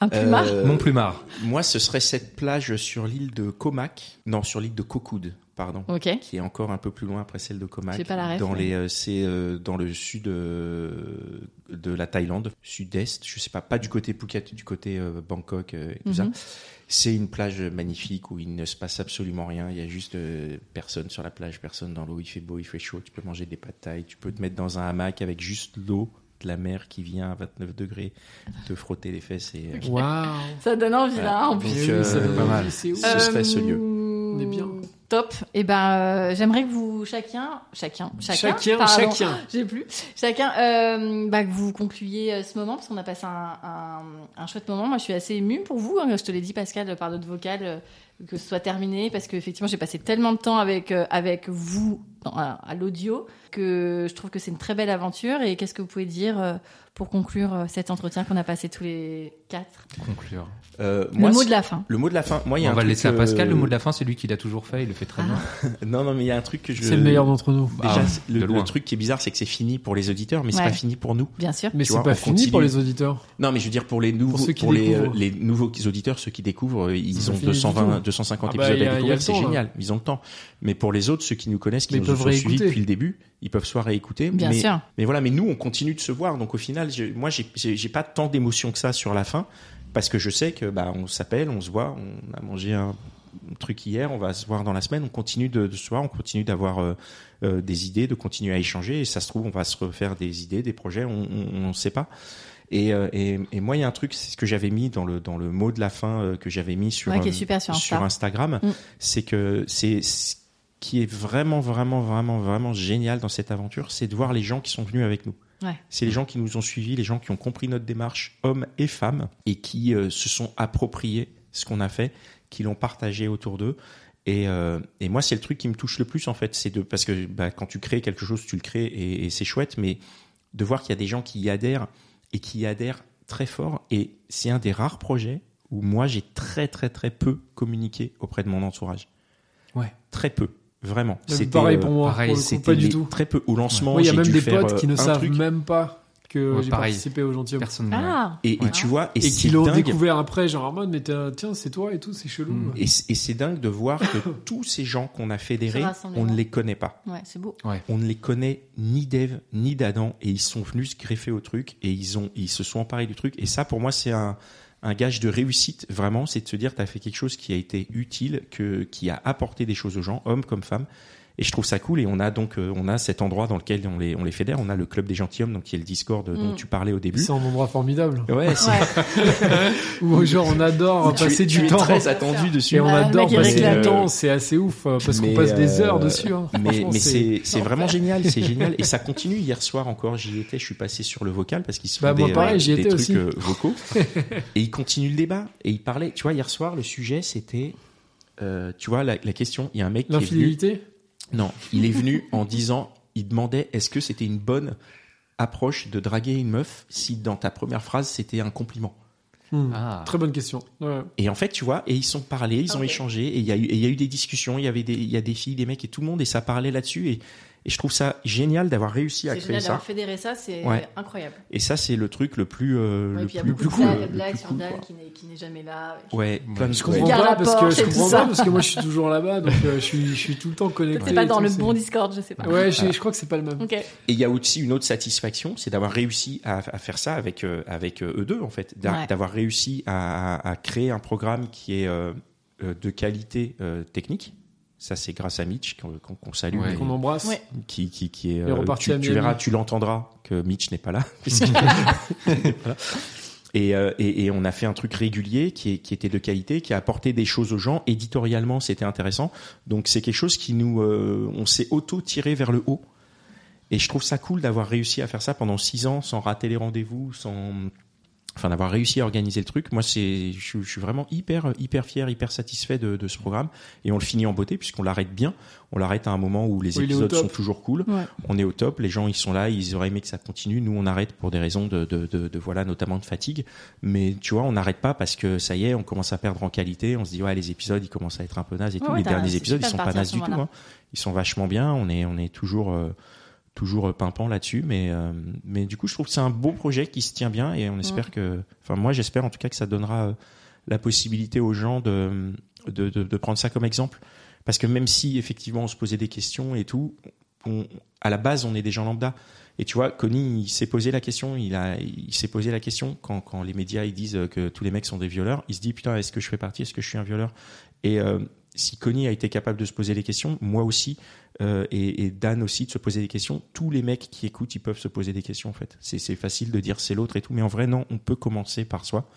[SPEAKER 1] Un plumard.
[SPEAKER 2] Euh,
[SPEAKER 5] Mon plumard.
[SPEAKER 2] Moi, ce serait cette plage sur l'île de Comac. Non, sur l'île de Cocoud, pardon.
[SPEAKER 1] Ok.
[SPEAKER 2] Qui est encore un peu plus loin après celle de Comac.
[SPEAKER 1] J'ai pas la ref,
[SPEAKER 2] dans
[SPEAKER 1] mais-
[SPEAKER 2] les, euh, c'est euh, dans le sud euh, de la Thaïlande, sud-est. Je sais pas, pas du côté Phuket, du côté euh, Bangkok euh, et tout ça.
[SPEAKER 1] Mhm.
[SPEAKER 2] C'est une plage magnifique où il ne se passe absolument rien. Il y a juste euh, personne sur la plage, personne dans l'eau. Il fait beau, il fait chaud. Tu peux manger des pâtes thaï. Tu peux te mettre dans un hamac avec juste l'eau de la mer qui vient à 29 degrés te frotter les fesses et euh,
[SPEAKER 3] Waouh.
[SPEAKER 1] Ça donne envie, là, hein, en
[SPEAKER 2] Donc,
[SPEAKER 1] plus.
[SPEAKER 3] Eh Oui,
[SPEAKER 2] euh,
[SPEAKER 3] ça donne
[SPEAKER 5] pas mal.
[SPEAKER 3] envie, c'est ouf.
[SPEAKER 1] Euh,
[SPEAKER 2] ce serait ce lieu.
[SPEAKER 1] On
[SPEAKER 3] est bien.
[SPEAKER 1] Top. Et ben, euh, j'aimerais que vous chacun, chacun, chacun,
[SPEAKER 3] Chacun,
[SPEAKER 1] pardon,
[SPEAKER 3] chacun.
[SPEAKER 1] j'ai plus, chacun, euh, bah, que vous concluiez euh, ce moment parce qu'on a passé un, un- un chouette moment. Moi, je suis assez émue pour vous. hein. je te l'ai dit, Pascal, par notre vocale, euh, que ce soit terminé parce que effectivement, j'ai passé tellement de temps avec euh, avec vous dans- à, à l'audio que je trouve que c'est une très belle aventure. Et qu'est-ce que vous pouvez dire euh, pour conclure euh, cet entretien qu'on a passé tous les quatre
[SPEAKER 5] Conclure.
[SPEAKER 2] Euh,
[SPEAKER 1] Le
[SPEAKER 2] moi,
[SPEAKER 1] mot
[SPEAKER 2] c'est-
[SPEAKER 1] de la fin.
[SPEAKER 2] Le mot de la fin. Moi, il y a
[SPEAKER 5] On
[SPEAKER 2] un
[SPEAKER 5] va le
[SPEAKER 2] truc,
[SPEAKER 5] laisser à Pascal.
[SPEAKER 2] euh,
[SPEAKER 5] Le mot de la fin, c'est lui qui l'a toujours fait. Il le fait très bien.
[SPEAKER 3] Ah.
[SPEAKER 2] Non, non, mais il y a un truc que je. Bah,
[SPEAKER 3] C'est le meilleur d'entre nous.
[SPEAKER 2] Déjà,
[SPEAKER 5] Ah,
[SPEAKER 2] c'est- le,
[SPEAKER 5] de
[SPEAKER 2] le
[SPEAKER 5] loin.
[SPEAKER 2] truc qui est bizarre, c'est que c'est fini pour les auditeurs, mais c'est
[SPEAKER 1] Ouais.
[SPEAKER 2] pas fini pour nous.
[SPEAKER 1] Bien sûr.
[SPEAKER 3] Mais
[SPEAKER 2] Tu
[SPEAKER 3] c'est
[SPEAKER 2] vois,
[SPEAKER 3] pas
[SPEAKER 2] on
[SPEAKER 3] fini
[SPEAKER 2] continue.
[SPEAKER 3] pour les auditeurs.
[SPEAKER 2] Non, mais je veux dire pour les nouveaux,
[SPEAKER 3] ceux
[SPEAKER 2] pour,
[SPEAKER 3] qui
[SPEAKER 2] les, euh,
[SPEAKER 3] découvrent.
[SPEAKER 2] les nouveaux auditeurs, ceux qui découvrent, euh, ils
[SPEAKER 3] C'est
[SPEAKER 2] ont
[SPEAKER 3] pas fini
[SPEAKER 2] 220,
[SPEAKER 3] du tout.
[SPEAKER 2] 250
[SPEAKER 3] Ah bah,
[SPEAKER 2] épisodes
[SPEAKER 3] il y a-
[SPEAKER 2] à
[SPEAKER 3] il y a le
[SPEAKER 2] découvrir, c'est
[SPEAKER 3] temps, là.
[SPEAKER 2] génial. Ils ont le temps. Mais pour les autres, ceux qui nous connaissent, qui
[SPEAKER 3] Mais ils
[SPEAKER 2] nous
[SPEAKER 3] peuvent
[SPEAKER 2] ont suivis
[SPEAKER 3] réécouter.
[SPEAKER 2] depuis le début, ils peuvent soit réécouter.
[SPEAKER 1] Bien
[SPEAKER 2] mais,
[SPEAKER 1] sûr.
[SPEAKER 2] mais voilà, mais nous, on continue de se voir. Donc au final, j'ai- moi, j'ai- j'ai j'ai pas tant d'émotions que ça sur la fin. Parce que je sais que bah, on s'appelle, on se voit, on a mangé un truc hier, on va se voir dans la semaine, on continue de, de se voir, on continue d'avoir euh, euh, des idées, de continuer à échanger. Et ça se trouve, on va se refaire des idées, des projets, on ne sait pas. Et, euh, et, et moi, il y a un truc, c'est ce que j'avais mis dans le, dans le mot de la fin euh, que j'avais mis sur,
[SPEAKER 1] Ouais, qui est
[SPEAKER 2] euh,
[SPEAKER 1] super sur Insta.
[SPEAKER 2] Instagram,
[SPEAKER 1] Mm.
[SPEAKER 2] c'est que c'est ce qui est vraiment, vraiment, vraiment, vraiment génial dans cette aventure, c'est de voir les gens qui sont venus avec nous.
[SPEAKER 1] Ouais.
[SPEAKER 2] C'est les gens qui nous ont suivis, les gens qui ont compris notre démarche, hommes et femmes, et qui euh, se sont appropriés ce qu'on a fait, qui l'ont partagé autour d'eux. Et, euh, et moi, c'est le truc qui me touche le plus, en fait. c'est de Parce que bah, quand tu crées quelque chose, tu le crées et, et c'est chouette, mais de voir qu'il y a des gens qui y adhèrent et qui y adhèrent très fort. Et c'est un des rares projets où moi, j'ai très, très, très peu communiqué auprès de mon entourage.
[SPEAKER 5] Ouais.
[SPEAKER 2] Très peu, vraiment.
[SPEAKER 3] C'est
[SPEAKER 2] C'était,
[SPEAKER 3] pareil
[SPEAKER 2] euh,
[SPEAKER 3] pour moi.
[SPEAKER 5] pareil,
[SPEAKER 3] pour le coup,
[SPEAKER 5] c'était
[SPEAKER 3] pas du
[SPEAKER 2] mais
[SPEAKER 3] tout.
[SPEAKER 2] Très peu. Au lancement,
[SPEAKER 3] Moi, il y a
[SPEAKER 2] j'ai
[SPEAKER 3] même
[SPEAKER 2] dû
[SPEAKER 3] des
[SPEAKER 2] faire,
[SPEAKER 3] potes
[SPEAKER 2] euh,
[SPEAKER 3] qui ne
[SPEAKER 2] un
[SPEAKER 3] savent
[SPEAKER 2] truc.
[SPEAKER 3] même pas que
[SPEAKER 5] Ouais,
[SPEAKER 3] j'ai
[SPEAKER 5] pareil.
[SPEAKER 3] participé au gentilhomme.
[SPEAKER 5] Personne. ne l'a.
[SPEAKER 1] Ah
[SPEAKER 2] Et, et
[SPEAKER 5] Ouais.
[SPEAKER 2] tu vois, et,
[SPEAKER 3] Et
[SPEAKER 2] c'est
[SPEAKER 3] qui l'ont
[SPEAKER 2] dingue.
[SPEAKER 3] découvert après, genre en mode, mais t'es- tiens, c'est toi et tout, c'est chelou.
[SPEAKER 5] Mm.
[SPEAKER 2] Et c'est et c'est dingue de voir que tous ces gens qu'on a fédérés,
[SPEAKER 1] Ce rassemblement.
[SPEAKER 2] on ne les connaît pas.
[SPEAKER 1] Ouais, c'est beau.
[SPEAKER 2] On ne les connaît ni d'Ève ni d'Adam et ils sont venus se greffer au truc et ils ont ils se sont emparés du truc et ça pour moi c'est un un gage de réussite vraiment, c'est de se dire tu as fait quelque chose qui a été utile, que qui a apporté des choses aux gens, hommes comme femmes. Et je trouve ça cool et on a donc euh, on a cet endroit dans lequel on les on les fédère, on a le club des gentilshommes donc qui est le Discord euh, dont
[SPEAKER 1] Mm.
[SPEAKER 2] tu parlais au début.
[SPEAKER 3] C'est un endroit formidable.
[SPEAKER 2] Ouais, c'est
[SPEAKER 1] Ouais.
[SPEAKER 3] Où, genre, on adore
[SPEAKER 2] tu es-
[SPEAKER 3] passer
[SPEAKER 2] tu
[SPEAKER 3] du
[SPEAKER 2] es
[SPEAKER 3] temps.
[SPEAKER 2] très attendu
[SPEAKER 3] Et
[SPEAKER 2] dessus.
[SPEAKER 3] on
[SPEAKER 1] Bah, le
[SPEAKER 3] adore
[SPEAKER 1] mec, il
[SPEAKER 3] passer
[SPEAKER 1] réclame.
[SPEAKER 3] du temps, c'est assez ouf, euh, parce qu'on
[SPEAKER 2] Mais,
[SPEAKER 3] passe des
[SPEAKER 2] euh,
[SPEAKER 3] heures dessus. hein.
[SPEAKER 2] Mais,
[SPEAKER 3] Franchement,
[SPEAKER 2] mais c'est c'est vraiment génial, c'est génial. Et ça continue. Hier soir encore, j'y étais, je suis passé sur le vocal parce qu'ils se font
[SPEAKER 3] Bah,
[SPEAKER 2] des,
[SPEAKER 3] moi, pareil,
[SPEAKER 2] euh,
[SPEAKER 3] j'y
[SPEAKER 2] des
[SPEAKER 3] étais
[SPEAKER 2] trucs
[SPEAKER 3] aussi.
[SPEAKER 2] euh, vocaux. et ils continuent le débat. Et ils parlaient, tu vois, hier soir, le sujet c'était, euh, tu vois, la, la question, il y a un mec qui est venu.
[SPEAKER 3] L'infidélité
[SPEAKER 2] Non, il est venu en disant, il demandait est-ce que c'était une bonne approche de draguer une meuf si dans ta première phrase c'était un compliment.
[SPEAKER 3] Hmm.
[SPEAKER 5] Ah.
[SPEAKER 3] Très bonne question. Ouais.
[SPEAKER 2] Et en fait, tu vois, et ils sont parlé, ils ont
[SPEAKER 1] Ok.
[SPEAKER 2] échangé, et il y, a eu- et il y a eu des discussions, il y avait des, il y a des filles, des mecs et tout le monde, et ça parlait là-dessus. Et, et je trouve ça génial d'avoir réussi à
[SPEAKER 1] C'est
[SPEAKER 2] créer
[SPEAKER 1] génial
[SPEAKER 2] ça.
[SPEAKER 1] d'avoir fédéré ça, c'est
[SPEAKER 2] Ouais.
[SPEAKER 1] incroyable.
[SPEAKER 2] Et ça, c'est le truc le plus, euh,
[SPEAKER 1] Ouais,
[SPEAKER 2] le
[SPEAKER 1] et puis il y a
[SPEAKER 2] plus,
[SPEAKER 1] beaucoup de
[SPEAKER 2] cool.
[SPEAKER 1] blagues,
[SPEAKER 2] le
[SPEAKER 1] de blagues
[SPEAKER 2] plus
[SPEAKER 1] sur
[SPEAKER 2] cool,
[SPEAKER 1] Dan
[SPEAKER 2] quoi.
[SPEAKER 1] qui n'est- qui n'est jamais là.
[SPEAKER 2] Ouais, plein de
[SPEAKER 3] Je
[SPEAKER 2] blagues.
[SPEAKER 3] comprends
[SPEAKER 1] Garde
[SPEAKER 3] pas
[SPEAKER 1] la
[SPEAKER 3] parce que
[SPEAKER 1] porte
[SPEAKER 3] je
[SPEAKER 1] et tout
[SPEAKER 3] comprends
[SPEAKER 1] ça.
[SPEAKER 3] pas parce que moi je suis toujours là-bas donc euh, je suis je suis tout le temps connecté.
[SPEAKER 1] C'est pas
[SPEAKER 3] et
[SPEAKER 1] dans
[SPEAKER 3] tout,
[SPEAKER 1] le
[SPEAKER 3] c'est-
[SPEAKER 1] bon Discord, je sais pas.
[SPEAKER 3] Ouais, je, je crois que c'est pas le même.
[SPEAKER 1] Ok.
[SPEAKER 2] Et il y a aussi une autre satisfaction, c'est d'avoir réussi à, à faire ça avec, euh, avec euh, eux deux, en fait. D'a-
[SPEAKER 1] Ouais.
[SPEAKER 2] D'avoir réussi à, à- à créer un programme qui est euh, euh, de qualité euh, technique. Ça, c'est grâce à Mitch qu'on qu'on- qu'on salue.
[SPEAKER 5] Ouais.
[SPEAKER 2] et-
[SPEAKER 3] Qu'on embrasse.
[SPEAKER 1] Ouais.
[SPEAKER 2] qui, qui, qui est.
[SPEAKER 3] est
[SPEAKER 2] euh,
[SPEAKER 3] reparti
[SPEAKER 2] tu,
[SPEAKER 3] à
[SPEAKER 2] tu
[SPEAKER 3] Miami.
[SPEAKER 2] verras, tu l'entendras que Mitch n'est pas là. puisque- Voilà. et, euh, et, et on a fait un truc régulier qui, est- qui était de qualité, qui a apporté des choses aux gens. Éditorialement, c'était intéressant. Donc c'est quelque chose qui nous. euh, on s'est auto-tiré vers le haut. Et je trouve ça cool d'avoir réussi à faire ça pendant six ans sans rater les rendez-vous, sans. Enfin, d'avoir réussi à organiser le truc. Moi, c'est, je, suis- je suis vraiment hyper, hyper fier, hyper satisfait de, de ce programme. Et on le finit en beauté puisqu'on l'arrête bien. On l'arrête à un moment où les
[SPEAKER 3] Oui, il est au
[SPEAKER 2] épisodes
[SPEAKER 3] top.
[SPEAKER 2] sont toujours cool.
[SPEAKER 1] Ouais.
[SPEAKER 2] On est au top. Les gens, ils sont là. Ils auraient aimé que ça continue. Nous, on arrête pour des raisons de, de, de, de, voilà, notamment de fatigue. Mais tu vois, on n'arrête pas parce que ça y est, on commence à perdre en qualité. On se dit, ouais, les épisodes, ils commencent à être un peu nazes et
[SPEAKER 1] Ouais,
[SPEAKER 2] tout.
[SPEAKER 1] ouais,
[SPEAKER 2] les
[SPEAKER 1] t'as-
[SPEAKER 2] derniers
[SPEAKER 1] c'est
[SPEAKER 2] épisodes, ils
[SPEAKER 1] super
[SPEAKER 2] sont
[SPEAKER 1] de
[SPEAKER 2] pas
[SPEAKER 1] partir à
[SPEAKER 2] nazes
[SPEAKER 1] ce
[SPEAKER 2] du tout.
[SPEAKER 1] moment-là.
[SPEAKER 2] hein. Ils sont vachement bien. On est, on est toujours, euh, toujours euh, pimpant là-dessus. Mais, euh, mais du coup, je trouve que c'est un beau projet qui se tient bien et on espère que, enfin, moi, j'espère en tout cas que ça donnera euh, la possibilité aux gens de, de, de, de prendre ça comme exemple. Parce que même si, effectivement, on se posait des questions et tout, on- à la base, on est des gens lambda. Et tu vois, Connie, il s'est posé la question. Il a, il s'est posé la question quand, quand les médias ils disent que tous les mecs sont des violeurs. Il se dit putain, est-ce que je fais partie Est-ce que je suis un violeur Et euh, si Connie a été capable de se poser les questions, moi aussi, euh, et, et Dan aussi de se poser des questions. Tous les mecs qui écoutent, ils peuvent se poser des questions en fait. C'est c'est facile de dire c'est l'autre et tout, mais en vrai non, on peut commencer par soi.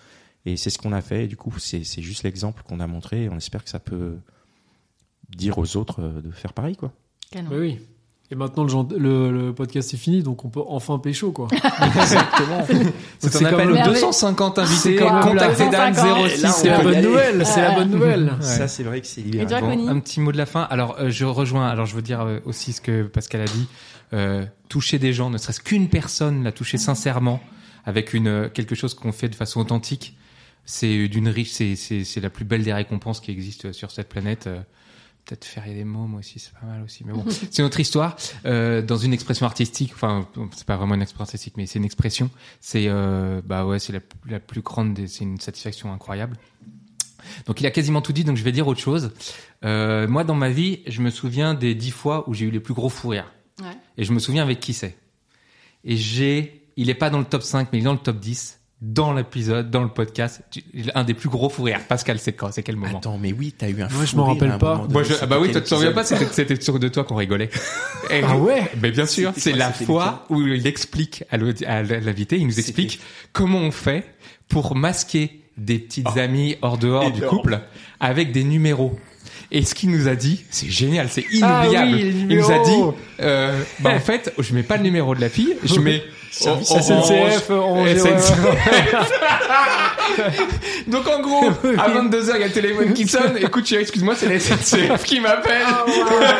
[SPEAKER 2] Et c'est ce qu'on a fait. Et du coup, c'est c'est juste l'exemple qu'on a montré. Et on espère que ça peut dire aux autres euh, de faire pareil quoi.
[SPEAKER 1] Canon.
[SPEAKER 3] Oui, oui. Et maintenant le, gen- le, le podcast est fini donc on peut enfin pécho quoi.
[SPEAKER 5] Exactement.
[SPEAKER 3] Donc,
[SPEAKER 5] C'est
[SPEAKER 3] c'est
[SPEAKER 5] un appel
[SPEAKER 3] comme
[SPEAKER 5] aux
[SPEAKER 3] le-
[SPEAKER 5] 250 invités.
[SPEAKER 3] comme le-
[SPEAKER 5] Contactez Dan
[SPEAKER 1] 250.
[SPEAKER 5] 06.
[SPEAKER 2] Là,
[SPEAKER 3] C'est la
[SPEAKER 2] peut y
[SPEAKER 3] bonne
[SPEAKER 2] aller.
[SPEAKER 3] nouvelle, c'est la bonne nouvelle.
[SPEAKER 2] Ça c'est vrai que c'est
[SPEAKER 1] Et toi,
[SPEAKER 2] libéral.
[SPEAKER 1] Connie
[SPEAKER 5] Bah, Un petit mot de la fin. Alors, euh, je rejoins. Alors, je veux dire euh, aussi ce que Pascal a dit. Euh, toucher des gens, ne serait-ce qu'une personne, la toucher sincèrement, avec une euh, quelque chose qu'on fait de façon authentique, c'est d'une riche. C'est c'est c'est la plus belle des récompenses qui existe euh, sur cette planète. Euh, Peut-être faire des mots, moi aussi, c'est pas mal aussi. Mais bon, c'est notre histoire. Euh, dans une expression artistique, enfin, c'est pas vraiment une expression artistique, mais c'est une expression. C'est euh, bah ouais, c'est la, la plus grande. des- C'est une satisfaction incroyable. Donc, il a quasiment tout dit. Donc, je vais dire autre chose. Euh, moi, dans ma vie, je me souviens des dix fois où j'ai eu les plus gros fous rires.
[SPEAKER 1] Ouais.
[SPEAKER 5] Et je me souviens avec qui c'est. Et j'ai, il est pas dans le top 5, mais il est dans le top 10. dans l'épisode, dans le podcast, tu- un des plus gros fous rires. Pascal, c'est quand C'est quel moment
[SPEAKER 6] Attends, mais oui, t'as eu un
[SPEAKER 3] Moi, je
[SPEAKER 6] fou
[SPEAKER 3] m'en
[SPEAKER 6] rire
[SPEAKER 3] rappelle
[SPEAKER 6] à un
[SPEAKER 3] pas.
[SPEAKER 6] moment donné.
[SPEAKER 5] Moi, je- ah bah oui,
[SPEAKER 6] Quel
[SPEAKER 5] toi, tu te souviens
[SPEAKER 6] épisode
[SPEAKER 5] pas, c'était c'était sur de toi qu'on rigolait. Et-
[SPEAKER 3] Ah ouais
[SPEAKER 5] Mais bien sûr,
[SPEAKER 6] C'était
[SPEAKER 5] c'est
[SPEAKER 6] quoi,
[SPEAKER 5] la
[SPEAKER 6] c'était
[SPEAKER 5] fois où il explique à l'audi- à l'invité, il nous explique comment on fait pour masquer des petites
[SPEAKER 3] Oh.
[SPEAKER 5] amies hors dehors du
[SPEAKER 6] énorme.
[SPEAKER 5] couple avec des numéros. Et ce qu'il nous a dit, c'est génial, c'est inoubliable.
[SPEAKER 3] Ah oui, les
[SPEAKER 5] il nous a dit,
[SPEAKER 3] numéros. Eh.
[SPEAKER 5] euh, bah en fait, je mets pas le numéro de la fille, je mets Eh,
[SPEAKER 3] Service
[SPEAKER 5] Orange,
[SPEAKER 3] SNCF, Orange, ouais,
[SPEAKER 5] SNCF. Donc en gros, à 22h, il y a le téléphone qui sonne. Écoute, chérie, excuse-moi, c'est la SNCF qui m'appelle.
[SPEAKER 3] euh,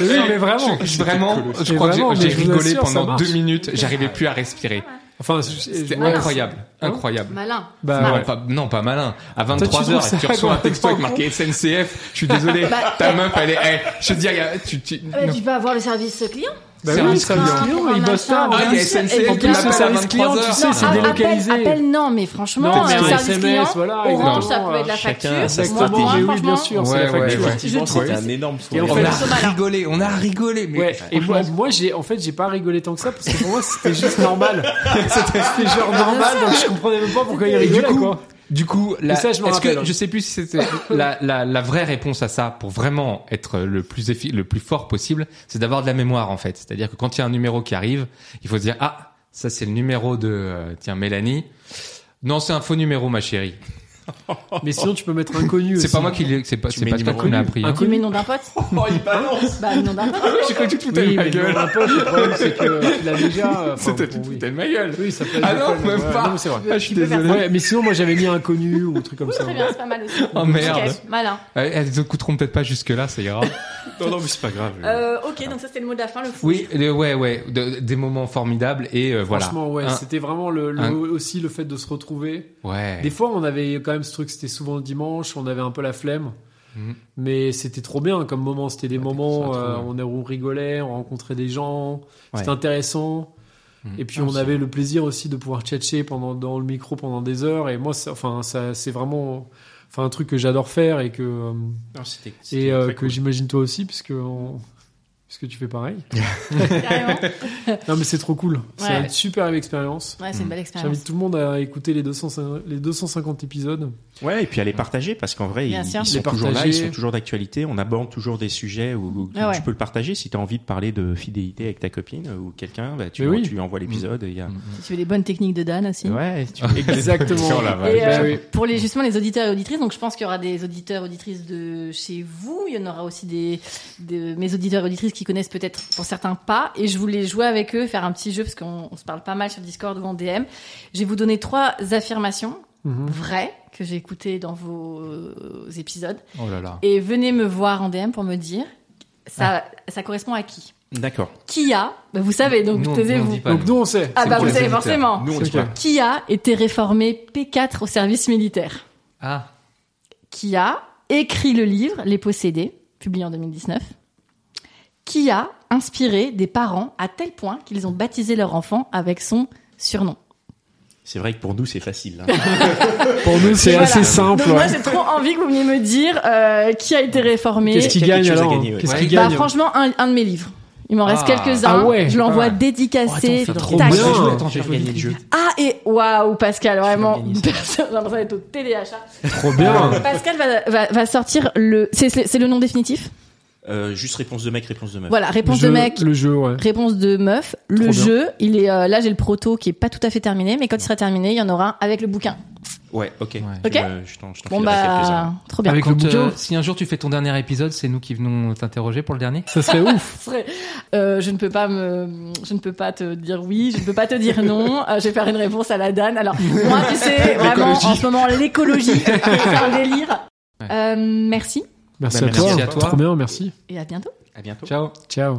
[SPEAKER 3] Oui, mais vraiment.
[SPEAKER 5] Je- vraiment, je
[SPEAKER 3] Mais
[SPEAKER 5] crois que j'ai-
[SPEAKER 3] vraiment, mais
[SPEAKER 5] j'ai
[SPEAKER 3] je vous
[SPEAKER 5] rigolé
[SPEAKER 3] assure, ça
[SPEAKER 5] pendant
[SPEAKER 3] marche.
[SPEAKER 5] deux minutes. J'arrivais plus à respirer.
[SPEAKER 3] Enfin, c'est
[SPEAKER 5] C'était incroyable,
[SPEAKER 3] Hein
[SPEAKER 5] incroyable.
[SPEAKER 8] Malin.
[SPEAKER 3] Bah,
[SPEAKER 5] Non,
[SPEAKER 3] ouais.
[SPEAKER 5] pas, non, pas malin. À
[SPEAKER 3] trouves
[SPEAKER 5] 23h,
[SPEAKER 3] ça
[SPEAKER 5] tu reçois un texto avec
[SPEAKER 3] complètement
[SPEAKER 5] marqué SNCF. Je suis désolé. ta meuf, elle est, eh, je te dis, il y a- tu, tu,
[SPEAKER 1] Bah,
[SPEAKER 5] non.
[SPEAKER 1] tu peux avoir le service client.
[SPEAKER 3] Bah
[SPEAKER 5] C'est un
[SPEAKER 3] oui, ça
[SPEAKER 1] client.
[SPEAKER 3] vient.
[SPEAKER 1] Pour un
[SPEAKER 3] Il bosse
[SPEAKER 1] machin.
[SPEAKER 3] là.
[SPEAKER 5] Ah, il y a
[SPEAKER 1] bien sûr,
[SPEAKER 5] SNCF
[SPEAKER 3] En
[SPEAKER 5] qui
[SPEAKER 3] plus,
[SPEAKER 5] m'appelle
[SPEAKER 3] le service
[SPEAKER 5] à
[SPEAKER 3] client, tu
[SPEAKER 5] 23h.
[SPEAKER 3] sais, c'est
[SPEAKER 1] Ah,
[SPEAKER 3] délocalisé.
[SPEAKER 1] Appel, appel, non, mais franchement,
[SPEAKER 3] Non,
[SPEAKER 1] euh,
[SPEAKER 3] mais un
[SPEAKER 1] service
[SPEAKER 3] SMS,
[SPEAKER 1] client,
[SPEAKER 3] voilà,
[SPEAKER 1] Orange, ça
[SPEAKER 3] exactement,
[SPEAKER 1] pouvait être la
[SPEAKER 6] chacun
[SPEAKER 1] facture.
[SPEAKER 6] sa
[SPEAKER 1] Moi,
[SPEAKER 3] Exactement.
[SPEAKER 1] moi,
[SPEAKER 3] Mais oui,
[SPEAKER 1] franchement,
[SPEAKER 3] bien sûr, c'est
[SPEAKER 5] Ouais,
[SPEAKER 3] la
[SPEAKER 5] ouais,
[SPEAKER 3] facture.
[SPEAKER 5] ouais.
[SPEAKER 6] Effectivement,
[SPEAKER 1] trouve-
[SPEAKER 6] c'était un énorme fou
[SPEAKER 3] Et en
[SPEAKER 6] rire.
[SPEAKER 5] On
[SPEAKER 3] fait,
[SPEAKER 5] a rigolé, on a rigolé. Mais
[SPEAKER 3] Ouais, et moi, moi, j'ai, en fait, j'ai pas rigolé tant que ça parce que pour moi, c'était juste normal. c'était c'était genre normal, donc je comprenais même pas pourquoi il
[SPEAKER 5] Et du
[SPEAKER 3] rigolait,
[SPEAKER 5] coup,
[SPEAKER 3] quoi.
[SPEAKER 5] du coup, la,
[SPEAKER 3] ça, je m'en
[SPEAKER 5] est-ce
[SPEAKER 3] rappelle, hein.
[SPEAKER 5] que je sais plus si c'était la, la, la vraie réponse à ça pour vraiment être le plus effi- le plus fort possible, c'est d'avoir de la mémoire en fait. C'est-à-dire que quand il y a un numéro qui arrive, il faut se dire ah ça c'est le numéro de euh, tiens Mélanie. Non c'est un faux numéro ma chérie.
[SPEAKER 3] Mais sinon, tu peux mettre inconnu
[SPEAKER 5] C'est
[SPEAKER 3] aussi.
[SPEAKER 5] pas moi qui l'ai- c'est pas
[SPEAKER 6] Tu
[SPEAKER 5] c'est
[SPEAKER 6] mets
[SPEAKER 5] pas toi
[SPEAKER 6] numéro
[SPEAKER 5] qui l'a
[SPEAKER 6] nul.
[SPEAKER 5] appris.
[SPEAKER 3] Un
[SPEAKER 5] hein.
[SPEAKER 3] coup-
[SPEAKER 1] Tu mets le nom d'un pote Bah, le nom d'un pote.
[SPEAKER 5] J'ai cru que tu te foutais de
[SPEAKER 3] Oui,
[SPEAKER 5] ma
[SPEAKER 3] mais non,
[SPEAKER 5] gueule.
[SPEAKER 3] la poche, le problème, c'est que tu l'as déjà. euh, enfin,
[SPEAKER 5] C'était tu
[SPEAKER 3] bon,
[SPEAKER 5] te
[SPEAKER 3] oui.
[SPEAKER 5] foutais de ma gueule.
[SPEAKER 3] Oui, ça peut être
[SPEAKER 5] Ah
[SPEAKER 3] des
[SPEAKER 5] non,
[SPEAKER 3] problèmes,
[SPEAKER 5] même
[SPEAKER 3] ouais.
[SPEAKER 5] pas.
[SPEAKER 3] Non, c'est vrai.
[SPEAKER 5] Ah, je suis désolé.
[SPEAKER 3] Ouais, mais sinon, moi, j'avais mis inconnu ou un truc comme ça.
[SPEAKER 1] Très bien, c'est pas mal aussi.
[SPEAKER 5] Oh merde.
[SPEAKER 1] Ok, malin.
[SPEAKER 5] Euh, Elles écouteront peut-être pas jusque là, ça ira.
[SPEAKER 2] Non, non, mais c'est pas grave.
[SPEAKER 1] Euh, ok, donc ça c'était le mot de la fin, le fou.
[SPEAKER 5] Oui, euh, ouais, ouais, de- des moments formidables et euh, voilà.
[SPEAKER 3] Franchement, ouais,
[SPEAKER 5] Un-
[SPEAKER 3] c'était vraiment le, le-
[SPEAKER 5] un-
[SPEAKER 3] aussi le fait de se retrouver.
[SPEAKER 5] ouais.
[SPEAKER 3] Des fois, on avait quand même ce truc, c'était souvent le dimanche, on avait un peu la flemme.
[SPEAKER 5] Mhm.
[SPEAKER 3] Mais c'était trop bien comme moment. C'était des
[SPEAKER 5] Ouais,
[SPEAKER 3] moments
[SPEAKER 5] ça se
[SPEAKER 3] euh,
[SPEAKER 5] retrouve.
[SPEAKER 3] on, a- on rigolait, on rencontrait des gens, c'était
[SPEAKER 5] Ouais.
[SPEAKER 3] intéressant.
[SPEAKER 5] Mhm.
[SPEAKER 3] Et puis on avait le plaisir aussi de pouvoir tchatcher pendant dans le micro pendant des heures. Et moi, c'est- enfin, ça, c'est vraiment, enfin, un truc que j'adore faire et que euh, et euh, que j'imagine toi aussi, puisque on- puisque tu fais pareil.
[SPEAKER 1] Carrément.
[SPEAKER 3] non, mais c'est trop cool. C'est
[SPEAKER 1] Ouais.
[SPEAKER 3] une superbe expérience.
[SPEAKER 1] Ouais, c'est une belle expérience.
[SPEAKER 3] J'invite tout le monde à écouter les, 200 les 250 épisodes.
[SPEAKER 2] Ouais, et puis à les partager parce qu'en vrai, ils,
[SPEAKER 1] Bien
[SPEAKER 2] ils
[SPEAKER 1] sûr.
[SPEAKER 2] sont
[SPEAKER 3] Les
[SPEAKER 2] toujours là,
[SPEAKER 3] partager.
[SPEAKER 2] ils sont toujours d'actualité. On aborde toujours des sujets où, où
[SPEAKER 1] Ah ouais.
[SPEAKER 2] tu peux le partager. Si tu as envie de parler de fidélité avec ta copine ou quelqu'un, bah, tu,
[SPEAKER 3] Mais oui. Mm.
[SPEAKER 2] tu lui envoies l'épisode. et il y a-
[SPEAKER 8] Tu fais les bonnes techniques de Dan aussi.
[SPEAKER 2] Ouais, tu-
[SPEAKER 3] Exactement.
[SPEAKER 1] Mm.
[SPEAKER 5] Ah
[SPEAKER 1] Et
[SPEAKER 3] Bah
[SPEAKER 1] euh,
[SPEAKER 3] oui.
[SPEAKER 1] pour les justement les auditeurs et auditrices, donc je pense qu'il y aura des auditeurs et auditrices de chez vous, il y en aura aussi des, de mes auditeurs et auditrices qui connaissent peut-être pour certains pas, et je voulais jouer avec eux, faire un petit jeu parce qu'on on se parle pas mal sur Discord ou en DM. Je vais vous donner trois affirmations
[SPEAKER 3] Mhm.
[SPEAKER 1] vraies que j'ai écoutées dans vos euh, épisodes,
[SPEAKER 5] Oh là là.
[SPEAKER 1] et venez me voir en DM pour me dire ça ça correspond à qui.
[SPEAKER 2] D'accord.
[SPEAKER 1] Qui a, bah, vous savez donc
[SPEAKER 5] Nous, on- on
[SPEAKER 1] taisez-vous.
[SPEAKER 5] dit pas,
[SPEAKER 3] Donc nous, on sait.
[SPEAKER 1] Ah
[SPEAKER 5] C'est
[SPEAKER 1] bah
[SPEAKER 5] pour
[SPEAKER 1] vous
[SPEAKER 5] les
[SPEAKER 1] savez
[SPEAKER 5] auditeurs.
[SPEAKER 1] forcément.
[SPEAKER 2] Nous, on
[SPEAKER 3] C'est
[SPEAKER 2] se
[SPEAKER 3] clair.
[SPEAKER 2] parle.
[SPEAKER 1] Qui a été réformé P4 au service militaire
[SPEAKER 5] Ah.
[SPEAKER 1] qui a écrit le livre Les Possédés, publié en 2019, qui a inspiré des parents à tel point qu'ils ont baptisé leur enfant avec son surnom.
[SPEAKER 2] C'est vrai que pour nous, c'est facile. hein.
[SPEAKER 3] Pour nous, c'est
[SPEAKER 1] Voilà.
[SPEAKER 3] assez simple.
[SPEAKER 1] Donc moi j'ai trop envie que vous veniez me dire euh, qui a été réformé.
[SPEAKER 3] Qu'est-ce qu'il
[SPEAKER 2] Il y a quelque
[SPEAKER 3] gagne
[SPEAKER 2] chose à
[SPEAKER 3] alors
[SPEAKER 2] gagner, ouais.
[SPEAKER 3] Qu'est-ce
[SPEAKER 5] Ouais.
[SPEAKER 3] qu'il
[SPEAKER 1] Bah,
[SPEAKER 3] gagne
[SPEAKER 1] franchement un, un de mes livres. Il m'en reste
[SPEAKER 5] Ah.
[SPEAKER 1] quelques-uns.
[SPEAKER 3] Ah ouais,
[SPEAKER 1] je l'envoie
[SPEAKER 5] pas mal.
[SPEAKER 1] dédicacé.
[SPEAKER 6] Oh, attends,
[SPEAKER 3] trop
[SPEAKER 1] tac.
[SPEAKER 3] bien.
[SPEAKER 5] Attends, j'ai gagné le jeu.
[SPEAKER 1] Ah et waouh Pascal vraiment
[SPEAKER 6] l'organise.
[SPEAKER 1] personne j'ai l'impression d'être au téléachat.
[SPEAKER 3] Trop bien.
[SPEAKER 1] Pascal va, va- va sortir le c'est- c'est c'est le nom définitif.
[SPEAKER 2] Euh, juste réponse de mec, réponse de meuf.
[SPEAKER 1] Voilà réponse
[SPEAKER 3] Jeu-
[SPEAKER 1] de mec
[SPEAKER 3] Le jeu, ouais.
[SPEAKER 1] Réponse de meuf. Le
[SPEAKER 3] bien.
[SPEAKER 1] jeu, il est euh, là j'ai le proto qui est pas tout à fait terminé, mais quand il sera terminé, il y en aura un avec le bouquin.
[SPEAKER 2] Ouais, ok.
[SPEAKER 1] Ok.
[SPEAKER 2] Je, me- je t'en je t'en
[SPEAKER 1] Bon
[SPEAKER 2] filerai
[SPEAKER 1] bah
[SPEAKER 2] quelques-uns.
[SPEAKER 1] trop bien.
[SPEAKER 3] Quand, euh,
[SPEAKER 5] si un jour tu fais ton dernier épisode, c'est nous qui venons t'interroger pour le dernier.
[SPEAKER 3] Ça serait ouf.
[SPEAKER 1] Ce serait- euh, je ne peux pas me, je ne peux pas te dire oui, je ne peux pas te dire non. Euh, je vais faire une réponse à la Dan. Alors moi tu sais vraiment en ce moment l'écologie, c'est un délire.
[SPEAKER 5] Ouais.
[SPEAKER 1] Euh, merci
[SPEAKER 3] Merci,
[SPEAKER 2] Bah,
[SPEAKER 3] à,
[SPEAKER 2] merci
[SPEAKER 3] toi.
[SPEAKER 5] à toi.
[SPEAKER 3] Trop bien, merci.
[SPEAKER 1] et à bientôt.
[SPEAKER 2] À bientôt.
[SPEAKER 5] Ciao.
[SPEAKER 3] Ciao.